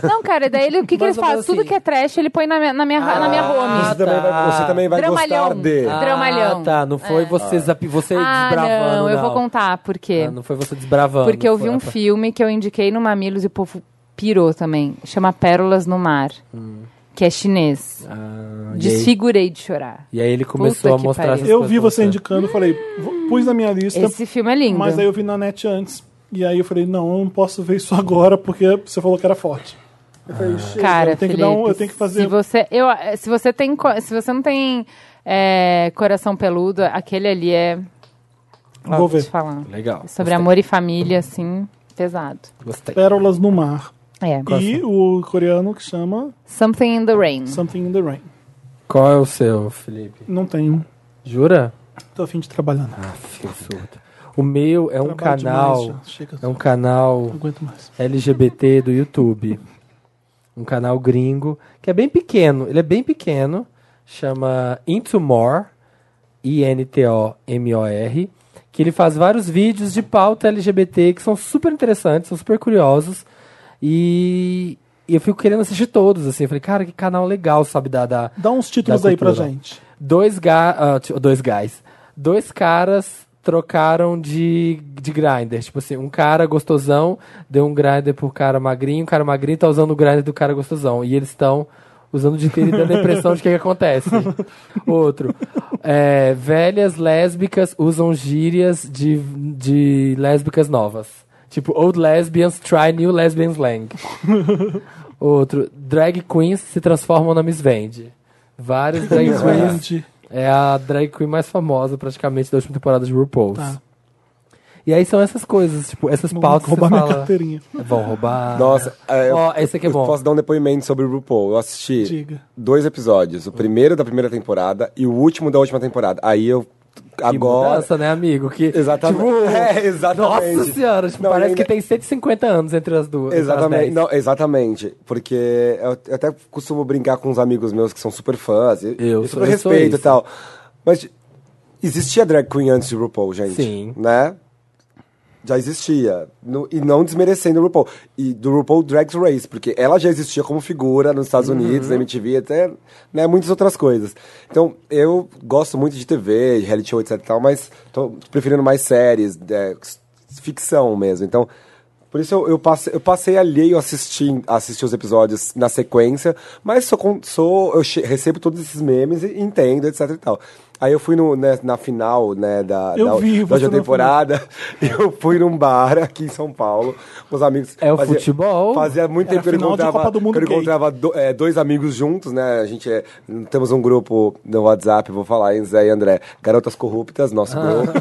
Speaker 3: Não, cara, daí ele, o que, que
Speaker 2: Mais
Speaker 3: ele
Speaker 2: ou
Speaker 3: faz?
Speaker 2: menos
Speaker 3: Tudo
Speaker 2: assim.
Speaker 3: que é trash ele põe na minha, na minha, ra- na minha
Speaker 4: Você
Speaker 2: Ah,
Speaker 3: home.
Speaker 4: também vai, você também vai
Speaker 3: Dramalhão.
Speaker 4: gostar de.
Speaker 3: Ah, Dramalhão. É.
Speaker 2: tá. Não foi você, zap, você
Speaker 3: Ah,
Speaker 2: desbravando.
Speaker 3: não, eu vou contar por quê.
Speaker 2: Ah, não foi você desbravando.
Speaker 3: É. Porque eu vi
Speaker 2: foi
Speaker 3: um
Speaker 2: a-
Speaker 1: Hum.
Speaker 3: filme que eu indiquei no Mamilos e o povo pirou também. Chama Pérolas no Mar. que é chinês.
Speaker 2: Ah, e, aí,
Speaker 3: Desfigurei de chorar.
Speaker 2: e aí ele começou
Speaker 3: Puta
Speaker 2: a
Speaker 3: que
Speaker 2: mostrar
Speaker 3: pariu.
Speaker 2: essas
Speaker 1: Eu vi
Speaker 2: pessoas.
Speaker 1: você indicando, falei, vou- pus na minha lista,
Speaker 3: Esse filme é lindo.
Speaker 1: tá- mas aí eu vi na net antes. E aí eu falei, não, eu não posso ver isso agora, porque você falou que era forte. Eu falei,
Speaker 2: Ah.
Speaker 1: "Chega,
Speaker 3: Cara,
Speaker 1: eu tenho que
Speaker 3: Felipe,
Speaker 1: dar um- eu tenho que fazer.
Speaker 3: Se você, eu, se você tem, co- se você não tem é, coração peludo, aquele ali é.
Speaker 1: Vou
Speaker 3: Vou te
Speaker 1: ver.
Speaker 3: falar.
Speaker 2: Legal.
Speaker 3: Sobre
Speaker 2: gostei,
Speaker 3: amor e família, assim, pesado.
Speaker 2: Gostei.
Speaker 1: Pérolas no Mar.
Speaker 3: É.
Speaker 1: E o coreano que chama
Speaker 3: Something in the Rain.
Speaker 1: Something in the Rain.
Speaker 2: Qual é o seu, Felipe?
Speaker 1: Não tenho.
Speaker 2: Jura?
Speaker 1: Tô a fim de trabalhar. não.
Speaker 2: Ah, que absurdo. O meu é um
Speaker 1: Trabalho
Speaker 2: canal.
Speaker 1: demais já. Chega,
Speaker 2: É um canal
Speaker 1: não aguento mais.
Speaker 2: LGBT do YouTube. Um canal gringo, que é bem pequeno. Ele é bem pequeno. Chama Into More, I-N-T-O-M-O-R. Que ele faz vários vídeos de pauta LGBT que são super interessantes, são super curiosos. E, e eu fico querendo assistir todos, assim. Eu falei, cara, que canal legal, sabe? Da, da,
Speaker 1: Dá uns títulos
Speaker 2: Da
Speaker 1: aí pra
Speaker 2: cultura.
Speaker 1: gente.
Speaker 2: dois, ga ah, ti- dois guys. Dois caras trocaram de, de grinder. Tipo assim, um cara gostosão deu um grinder pro cara magrinho, o cara magrinho tá usando o grinder do cara gostosão. E eles estão usando de inteiro e dando a impressão de que, que acontece. Outro. é, velhas lésbicas usam gírias de, de lésbicas novas. Tipo, old lesbians try new lesbian slang. Outro, drag queens se transformam na Miss Vende. Vários drag queens
Speaker 1: Gente,
Speaker 2: é a drag queen mais famosa, praticamente, da última temporada de RuPaul's.
Speaker 1: Tá.
Speaker 2: E aí são essas coisas, tipo, essas
Speaker 1: vão
Speaker 2: pautas que você
Speaker 1: roubar minha
Speaker 2: fala...
Speaker 1: carteirinha.
Speaker 2: Vão roubar...
Speaker 4: Nossa, é,
Speaker 2: Ó, esse aqui Ah, é
Speaker 4: eu
Speaker 2: bom.
Speaker 4: posso dar um depoimento sobre o RuPaul. Eu assisti
Speaker 1: Diga.
Speaker 4: dois episódios.
Speaker 2: Hum.
Speaker 4: O primeiro da primeira temporada e o último da última temporada. Aí eu...
Speaker 2: Que
Speaker 4: Agora...
Speaker 2: mudança, né, amigo? Que,
Speaker 4: Exatamente.
Speaker 2: tipo,
Speaker 4: É, exatamente.
Speaker 2: Nossa senhora, tipo,
Speaker 4: Não,
Speaker 2: parece
Speaker 4: e
Speaker 2: que
Speaker 4: ainda-
Speaker 2: tem 150 anos entre as duas. entre as
Speaker 4: Exatamente,
Speaker 2: dez.
Speaker 4: não, exatamente. Porque eu, eu até costumo brincar com uns amigos meus que são super fãs. e-
Speaker 2: Eu
Speaker 4: e
Speaker 2: sou-
Speaker 4: super
Speaker 2: eu sou
Speaker 4: respeito e
Speaker 2: isso.
Speaker 4: tal. Mas existia drag queen antes de RuPaul, gente.
Speaker 2: Sim.
Speaker 4: Né? Já existia. No- e não desmerecendo o RuPaul. E do RuPaul Drag Race, porque ela já existia como figura nos
Speaker 1: Uhum.
Speaker 4: Estados Unidos, na MTV, até né, muitas outras coisas. Então, eu gosto muito de TV, de reality show, etc e tal, mas tô preferindo mais séries, é, ficção mesmo. Então, por isso eu, eu passei, eu passei alheio a assistir, a assistir os episódios na sequência, mas sou, con- sou, eu che- recebo todos esses memes e entendo, etc e tal. Aí eu fui no, né, na final né, da,
Speaker 1: Eu
Speaker 4: da,
Speaker 1: vi você
Speaker 4: da última
Speaker 1: na final.
Speaker 4: temporada nada. Eu fui num bar aqui em São Paulo, os amigos.
Speaker 2: É o futebol.
Speaker 4: Fazia muito
Speaker 1: Era
Speaker 4: tempo que eu
Speaker 1: É final de
Speaker 4: encontrava,
Speaker 1: Copa do Mundo
Speaker 4: que eu
Speaker 1: gay.
Speaker 4: encontrava do- é, dois amigos juntos, né? A gente é- temos um grupo no WhatsApp, vou falar, hein, Zé e André. Garotas Corruptas, nosso
Speaker 2: Ah.
Speaker 4: grupo.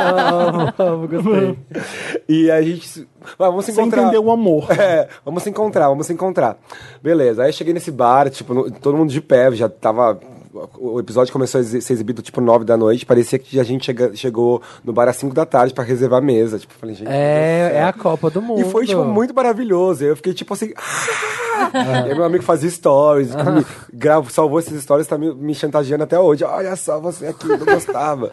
Speaker 2: Amo,
Speaker 1: Tá,
Speaker 2: amo, gostei.
Speaker 4: E a gente. se- "Ah, vamos se
Speaker 1: Você
Speaker 4: encontrar.
Speaker 1: entendeu o amor.
Speaker 4: É, vamos se encontrar, vamos se encontrar. Beleza, aí eu cheguei nesse bar, tipo, no- todo mundo de pé, já tava. O episódio começou a exi- ser exibido tipo 9 da noite, parecia que a gente chega- chegou no bar às 5 da tarde pra reservar a mesa. Tipo, falei, gente.
Speaker 2: É, é a Copa do Mundo.
Speaker 4: E foi, tipo, muito maravilhoso. Eu fiquei, tipo, assim... E aí meu amigo fazia stories, que me- gravo, salvou esses stories, tá me, me chantageando até hoje. Olha só, você aqui, não gostava.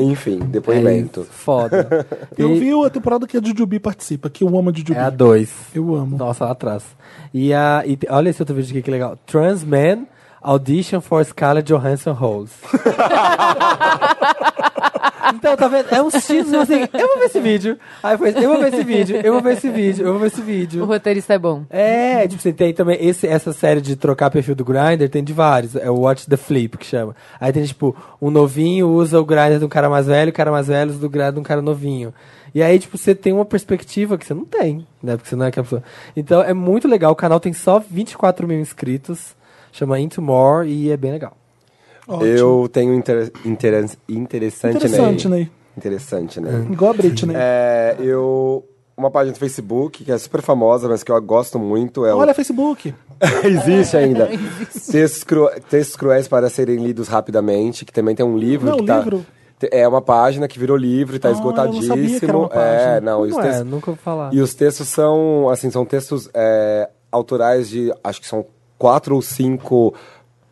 Speaker 4: Enfim,
Speaker 2: É
Speaker 4: depoimento.
Speaker 2: isso, foda.
Speaker 1: Eu
Speaker 2: É, E-
Speaker 1: vi a temporada que a Jujubi participa, que eu amo a Jujubi.
Speaker 2: É a 2.
Speaker 1: Eu amo.
Speaker 2: Nossa, lá atrás. E, a, e te- olha esse outro vídeo aqui que legal. Trans Man Audition for Scarlett Johansson Holes. então, tá vendo? É um X, eu assim, eu vou ver esse vídeo. Aí foi, eu vou ver esse vídeo, eu vou ver esse vídeo, eu vou ver esse
Speaker 3: O
Speaker 2: vídeo.
Speaker 3: roteirista é bom.
Speaker 2: É, tipo assim, tem também esse, essa série de trocar perfil do Grindr, tem de vários. É o Watch the Flip que chama. Aí tem, tipo, um novinho usa o Grindr de um cara mais velho, o cara mais velho usa o Grindr de um cara novinho. E aí, tipo, você tem uma perspectiva que você não tem, né? Porque você não é aquela pessoa. Então é muito legal, o canal tem só 24 mil inscritos, chama Into More e é bem legal.
Speaker 1: Ótimo.
Speaker 4: Eu tenho inter, interes- interessante,
Speaker 1: Interessante, Uhum.
Speaker 4: né?
Speaker 1: Ney.
Speaker 4: Interessante, né?
Speaker 1: Igual a Britney.
Speaker 4: É, eu... Uma página do Facebook, que é super famosa, mas que eu gosto muito. É o-
Speaker 1: Olha, Facebook.
Speaker 4: Existe ainda. Textos, cru- textos cruéis para serem lidos rapidamente, que também tem um livro.
Speaker 1: Não,
Speaker 4: que tá-
Speaker 1: livro.
Speaker 4: te- É uma página que virou livro e tá
Speaker 1: Ah, eu não
Speaker 4: esgotadíssimo.
Speaker 1: sabia que era uma página.
Speaker 4: é, não, e os,
Speaker 2: Como é?
Speaker 4: textos,
Speaker 2: Nunca vou falar.
Speaker 4: e os textos são, assim, são textos é, autorais de, acho que são quatro ou cinco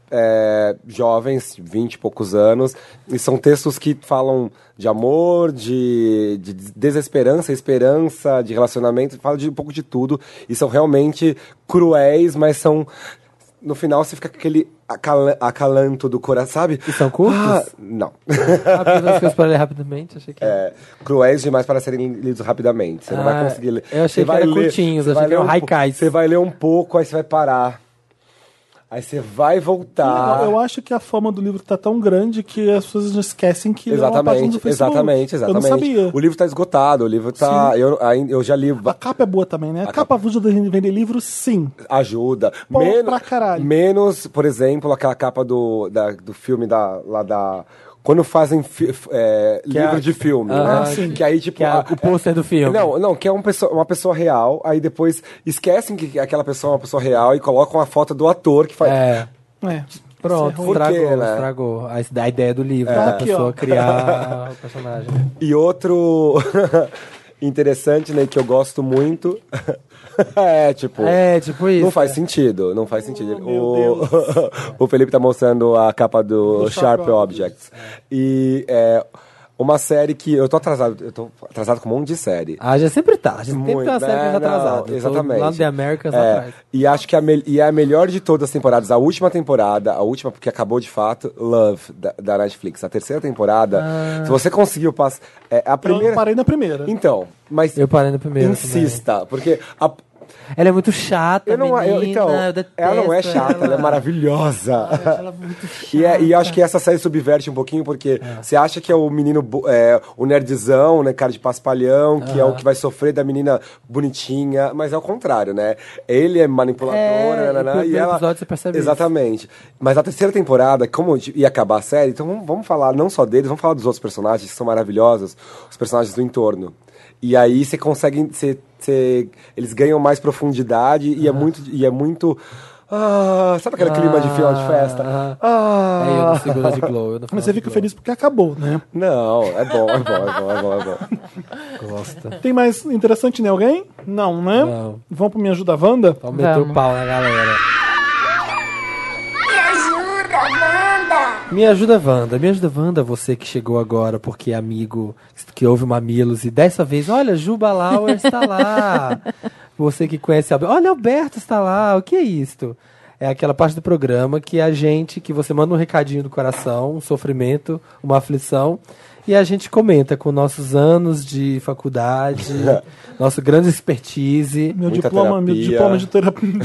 Speaker 4: é, jovens, vinte e poucos anos, e são textos que falam de amor, de, de desesperança, esperança, de relacionamento, fala de um pouco de tudo, e são realmente cruéis, mas são no final você fica com aquele acala- acalanto do coração, sabe? E
Speaker 2: são curtos?
Speaker 4: não.
Speaker 2: Ah, porque eu não para ler rapidamente, achei que era.
Speaker 4: É, cruéis demais para serem lidos rapidamente. Você não
Speaker 2: Ah,
Speaker 4: vai conseguir ler.
Speaker 2: eu achei
Speaker 4: Você
Speaker 2: que
Speaker 4: vai
Speaker 2: era um curtinhos,
Speaker 4: você
Speaker 2: achei
Speaker 4: vai
Speaker 2: que eram
Speaker 4: ler um po-
Speaker 2: haikais.
Speaker 4: Você vai ler um pouco, aí você vai parar. Aí você vai voltar.
Speaker 1: Eu acho que a fama do livro tá tão grande que as pessoas já esquecem que ele é uma página do
Speaker 4: Exatamente,
Speaker 1: Facebook.
Speaker 4: exatamente, exatamente.
Speaker 1: Eu não sabia.
Speaker 4: O livro tá esgotado, o livro tá. Eu, ainda- eu já li.
Speaker 1: A capa é boa também, né? A capa ajuda a vender livro, sim.
Speaker 4: Ajuda.
Speaker 1: Bom
Speaker 4: menos,
Speaker 1: pra caralho.
Speaker 4: menos, por exemplo, aquela capa do, da- do filme da, lá da. Quando fazem fi- f- é, livro
Speaker 2: a-
Speaker 4: de filme,
Speaker 2: Ah,
Speaker 4: né?
Speaker 1: sim.
Speaker 4: Que aí, tipo.
Speaker 2: Que é
Speaker 4: a-
Speaker 2: o pôster do filme.
Speaker 4: Não, não, que é uma pessoa, uma pessoa real, aí depois esquecem que aquela pessoa é uma pessoa real e colocam a foto do ator que faz.
Speaker 2: É.
Speaker 1: É.
Speaker 2: Pronto,
Speaker 4: ruim.
Speaker 2: estragou,
Speaker 4: Por quê, né? É.
Speaker 2: estragou. A, a ideia do livro,
Speaker 1: Tá
Speaker 2: da
Speaker 1: aqui,
Speaker 2: pessoa
Speaker 1: ó.
Speaker 2: criar o personagem.
Speaker 4: E outro interessante, né, que eu gosto muito. é, tipo.
Speaker 2: É, tipo isso.
Speaker 4: Não faz sentido, não faz sentido.
Speaker 1: meu
Speaker 4: o... o Felipe tá mostrando a capa do,
Speaker 1: Do
Speaker 4: Sharp,
Speaker 1: Sharp
Speaker 4: Objects. E é uma série que. Eu tô atrasado, eu tô atrasado com um monte de série.
Speaker 2: Ah, já sempre tá. Já sempre
Speaker 4: Muito,
Speaker 2: tem uma série
Speaker 4: né?
Speaker 2: que tá atrasada. Eu tô
Speaker 4: Não, exatamente.
Speaker 2: Lá no The Americans lá
Speaker 4: É,
Speaker 2: atrás.
Speaker 4: E acho que a mel- e é a melhor de todas as temporadas, a última temporada, a última porque acabou de fato, Love da, da Netflix, a terceira temporada.
Speaker 2: Ah.
Speaker 4: Se você conseguiu passar, é, a
Speaker 1: Eu
Speaker 4: primeira.
Speaker 1: parei na primeira.
Speaker 4: Então, mas
Speaker 2: Eu parei no primeiro.
Speaker 4: insista, porque a,
Speaker 2: também. Ela é muito chata,
Speaker 4: eu não eu,
Speaker 2: menina,
Speaker 4: então,
Speaker 2: eu
Speaker 4: ela não é
Speaker 2: detesto
Speaker 4: chata, ela, é maravilhosa.
Speaker 2: Ela é muito chata.
Speaker 4: E, é- e eu acho que essa série subverte um pouquinho, porque você acha que é o menino, bo- é, o nerdzão, né, cara de paspalhão, que é o que vai sofrer da menina bonitinha, mas é o contrário, né? Ele é manipulador,
Speaker 2: É,
Speaker 4: né, né,
Speaker 2: e
Speaker 4: né,
Speaker 2: pelo
Speaker 4: e ela...
Speaker 2: episódio você percebe isso.
Speaker 4: Exatamente. Mas a terceira temporada, como de- ia acabar a série, então vamos, vamos falar não só deles, vamos falar dos outros personagens que são maravilhosos, os personagens do entorno. E aí você consegue, você- você- eles ganham mais profundidade e é muito, e é muito... Ah, sabe aquele clima de final de festa?
Speaker 2: Ah.
Speaker 4: Ah.
Speaker 2: É, eu não seguro a de Glow. Eu não
Speaker 1: Mas você fica feliz porque acabou, né?
Speaker 4: Não, é bom, é bom, é bom, é bom, é bom.
Speaker 2: Gosta.
Speaker 1: Tem mais interessante né? Alguém? Não, né?
Speaker 2: Não.
Speaker 1: Vamos pro Me Ajuda Wanda?
Speaker 2: Vamos meter o
Speaker 3: Vamos.
Speaker 2: pau na galera.
Speaker 5: Me ajuda, Wanda!
Speaker 2: Me ajuda, Wanda. Me ajuda, Wanda, você que chegou agora porque é amigo, que ouve o Mamilos. E dessa vez, olha, Juba Lauer está lá. Você que conhece... Alberto. Olha, Alberto está lá. O que é isto? É aquela parte do programa que a gente... Que você manda um recadinho do coração, um sofrimento, uma aflição. E a gente comenta com nossos anos de faculdade, nosso grande expertise.
Speaker 1: Meu
Speaker 4: Muita
Speaker 1: diploma, meu
Speaker 4: terapia.
Speaker 1: diploma de terapia.
Speaker 2: É,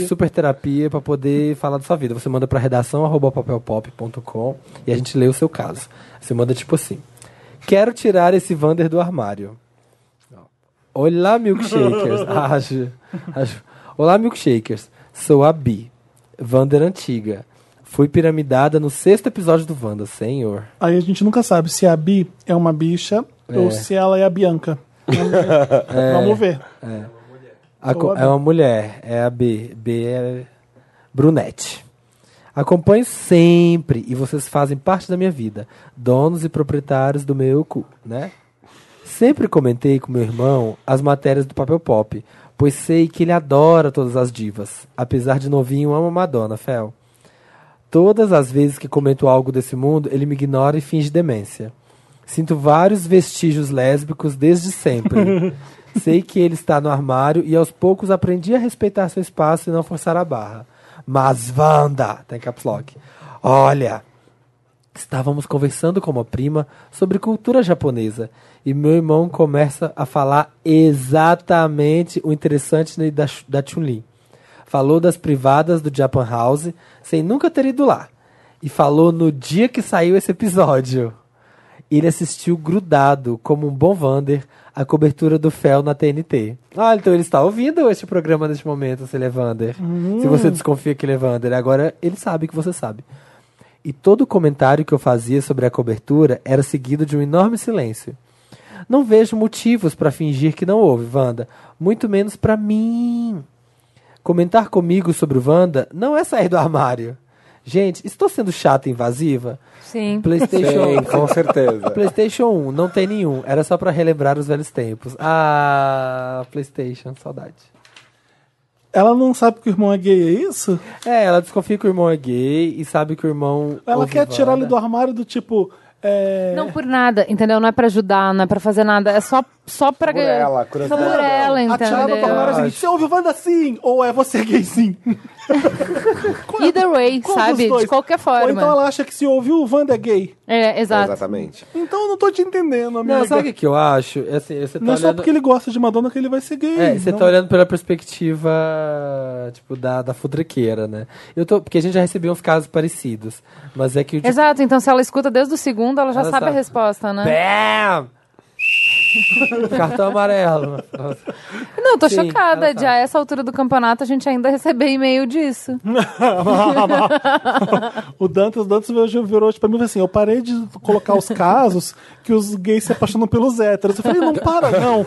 Speaker 1: psicoterapia.
Speaker 2: super terapia para poder falar da sua vida. Você manda para redação arroba papelpop.com e a gente lê o seu caso. Você manda tipo assim: Quero tirar esse Vander do armário. Olá, milkshakers. Ah, acho- acho- Olá, milkshakers. Sou a Bi, Vander antiga. Fui piramidada no sexto episódio do Wanda, senhor.
Speaker 1: Aí a gente nunca sabe se a Bi é uma bicha ou se ela é a Bianca. Vamos ver. Vamos ver.
Speaker 2: A co-
Speaker 1: Ou a
Speaker 2: é uma mulher, é a B. B é Brunete. Acompanho sempre e vocês fazem parte da minha vida, donos e proprietários do meu cu, né? Sempre comentei com meu irmão as matérias do papel pop, pois sei que ele adora todas as divas, apesar de novinho ama Madonna, Fel. Todas as vezes que comento algo desse mundo, ele me ignora e finge demência. Sinto vários vestígios lésbicos desde sempre. Sei que ele está no armário e aos poucos aprendi a respeitar seu espaço e não forçar a barra. Mas Wanda, tem caps lock. Olha, Estávamos conversando com uma prima sobre cultura japonesa e meu irmão começa a falar exatamente o interessante ne- da, Chu- da Chun-Li. Falou das privadas do Japan House sem nunca ter ido lá. E falou no dia que saiu esse episódio. Ele assistiu grudado, como um bom Vander, a cobertura do Fel na TNT. Ah, então ele está ouvindo este programa neste momento, se ele é Vander. Se você desconfia que ele é Vander, agora ele sabe que você sabe. E todo comentário que eu fazia sobre a cobertura era seguido de um enorme silêncio. Não vejo motivos para fingir que não houve, Wanda. Muito menos para mim. Comentar comigo sobre o Wanda não é sair do armário. Gente, estou sendo chata e invasiva?
Speaker 3: Sim.
Speaker 2: PlayStation, um.
Speaker 4: Sim, com certeza.
Speaker 2: PlayStation 1, não tem nenhum. Era só pra relembrar os velhos tempos. Ah, PlayStation, saudade.
Speaker 1: Ela não sabe que o irmão é gay, é isso?
Speaker 2: É, ela desconfia que o irmão é gay e sabe que o irmão.
Speaker 1: Ela
Speaker 2: ouve
Speaker 1: quer
Speaker 2: Wanda.
Speaker 1: tirar ele do armário do tipo. É...
Speaker 3: Não por nada, entendeu? Não é pra ajudar, não é pra fazer nada. É só, só pra
Speaker 4: Por ela,
Speaker 3: Só por
Speaker 4: curiosidade dela.
Speaker 3: ela,
Speaker 1: A Tiara
Speaker 3: entendeu?
Speaker 1: tá na hora seguinte, você ouve o Wanda sim? Ou é você gay sim? Qual é-
Speaker 3: Either way,
Speaker 1: qual dos
Speaker 3: sabe?
Speaker 1: dois?
Speaker 3: De qualquer
Speaker 1: Ou
Speaker 3: forma.
Speaker 1: então ela acha que se ouviu o Wanda é gay.
Speaker 3: É, exato.
Speaker 4: Exatamente.
Speaker 1: Então eu não tô te entendendo, amiga.
Speaker 2: Não, sabe o que eu acho? É assim, você tá
Speaker 1: Não é só
Speaker 2: olhando-
Speaker 1: porque ele gosta de Madonna que ele vai ser gay.
Speaker 2: É, você
Speaker 1: não.
Speaker 2: tá olhando pela perspectiva, tipo, da, da fudrequeira, né? Eu tô, porque a gente já recebeu uns casos parecidos. Mas é que o de
Speaker 3: Exato, então se ela escuta desde o segundo, ela já
Speaker 2: Ela
Speaker 3: sabe, a
Speaker 2: sabe.
Speaker 3: resposta, né?
Speaker 2: BAM! Cartão amarelo.
Speaker 3: Não, eu tô
Speaker 2: Sim,
Speaker 3: chocada.
Speaker 2: ela
Speaker 3: De
Speaker 2: sabe.
Speaker 3: a essa altura do campeonato, a gente ainda receber e-mail disso.
Speaker 1: O Dantas, o Dantas virou, virou tipo, pra mim e falou assim: eu parei de colocar os casos que os gays se apaixonam pelos héteros. Eu falei, não para, não.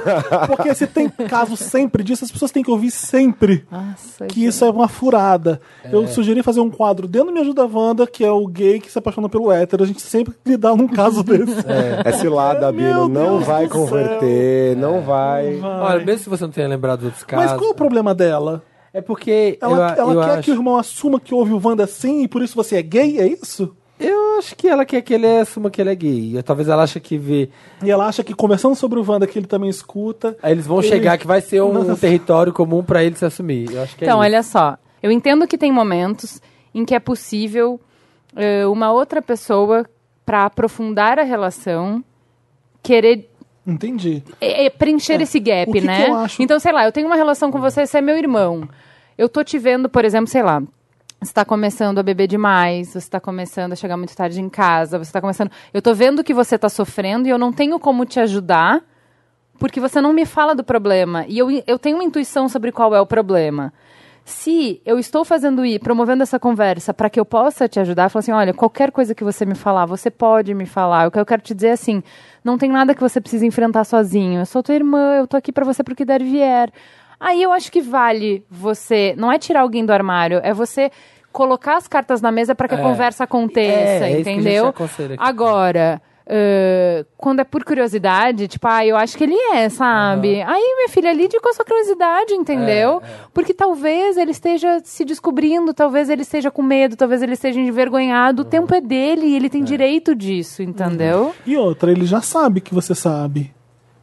Speaker 1: Porque se tem caso sempre disso, as pessoas têm que ouvir sempre.
Speaker 3: Nossa,
Speaker 1: que isso é uma furada.
Speaker 2: É.
Speaker 1: Eu sugeri fazer um quadro dentro do Me Ajuda Wanda, que é o gay que se apaixona pelo hétero. A gente sempre lidar num
Speaker 2: É,
Speaker 1: caso desse.
Speaker 4: É, Esse lado, Abino,
Speaker 1: Meu
Speaker 4: não
Speaker 1: Deus
Speaker 4: vai
Speaker 1: do
Speaker 4: converter, não vai.
Speaker 2: Olha, mesmo se você não tenha lembrado dos outros casos.
Speaker 1: Mas qual o problema dela?
Speaker 2: É porque
Speaker 1: Ela,
Speaker 2: eu,
Speaker 1: ela
Speaker 2: eu
Speaker 1: quer
Speaker 2: acho...
Speaker 1: que o irmão assuma que ouve o Wanda assim e por isso você é gay? É isso?
Speaker 2: Eu acho que ela quer que ele assuma que ele é gay. Talvez ela ache que vê...
Speaker 1: E ela acha que conversando sobre o Wanda, que ele também escuta.
Speaker 2: Aí eles vão
Speaker 1: Ele-
Speaker 2: chegar que vai ser um
Speaker 1: Nossa.
Speaker 2: território comum pra ele se assumir. Eu acho que
Speaker 3: Então,
Speaker 2: é
Speaker 3: olha só. Eu entendo que tem momentos em que é possível eh, uma outra pessoa, para aprofundar a relação, querer
Speaker 1: Entendi.
Speaker 3: é, é, preencher esse gap,
Speaker 1: O que que
Speaker 3: né?
Speaker 1: eu acho?
Speaker 3: Então, sei lá, eu tenho uma relação com você, você é meu irmão. Eu tô te vendo, por exemplo, sei lá, você tá começando a beber demais, você tá começando a chegar muito tarde em casa, você tá começando. Eu tô vendo que você tá sofrendo e eu não tenho como te ajudar. Porque você não me fala do problema. E eu, eu tenho uma intuição sobre qual é o problema. Se eu estou fazendo e promovendo essa conversa para que eu possa te ajudar, falar assim: olha, qualquer coisa que você me falar, você pode me falar. O que eu quero te dizer é assim: não tem nada que você precisa enfrentar sozinho. Eu sou tua irmã, eu tô aqui para você pro que der e vier. Aí eu acho que vale você. Não é tirar alguém do armário, é você colocar as cartas na mesa para que a conversa aconteça,
Speaker 2: é isso que a gente
Speaker 3: entendeu?
Speaker 2: aconselha aqui.
Speaker 3: A- Agora, ãh, quando é por curiosidade, tipo, ah, eu acho que ele é, sabe? Aí, minha filha, lide com a sua curiosidade, entendeu?
Speaker 2: É,
Speaker 3: Porque talvez ele esteja se descobrindo, talvez ele esteja com medo, talvez ele esteja envergonhado. O tempo é dele e ele tem direito disso,
Speaker 2: Uhum.
Speaker 3: entendeu?
Speaker 1: E outra, ele já sabe que você sabe.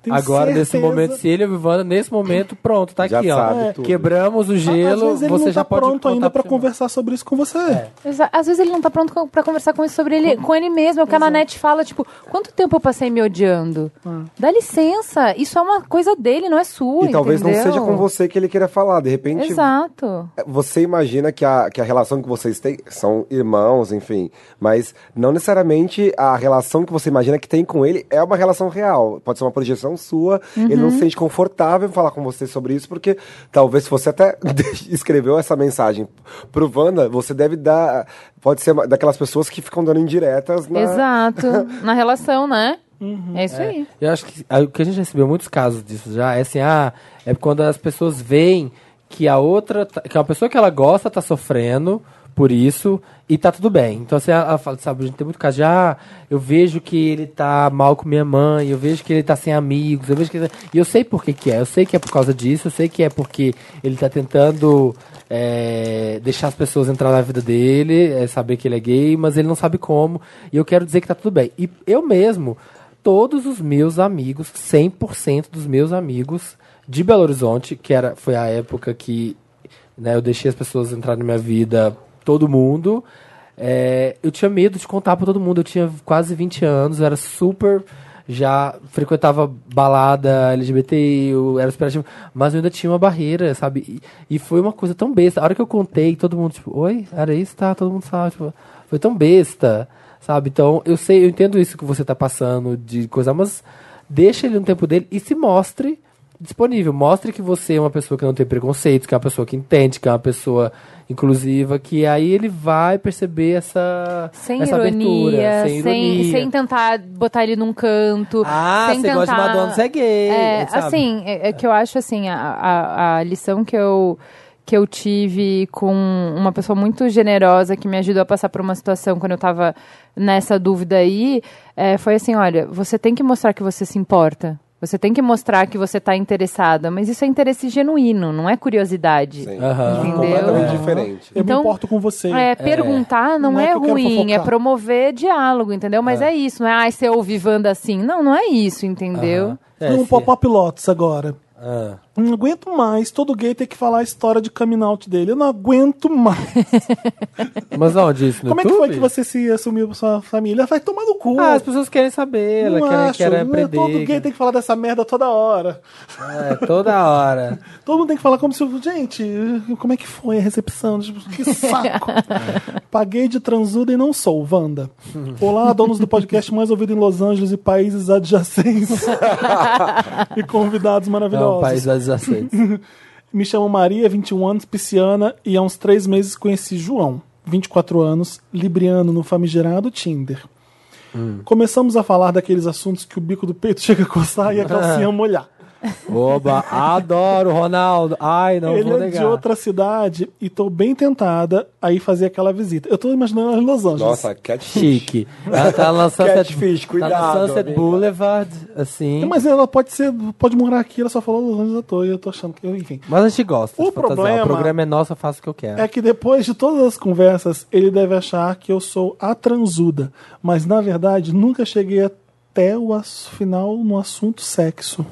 Speaker 1: Tenho
Speaker 2: Agora, nesse
Speaker 1: certeza. É.
Speaker 2: momento, se ele e o Vivanda, nesse momento, pronto, tá
Speaker 4: Já
Speaker 2: aqui,
Speaker 4: sabe
Speaker 2: ó.
Speaker 4: tudo.
Speaker 2: Quebramos o
Speaker 1: Às
Speaker 2: gelo,
Speaker 1: vezes ele
Speaker 2: você
Speaker 1: não
Speaker 2: já
Speaker 1: tá
Speaker 2: pode
Speaker 1: pronto
Speaker 2: contar É,
Speaker 1: ainda pra
Speaker 2: pro seu irmão.
Speaker 1: conversar sobre isso com você.
Speaker 3: Exa- Às vezes ele não tá pronto co- pra conversar com isso sobre ele, com ele mesmo. É o que a Nanete fala, tipo, quanto tempo eu passei me odiando?
Speaker 2: Ah.
Speaker 3: Dá licença, isso é uma coisa dele, não é sua,
Speaker 4: E talvez não
Speaker 3: entendeu?
Speaker 4: seja com você que ele queira falar. De repente,
Speaker 3: Exato.
Speaker 4: É, você imagina que a, que a relação que vocês têm são irmãos, enfim, mas não necessariamente a relação que você imagina que tem com ele é uma relação real. Pode ser uma projeção sua, ele não se sente confortável em falar com você sobre isso, porque talvez se você até escreveu essa mensagem pro Wanda, você deve dar. Pode ser uma- daquelas pessoas que ficam dando indiretas na.
Speaker 3: Exato. Na relação, né?
Speaker 2: Uhum.
Speaker 3: É isso aí.
Speaker 2: Eu acho que ah, o que a gente recebeu muitos casos disso já é assim, ah, é quando as pessoas veem que a outra, tá- que a pessoa que ela gosta tá sofrendo por isso e tá tudo bem. Então assim, ela ela fala, sabe, a gente tem muito caso de, ah, eu vejo que ele tá mal com minha mãe, eu vejo que ele tá sem amigos, eu vejo que ele- tá, e eu sei por que que é, eu sei que é por causa disso, eu sei que é porque ele tá tentando é, deixar as pessoas entrar na vida dele, é, saber que ele é gay, mas ele não sabe como, e eu quero dizer que tá tudo bem. E eu mesmo todos os meus amigos, 100% dos meus amigos de Belo Horizonte, que era, foi a época que né, eu deixei as pessoas entrar na minha vida, todo mundo. É, eu tinha medo de contar pra todo mundo, eu tinha quase 20 anos, eu era super. Já frequentava balada LGBT, eu era super ativo, mas eu ainda tinha uma barreira, sabe? E, e foi uma coisa tão besta. A hora que eu contei, todo mundo, tipo, oi, era isso, tá? Todo mundo sabe. Tipo, foi tão besta, sabe? Então, eu sei, eu entendo isso que você tá passando de coisa, mas deixa ele no tempo dele e se mostre disponível. Mostre que você é uma pessoa que não tem preconceito, que é uma pessoa que entende, que é uma pessoa inclusiva, que aí ele vai perceber essa
Speaker 3: Sem
Speaker 2: essa
Speaker 3: ironia,
Speaker 2: abertura,
Speaker 3: sem, sem tentar botar ele num canto.
Speaker 2: Ah,
Speaker 3: sem
Speaker 2: você
Speaker 3: tentar...
Speaker 2: gosta de Madonna, você é gay,
Speaker 3: É,
Speaker 2: sabe?
Speaker 3: assim, é, é que eu acho assim, a, a, a lição que eu, que eu tive com uma pessoa muito generosa que me ajudou a passar por uma situação quando eu tava nessa dúvida aí, é, foi assim, olha, você tem que mostrar que você se importa. Você tem que mostrar que você tá interessada, mas isso é interesse genuíno, não é curiosidade.
Speaker 4: Sim.
Speaker 2: Aham.
Speaker 4: Completamente diferente.
Speaker 1: É. Eu
Speaker 3: Então,
Speaker 1: me importo com você.
Speaker 3: É, perguntar não,
Speaker 1: Não é
Speaker 3: é,
Speaker 1: que eu quero
Speaker 3: ruim, é
Speaker 1: fofocar.
Speaker 3: promover diálogo, entendeu? Mas é, isso, não é, ai, você ouve Wanda assim. Não, não é isso, entendeu?
Speaker 2: É,
Speaker 1: Tem um
Speaker 2: se-
Speaker 1: pop-up lotus agora.
Speaker 2: Ah.
Speaker 1: Não aguento mais. Todo gay tem que falar a história de coming out dele. Eu não aguento mais.
Speaker 2: Mas onde isso? No
Speaker 1: Como é que foi
Speaker 2: YouTube?
Speaker 1: que você se assumiu pra sua família? Ela vai tomar no cu.
Speaker 2: Ah, as pessoas querem saber,
Speaker 1: não
Speaker 2: elas querem,
Speaker 1: acho.
Speaker 2: querem
Speaker 1: Não é
Speaker 2: aprender.
Speaker 1: Todo gay tem que falar dessa merda toda hora.
Speaker 2: É, toda hora.
Speaker 1: Todo mundo tem que falar como se. Gente, como é que foi a recepção? Tipo, Que saco. Paguei de transuda e não sou, Wanda. Olá, donos do podcast mais ouvido em Los Angeles e países adjacentes. e convidados
Speaker 2: É um
Speaker 1: maravilhosos.
Speaker 2: país dos aceitos.
Speaker 1: Me chamo Maria, 21 anos, pisciana, e há uns três meses conheci João, 24 anos, libriano no famigerado Tinder. Começamos a falar daqueles assuntos que o bico do peito chega a coçar e a calcinha molhar.
Speaker 2: Oba, adoro, Ronaldo. Ai, não
Speaker 1: Ele
Speaker 2: vou
Speaker 1: é
Speaker 2: negar.
Speaker 1: de outra cidade e tô bem tentada a ir fazer aquela visita. Eu tô imaginando em Los Angeles.
Speaker 4: Nossa, catfish.
Speaker 2: Chique. Ela tá na Sunset,
Speaker 4: Catfish,
Speaker 2: tá
Speaker 4: cuidado,
Speaker 2: na Sunset
Speaker 4: amiga.
Speaker 2: Boulevard, assim.
Speaker 1: É, Mas
Speaker 2: Mas,
Speaker 1: ela pode ser, pode morar aqui, ela só falou Los Angeles à toa, e eu tô achando que. Enfim.
Speaker 2: a gente gosta.
Speaker 1: O
Speaker 2: de fantasiar.
Speaker 1: problema-
Speaker 2: o programa é nosso, eu faço o que eu quero.
Speaker 1: É que depois de todas as conversas, ele deve achar que eu sou a transuda. Mas na verdade, nunca cheguei até o ass- final no assunto sexo.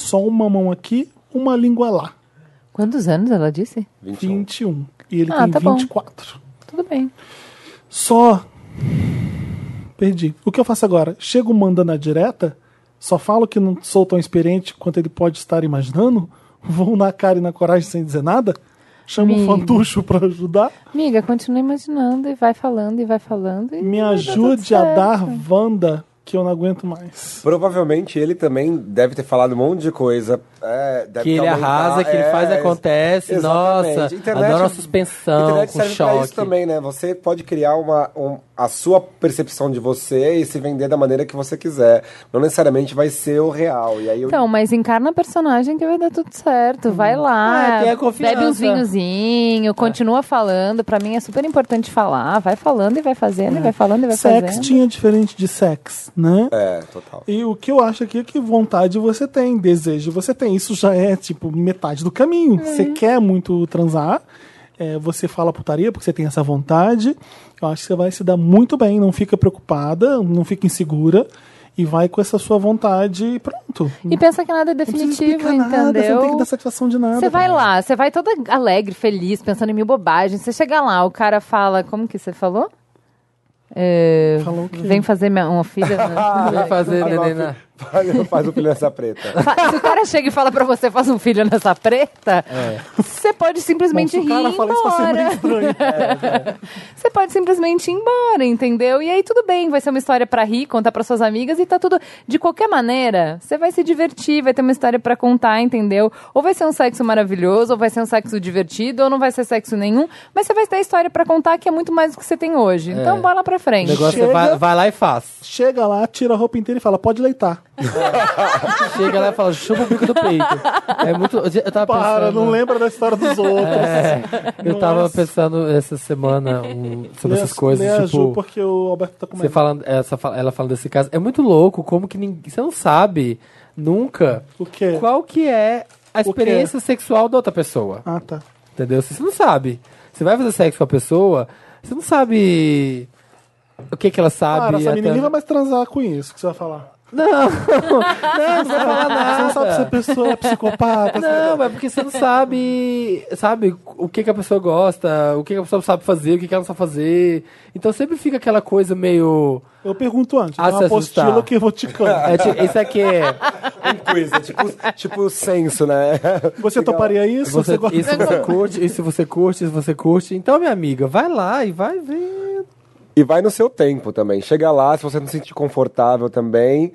Speaker 1: Só uma mão aqui, uma língua lá.
Speaker 3: Quantos anos ela disse?
Speaker 4: 21.
Speaker 1: 21. E ele
Speaker 3: Ah,
Speaker 1: tem
Speaker 3: tá bom.
Speaker 1: 24.
Speaker 3: Tudo bem.
Speaker 1: Só. Perdi. O que eu faço agora? Chego mandando a direta? Só falo que não sou tão experiente quanto ele pode estar imaginando? Vou na cara e na coragem sem dizer nada? Chamo um
Speaker 3: Amigo.
Speaker 1: fantucho pra ajudar?
Speaker 3: Amiga, continua imaginando e vai falando e vai falando. E
Speaker 1: Me
Speaker 3: vai dar
Speaker 1: ajude
Speaker 3: tudo
Speaker 1: a
Speaker 3: tá certo.
Speaker 1: dar Wanda que eu não aguento mais.
Speaker 4: Provavelmente ele também deve ter falado um monte de coisa. É, deve
Speaker 2: Que
Speaker 4: ter
Speaker 2: ele
Speaker 4: aumentado-
Speaker 2: arrasa, que ele
Speaker 4: é,
Speaker 2: faz, acontece.
Speaker 4: exatamente.
Speaker 2: Nossa,
Speaker 4: Internet-
Speaker 2: adoro a suspensão,
Speaker 4: internet
Speaker 2: com
Speaker 4: serve pra
Speaker 2: choque.
Speaker 4: isso também, né? Você pode criar uma, um- a sua percepção de você e se vender da maneira que você quiser. Não necessariamente vai ser o real. E aí eu-
Speaker 3: Então, mas encarna a personagem que vai dar tudo certo. Vai
Speaker 1: Uhum.
Speaker 2: Ah,
Speaker 1: É,
Speaker 3: lá,
Speaker 2: tem a confiança.
Speaker 3: bebe uns vinhozinhos, continua falando. Pra mim é super importante falar. Vai falando e vai fazendo,
Speaker 1: É.
Speaker 3: e vai falando e vai
Speaker 1: Sex
Speaker 3: fazendo.
Speaker 1: tinha diferente de sex, né?
Speaker 4: É, total.
Speaker 1: E o que eu acho aqui é que vontade você tem, desejo você tem. Isso já é, tipo, metade do caminho.
Speaker 3: Uhum.
Speaker 1: Você quer muito transar, é, você fala putaria porque você tem essa vontade. Eu acho que você vai se dar muito bem, não fica preocupada, não fica insegura. E vai com essa sua vontade e pronto.
Speaker 3: E pensa que nada é
Speaker 1: não precisa
Speaker 3: definitivo,
Speaker 1: explicar nada, você não tem que
Speaker 3: entendeu?
Speaker 1: dar satisfação de nada.
Speaker 3: Você vai lá, você vai toda alegre, feliz, pensando em mil bobagens. Você chega lá, o cara fala, como que você falou? É,
Speaker 1: Falou o quê?
Speaker 3: Vem fazer minha, uma filha. né?
Speaker 2: Vai fazer né? neném na-
Speaker 4: Faz, faz o filho nessa preta.
Speaker 3: Fa- Se o cara chega e fala pra você, faz um filho nessa preta, você pode
Speaker 1: Bom,
Speaker 3: simplesmente
Speaker 1: se É. o
Speaker 3: rir
Speaker 1: cara
Speaker 3: e ir
Speaker 1: fala isso, vai ser
Speaker 3: embora.
Speaker 1: muito estranho.
Speaker 3: Você pode simplesmente ir embora, entendeu? E aí tudo bem, vai ser uma história pra rir, contar pra suas amigas e tá tudo. De qualquer maneira, você vai se divertir, vai ter uma história pra contar, entendeu? Ou vai ser um sexo maravilhoso, ou vai ser um sexo divertido, ou não vai ser sexo nenhum, mas você vai ter história pra contar que é muito mais do que você tem hoje. Então bola pra
Speaker 2: O
Speaker 3: frente.
Speaker 2: negócio é
Speaker 1: Chega.
Speaker 2: vai, vai lá e faz.
Speaker 1: Chega lá, tira a roupa inteira e fala, pode leitar.
Speaker 2: Chega lá e fala, chupa o bico do peito. É muito. Eu tava
Speaker 3: Tá
Speaker 1: Para,
Speaker 2: pensando...
Speaker 3: né?
Speaker 1: não lembra da história dos outros.
Speaker 2: É, eu
Speaker 1: Não
Speaker 2: tava
Speaker 1: é-
Speaker 2: pensando essa semana um, sobre
Speaker 1: Lê a-
Speaker 2: essas coisas,
Speaker 1: lê a
Speaker 2: tipo.
Speaker 1: Ju, porque o Alberto tá
Speaker 2: Você
Speaker 1: comendo.
Speaker 2: falando, essa, fa- ela falando desse caso. É muito louco como que ninguém. Você não sabe nunca
Speaker 1: O quê?
Speaker 2: qual que é a
Speaker 1: quê?
Speaker 2: experiência sexual da outra pessoa.
Speaker 1: Ah, tá.
Speaker 2: Entendeu? Você não sabe. Você vai fazer sexo com a pessoa, você não sabe o que, que ela sabe.
Speaker 1: Cara, essa Ah, menina
Speaker 2: é até-
Speaker 1: nem vai mais transar com isso que você vai falar.
Speaker 2: Não,
Speaker 1: Você não sabe se a pessoa é psicopata.
Speaker 2: tá não, é porque você não sabe, sabe, o que, que a pessoa gosta, o que, que a pessoa sabe fazer, o que, que ela não sabe fazer. Então sempre fica aquela coisa meio.
Speaker 1: Eu pergunto antes.
Speaker 2: Ah,
Speaker 1: tem
Speaker 2: se
Speaker 1: uma
Speaker 2: assustar.
Speaker 1: apostila que eu vou te cantar.
Speaker 2: É, ti- isso aqui é.
Speaker 4: Um quiz, é tipo, tipo o senso, né?
Speaker 1: Você toparia isso?
Speaker 2: É Você,
Speaker 1: gosta-
Speaker 2: isso você curte, isso você curte, isso você curte. Então, minha amiga, vai lá e vai ver.
Speaker 4: E vai no seu tempo também. Chega lá, se você não se sentir confortável também.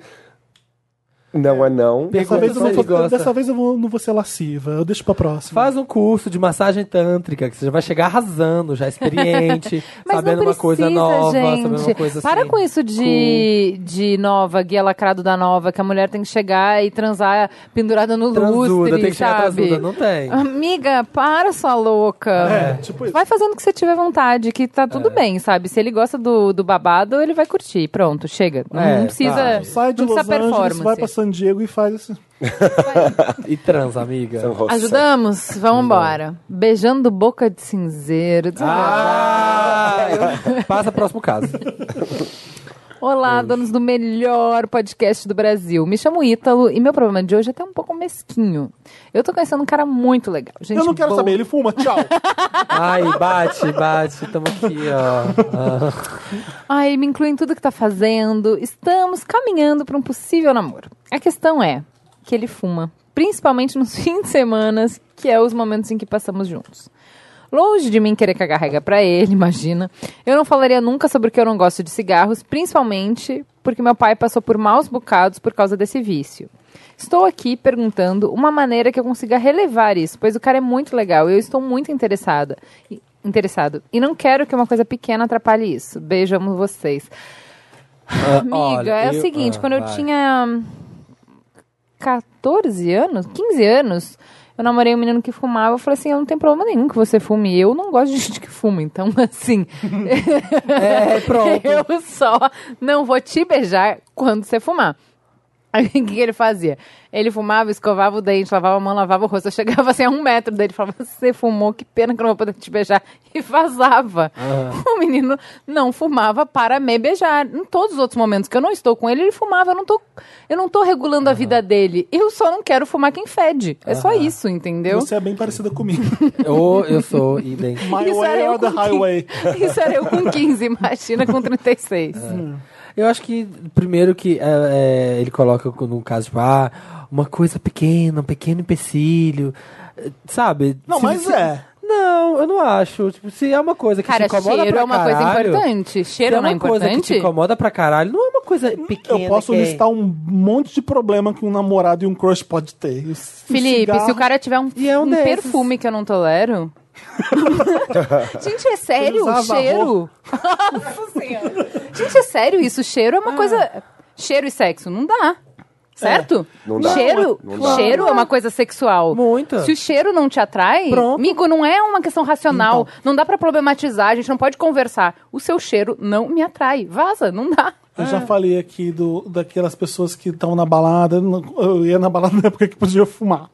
Speaker 4: Não é não.
Speaker 1: Dessa vez, eu não
Speaker 2: se
Speaker 1: vou,
Speaker 2: ele gosta.
Speaker 1: dessa vez eu vou- não vou ser lasciva. Eu deixo pra próxima.
Speaker 2: Faz um curso de massagem tântrica, que você já vai chegar arrasando, já experiente,
Speaker 3: Mas
Speaker 2: sabendo
Speaker 3: não precisa,
Speaker 2: uma coisa nova,
Speaker 3: gente.
Speaker 2: sabendo uma coisa assim.
Speaker 3: Para com isso de, de nova, guia lacrado da nova, que a mulher tem que chegar e transar pendurada no
Speaker 2: Transuda,
Speaker 3: lustre,
Speaker 2: tem que chegar
Speaker 3: sabe?
Speaker 2: transuda, não tem.
Speaker 3: Amiga, para sua louca.
Speaker 1: É, tipo isso.
Speaker 3: Vai fazendo o que você tiver vontade, que tá
Speaker 2: É.
Speaker 3: tudo bem, sabe? Se ele gosta do, do babado, ele vai curtir. Pronto, chega. Não,
Speaker 2: É,
Speaker 3: precisa.
Speaker 2: vai.
Speaker 1: Sai de
Speaker 3: não
Speaker 1: Los
Speaker 3: precisa
Speaker 1: Angeles,
Speaker 3: performance.
Speaker 1: vai pra San Diego e faz assim.
Speaker 2: E trans, amiga.
Speaker 4: São José.
Speaker 3: Ajudamos? Vamos embora. Beijando boca de cinzeiro.
Speaker 2: Ah! Passa pro próximo caso.
Speaker 3: Olá, donos do melhor podcast do Brasil. Me chamo Ítalo e meu problema de hoje é até um pouco mesquinho. Eu tô conhecendo um cara muito legal. Gente
Speaker 1: Eu não quero
Speaker 3: boa.
Speaker 1: saber, ele fuma, tchau.
Speaker 2: Ai, bate, bate. Tamo aqui, ó. Ah,
Speaker 3: Ai, me inclui em tudo que tá fazendo. Estamos caminhando para um possível namoro. A questão é que ele fuma, principalmente nos fins de semana, que é os momentos em que passamos juntos. Longe de mim querer cagar regra pra ele, imagina. Eu não falaria nunca sobre que eu não gosto de cigarros, principalmente porque meu pai passou por maus bocados por causa desse vício. Estou aqui perguntando uma maneira que eu consiga relevar isso, pois o cara é muito legal e eu estou muito interessada. E- Interessado. E não quero que uma coisa pequena atrapalhe isso. Beijo, amo vocês. Amiga,
Speaker 2: Ah, olha,
Speaker 3: é o
Speaker 2: eu-
Speaker 3: seguinte,
Speaker 2: ah,
Speaker 3: quando eu
Speaker 2: vai.
Speaker 3: tinha hum, 14 anos, 15 anos, eu namorei um menino que fumava. Eu falei assim, eu não tenho problema nenhum que você fume. Eu não gosto de gente que fuma, então assim...
Speaker 2: É, pronto.
Speaker 3: Eu só não vou te beijar quando você fumar. Aí o que, que ele fazia? Ele fumava, escovava o dente, lavava a mão, lavava o rosto. Eu chegava assim a um metro dele e falava: Você fumou, que pena que eu não vou poder te beijar. E vazava. O menino não fumava para me beijar. Em todos os outros momentos que eu não estou com ele, ele fumava. Eu não tô, eu não tô regulando a vida dele. Eu só não quero fumar quem fede. É só isso, entendeu?
Speaker 1: Você é bem parecida comigo.
Speaker 2: Ou eu sou idem.
Speaker 1: My
Speaker 3: Isso era
Speaker 1: way
Speaker 3: eu
Speaker 1: or the
Speaker 3: com
Speaker 1: highway.
Speaker 3: Isso era eu com 15, imagina com 36.
Speaker 2: Eu acho que, primeiro que é, é, ele coloca no caso, tipo, ah, uma coisa pequena, um pequeno empecilho, eh, sabe?
Speaker 1: Não,
Speaker 2: Se-
Speaker 1: mas
Speaker 2: se-
Speaker 1: é.
Speaker 2: Não, eu não acho. Tipo, se é uma coisa que
Speaker 3: Cara,
Speaker 2: te incomoda
Speaker 3: cheiro
Speaker 2: pra
Speaker 3: é uma
Speaker 2: caralho,
Speaker 3: coisa importante.
Speaker 2: se
Speaker 3: Cheiro
Speaker 2: é
Speaker 3: não
Speaker 2: uma
Speaker 3: é
Speaker 2: coisa que te
Speaker 3: importante?
Speaker 2: incomoda pra caralho, não é uma coisa pequena.
Speaker 1: Eu posso
Speaker 2: que é-
Speaker 1: listar um monte de problema que um namorado e um crush pode ter. E o c-
Speaker 3: Felipe,
Speaker 1: Um cigarro-
Speaker 3: se o cara tiver um,
Speaker 2: E é um
Speaker 3: um
Speaker 2: desses.
Speaker 3: perfume que eu não tolero. Gente, é sério?
Speaker 1: usava
Speaker 3: Cheiro? Nossa Senhora. Gente, é sério isso? Cheiro é uma coisa. Cheiro e sexo, não dá. Certo?
Speaker 4: Não dá.
Speaker 3: Cheiro,
Speaker 4: Não dá.
Speaker 3: cheiro é uma coisa sexual.
Speaker 2: Muito.
Speaker 3: Se o cheiro não te atrai,
Speaker 2: Pronto.
Speaker 3: amigo, não é uma questão racional. Não dá pra problematizar, a gente não pode conversar. O seu cheiro não me atrai. Vaza, não dá.
Speaker 1: Eu já falei aqui do, daquelas pessoas que estão na balada. Eu ia na balada na época que podia fumar.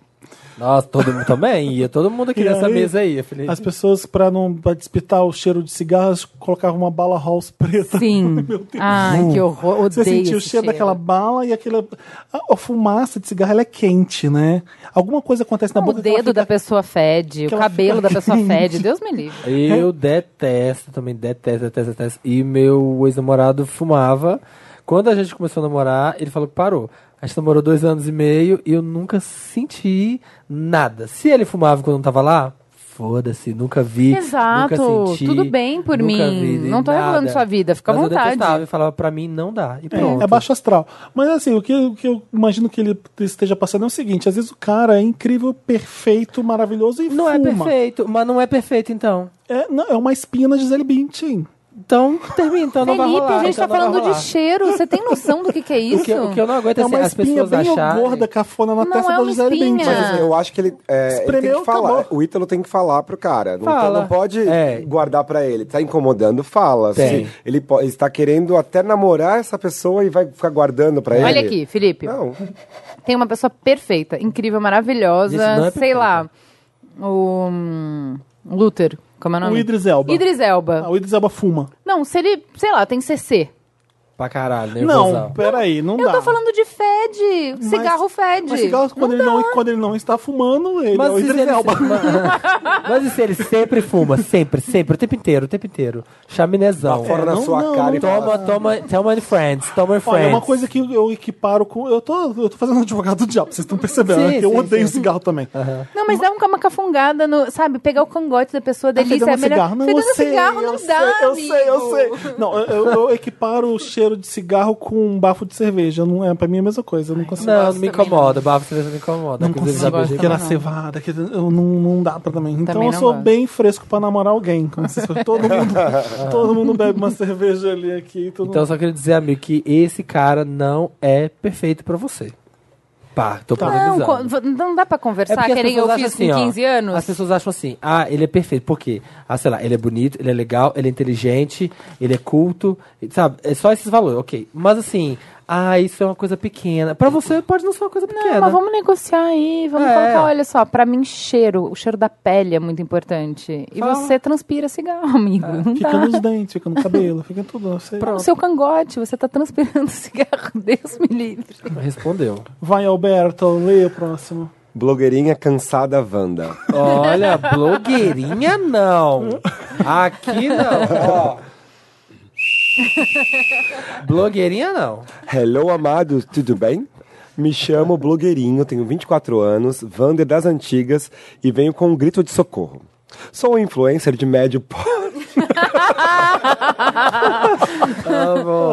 Speaker 2: Nossa, todo mundo também ia. Todo mundo aqui
Speaker 1: E
Speaker 2: nessa
Speaker 1: aí,
Speaker 2: mesa aí, Felipe.
Speaker 1: As pessoas, pra não pra despitar o cheiro de cigarros, colocavam uma bala house preta.
Speaker 3: Sim. Ai, que horror. Odeio
Speaker 1: Você sentia o
Speaker 3: esse
Speaker 1: cheiro, daquela bala e aquela. A, a fumaça de cigarro ela é quente, né? Alguma coisa acontece na
Speaker 3: Não,
Speaker 1: boca.
Speaker 3: o
Speaker 1: que ela
Speaker 3: dedo da
Speaker 1: fica-
Speaker 3: pessoa fede,
Speaker 1: que
Speaker 3: o
Speaker 1: ela
Speaker 3: cabelo
Speaker 1: fica
Speaker 3: da pessoa
Speaker 1: quente.
Speaker 3: fede. Deus me livre.
Speaker 2: Eu detesto, também detesto, detesto, detesto. E meu ex-namorado fumava. Quando a gente começou a namorar, ele falou que parou. A gente namorou dois anos e meio e eu nunca senti nada. Se ele fumava quando eu não tava lá, foda-se, nunca vi.
Speaker 3: Exato,
Speaker 2: nunca senti,
Speaker 3: tudo bem por
Speaker 2: nunca
Speaker 3: mim,
Speaker 2: vi
Speaker 3: não tô
Speaker 2: nada.
Speaker 3: regulando sua vida, fica à
Speaker 2: Mas
Speaker 3: vontade.
Speaker 2: Eu detestava e falava, pra mim não dá. E pronto.
Speaker 1: É, é baixo astral. Mas assim, o que, o que eu imagino que ele esteja passando é o seguinte: às vezes o cara é incrível, perfeito, maravilhoso e
Speaker 2: Não é
Speaker 1: fuma.
Speaker 2: perfeito, mas não é perfeito então.
Speaker 1: É, não, é uma espinha na Gisele Bündchen.
Speaker 2: Então termina, então não vai
Speaker 3: Felipe,
Speaker 2: rolar.
Speaker 3: a gente
Speaker 2: então
Speaker 3: tá
Speaker 2: não vai
Speaker 3: falando de
Speaker 2: rolar.
Speaker 3: cheiro. Você tem noção do que, que é isso?
Speaker 2: O que, o que eu não aguento é,
Speaker 1: É
Speaker 2: assim,
Speaker 1: uma
Speaker 2: as
Speaker 1: espinha
Speaker 2: pessoas
Speaker 1: bem
Speaker 2: acharem...
Speaker 1: gorda, cafona na
Speaker 3: Não
Speaker 1: testa
Speaker 3: é
Speaker 1: da
Speaker 3: uma
Speaker 1: Gisele
Speaker 3: espinha.
Speaker 1: Bündchen.
Speaker 4: Mas assim, eu acho que ele, é, ele tem
Speaker 1: Espremeu,
Speaker 4: que falar.
Speaker 1: acabou.
Speaker 4: O Ítalo tem que falar pro cara. Não,
Speaker 2: Fala.
Speaker 4: não pode
Speaker 2: É.
Speaker 4: guardar pra ele. Tá incomodando, fala.
Speaker 2: Tem.
Speaker 4: Se ele, po- ele está querendo até namorar essa pessoa e vai ficar guardando pra ele.
Speaker 3: Olha aqui, Felipe.
Speaker 4: Não,
Speaker 1: Tá
Speaker 3: Tem uma pessoa perfeita, incrível,
Speaker 2: Isso
Speaker 3: maravilhosa.
Speaker 2: não é
Speaker 3: sei
Speaker 2: perfeita.
Speaker 3: lá. O. hum, Luther, como é o nome?
Speaker 1: O Idris Elba.
Speaker 3: Idris Elba.
Speaker 1: Ah, o Idris Elba fuma.
Speaker 3: Não, se ele, sei lá, tem CC.
Speaker 2: Pra caralho,
Speaker 1: Não,
Speaker 2: nervosão.
Speaker 1: peraí, não
Speaker 3: Eu
Speaker 1: dá.
Speaker 3: tô falando de fede.
Speaker 1: Mas-
Speaker 3: cigarro fede.
Speaker 1: Mas cigarro, é quando, ele não, quando ele não está fumando, ele é o
Speaker 2: e se
Speaker 1: Idris
Speaker 2: ele-
Speaker 1: Elba.
Speaker 2: Mas e se ele sempre fuma? Sempre, sempre, o tempo inteiro, o tempo inteiro. Chaminezão.
Speaker 4: Tá fora na
Speaker 1: É, não-
Speaker 4: sua
Speaker 1: não,
Speaker 4: cara
Speaker 1: não
Speaker 4: e
Speaker 2: Toma, toma, toma de Friends, toma de Friends.
Speaker 1: Olha, é uma coisa que eu equiparo com. Eu tô, eu tô fazendo um advogado do diabo, vocês estão percebendo,
Speaker 2: Sim,
Speaker 1: né? Que eu
Speaker 2: sim,
Speaker 1: odeio
Speaker 2: sim.
Speaker 1: cigarro também.
Speaker 3: Não, mas dá um- uma cafungada no, sabe? Pegar o cangote da pessoa, delícia,
Speaker 1: Fedendo
Speaker 3: é
Speaker 1: a
Speaker 3: melhor.
Speaker 1: Tá cigarro. Não, eu
Speaker 3: Fedendo a
Speaker 1: sei,
Speaker 3: cigarro
Speaker 1: eu
Speaker 3: não
Speaker 1: sei,
Speaker 3: dá,
Speaker 1: Eu sei, eu
Speaker 3: amigo.
Speaker 1: sei. Não, eu, eu- eu equiparo o cheiro de cigarro com um bafo de cerveja. Não é, pra mim é a mesma coisa. Eu não consigo.
Speaker 2: Não, não me incomoda, bafo cerveja não me incomoda.
Speaker 1: Não
Speaker 2: Inclusive,
Speaker 1: consigo.
Speaker 2: já beijei.
Speaker 1: Aquela
Speaker 3: não.
Speaker 1: cevada, que eu não, não dá pra também. Então
Speaker 3: Também
Speaker 1: eu
Speaker 3: não
Speaker 1: sou
Speaker 3: gosto.
Speaker 1: bem fresco pra namorar alguém. com essas coisas. Todo mundo, todo mundo bebe uma cerveja ali aqui. Todo
Speaker 2: Então,
Speaker 1: mundo...
Speaker 2: só queria dizer, amigo, que esse cara não é perfeito pra você. Pá, tô
Speaker 3: Não,
Speaker 2: parabenizando.
Speaker 3: co- não dá pra
Speaker 2: É
Speaker 3: conversar,
Speaker 2: porque as
Speaker 3: querem eu
Speaker 2: pessoas acham
Speaker 3: fiz
Speaker 2: assim,
Speaker 3: com
Speaker 2: ó,
Speaker 3: 15 anos.
Speaker 2: As pessoas acham assim, ah, ele é perfeito. Por quê? Ah, sei lá, ele é bonito, ele é legal, ele é inteligente, ele é culto, e, sabe? É só esses valores, ok. Mas assim, ah, isso é uma coisa pequena. Pra você pode não ser uma coisa pequena.
Speaker 3: Não, mas vamos negociar aí, vamos
Speaker 2: É.
Speaker 3: colocar, olha só, pra mim cheiro, o cheiro da pele é muito importante. E
Speaker 2: Fala. É,
Speaker 3: você transpira cigarro, amigo. Não
Speaker 1: Fica
Speaker 3: dá.
Speaker 1: nos dentes, fica no cabelo, fica em tudo. Você
Speaker 3: O seu cangote, você tá transpirando cigarro, Deus me livre.
Speaker 2: Respondeu.
Speaker 1: Vai, Alberto, leia o próximo.
Speaker 4: Blogueirinha cansada Wanda.
Speaker 2: Olha, blogueirinha não. Aqui não, ó. Blogueirinha não.
Speaker 4: Hello, amados, tudo bem? Me chamo Blogueirinho, tenho 24 anos, Wander das Antigas e venho com um grito de socorro. Sou um influencer de médio porte.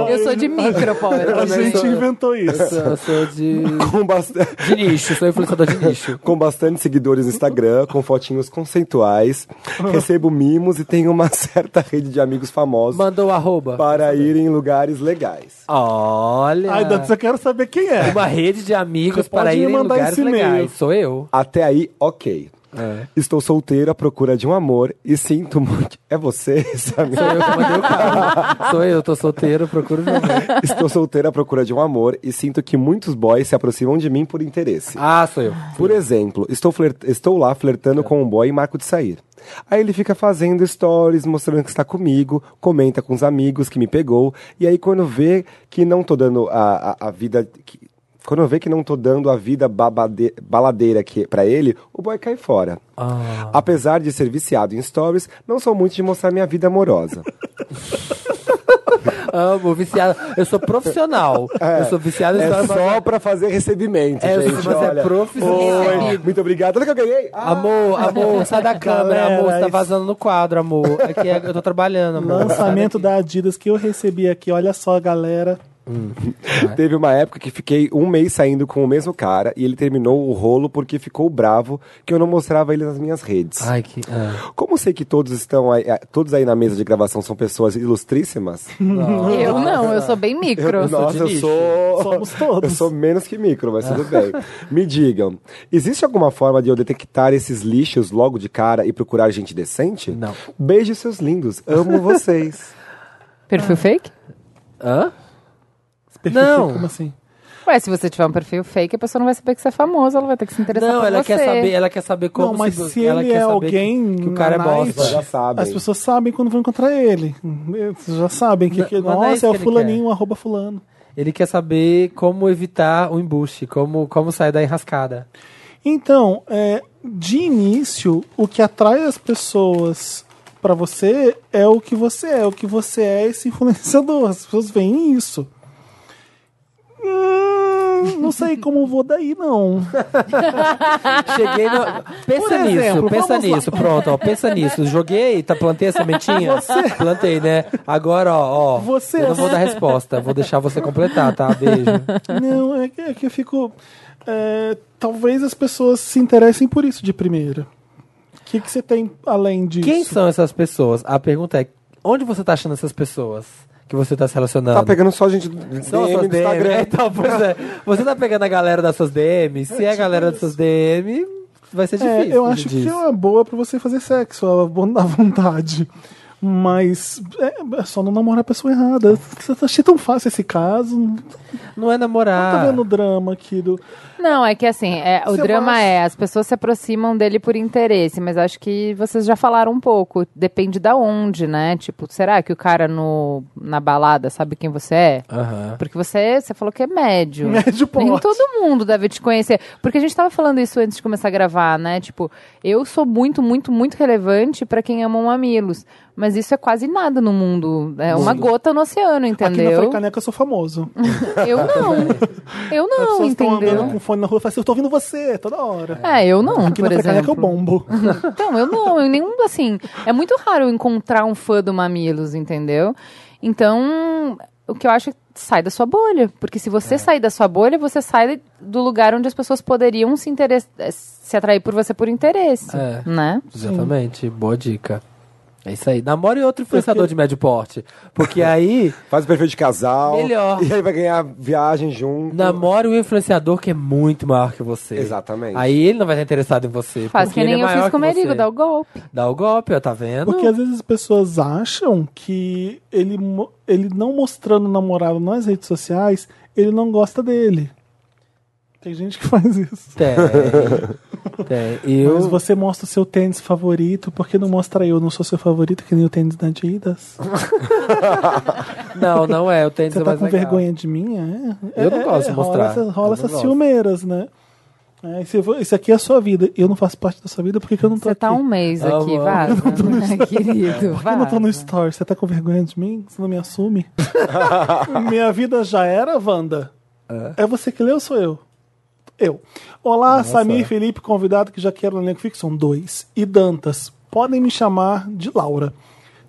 Speaker 3: Eu sou de micro, pobre.
Speaker 1: é A
Speaker 2: também
Speaker 1: gente
Speaker 2: sou-
Speaker 1: inventou isso.
Speaker 2: Eu sou de,
Speaker 4: Com bastante.
Speaker 2: de nicho, sou influenciador de nicho.
Speaker 4: com bastante seguidores no Instagram, com fotinhos conceituais, recebo mimos e tenho uma certa rede de amigos famosos
Speaker 2: Mandou arroba.
Speaker 4: para ir em lugares legais.
Speaker 2: Olha.
Speaker 1: Ai, Dantas, eu quero saber quem é.
Speaker 2: Uma rede de amigos
Speaker 1: Você
Speaker 2: para
Speaker 1: pode me
Speaker 2: ir em
Speaker 1: mandar
Speaker 2: lugares
Speaker 1: esse e-mail.
Speaker 2: legais. Sou eu. É.
Speaker 4: Até aí, ok. Estou solteiro à procura de um amor e sinto muito. É você, Samir?
Speaker 2: Sou eu que mandei o carro. Sou eu, tô solteiro, procuro meu amor.
Speaker 4: Estou solteiro à procura de um amor e sinto que muitos boys se aproximam de mim por interesse.
Speaker 2: Ah, sou eu.
Speaker 4: Por exemplo, estou, flirt- estou lá flertando com um boy e marco de sair. Aí ele fica fazendo stories, mostrando que está comigo, comenta com os amigos que me pegou, e aí quando vê que não tô dando a, a, a vida. que- quando vê que não tô dando a vida babade- baladeira que, pra ele, o boy cai fora.
Speaker 2: Ah.
Speaker 4: Apesar de ser viciado em stories, não sou muito de mostrar minha vida amorosa.
Speaker 2: Amo, viciado. Eu sou profissional. Eu sou viciado em
Speaker 4: É
Speaker 2: história, mas-
Speaker 4: só pra fazer recebimento,
Speaker 2: É,
Speaker 4: gente.
Speaker 2: você é
Speaker 4: olha.
Speaker 2: profissional.
Speaker 4: Oi, muito obrigado. Olha o que eu ganhei. Ah,
Speaker 2: Amor, amor, sai da câmera,
Speaker 1: Galera,
Speaker 2: amor. Você tá
Speaker 1: isso-
Speaker 2: vazando no quadro, amor. Aqui é- eu tô trabalhando, amor.
Speaker 1: Lançamento da Adidas que eu recebi aqui, olha só, galera.
Speaker 4: Teve uma época que fiquei um mês saindo com o mesmo cara e ele terminou o rolo porque ficou bravo que eu não mostrava ele nas minhas redes.
Speaker 2: Ai, que. ah.
Speaker 4: Como sei que todos estão aí, eh, todos aí na mesa de gravação são pessoas ilustríssimas?
Speaker 3: Eu não, eu sou bem micro.
Speaker 4: Nossa, eu
Speaker 2: lixo.
Speaker 4: sou.
Speaker 1: Somos todos.
Speaker 4: Eu sou menos que micro, mas tudo bem. Me digam, existe alguma forma de eu detectar esses lixos logo de cara e procurar gente decente?
Speaker 2: Não.
Speaker 4: Beijo, seus lindos. Amo vocês.
Speaker 3: Perfil fake?
Speaker 2: Hã?
Speaker 1: Perfil,
Speaker 2: Não.
Speaker 1: Como assim?
Speaker 3: Ué, se você tiver um perfil fake, a pessoa não vai saber que você é famoso, ela vai ter que se interessar
Speaker 2: Não,
Speaker 3: por
Speaker 2: ela
Speaker 3: você.
Speaker 2: quer saber, ela quer saber como
Speaker 1: Não, mas se
Speaker 2: ela
Speaker 1: ele
Speaker 2: quer
Speaker 1: é
Speaker 2: saber
Speaker 1: alguém
Speaker 2: que, que o cara é
Speaker 1: na
Speaker 2: bosta.
Speaker 1: night,
Speaker 4: Já sabem.
Speaker 1: As pessoas sabem quando vão encontrar ele. Vocês já sabem que,
Speaker 2: Não,
Speaker 1: que
Speaker 2: mas não é isso
Speaker 1: nossa, é, o
Speaker 2: que ele
Speaker 1: fulaninho, arroba fulano.
Speaker 2: Ele quer saber como evitar o embuste, como como sair da enrascada.
Speaker 1: Então, é, de início, o que atrai as pessoas pra você é o que você é, o que você é esse influenciador. As pessoas veem isso. Hum, não sei como vou daí, não.
Speaker 2: Cheguei no... Pensa
Speaker 1: Por
Speaker 2: nisso,
Speaker 1: exemplo,
Speaker 2: pensa
Speaker 1: vamos lá.
Speaker 2: nisso, pronto, ó, pensa nisso. Joguei, tá, plantei a sementinha? Plantei, né? Agora, ó, ó,
Speaker 1: Você- é-
Speaker 2: eu não vou dar resposta, vou deixar você completar, tá? Beijo.
Speaker 1: Não, é que, é que eu fico. é, talvez as pessoas se interessem por isso de primeira. O que, que você tem além disso?
Speaker 2: Quem são essas pessoas? A pergunta é, onde você tá achando essas pessoas que você tá se relacionando?
Speaker 4: Tá pegando só gente do DM
Speaker 2: São as suas
Speaker 4: do Instagram.
Speaker 2: DM. Então, pois é. Você tá pegando a galera das suas DM? Se é a galera das suas DM, vai ser
Speaker 1: tipo É,
Speaker 2: difícil.
Speaker 1: eu acho que é uma boa pra você fazer sexo, à vo- à vontade. Mas é, é só não namorar a pessoa errada. Eu Achei tão fácil esse caso. Não
Speaker 2: Não é
Speaker 1: tá
Speaker 2: namorar.
Speaker 1: vendo o drama aqui do.
Speaker 3: Não, é que assim, é, o
Speaker 1: Você
Speaker 3: drama
Speaker 1: vai-
Speaker 3: é, as pessoas se aproximam dele por interesse, mas acho que vocês já falaram um pouco. Depende da onde, né? Tipo, será que o cara no, na balada sabe quem você é?
Speaker 2: Aham.
Speaker 3: Porque você, você falou que é médio.
Speaker 1: Médio porte.
Speaker 3: Nem todo mundo deve te conhecer. Porque a gente tava falando isso antes de começar a gravar, né? Tipo, eu sou muito, muito, muito relevante pra quem ama mamilos. Mas isso é quase nada no mundo. É uma gota no oceano,
Speaker 1: Aqui na
Speaker 3: entendeu?
Speaker 1: Frecaneca eu sou famoso.
Speaker 3: Eu não. Eu
Speaker 1: As
Speaker 3: não,
Speaker 1: pessoas estão andando
Speaker 3: entendeu?
Speaker 1: com fone na rua e falam assim: eu tô ouvindo você toda hora.
Speaker 3: É, eu não,
Speaker 1: Aqui
Speaker 3: por
Speaker 1: na é Frecaneca
Speaker 3: exemplo.
Speaker 1: eu bombo.
Speaker 3: Então, eu não, eu nenhum, assim, é muito raro eu encontrar um fã do Mamilos, entendeu? Então, o que eu acho é que sai da sua bolha, porque se
Speaker 1: É.
Speaker 3: você sair da sua bolha, você sai do lugar onde as pessoas poderiam se interes- eh, se atrair por você por interesse,
Speaker 2: É.
Speaker 3: né?
Speaker 2: Exatamente. Boa dica. É isso aí. Namore outro influenciador de médio porte. Porque aí,
Speaker 4: Faz o perfil de casal.
Speaker 2: Melhor.
Speaker 4: E aí vai ganhar viagem junto.
Speaker 2: namore um influenciador que é muito maior que você.
Speaker 4: Exatamente.
Speaker 2: Aí ele não vai estar interessado em você.
Speaker 3: Faz
Speaker 2: porque
Speaker 3: que
Speaker 2: ele
Speaker 3: nem
Speaker 2: é
Speaker 3: eu
Speaker 2: maior
Speaker 3: fiz com o
Speaker 2: que você.
Speaker 3: Merigo, dá o golpe.
Speaker 2: Dá o golpe, ó, tá vendo?
Speaker 1: Porque às vezes as pessoas acham que ele, mo- ele não mostrando o namorado nas redes sociais, ele não gosta dele. Tem gente que faz isso.
Speaker 2: Tem. Tem. E
Speaker 1: Mas
Speaker 2: eu.
Speaker 1: você mostra o seu tênis favorito, por que não mostra eu? Não sou seu favorito, que nem o tênis da Adidas.
Speaker 2: Não, não é. O tênis
Speaker 1: Você
Speaker 2: é
Speaker 1: tá
Speaker 2: mais
Speaker 1: com
Speaker 2: legal.
Speaker 1: vergonha de mim? É.
Speaker 2: Eu não
Speaker 1: É,
Speaker 2: gosto de
Speaker 1: rola
Speaker 2: mostrar.
Speaker 1: essa- Rola,
Speaker 2: Eu não
Speaker 1: essas
Speaker 2: gosto.
Speaker 1: ciumeiras, né? É, se eu vou- isso aqui é a sua vida. Eu não faço parte da sua vida, por que, que eu não tô
Speaker 3: Você
Speaker 1: aqui?
Speaker 3: tá um mês
Speaker 2: Ah,
Speaker 3: aqui,
Speaker 2: bom.
Speaker 3: vaza. né, Querido,
Speaker 1: Por que eu não tô no
Speaker 3: vaza.
Speaker 1: story? Você tá com vergonha de mim? Você não me assume? Minha vida já era, Wanda. É, você que leu ou sou eu? Eu. Olá, Samir e Felipe, convidado que já quero no Elenco Fiction 2. E Dantas, podem me chamar de Laura.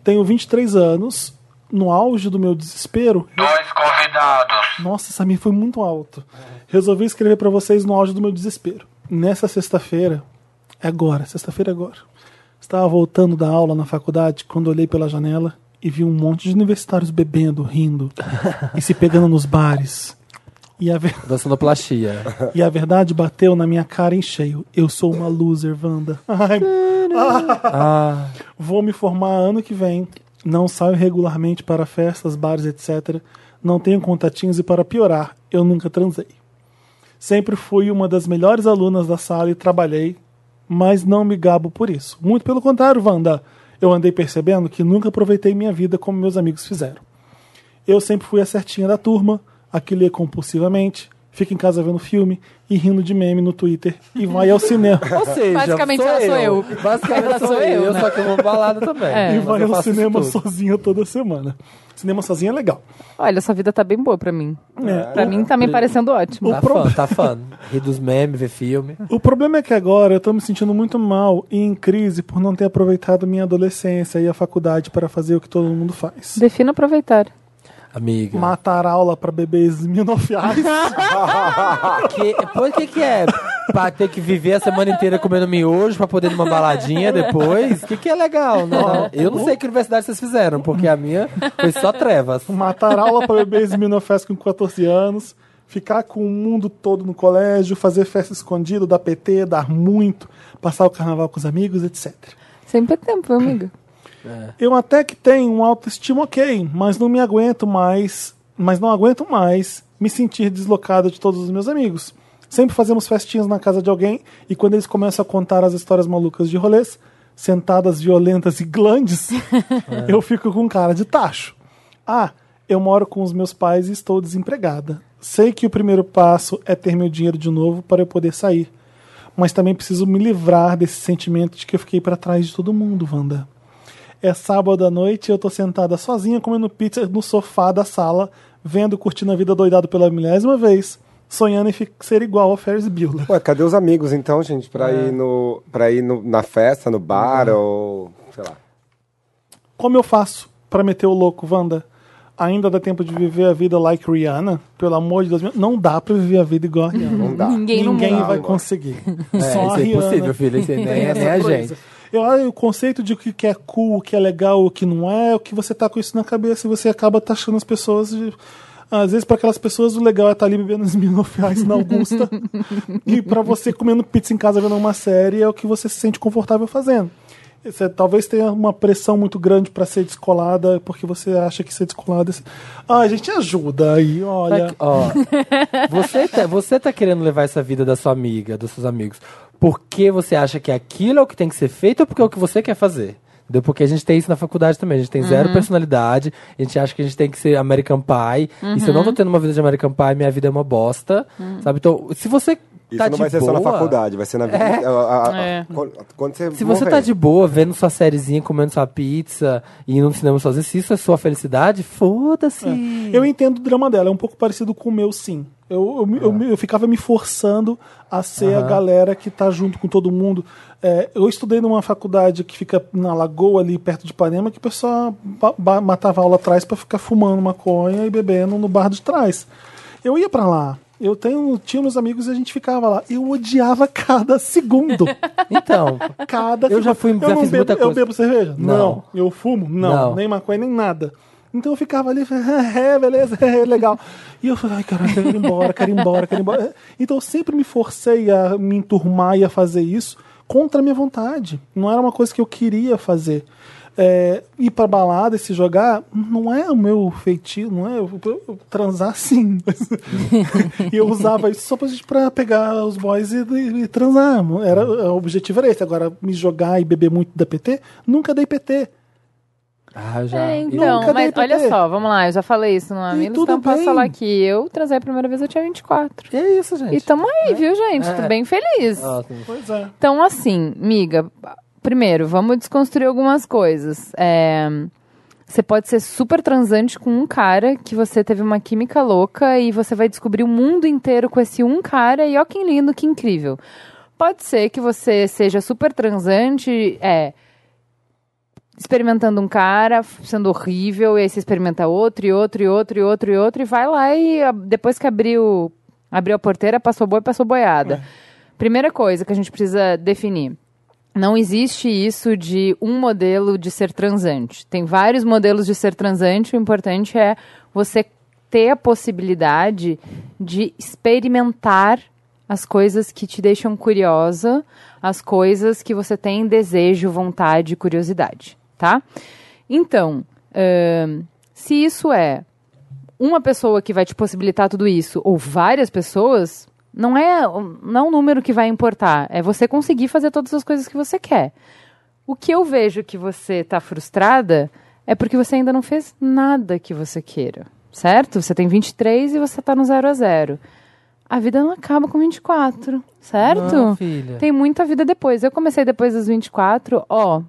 Speaker 1: Tenho 23 anos. No auge do meu desespero,
Speaker 6: Dois convidados.
Speaker 1: Nossa, Samir, foi muito alto. Resolvi escrever pra vocês no auge do meu desespero. Nessa sexta-feira, é agora, sexta-feira é agora. Estava voltando da aula na faculdade quando olhei pela janela e vi um monte de universitários bebendo, rindo e se pegando nos bares. E a, ver-
Speaker 2: Da sonoplastia.
Speaker 1: e a verdade bateu na minha cara em cheio. Eu sou uma loser, Wanda. Ai,
Speaker 2: Ah,
Speaker 1: Vou me formar ano que vem. Não saio regularmente para festas, bares, etc. Não tenho contatinhos e, para piorar, eu nunca transei. Sempre fui uma das melhores alunas da sala e trabalhei, mas não me gabo por isso. Muito pelo contrário, Wanda. Eu andei percebendo que nunca aproveitei minha vida como meus amigos fizeram. Eu sempre fui a certinha da turma, a que lê compulsivamente, fica em casa vendo filme e rindo de meme no Twitter e vai ao cinema.
Speaker 2: ou seja,
Speaker 3: Basicamente
Speaker 2: sou
Speaker 3: ela sou
Speaker 2: eu.
Speaker 3: eu.
Speaker 2: Basicamente
Speaker 3: Ela
Speaker 2: sou
Speaker 3: sou
Speaker 2: eu,
Speaker 3: eu, né?
Speaker 2: só que eu vou balada também.
Speaker 3: É.
Speaker 1: e
Speaker 2: Mas
Speaker 1: vai
Speaker 2: eu
Speaker 1: ao
Speaker 2: faço isso
Speaker 1: cinema
Speaker 2: tudo.
Speaker 1: sozinha toda semana. Cinema sozinha é legal.
Speaker 3: Olha, sua vida tá bem boa pra mim.
Speaker 1: É,
Speaker 3: Pra mim tá me parecendo ótimo.
Speaker 2: Tá fã, tá fã. Rir dos memes, ver filme.
Speaker 1: O problema é que agora eu tô me sentindo muito mal e em crise por não ter aproveitado minha adolescência e a faculdade para fazer o que todo mundo faz.
Speaker 3: Defina aproveitar.
Speaker 2: Amiga.
Speaker 1: Matar aula para bebês minofiais.
Speaker 2: Que, por que que é? Pra ter que viver a semana inteira comendo miojo pra poder ir numa baladinha depois? O que que é legal, né? Não, Eu não sei que universidade vocês fizeram, porque a minha foi só trevas.
Speaker 1: Matar aula para bebês minofiais com 14 anos. Ficar com o mundo todo no colégio, fazer festa escondida, dar PT, dar muito, passar o carnaval com os amigos, etc.
Speaker 3: Sempre é tempo, meu amigo.
Speaker 1: Eu até que tenho um autoestima ok, mas não me aguento mais, mas não aguento mais me sentir deslocado de todos os meus amigos. Sempre fazemos festinhas na casa de alguém e quando eles começam a contar as histórias malucas de rolês, sentadas violentas e glandes, eu fico com cara de tacho. Ah, eu moro com os meus pais e estou desempregada. Sei que o primeiro passo é ter meu dinheiro de novo para eu poder sair. Mas também preciso me livrar desse sentimento de que eu fiquei para trás de todo mundo, Wanda. É sábado à noite e eu tô sentada sozinha comendo pizza no sofá da sala, vendo Curtindo a Vida Doidado pela milésima vez, sonhando em fi- ser igual ao Ferris Bueller.
Speaker 4: Ué, cadê os amigos então, gente, pra
Speaker 2: É.
Speaker 4: ir, no, pra ir no- na festa, no bar
Speaker 2: Uhum.
Speaker 4: ou. sei lá.
Speaker 1: Como eu faço pra meter o louco, Wanda? Ainda dá tempo de viver a vida like Rihanna? Pelo amor de Deus, meu- não dá pra viver a vida igual a Rihanna.
Speaker 4: Não dá.
Speaker 3: Ninguém no
Speaker 1: Ninguém
Speaker 3: mundo.
Speaker 1: vai conseguir.
Speaker 2: É,
Speaker 1: Só a
Speaker 2: isso é
Speaker 1: Rihanna.
Speaker 2: impossível, filho. Isso é nem,
Speaker 1: Essa
Speaker 2: nem a
Speaker 1: coisa.
Speaker 2: gente.
Speaker 1: Eu acho que o conceito de o que que é cool, o que é legal, o que não é, o que você tá com isso na cabeça e você acaba taxando as pessoas de. Às vezes, para aquelas pessoas, o legal é estar ali bebendo os minofiais na Augusta. e para você comendo pizza em casa vendo uma série, é o que você se sente confortável fazendo. Você talvez tenha uma pressão muito grande para ser descolada, porque você acha que ser descolada. é- Ah, a gente ajuda aí, olha.
Speaker 2: Ó, você, tá, você tá querendo levar essa vida da sua amiga, dos seus amigos, porque você acha que aquilo é o que tem que ser feito ou porque é o que você quer fazer? Entendeu? Porque a gente tem isso na faculdade também. A gente tem
Speaker 3: Uhum.
Speaker 2: zero personalidade, a gente acha que a gente tem que ser American Pie. E se eu não
Speaker 3: Uhum.
Speaker 2: tô tendo uma vida de American Pie, minha vida é uma bosta.
Speaker 3: Hum.
Speaker 2: Sabe? Então, se você
Speaker 4: Isso
Speaker 2: tá de
Speaker 4: não vai ser só na
Speaker 2: boa-
Speaker 4: faculdade, vai ser na vida. a- a- a-
Speaker 3: É.
Speaker 4: quando- Quando você
Speaker 2: Se você
Speaker 4: morrer.
Speaker 2: tá de boa, vendo sua sériezinha, comendo sua pizza, indo no cinema sozinho, se isso é sua felicidade, foda-se.
Speaker 1: Eu entendo o drama dela, é um pouco parecido com o meu, sim. Eu, eu,
Speaker 2: É.
Speaker 1: eu, eu ficava me forçando a ser a galera que tá junto com todo mundo. É, eu estudei numa faculdade que fica na lagoa ali perto de Ipanema, que o pessoal ba- ba- matava aula atrás para ficar fumando maconha e bebendo no bar de trás. Eu ia para lá. Eu tenho, tinha meus amigos e a gente ficava lá. Eu odiava cada segundo.
Speaker 2: Então,
Speaker 1: Cada
Speaker 2: Eu já fui-
Speaker 1: eu
Speaker 2: já
Speaker 1: não
Speaker 2: fiz
Speaker 1: bebo,
Speaker 2: muita
Speaker 1: Eu
Speaker 2: coisa.
Speaker 1: bebo cerveja?
Speaker 2: Não.
Speaker 1: Não. Eu fumo? Não.
Speaker 2: Não.
Speaker 1: Nem maconha, nem nada. Então eu ficava ali, é, beleza, é, legal. E eu falei, ai, caralho, quero ir embora, quero ir embora, quero ir embora. Então eu sempre me forcei a me enturmar e a fazer isso contra a minha vontade. Não era uma coisa que eu queria fazer. é, ir pra balada e se jogar não é o meu feitio, não é? Eu, eu- eu transar sim. e eu usava isso só pra, gente- pra pegar os boys e, e- e transar. Era, o objetivo era esse. Agora, me jogar e beber muito da PT, nunca dei PT.
Speaker 2: Ah, já.
Speaker 3: É,
Speaker 2: E-
Speaker 3: então,
Speaker 1: Nunca dei
Speaker 3: mas
Speaker 1: PT.
Speaker 3: olha só, vamos lá, eu já falei isso no Amigos,
Speaker 1: tudo
Speaker 3: então posso
Speaker 1: bem.
Speaker 3: falar que eu trazei a primeira vez, eu tinha 24.
Speaker 2: E é isso, gente.
Speaker 3: E tamo aí, viu, gente?
Speaker 2: É. Ah.
Speaker 3: Tô bem feliz.
Speaker 2: Ótimo.
Speaker 1: Pois é.
Speaker 3: Então, assim, miga, primeiro, vamos desconstruir algumas coisas. É, você pode ser super transante com um cara que você teve uma química louca e você vai descobrir o mundo inteiro com esse um cara e ó que lindo, que incrível. Pode ser que você seja super transante, é, experimentando um cara, f- sendo horrível, e aí você experimenta outro, e outro, e outro, e outro, e outro, e vai lá e a- depois que abriu, abriu a porteira, passou boi, passou boiada. Primeira coisa que a gente precisa definir. Não existe isso de um modelo de ser transante. Tem vários modelos de ser transante. O importante é você ter a possibilidade de experimentar as coisas que te deixam curiosa, as coisas que você tem desejo, vontade e curiosidade, tá? Então, ahn, se isso é uma pessoa que vai te possibilitar tudo isso ou várias pessoas, não é, não é um número que vai importar. É você conseguir fazer todas as coisas que você quer. O que eu vejo que você está frustrada é porque você ainda não fez nada que você queira, certo? Você tem 23 e você está no 0 a 0. A vida não acaba com 24, certo?
Speaker 2: Não, filha.
Speaker 3: Tem muita vida depois. Eu comecei depois dos 24, ó.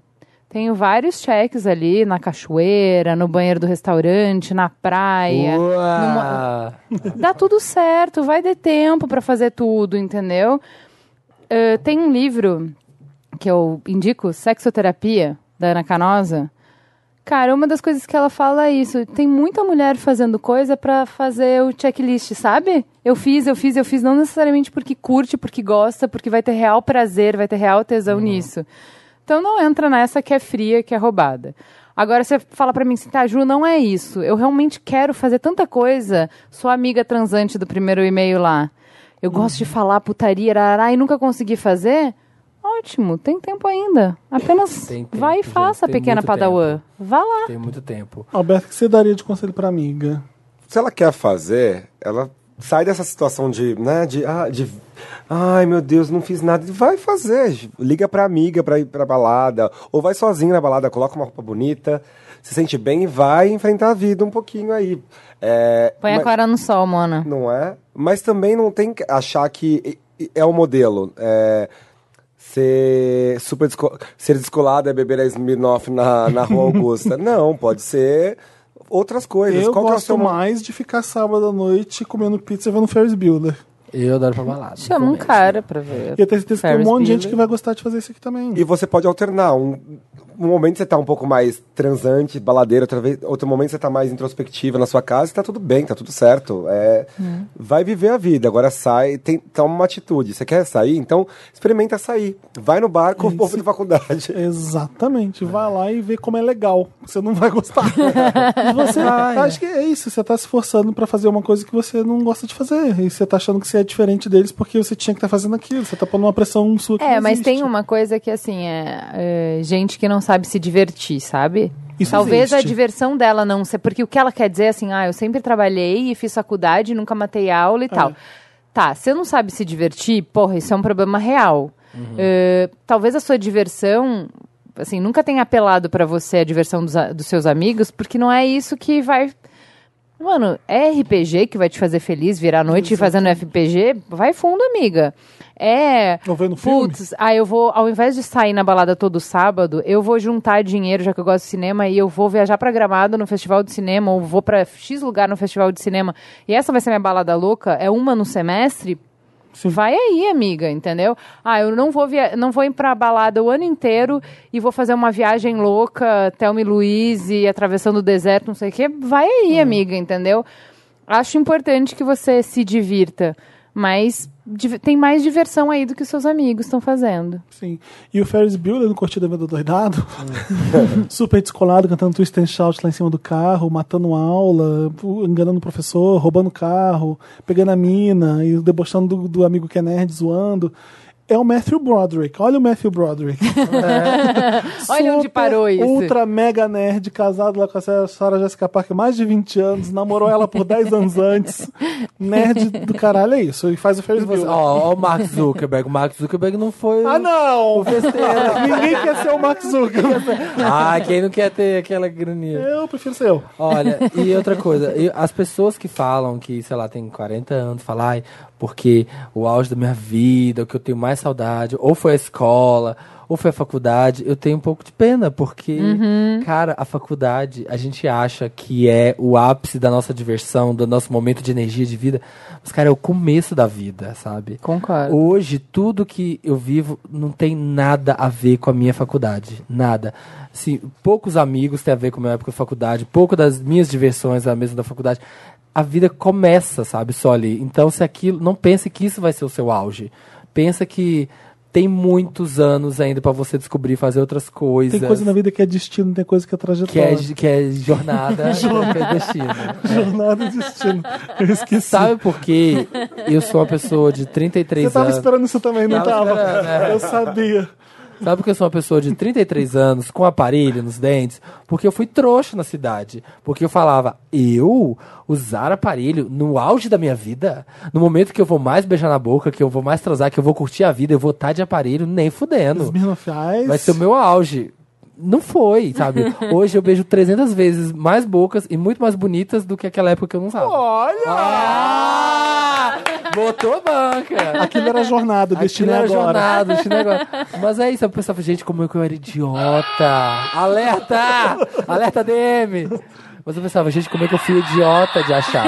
Speaker 3: Tenho vários cheques ali na cachoeira, no banheiro do restaurante, na praia.
Speaker 2: Uau.
Speaker 3: Dá tudo certo, vai ter tempo pra fazer tudo, entendeu? Eh, tem um livro que eu indico, Sexoterapia, da Ana Canosa. Cara, uma das coisas que ela fala é isso. Tem muita mulher fazendo coisa pra fazer o checklist, sabe? Eu fiz, eu fiz, eu fiz, não necessariamente porque curte, porque gosta, porque vai ter real prazer, vai ter real tesão
Speaker 2: Uhum.
Speaker 3: nisso. Então não entra nessa que é fria, que é roubada. Agora você fala pra mim assim, tá, Ju, não é isso. Eu realmente quero fazer tanta coisa. Sou amiga transante do primeiro e-mail lá. Eu gosto de falar putaria, arará, e nunca consegui fazer. Ótimo, tem tempo ainda. Apenas
Speaker 2: Tem tempo,
Speaker 3: vai e
Speaker 2: gente,
Speaker 3: faça,
Speaker 2: tem
Speaker 3: pequena
Speaker 2: muito
Speaker 3: padawan. Vá lá.
Speaker 2: Tem muito tempo.
Speaker 1: Alberto, o que você daria de conselho pra amiga?
Speaker 4: se ela quer fazer, ela sai dessa situação de, né, de, ah, de ai meu Deus, não fiz nada, vai fazer, liga pra amiga pra ir pra balada, ou vai sozinho na balada, coloca uma roupa bonita, se sente bem e vai enfrentar a vida um pouquinho aí. É,
Speaker 3: Põe
Speaker 4: mas-
Speaker 3: a cara no sol, Mona.
Speaker 4: não é? Mas também não tem que achar que e- e- é o modelo. É, ser super desco- ser descolado é beber a Smirnoff na, na Rua Augusta. não, pode ser outras coisas.
Speaker 1: Eu
Speaker 4: Qual que é o
Speaker 1: gosto
Speaker 4: seu mo-
Speaker 1: mais de ficar sábado à noite comendo pizza e vendo Ferris Bueller.
Speaker 2: Eu adoro pra balada.
Speaker 3: Chama um
Speaker 2: Comente.
Speaker 3: cara pra ver.
Speaker 1: E eu tenho certeza que tem um
Speaker 3: Ferris
Speaker 1: monte de gente
Speaker 3: Bueller.
Speaker 1: que vai gostar de fazer isso aqui também.
Speaker 4: E você pode alternar. Um, um momento você tá um pouco mais transante, baladeiro, outra vez, outro momento você tá mais introspectiva na sua casa e tá tudo bem, tá tudo certo. É, Vai viver a vida, agora sai, tem, toma uma atitude. Você quer sair? Então experimenta sair. Vai no bar com o povo de faculdade.
Speaker 1: Exatamente. Vai lá e vê como é legal. Você não vai gostar. E você acho que é isso. Você tá se forçando pra fazer uma coisa que você não gosta de fazer. E você tá achando que você é diferente deles porque você tinha que estar fazendo aquilo. Você tá pondo uma pressão sua que
Speaker 3: É,
Speaker 1: não
Speaker 3: mas tem
Speaker 1: existe.
Speaker 3: uma coisa que, assim, é, é, gente que não sabe se divertir, sabe?
Speaker 1: Isso
Speaker 3: Talvez a
Speaker 1: existe.
Speaker 3: diversão dela não ser. Porque o que ela quer dizer é assim, ah, eu sempre trabalhei e fiz faculdade, nunca matei aula e
Speaker 1: É.
Speaker 3: tal. Tá, se não sabe se divertir, porra, isso é um problema real.
Speaker 1: Uhum.
Speaker 3: É, talvez a sua diversão, assim, nunca tenha apelado pra você a diversão dos, a- dos seus amigos, porque não é isso que vai. Mano, é RPG que vai te fazer feliz, virar a noite e fazendo RPG? Vai fundo, amiga. É.
Speaker 1: Tô vendo filme?
Speaker 3: Putz, ah, eu vou, ao invés de sair na balada todo sábado, eu vou juntar dinheiro, já que eu gosto de cinema, e eu vou viajar pra Gramado no festival de cinema, ou vou pra X lugar no festival de cinema, e essa vai ser minha balada louca, é uma no semestre? Vai aí, amiga, entendeu? Ah, eu não vou, via não vou ir pra balada o ano inteiro e vou fazer uma viagem louca, Thelma e Luiz, e atravessando o deserto, não sei o quê. Vai aí, amiga, entendeu? Acho importante que você se divirta, mas div- tem mais diversão aí do que os seus amigos estão fazendo.
Speaker 1: Sim. E o Ferris Bueller no Curtida Vida Doidado, super descolado, cantando Twist and Shout lá em cima do carro, matando aula, enganando o professor, roubando o carro, pegando a mina e debochando do, do amigo que é nerd, zoando. é o Matthew Broderick. Olha o Matthew Broderick.
Speaker 3: Olha onde
Speaker 1: Super,
Speaker 3: parou isso.
Speaker 1: Ultra mega nerd, casado lá com a Sarah- Sarah Jessica Parker mais de 20 anos, namorou ela por 10 anos antes. Nerd do caralho é isso. E faz o Ferris
Speaker 2: Você-
Speaker 1: Bueller.
Speaker 2: Ó, ó o Mark Zuckerberg. O Mark Zuckerberg não foi.
Speaker 1: Ah, não! Besteira. Ninguém quer ser o Max Zuckerberg.
Speaker 2: Ah, quem não quer ter aquela graninha?
Speaker 1: Eu prefiro ser eu.
Speaker 2: Olha, e outra coisa, e as pessoas que falam que, sei lá, tem 40 anos, falam, ai, porque o auge da minha vida, o que eu tenho mais saudade, ou foi a escola, ou foi a faculdade, eu tenho um pouco de pena, porque, cara, a faculdade, a gente acha que é o ápice da nossa diversão, do nosso momento de energia de vida, mas, cara, é o começo da vida, sabe?
Speaker 3: Concordo.
Speaker 2: Hoje, tudo que eu vivo não tem nada a ver com a minha faculdade. Nada. Assim, poucos amigos têm a ver com a minha época de faculdade, pouco das minhas diversões é a mesma da faculdade. A vida começa, sabe, só ali. Então, se aquilo. Não pense que isso vai ser o seu auge. Pensa que tem muitos anos ainda pra você descobrir, fazer outras coisas.
Speaker 1: Tem coisa na vida que é destino, tem coisa que é
Speaker 2: que
Speaker 1: trajetória.
Speaker 2: é, que é jornada, que é destino.
Speaker 1: Jornada e destino. Eu esqueci.
Speaker 2: Sabe por quê? Eu sou uma pessoa de 33
Speaker 1: Você tava
Speaker 2: anos.
Speaker 1: esperando isso também, não
Speaker 2: Tava
Speaker 1: tava?
Speaker 2: esperando, é.
Speaker 1: Eu sabia.
Speaker 2: Sabe que eu sou uma pessoa de 33 anos, com aparelho nos dentes? Porque eu fui trouxa na cidade. Porque eu falava, eu usar aparelho no auge da minha vida? No momento que eu vou mais beijar na boca, que eu vou mais transar, que eu vou curtir a vida, eu vou estar de aparelho nem fudendo.
Speaker 1: Esmirnofiais.
Speaker 2: Vai ser o meu auge. Não foi, sabe? Hoje eu beijo 300 vezes mais bocas e muito mais bonitas do que aquela época que eu não usava. Olha!
Speaker 1: Ah,
Speaker 2: botou a banca!
Speaker 1: Aquilo era jornada, o destino
Speaker 2: Aquilo
Speaker 1: é
Speaker 2: era
Speaker 1: agora.
Speaker 2: jornada, destino é agora. Mas é isso, eu pensava, gente, como eu, que eu era idiota. Alerta! Alerta DM! Mas eu pensava, gente, como é que eu fui idiota de achar?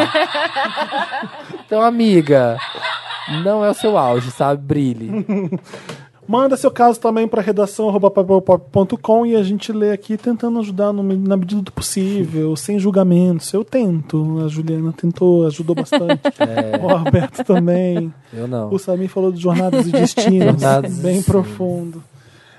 Speaker 2: Então, amiga, não é o seu auge, sabe? Brilhe.
Speaker 1: Manda seu caso também para redação@papelpop.com e a gente lê aqui tentando ajudar no- na medida do possível, sem julgamentos. Eu tento, a Juliana tentou, ajudou bastante.
Speaker 2: É.
Speaker 1: O Roberto também.
Speaker 2: Eu não.
Speaker 1: O Samir falou de jornadas e destinos,
Speaker 2: Jornadas e
Speaker 1: bem
Speaker 2: destinos.
Speaker 1: profundo.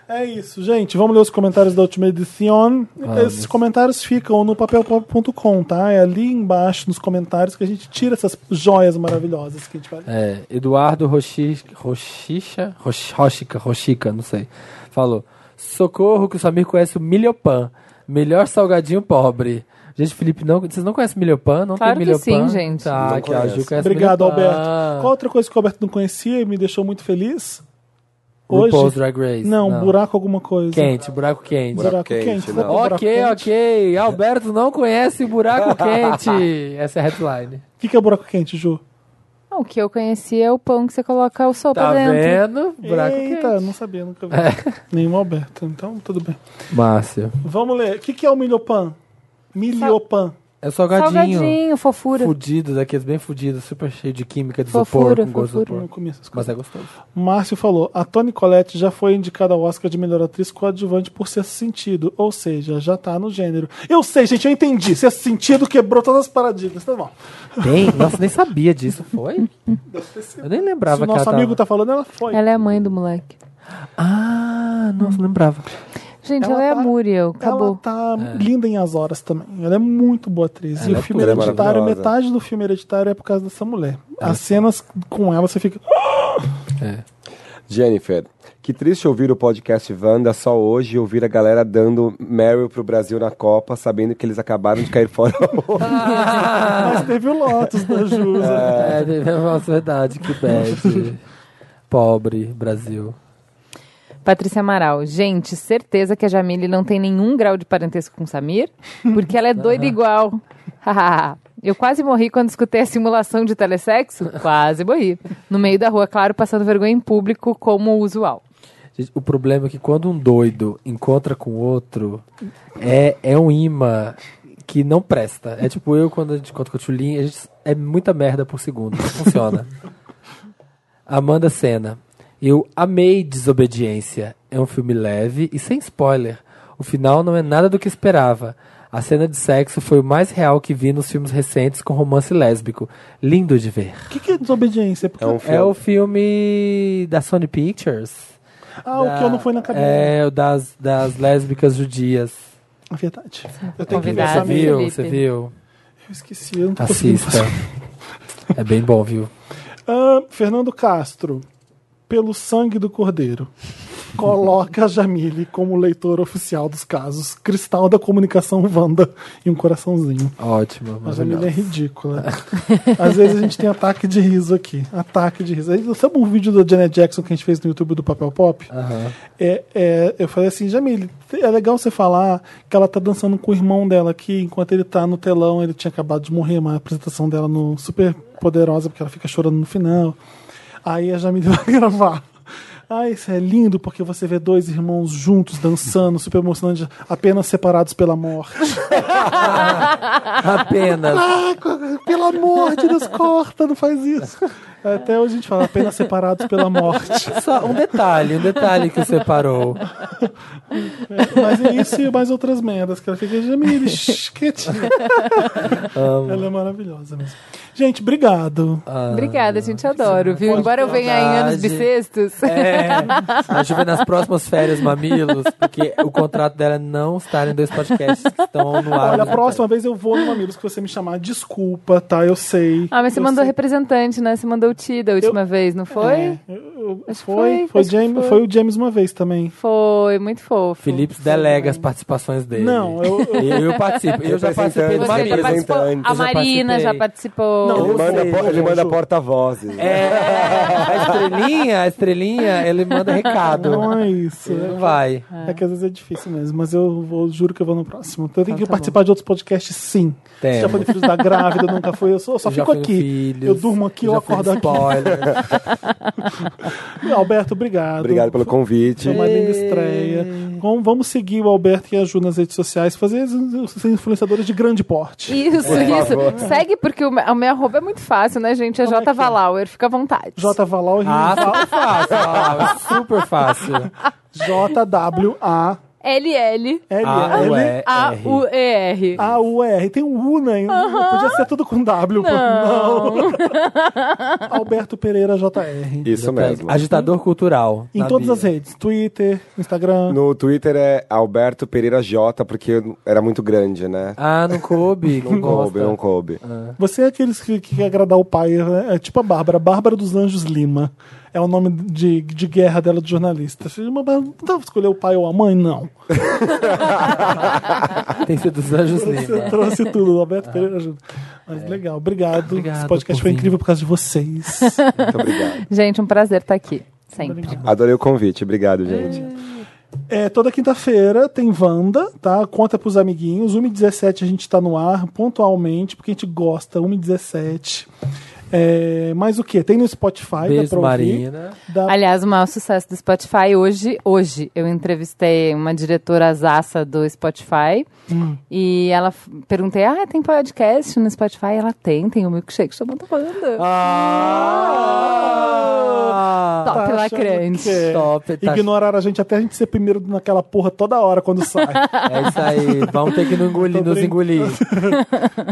Speaker 1: É isso, gente. Vamos ler os comentários da última edição. Esses comentários ficam no papelpop.com, tá? É ali embaixo nos comentários que a gente tira essas joias maravilhosas que a gente vai.
Speaker 2: É, Eduardo Roxi- Roxicha, Rox- Roxica, Roxica, não sei. Falou: Socorro que o Samir conhece o Milhopan, melhor salgadinho pobre. Gente, Felipe, não, vocês não conhecem Milhopan? Não
Speaker 3: Claro
Speaker 2: tem
Speaker 3: que
Speaker 2: Milhopan?
Speaker 3: sim, gente.
Speaker 2: Tá,
Speaker 4: Não
Speaker 2: que a Ju
Speaker 4: conheço.
Speaker 2: conhece
Speaker 1: Obrigado,
Speaker 2: Milhopan.
Speaker 1: Alberto. Qual outra coisa que o Alberto não conhecia e me deixou muito feliz? Hoje?
Speaker 2: RuPaul's Drag Race.
Speaker 1: Não, buraco alguma coisa.
Speaker 2: Quente, buraco quente.
Speaker 1: Buraco, quente.
Speaker 4: quente,
Speaker 1: Sabe
Speaker 4: não.
Speaker 1: o buraco
Speaker 2: ok,
Speaker 1: quente?
Speaker 2: ok. Alberto não conhece buraco quente. Essa é a headline.
Speaker 1: O que, que é buraco quente, Ju?
Speaker 3: Ah, O que eu conhecia é o pão que você coloca o sopa
Speaker 2: Tá
Speaker 3: dentro.
Speaker 2: vendo? Buraco
Speaker 1: Eita,
Speaker 2: quente. É.
Speaker 1: não sabia, nunca vi. Nenhum Alberto, então tudo bem.
Speaker 2: Márcio.
Speaker 1: Vamos ler. O que, que é o milhopan? Milhopan.
Speaker 2: É salgadinho.
Speaker 3: Salgadinho, fofura.
Speaker 2: Fudido, daqueles bem fudidos, super cheio de química de
Speaker 3: Fofura,
Speaker 2: isopor, com gosto de
Speaker 3: fofura.
Speaker 1: Não
Speaker 2: isopor.
Speaker 1: comi essas coisas.
Speaker 2: Mas é gostoso.
Speaker 1: Márcio falou: a Toni Collette já foi indicada ao Oscar de melhor atriz coadjuvante por sexto sentido, ou seja, já tá no gênero. Eu sei, gente, eu entendi. Sexto sentido quebrou todas as paradigmas, tá bom.
Speaker 2: Tem? Nossa, nem sabia disso, foi? Eu nem lembrava
Speaker 1: Se o
Speaker 2: que
Speaker 1: nosso
Speaker 2: ela
Speaker 1: amigo tá
Speaker 2: tava...
Speaker 1: falando, ela foi.
Speaker 3: Ela é a mãe do moleque.
Speaker 2: Ah, nossa, lembrava.
Speaker 3: Gente,
Speaker 1: Ela
Speaker 3: ela, é a
Speaker 1: tá-
Speaker 3: Muriel. Acabou.
Speaker 1: Ela tá linda em As Horas também. Ela é muito boa atriz. e
Speaker 2: Ela
Speaker 1: o
Speaker 2: é
Speaker 1: filme
Speaker 4: tudo. Ela é
Speaker 1: hereditário,
Speaker 4: maravilhosa.
Speaker 1: metade do filme hereditário é por causa dessa mulher. As cenas com ela você fica.
Speaker 4: Jennifer, que triste ouvir o podcast Wanda só hoje e ouvir a galera dando Meryl pro Brasil na Copa, sabendo que eles acabaram de cair fora.
Speaker 1: "Ah, Mas teve o Lotus da Jusa.
Speaker 2: É, nossa, verdade, que bad. Pobre Brasil.
Speaker 3: Patrícia Amaral. Gente, certeza que a Jamile não tem nenhum grau de parentesco com o Samir, porque ela é doida igual. Hahaha. Eu quase morri quando escutei a simulação de telessexo. Quase morri. No meio da rua, claro, passando vergonha em público, como usual.
Speaker 2: Gente, o problema é que quando um doido encontra com outro, é, é um imã que não presta. É tipo eu, quando a gente encontra com o Tchulin, a gente é muita merda por segundo. Não funciona. Amanda Senna. Eu amei Desobediência. É um filme leve e sem spoiler. O final não é nada do que esperava. A cena de sexo foi o mais real que vi nos filmes recentes com romance lésbico. Lindo de ver.
Speaker 1: O que, que é desobediência? Porque,
Speaker 4: É um
Speaker 2: É o
Speaker 4: filme.
Speaker 2: filme da Sony Pictures.
Speaker 1: ah, o
Speaker 2: Da-
Speaker 1: que eu não fui na cabeça.
Speaker 2: É, o das, das lésbicas judias.
Speaker 1: É verdade. Eu tenho que
Speaker 3: Convidado.
Speaker 1: pensar
Speaker 2: Você
Speaker 3: Samir.
Speaker 1: mesmo.
Speaker 2: viu? Você
Speaker 3: Felipe.
Speaker 2: viu?
Speaker 1: Eu esqueci, eu não tô conseguindo
Speaker 2: Assista.
Speaker 1: fazer.
Speaker 2: É bem bom, viu?
Speaker 1: Ah, Fernando Castro. pelo sangue do cordeiro. Coloca a Jamile como leitora oficial dos casos. Cristal da comunicação Wanda e um coraçãozinho.
Speaker 2: Ótimo,
Speaker 1: A Jamile
Speaker 2: maravilhoso.
Speaker 1: é ridícula. Às vezes a gente tem ataque de riso aqui. Ataque de riso. Aí, Sabe um vídeo da Janet Jackson que a gente fez no YouTube do Papel Pop? É, é, eu falei assim, Jamile, é legal você falar que ela tá dançando com o irmão dela aqui, enquanto ele tá no telão, ele tinha acabado de morrer, mas a apresentação dela no super poderosa, porque ela fica chorando no final. Aí a Jamile vai gravar. Ah, isso é lindo porque você vê dois irmãos juntos dançando, super emocionante, apenas separados pela morte.
Speaker 2: Apenas.
Speaker 1: Ah, co- pelo amor de Deus, corta, não faz isso. Até hoje a gente fala, apenas separados pela morte.
Speaker 2: Só um detalhe, um detalhe que separou.
Speaker 1: Mas é isso e mais outras merdas que ela fica, Jamile, shh, quietinha. Ela é maravilhosa mesmo. Gente, obrigado.
Speaker 3: Obrigada, gente, adoro, viu?
Speaker 1: Pode
Speaker 3: Embora eu venha em anos
Speaker 2: verdade.
Speaker 3: bissextos.
Speaker 2: É, a gente vê nas próximas férias Mamilos, porque o contrato dela é não estar em dois podcasts que estão no ar. né?
Speaker 1: Olha, a próxima vez eu vou no Mamilos que você me chamar, desculpa, tá? Eu sei.
Speaker 3: Ah, mas você
Speaker 1: Eu
Speaker 3: mandou
Speaker 1: sei.
Speaker 3: representante, né? Você mandou o Ti da última vez, não foi?
Speaker 1: É. Eu- eu-
Speaker 3: Acho que
Speaker 1: Foi,
Speaker 3: foi,
Speaker 1: foi,
Speaker 3: acho que
Speaker 1: James,
Speaker 3: foi.
Speaker 1: foi o James uma vez também.
Speaker 3: Foi, muito fofo.
Speaker 2: Felipe delega as participações dele.
Speaker 1: Não, eu-
Speaker 2: eu, participou. Eu já participei do
Speaker 3: Você
Speaker 4: Representante.
Speaker 3: já
Speaker 2: Mamilos.
Speaker 3: participou.
Speaker 4: Representante.
Speaker 3: A
Speaker 4: Eu já
Speaker 3: Marina já
Speaker 2: participei.
Speaker 3: participou.
Speaker 1: Não,
Speaker 4: Ele
Speaker 1: Ou
Speaker 4: manda,
Speaker 1: seja,
Speaker 4: por- ele
Speaker 1: Jojo.
Speaker 4: manda porta-vozes.
Speaker 2: É, a estrelinha, a estrelinha, ele manda recado.
Speaker 1: Não é isso.
Speaker 2: Ele não vai.
Speaker 1: É que às vezes é difícil mesmo, mas eu vou, juro que eu vou no próximo. Então eu tenho que
Speaker 3: tá
Speaker 1: participar de outros podcasts, sim.
Speaker 2: Temos.
Speaker 1: Já foi no Filhos da Grávida, eu nunca fui. Eu só, eu só
Speaker 2: Já
Speaker 1: fico
Speaker 2: fui no
Speaker 1: aqui.
Speaker 2: Filhos,
Speaker 1: eu durmo aqui, eu
Speaker 2: já fui no
Speaker 1: acordo aqui.
Speaker 2: Spoiler.
Speaker 1: Alberto, obrigado.
Speaker 4: Obrigado pelo convite.
Speaker 1: Foi uma linda estreia. Vamos, vamos seguir o Alberto e a Ju nas redes sociais, fazer ser influenciadores de grande porte.
Speaker 3: Isso,
Speaker 4: favor.
Speaker 3: isso. Segue, porque o meu, o meu arroba é muito fácil, né, gente? É
Speaker 1: Como é que
Speaker 3: J
Speaker 1: é?
Speaker 3: Valauer, fica à vontade.
Speaker 1: J Valau e
Speaker 2: Ah,
Speaker 1: Val-
Speaker 2: super fácil, ah, super fácil.
Speaker 1: J W A
Speaker 3: LL
Speaker 1: L
Speaker 2: Ah,
Speaker 1: L
Speaker 2: ué,
Speaker 3: A
Speaker 2: R.
Speaker 4: É
Speaker 3: U E R.
Speaker 1: A U R. Tem um U, né? Podia ser tudo com W. Não. Alberto Pereira JR.
Speaker 4: Isso mesmo.
Speaker 2: Agitador cultural.
Speaker 1: Em
Speaker 2: na
Speaker 1: todas
Speaker 2: bio.
Speaker 1: as redes, Twitter, Instagram.
Speaker 4: No Twitter é Alberto Pereira J, porque eu- era muito grande, né?
Speaker 2: Ah, não coube.
Speaker 4: Não coube, não coube.
Speaker 1: Você é aqueles que, que quer agradar o pai, né? é tipo a Bárbara, Bárbara dos Anjos Lima. É o nome de, de guerra dela de jornalista. Filha, mas Não dá pra escolher o pai ou a mãe, não.
Speaker 2: É. Tem sido dos anjos
Speaker 1: Você tá
Speaker 2: Lima.
Speaker 1: trouxe tudo, Roberto
Speaker 2: Ah.
Speaker 1: Pereira ajuda.
Speaker 2: É.
Speaker 1: Mas legal, obrigado.
Speaker 2: Obrigado
Speaker 1: Esse podcast
Speaker 2: por
Speaker 1: foi
Speaker 2: vir.
Speaker 1: incrível por causa de vocês.
Speaker 4: Muito obrigado.
Speaker 3: Gente, um prazer estar aqui. Sempre.
Speaker 4: Adorei o convite. Obrigado, gente.
Speaker 1: É, toda quinta-feira tem Wanda, tá? Conta pros amiguinhos. 1h17 a gente tá no ar, pontualmente, porque a gente gosta. 1h17. É, mas o que? Tem no Spotify, dá pra
Speaker 2: Beijo,
Speaker 1: ouvir.
Speaker 2: Marina.
Speaker 1: Dá-
Speaker 3: Aliás, o maior sucesso do Spotify hoje, hoje eu entrevistei uma diretora zaça do Spotify
Speaker 1: Hum.
Speaker 3: e ela f- perguntei: "Ah, tem podcast no Spotify?" Ela tem, tem o milkshake chamando Wanda.
Speaker 2: Ah!
Speaker 3: Top
Speaker 1: Tá achando
Speaker 3: lacrante.
Speaker 1: que é.
Speaker 2: Top, tá-
Speaker 1: Ignoraram a gente até a gente ser primeiro naquela porra toda hora quando sai.
Speaker 2: É isso aí. Vamos ter que nos engolir.
Speaker 1: Tô
Speaker 2: Nos engolir.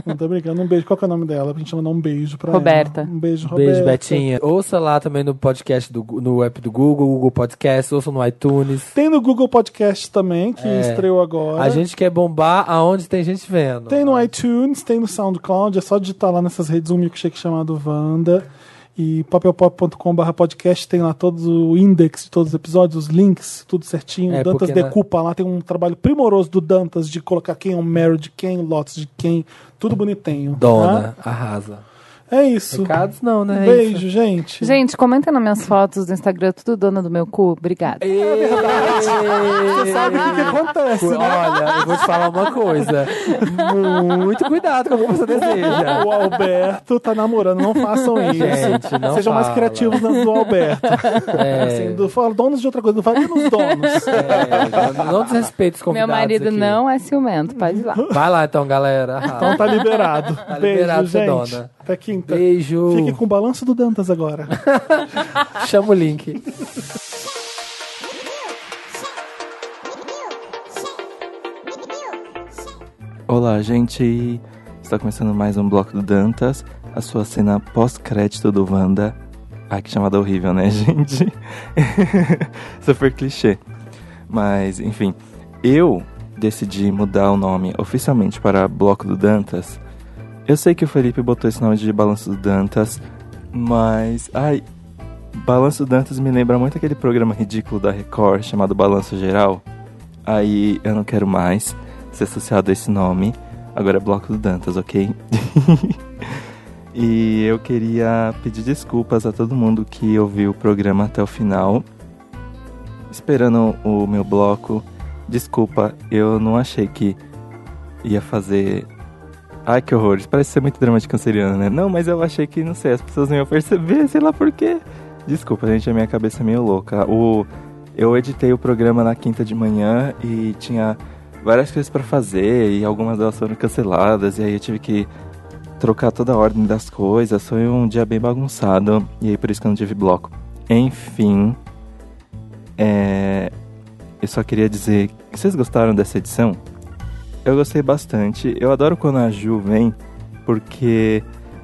Speaker 1: Não tô brincando. Um beijo. Qual que é o nome dela? Pra gente mandar um beijo pra
Speaker 3: Roberta.
Speaker 1: ela. Um beijo, Roberta.
Speaker 2: Beijo, Betinha. Ouça lá também no podcast, do, Gu- no app do Google, Google Podcast, ouça no iTunes.
Speaker 1: Tem no Google Podcast também, que
Speaker 2: É.
Speaker 1: estreou agora.
Speaker 2: A gente quer bombar aonde tem gente vendo.
Speaker 1: Tem no iTunes, tem no SoundCloud, é só digitar lá nessas redes um milkshake chamado Wanda. E papelpop.com.br podcast tem lá todo o index de todos os episódios, os links, tudo certinho.
Speaker 2: É,
Speaker 1: o Dantas
Speaker 2: porque na-
Speaker 1: decupa lá, tem um trabalho primoroso do Dantas de colocar quem é o Mary de quem, o Lotus de quem, tudo bonitinho.
Speaker 2: Dona, arrasa.
Speaker 1: tá? É isso.
Speaker 2: Recados não, né? É isso.
Speaker 1: Beijo, gente.
Speaker 3: Gente, comentem nas minhas fotos do Instagram, tudo dona do meu cu. Obrigada.
Speaker 2: É Você sabe o que acontece, né? Olha, eu vou te falar uma coisa. Muito cuidado com o que você deseja.
Speaker 1: O Alberto tá namorando, não façam isso.
Speaker 2: Gente, não
Speaker 1: Sejam mais
Speaker 2: fala.
Speaker 1: criativos na- do Alberto.
Speaker 2: É.
Speaker 1: Assim, do, fala donos de outra coisa, não vai nos donos.
Speaker 2: É, não desrespeite os
Speaker 3: Meu
Speaker 2: convidados
Speaker 3: marido
Speaker 2: aqui.
Speaker 3: não é ciumento, pode ir lá.
Speaker 2: Vai lá então, galera. Arrasa.
Speaker 1: Então tá liberado. Tá Beijo,
Speaker 2: liberado,
Speaker 1: gente.
Speaker 2: dona.
Speaker 1: Até quinta.
Speaker 2: Beijo.
Speaker 1: Fique com o balanço do Dantas agora.
Speaker 2: Chama o link.
Speaker 7: Olá, gente! Está começando mais um bloco do Dantas, a sua cena pós-crédito do Wanda. Ah, que chamada horrível, né, gente? Super clichê. Mas, enfim, eu decidi mudar o nome oficialmente para Bloco do Dantas. Eu sei que o Felipe botou esse nome de Balanço do Dantas, mas. Ai, Balanço Dantas me lembra muito aquele programa ridículo da Record chamado Balanço Geral. Aí eu não quero mais ser associado a esse nome. Agora é Bloco do Dantas, ok? e eu queria pedir desculpas a todo mundo que ouviu o programa até o final. Esperando o meu bloco. Desculpa, eu não achei que ia fazer. Ai, que horror. Isso parece ser muito drama de canceriano, né? Não, mas eu achei que, não sei, as pessoas não iam perceber, sei lá por quê. Desculpa, gente, a minha cabeça é meio louca. O... Eu editei o programa na quinta de manhã e tinha várias coisas pra fazer e algumas delas foram canceladas e aí eu tive que trocar toda a ordem das coisas. Foi um dia bem bagunçado e aí por isso que eu não tive bloco. Enfim, é... eu só queria dizer que vocês gostaram dessa edição? Eu gostei bastante. Eu adoro quando a Ju vem, porque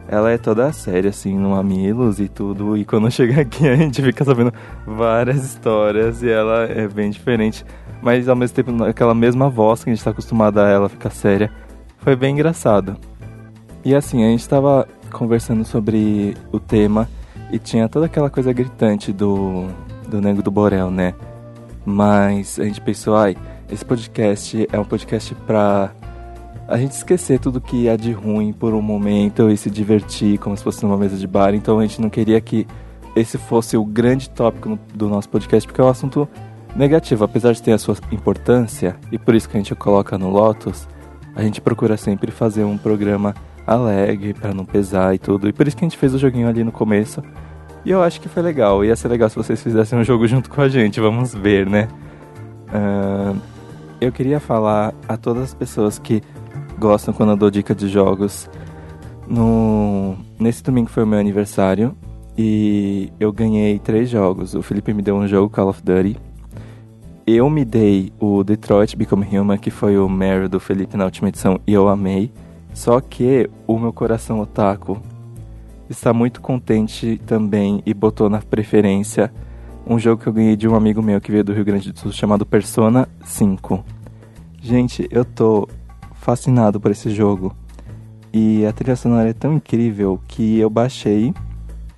Speaker 7: ela é toda séria, assim, no Mamilos e tudo. E quando chega aqui, a gente fica sabendo várias histórias e ela é bem diferente. Mas ao mesmo tempo, aquela mesma voz que a gente tá acostumado a ela ficar séria. Foi bem engraçado. E assim, a gente tava conversando sobre o tema e tinha toda aquela coisa gritante do, do Nego do Borel, né? Mas a gente pensou, ai, esse podcast é um podcast pra a gente esquecer tudo que há de ruim por um momento e se divertir como se fosse numa mesa de bar. Então a gente não queria que esse fosse o grande tópico no- do nosso podcast, porque é um assunto negativo, apesar de ter a sua importância, e por isso que a gente coloca no Lotus, a gente procura sempre fazer um programa alegre pra não pesar e tudo. E por isso que a gente fez o joguinho ali no começo. E eu acho que foi legal. Ia ser legal se vocês fizessem um jogo junto com a gente. Vamos ver, né? Ahn, eu queria falar a todas as pessoas que gostam quando eu dou dica de jogos. No... Nesse domingo foi o meu aniversário e eu ganhei três jogos. O Felipe me deu um jogo, Call of Duty. Eu me dei o Detroit Become Human, que foi o Meryl do Felipe na última edição, e eu amei. Só que o meu coração otaku está muito contente também e botou na preferência um jogo que eu ganhei de um amigo meu que veio do Rio Grande do Sul chamado Persona 5. Gente, eu tô fascinado por esse jogo. E a trilha sonora é tão incrível que eu baixei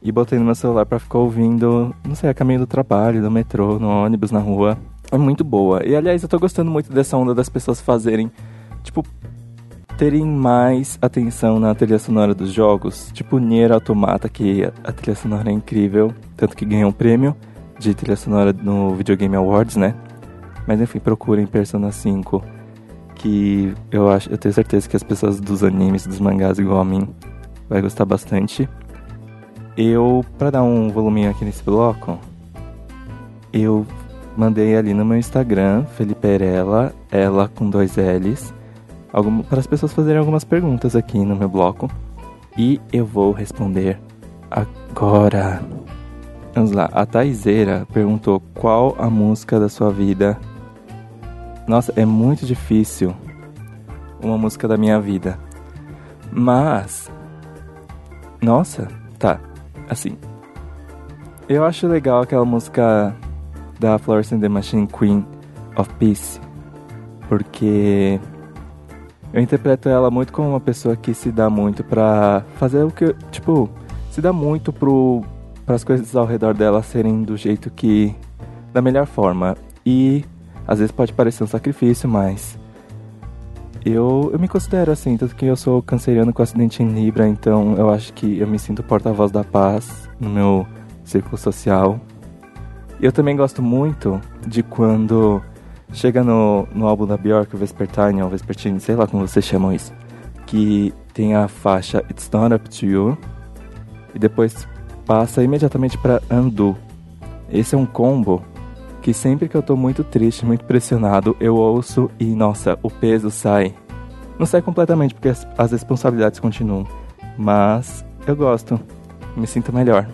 Speaker 7: e botei no meu celular pra ficar ouvindo, não sei, a caminho do trabalho, do metrô, no ônibus, na rua. É muito boa. E aliás, eu tô gostando muito dessa onda das pessoas fazerem, tipo, terem mais atenção na trilha sonora dos jogos, tipo Nier Automata, que a- a trilha sonora é incrível, tanto que ganhou um prêmio de trilha sonora no Video Game Awards, né? Mas enfim, procurem Persona 5, que eu acho, eu tenho certeza que as pessoas dos animes, dos mangás igual a mim, vai gostar bastante. Eu, pra dar um voluminho aqui nesse bloco, eu mandei ali no meu Instagram, Felipe Erela, ela com dois L's, algum, para as pessoas fazerem algumas perguntas aqui no meu bloco. E eu vou responder agora. Vamos lá. A Taizeira perguntou qual a música da sua vida. Nossa, é muito difícil uma música da minha vida. Mas. Nossa, tá. Assim. Eu acho legal aquela música da Florence and the Machine Queen of Peace. Porque eu interpreto ela muito como uma pessoa que se dá muito pra fazer o que. Tipo, se dá muito pro, pras coisas ao redor dela serem do jeito que. da melhor forma. E às vezes pode parecer um sacrifício, mas. Eu, eu me considero assim, tanto que eu sou canceriano com acidente em Libra, então eu acho que eu me sinto porta-voz da paz no meu círculo social. E eu também gosto muito de quando chega no, no álbum da Bjork, o Vespertine, ou Vespertine, sei lá como vocês chamam isso, que tem a faixa It's Not Up To You, e depois passa imediatamente pra Undo. Esse é um combo que sempre que eu tô muito triste, muito pressionado, eu ouço e, nossa, o peso sai. Não sai completamente, porque as, as responsabilidades continuam, mas eu gosto, me sinto melhor.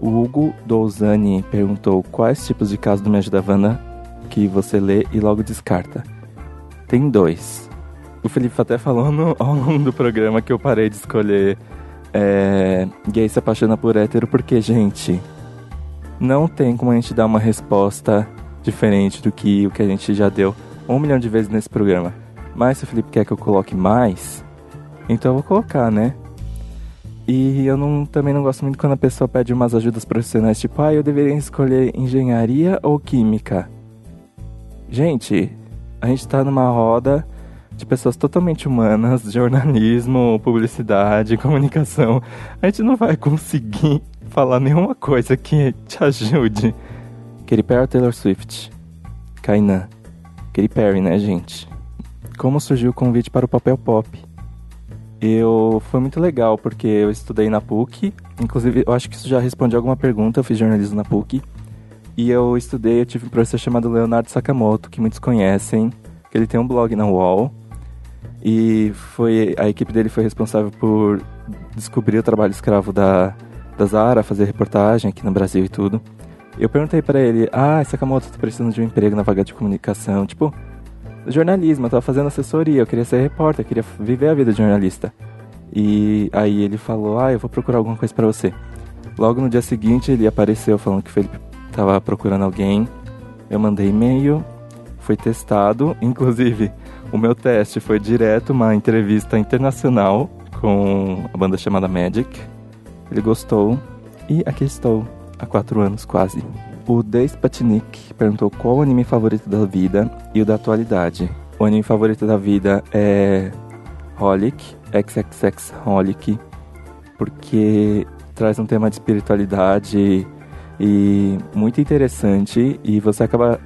Speaker 7: O Hugo Douzani perguntou quais tipos de casos do Me Ajuda Vanda que você lê e logo descarta. Tem dois. O Felipe tá até falou no, ao longo do programa que eu parei de escolher é, gay se apaixona por hétero porque, gente, não tem como a gente dar uma resposta diferente do que o que a gente já deu um milhão de vezes nesse programa. Mas se o Felipe quer que eu coloque mais, então eu vou colocar, né? E eu não, também não gosto muito quando a pessoa pede umas ajudas profissionais, tipo, ah, eu deveria escolher engenharia ou química. Gente, a gente tá numa roda de pessoas totalmente humanas, jornalismo, publicidade, comunicação. A gente não vai conseguir falar nenhuma coisa que te ajude. Katy Perry ou Taylor Swift? Kainan. Katy Perry, né, gente? Como surgiu o convite para o papel pop? Eu foi muito legal porque eu estudei na PUC, inclusive eu acho que isso já respondi alguma pergunta, eu fiz jornalismo na PUC. E eu estudei, eu tive um professor chamado Leonardo Sakamoto, que muitos conhecem, que ele tem um blog na UOL. E foi a equipe dele foi responsável por descobrir o trabalho escravo da da Zara, fazer reportagem aqui no Brasil e tudo. Eu perguntei pra ele: "Ah, Sakamoto, tô precisando de um emprego na vaga de comunicação, tipo, jornalismo, eu tava fazendo assessoria, eu queria ser repórter, eu queria viver a vida de jornalista. E aí ele falou: "Ah, eu vou procurar alguma coisa pra você". Logo no dia seguinte ele apareceu falando que o Felipe tava procurando alguém. Eu mandei e-mail, foi testado, inclusive o meu teste foi direto uma entrevista internacional com a banda chamada Magic. Ele gostou e aqui estou há quatro anos quase. O Deis Patnik perguntou qual o anime favorito da vida e o da atualidade. O anime favorito da vida é Holic, XXX Holic, porque traz um tema de espiritualidade e muito interessante e você acaba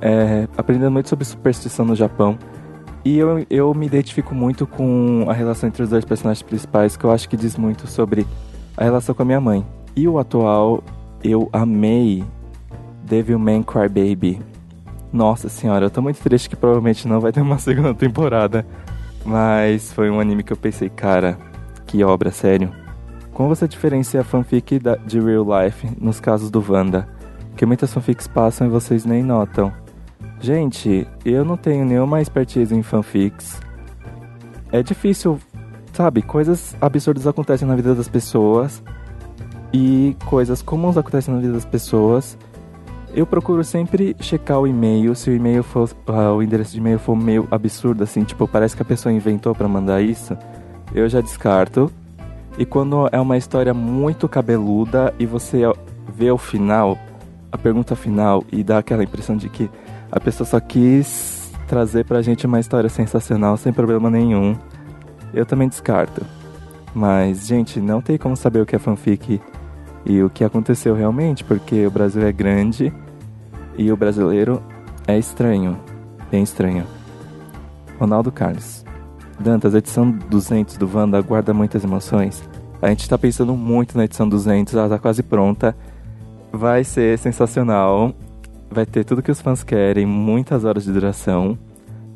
Speaker 7: é, aprendendo muito sobre superstição no Japão. E eu, eu me identifico muito com a relação entre os dois personagens principais, que eu acho que diz muito sobre a relação com a minha mãe. E o atual, eu amei Devilman Crybaby. Nossa senhora, eu tô muito triste que provavelmente não vai ter uma segunda temporada. Mas foi um anime que eu pensei, cara, que obra, sério. Como você diferencia a fanfic da- de real life nos casos do Wanda? Porque muitas fanfics passam e vocês nem notam. Gente, eu não tenho nenhuma expertise em fanfics. É difícil, sabe? Coisas absurdas acontecem na vida das pessoas e coisas comuns acontecem na vida das pessoas. Eu procuro sempre checar o e-mail, se o e-mail for ah, o endereço de e-mail for meio absurdo assim, tipo, parece que a pessoa inventou pra mandar isso, eu já descarto. E quando é uma história muito cabeluda e você vê o final, a pergunta final e dá aquela impressão de que a pessoa só quis trazer pra gente uma história sensacional sem problema nenhum, eu também descarto. Mas, gente, não tem como saber o que é fanfic e o que aconteceu realmente, porque o Brasil é grande e o brasileiro é estranho. Bem estranho. Ronaldo Carlos. Dantas, a edição 200 do Wanda guarda muitas emoções. A gente tá pensando muito na edição 200, ela tá quase pronta. Vai ser sensacional. Vai ter tudo que os fãs querem, muitas horas de duração,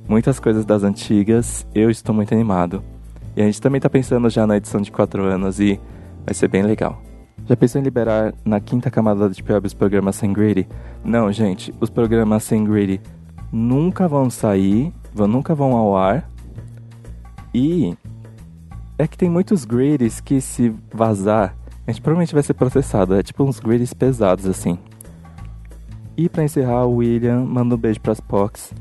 Speaker 7: muitas coisas das antigas. Eu estou muito animado. E a gente também tá pensando já na edição de 4 anos e vai ser bem legal. Já pensou em liberar na quinta camada de Pior os programas sem greedy? Não, gente, os programas sem greedy nunca vão sair, vão, nunca vão ao ar. E é que tem muitos greedies que se vazar, a gente provavelmente vai ser processado. É tipo uns greedies pesados, assim. E pra encerrar, o William manda um beijo pras Pox.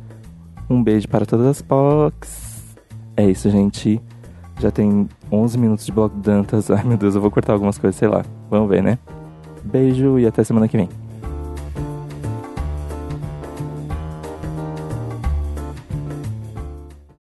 Speaker 7: Um beijo para todas as Pox. É isso, gente. Já tem 11 minutos de bloco Dantas. Ai, meu Deus, eu vou cortar algumas coisas, sei lá. Vamos ver, né? Beijo e até semana que vem.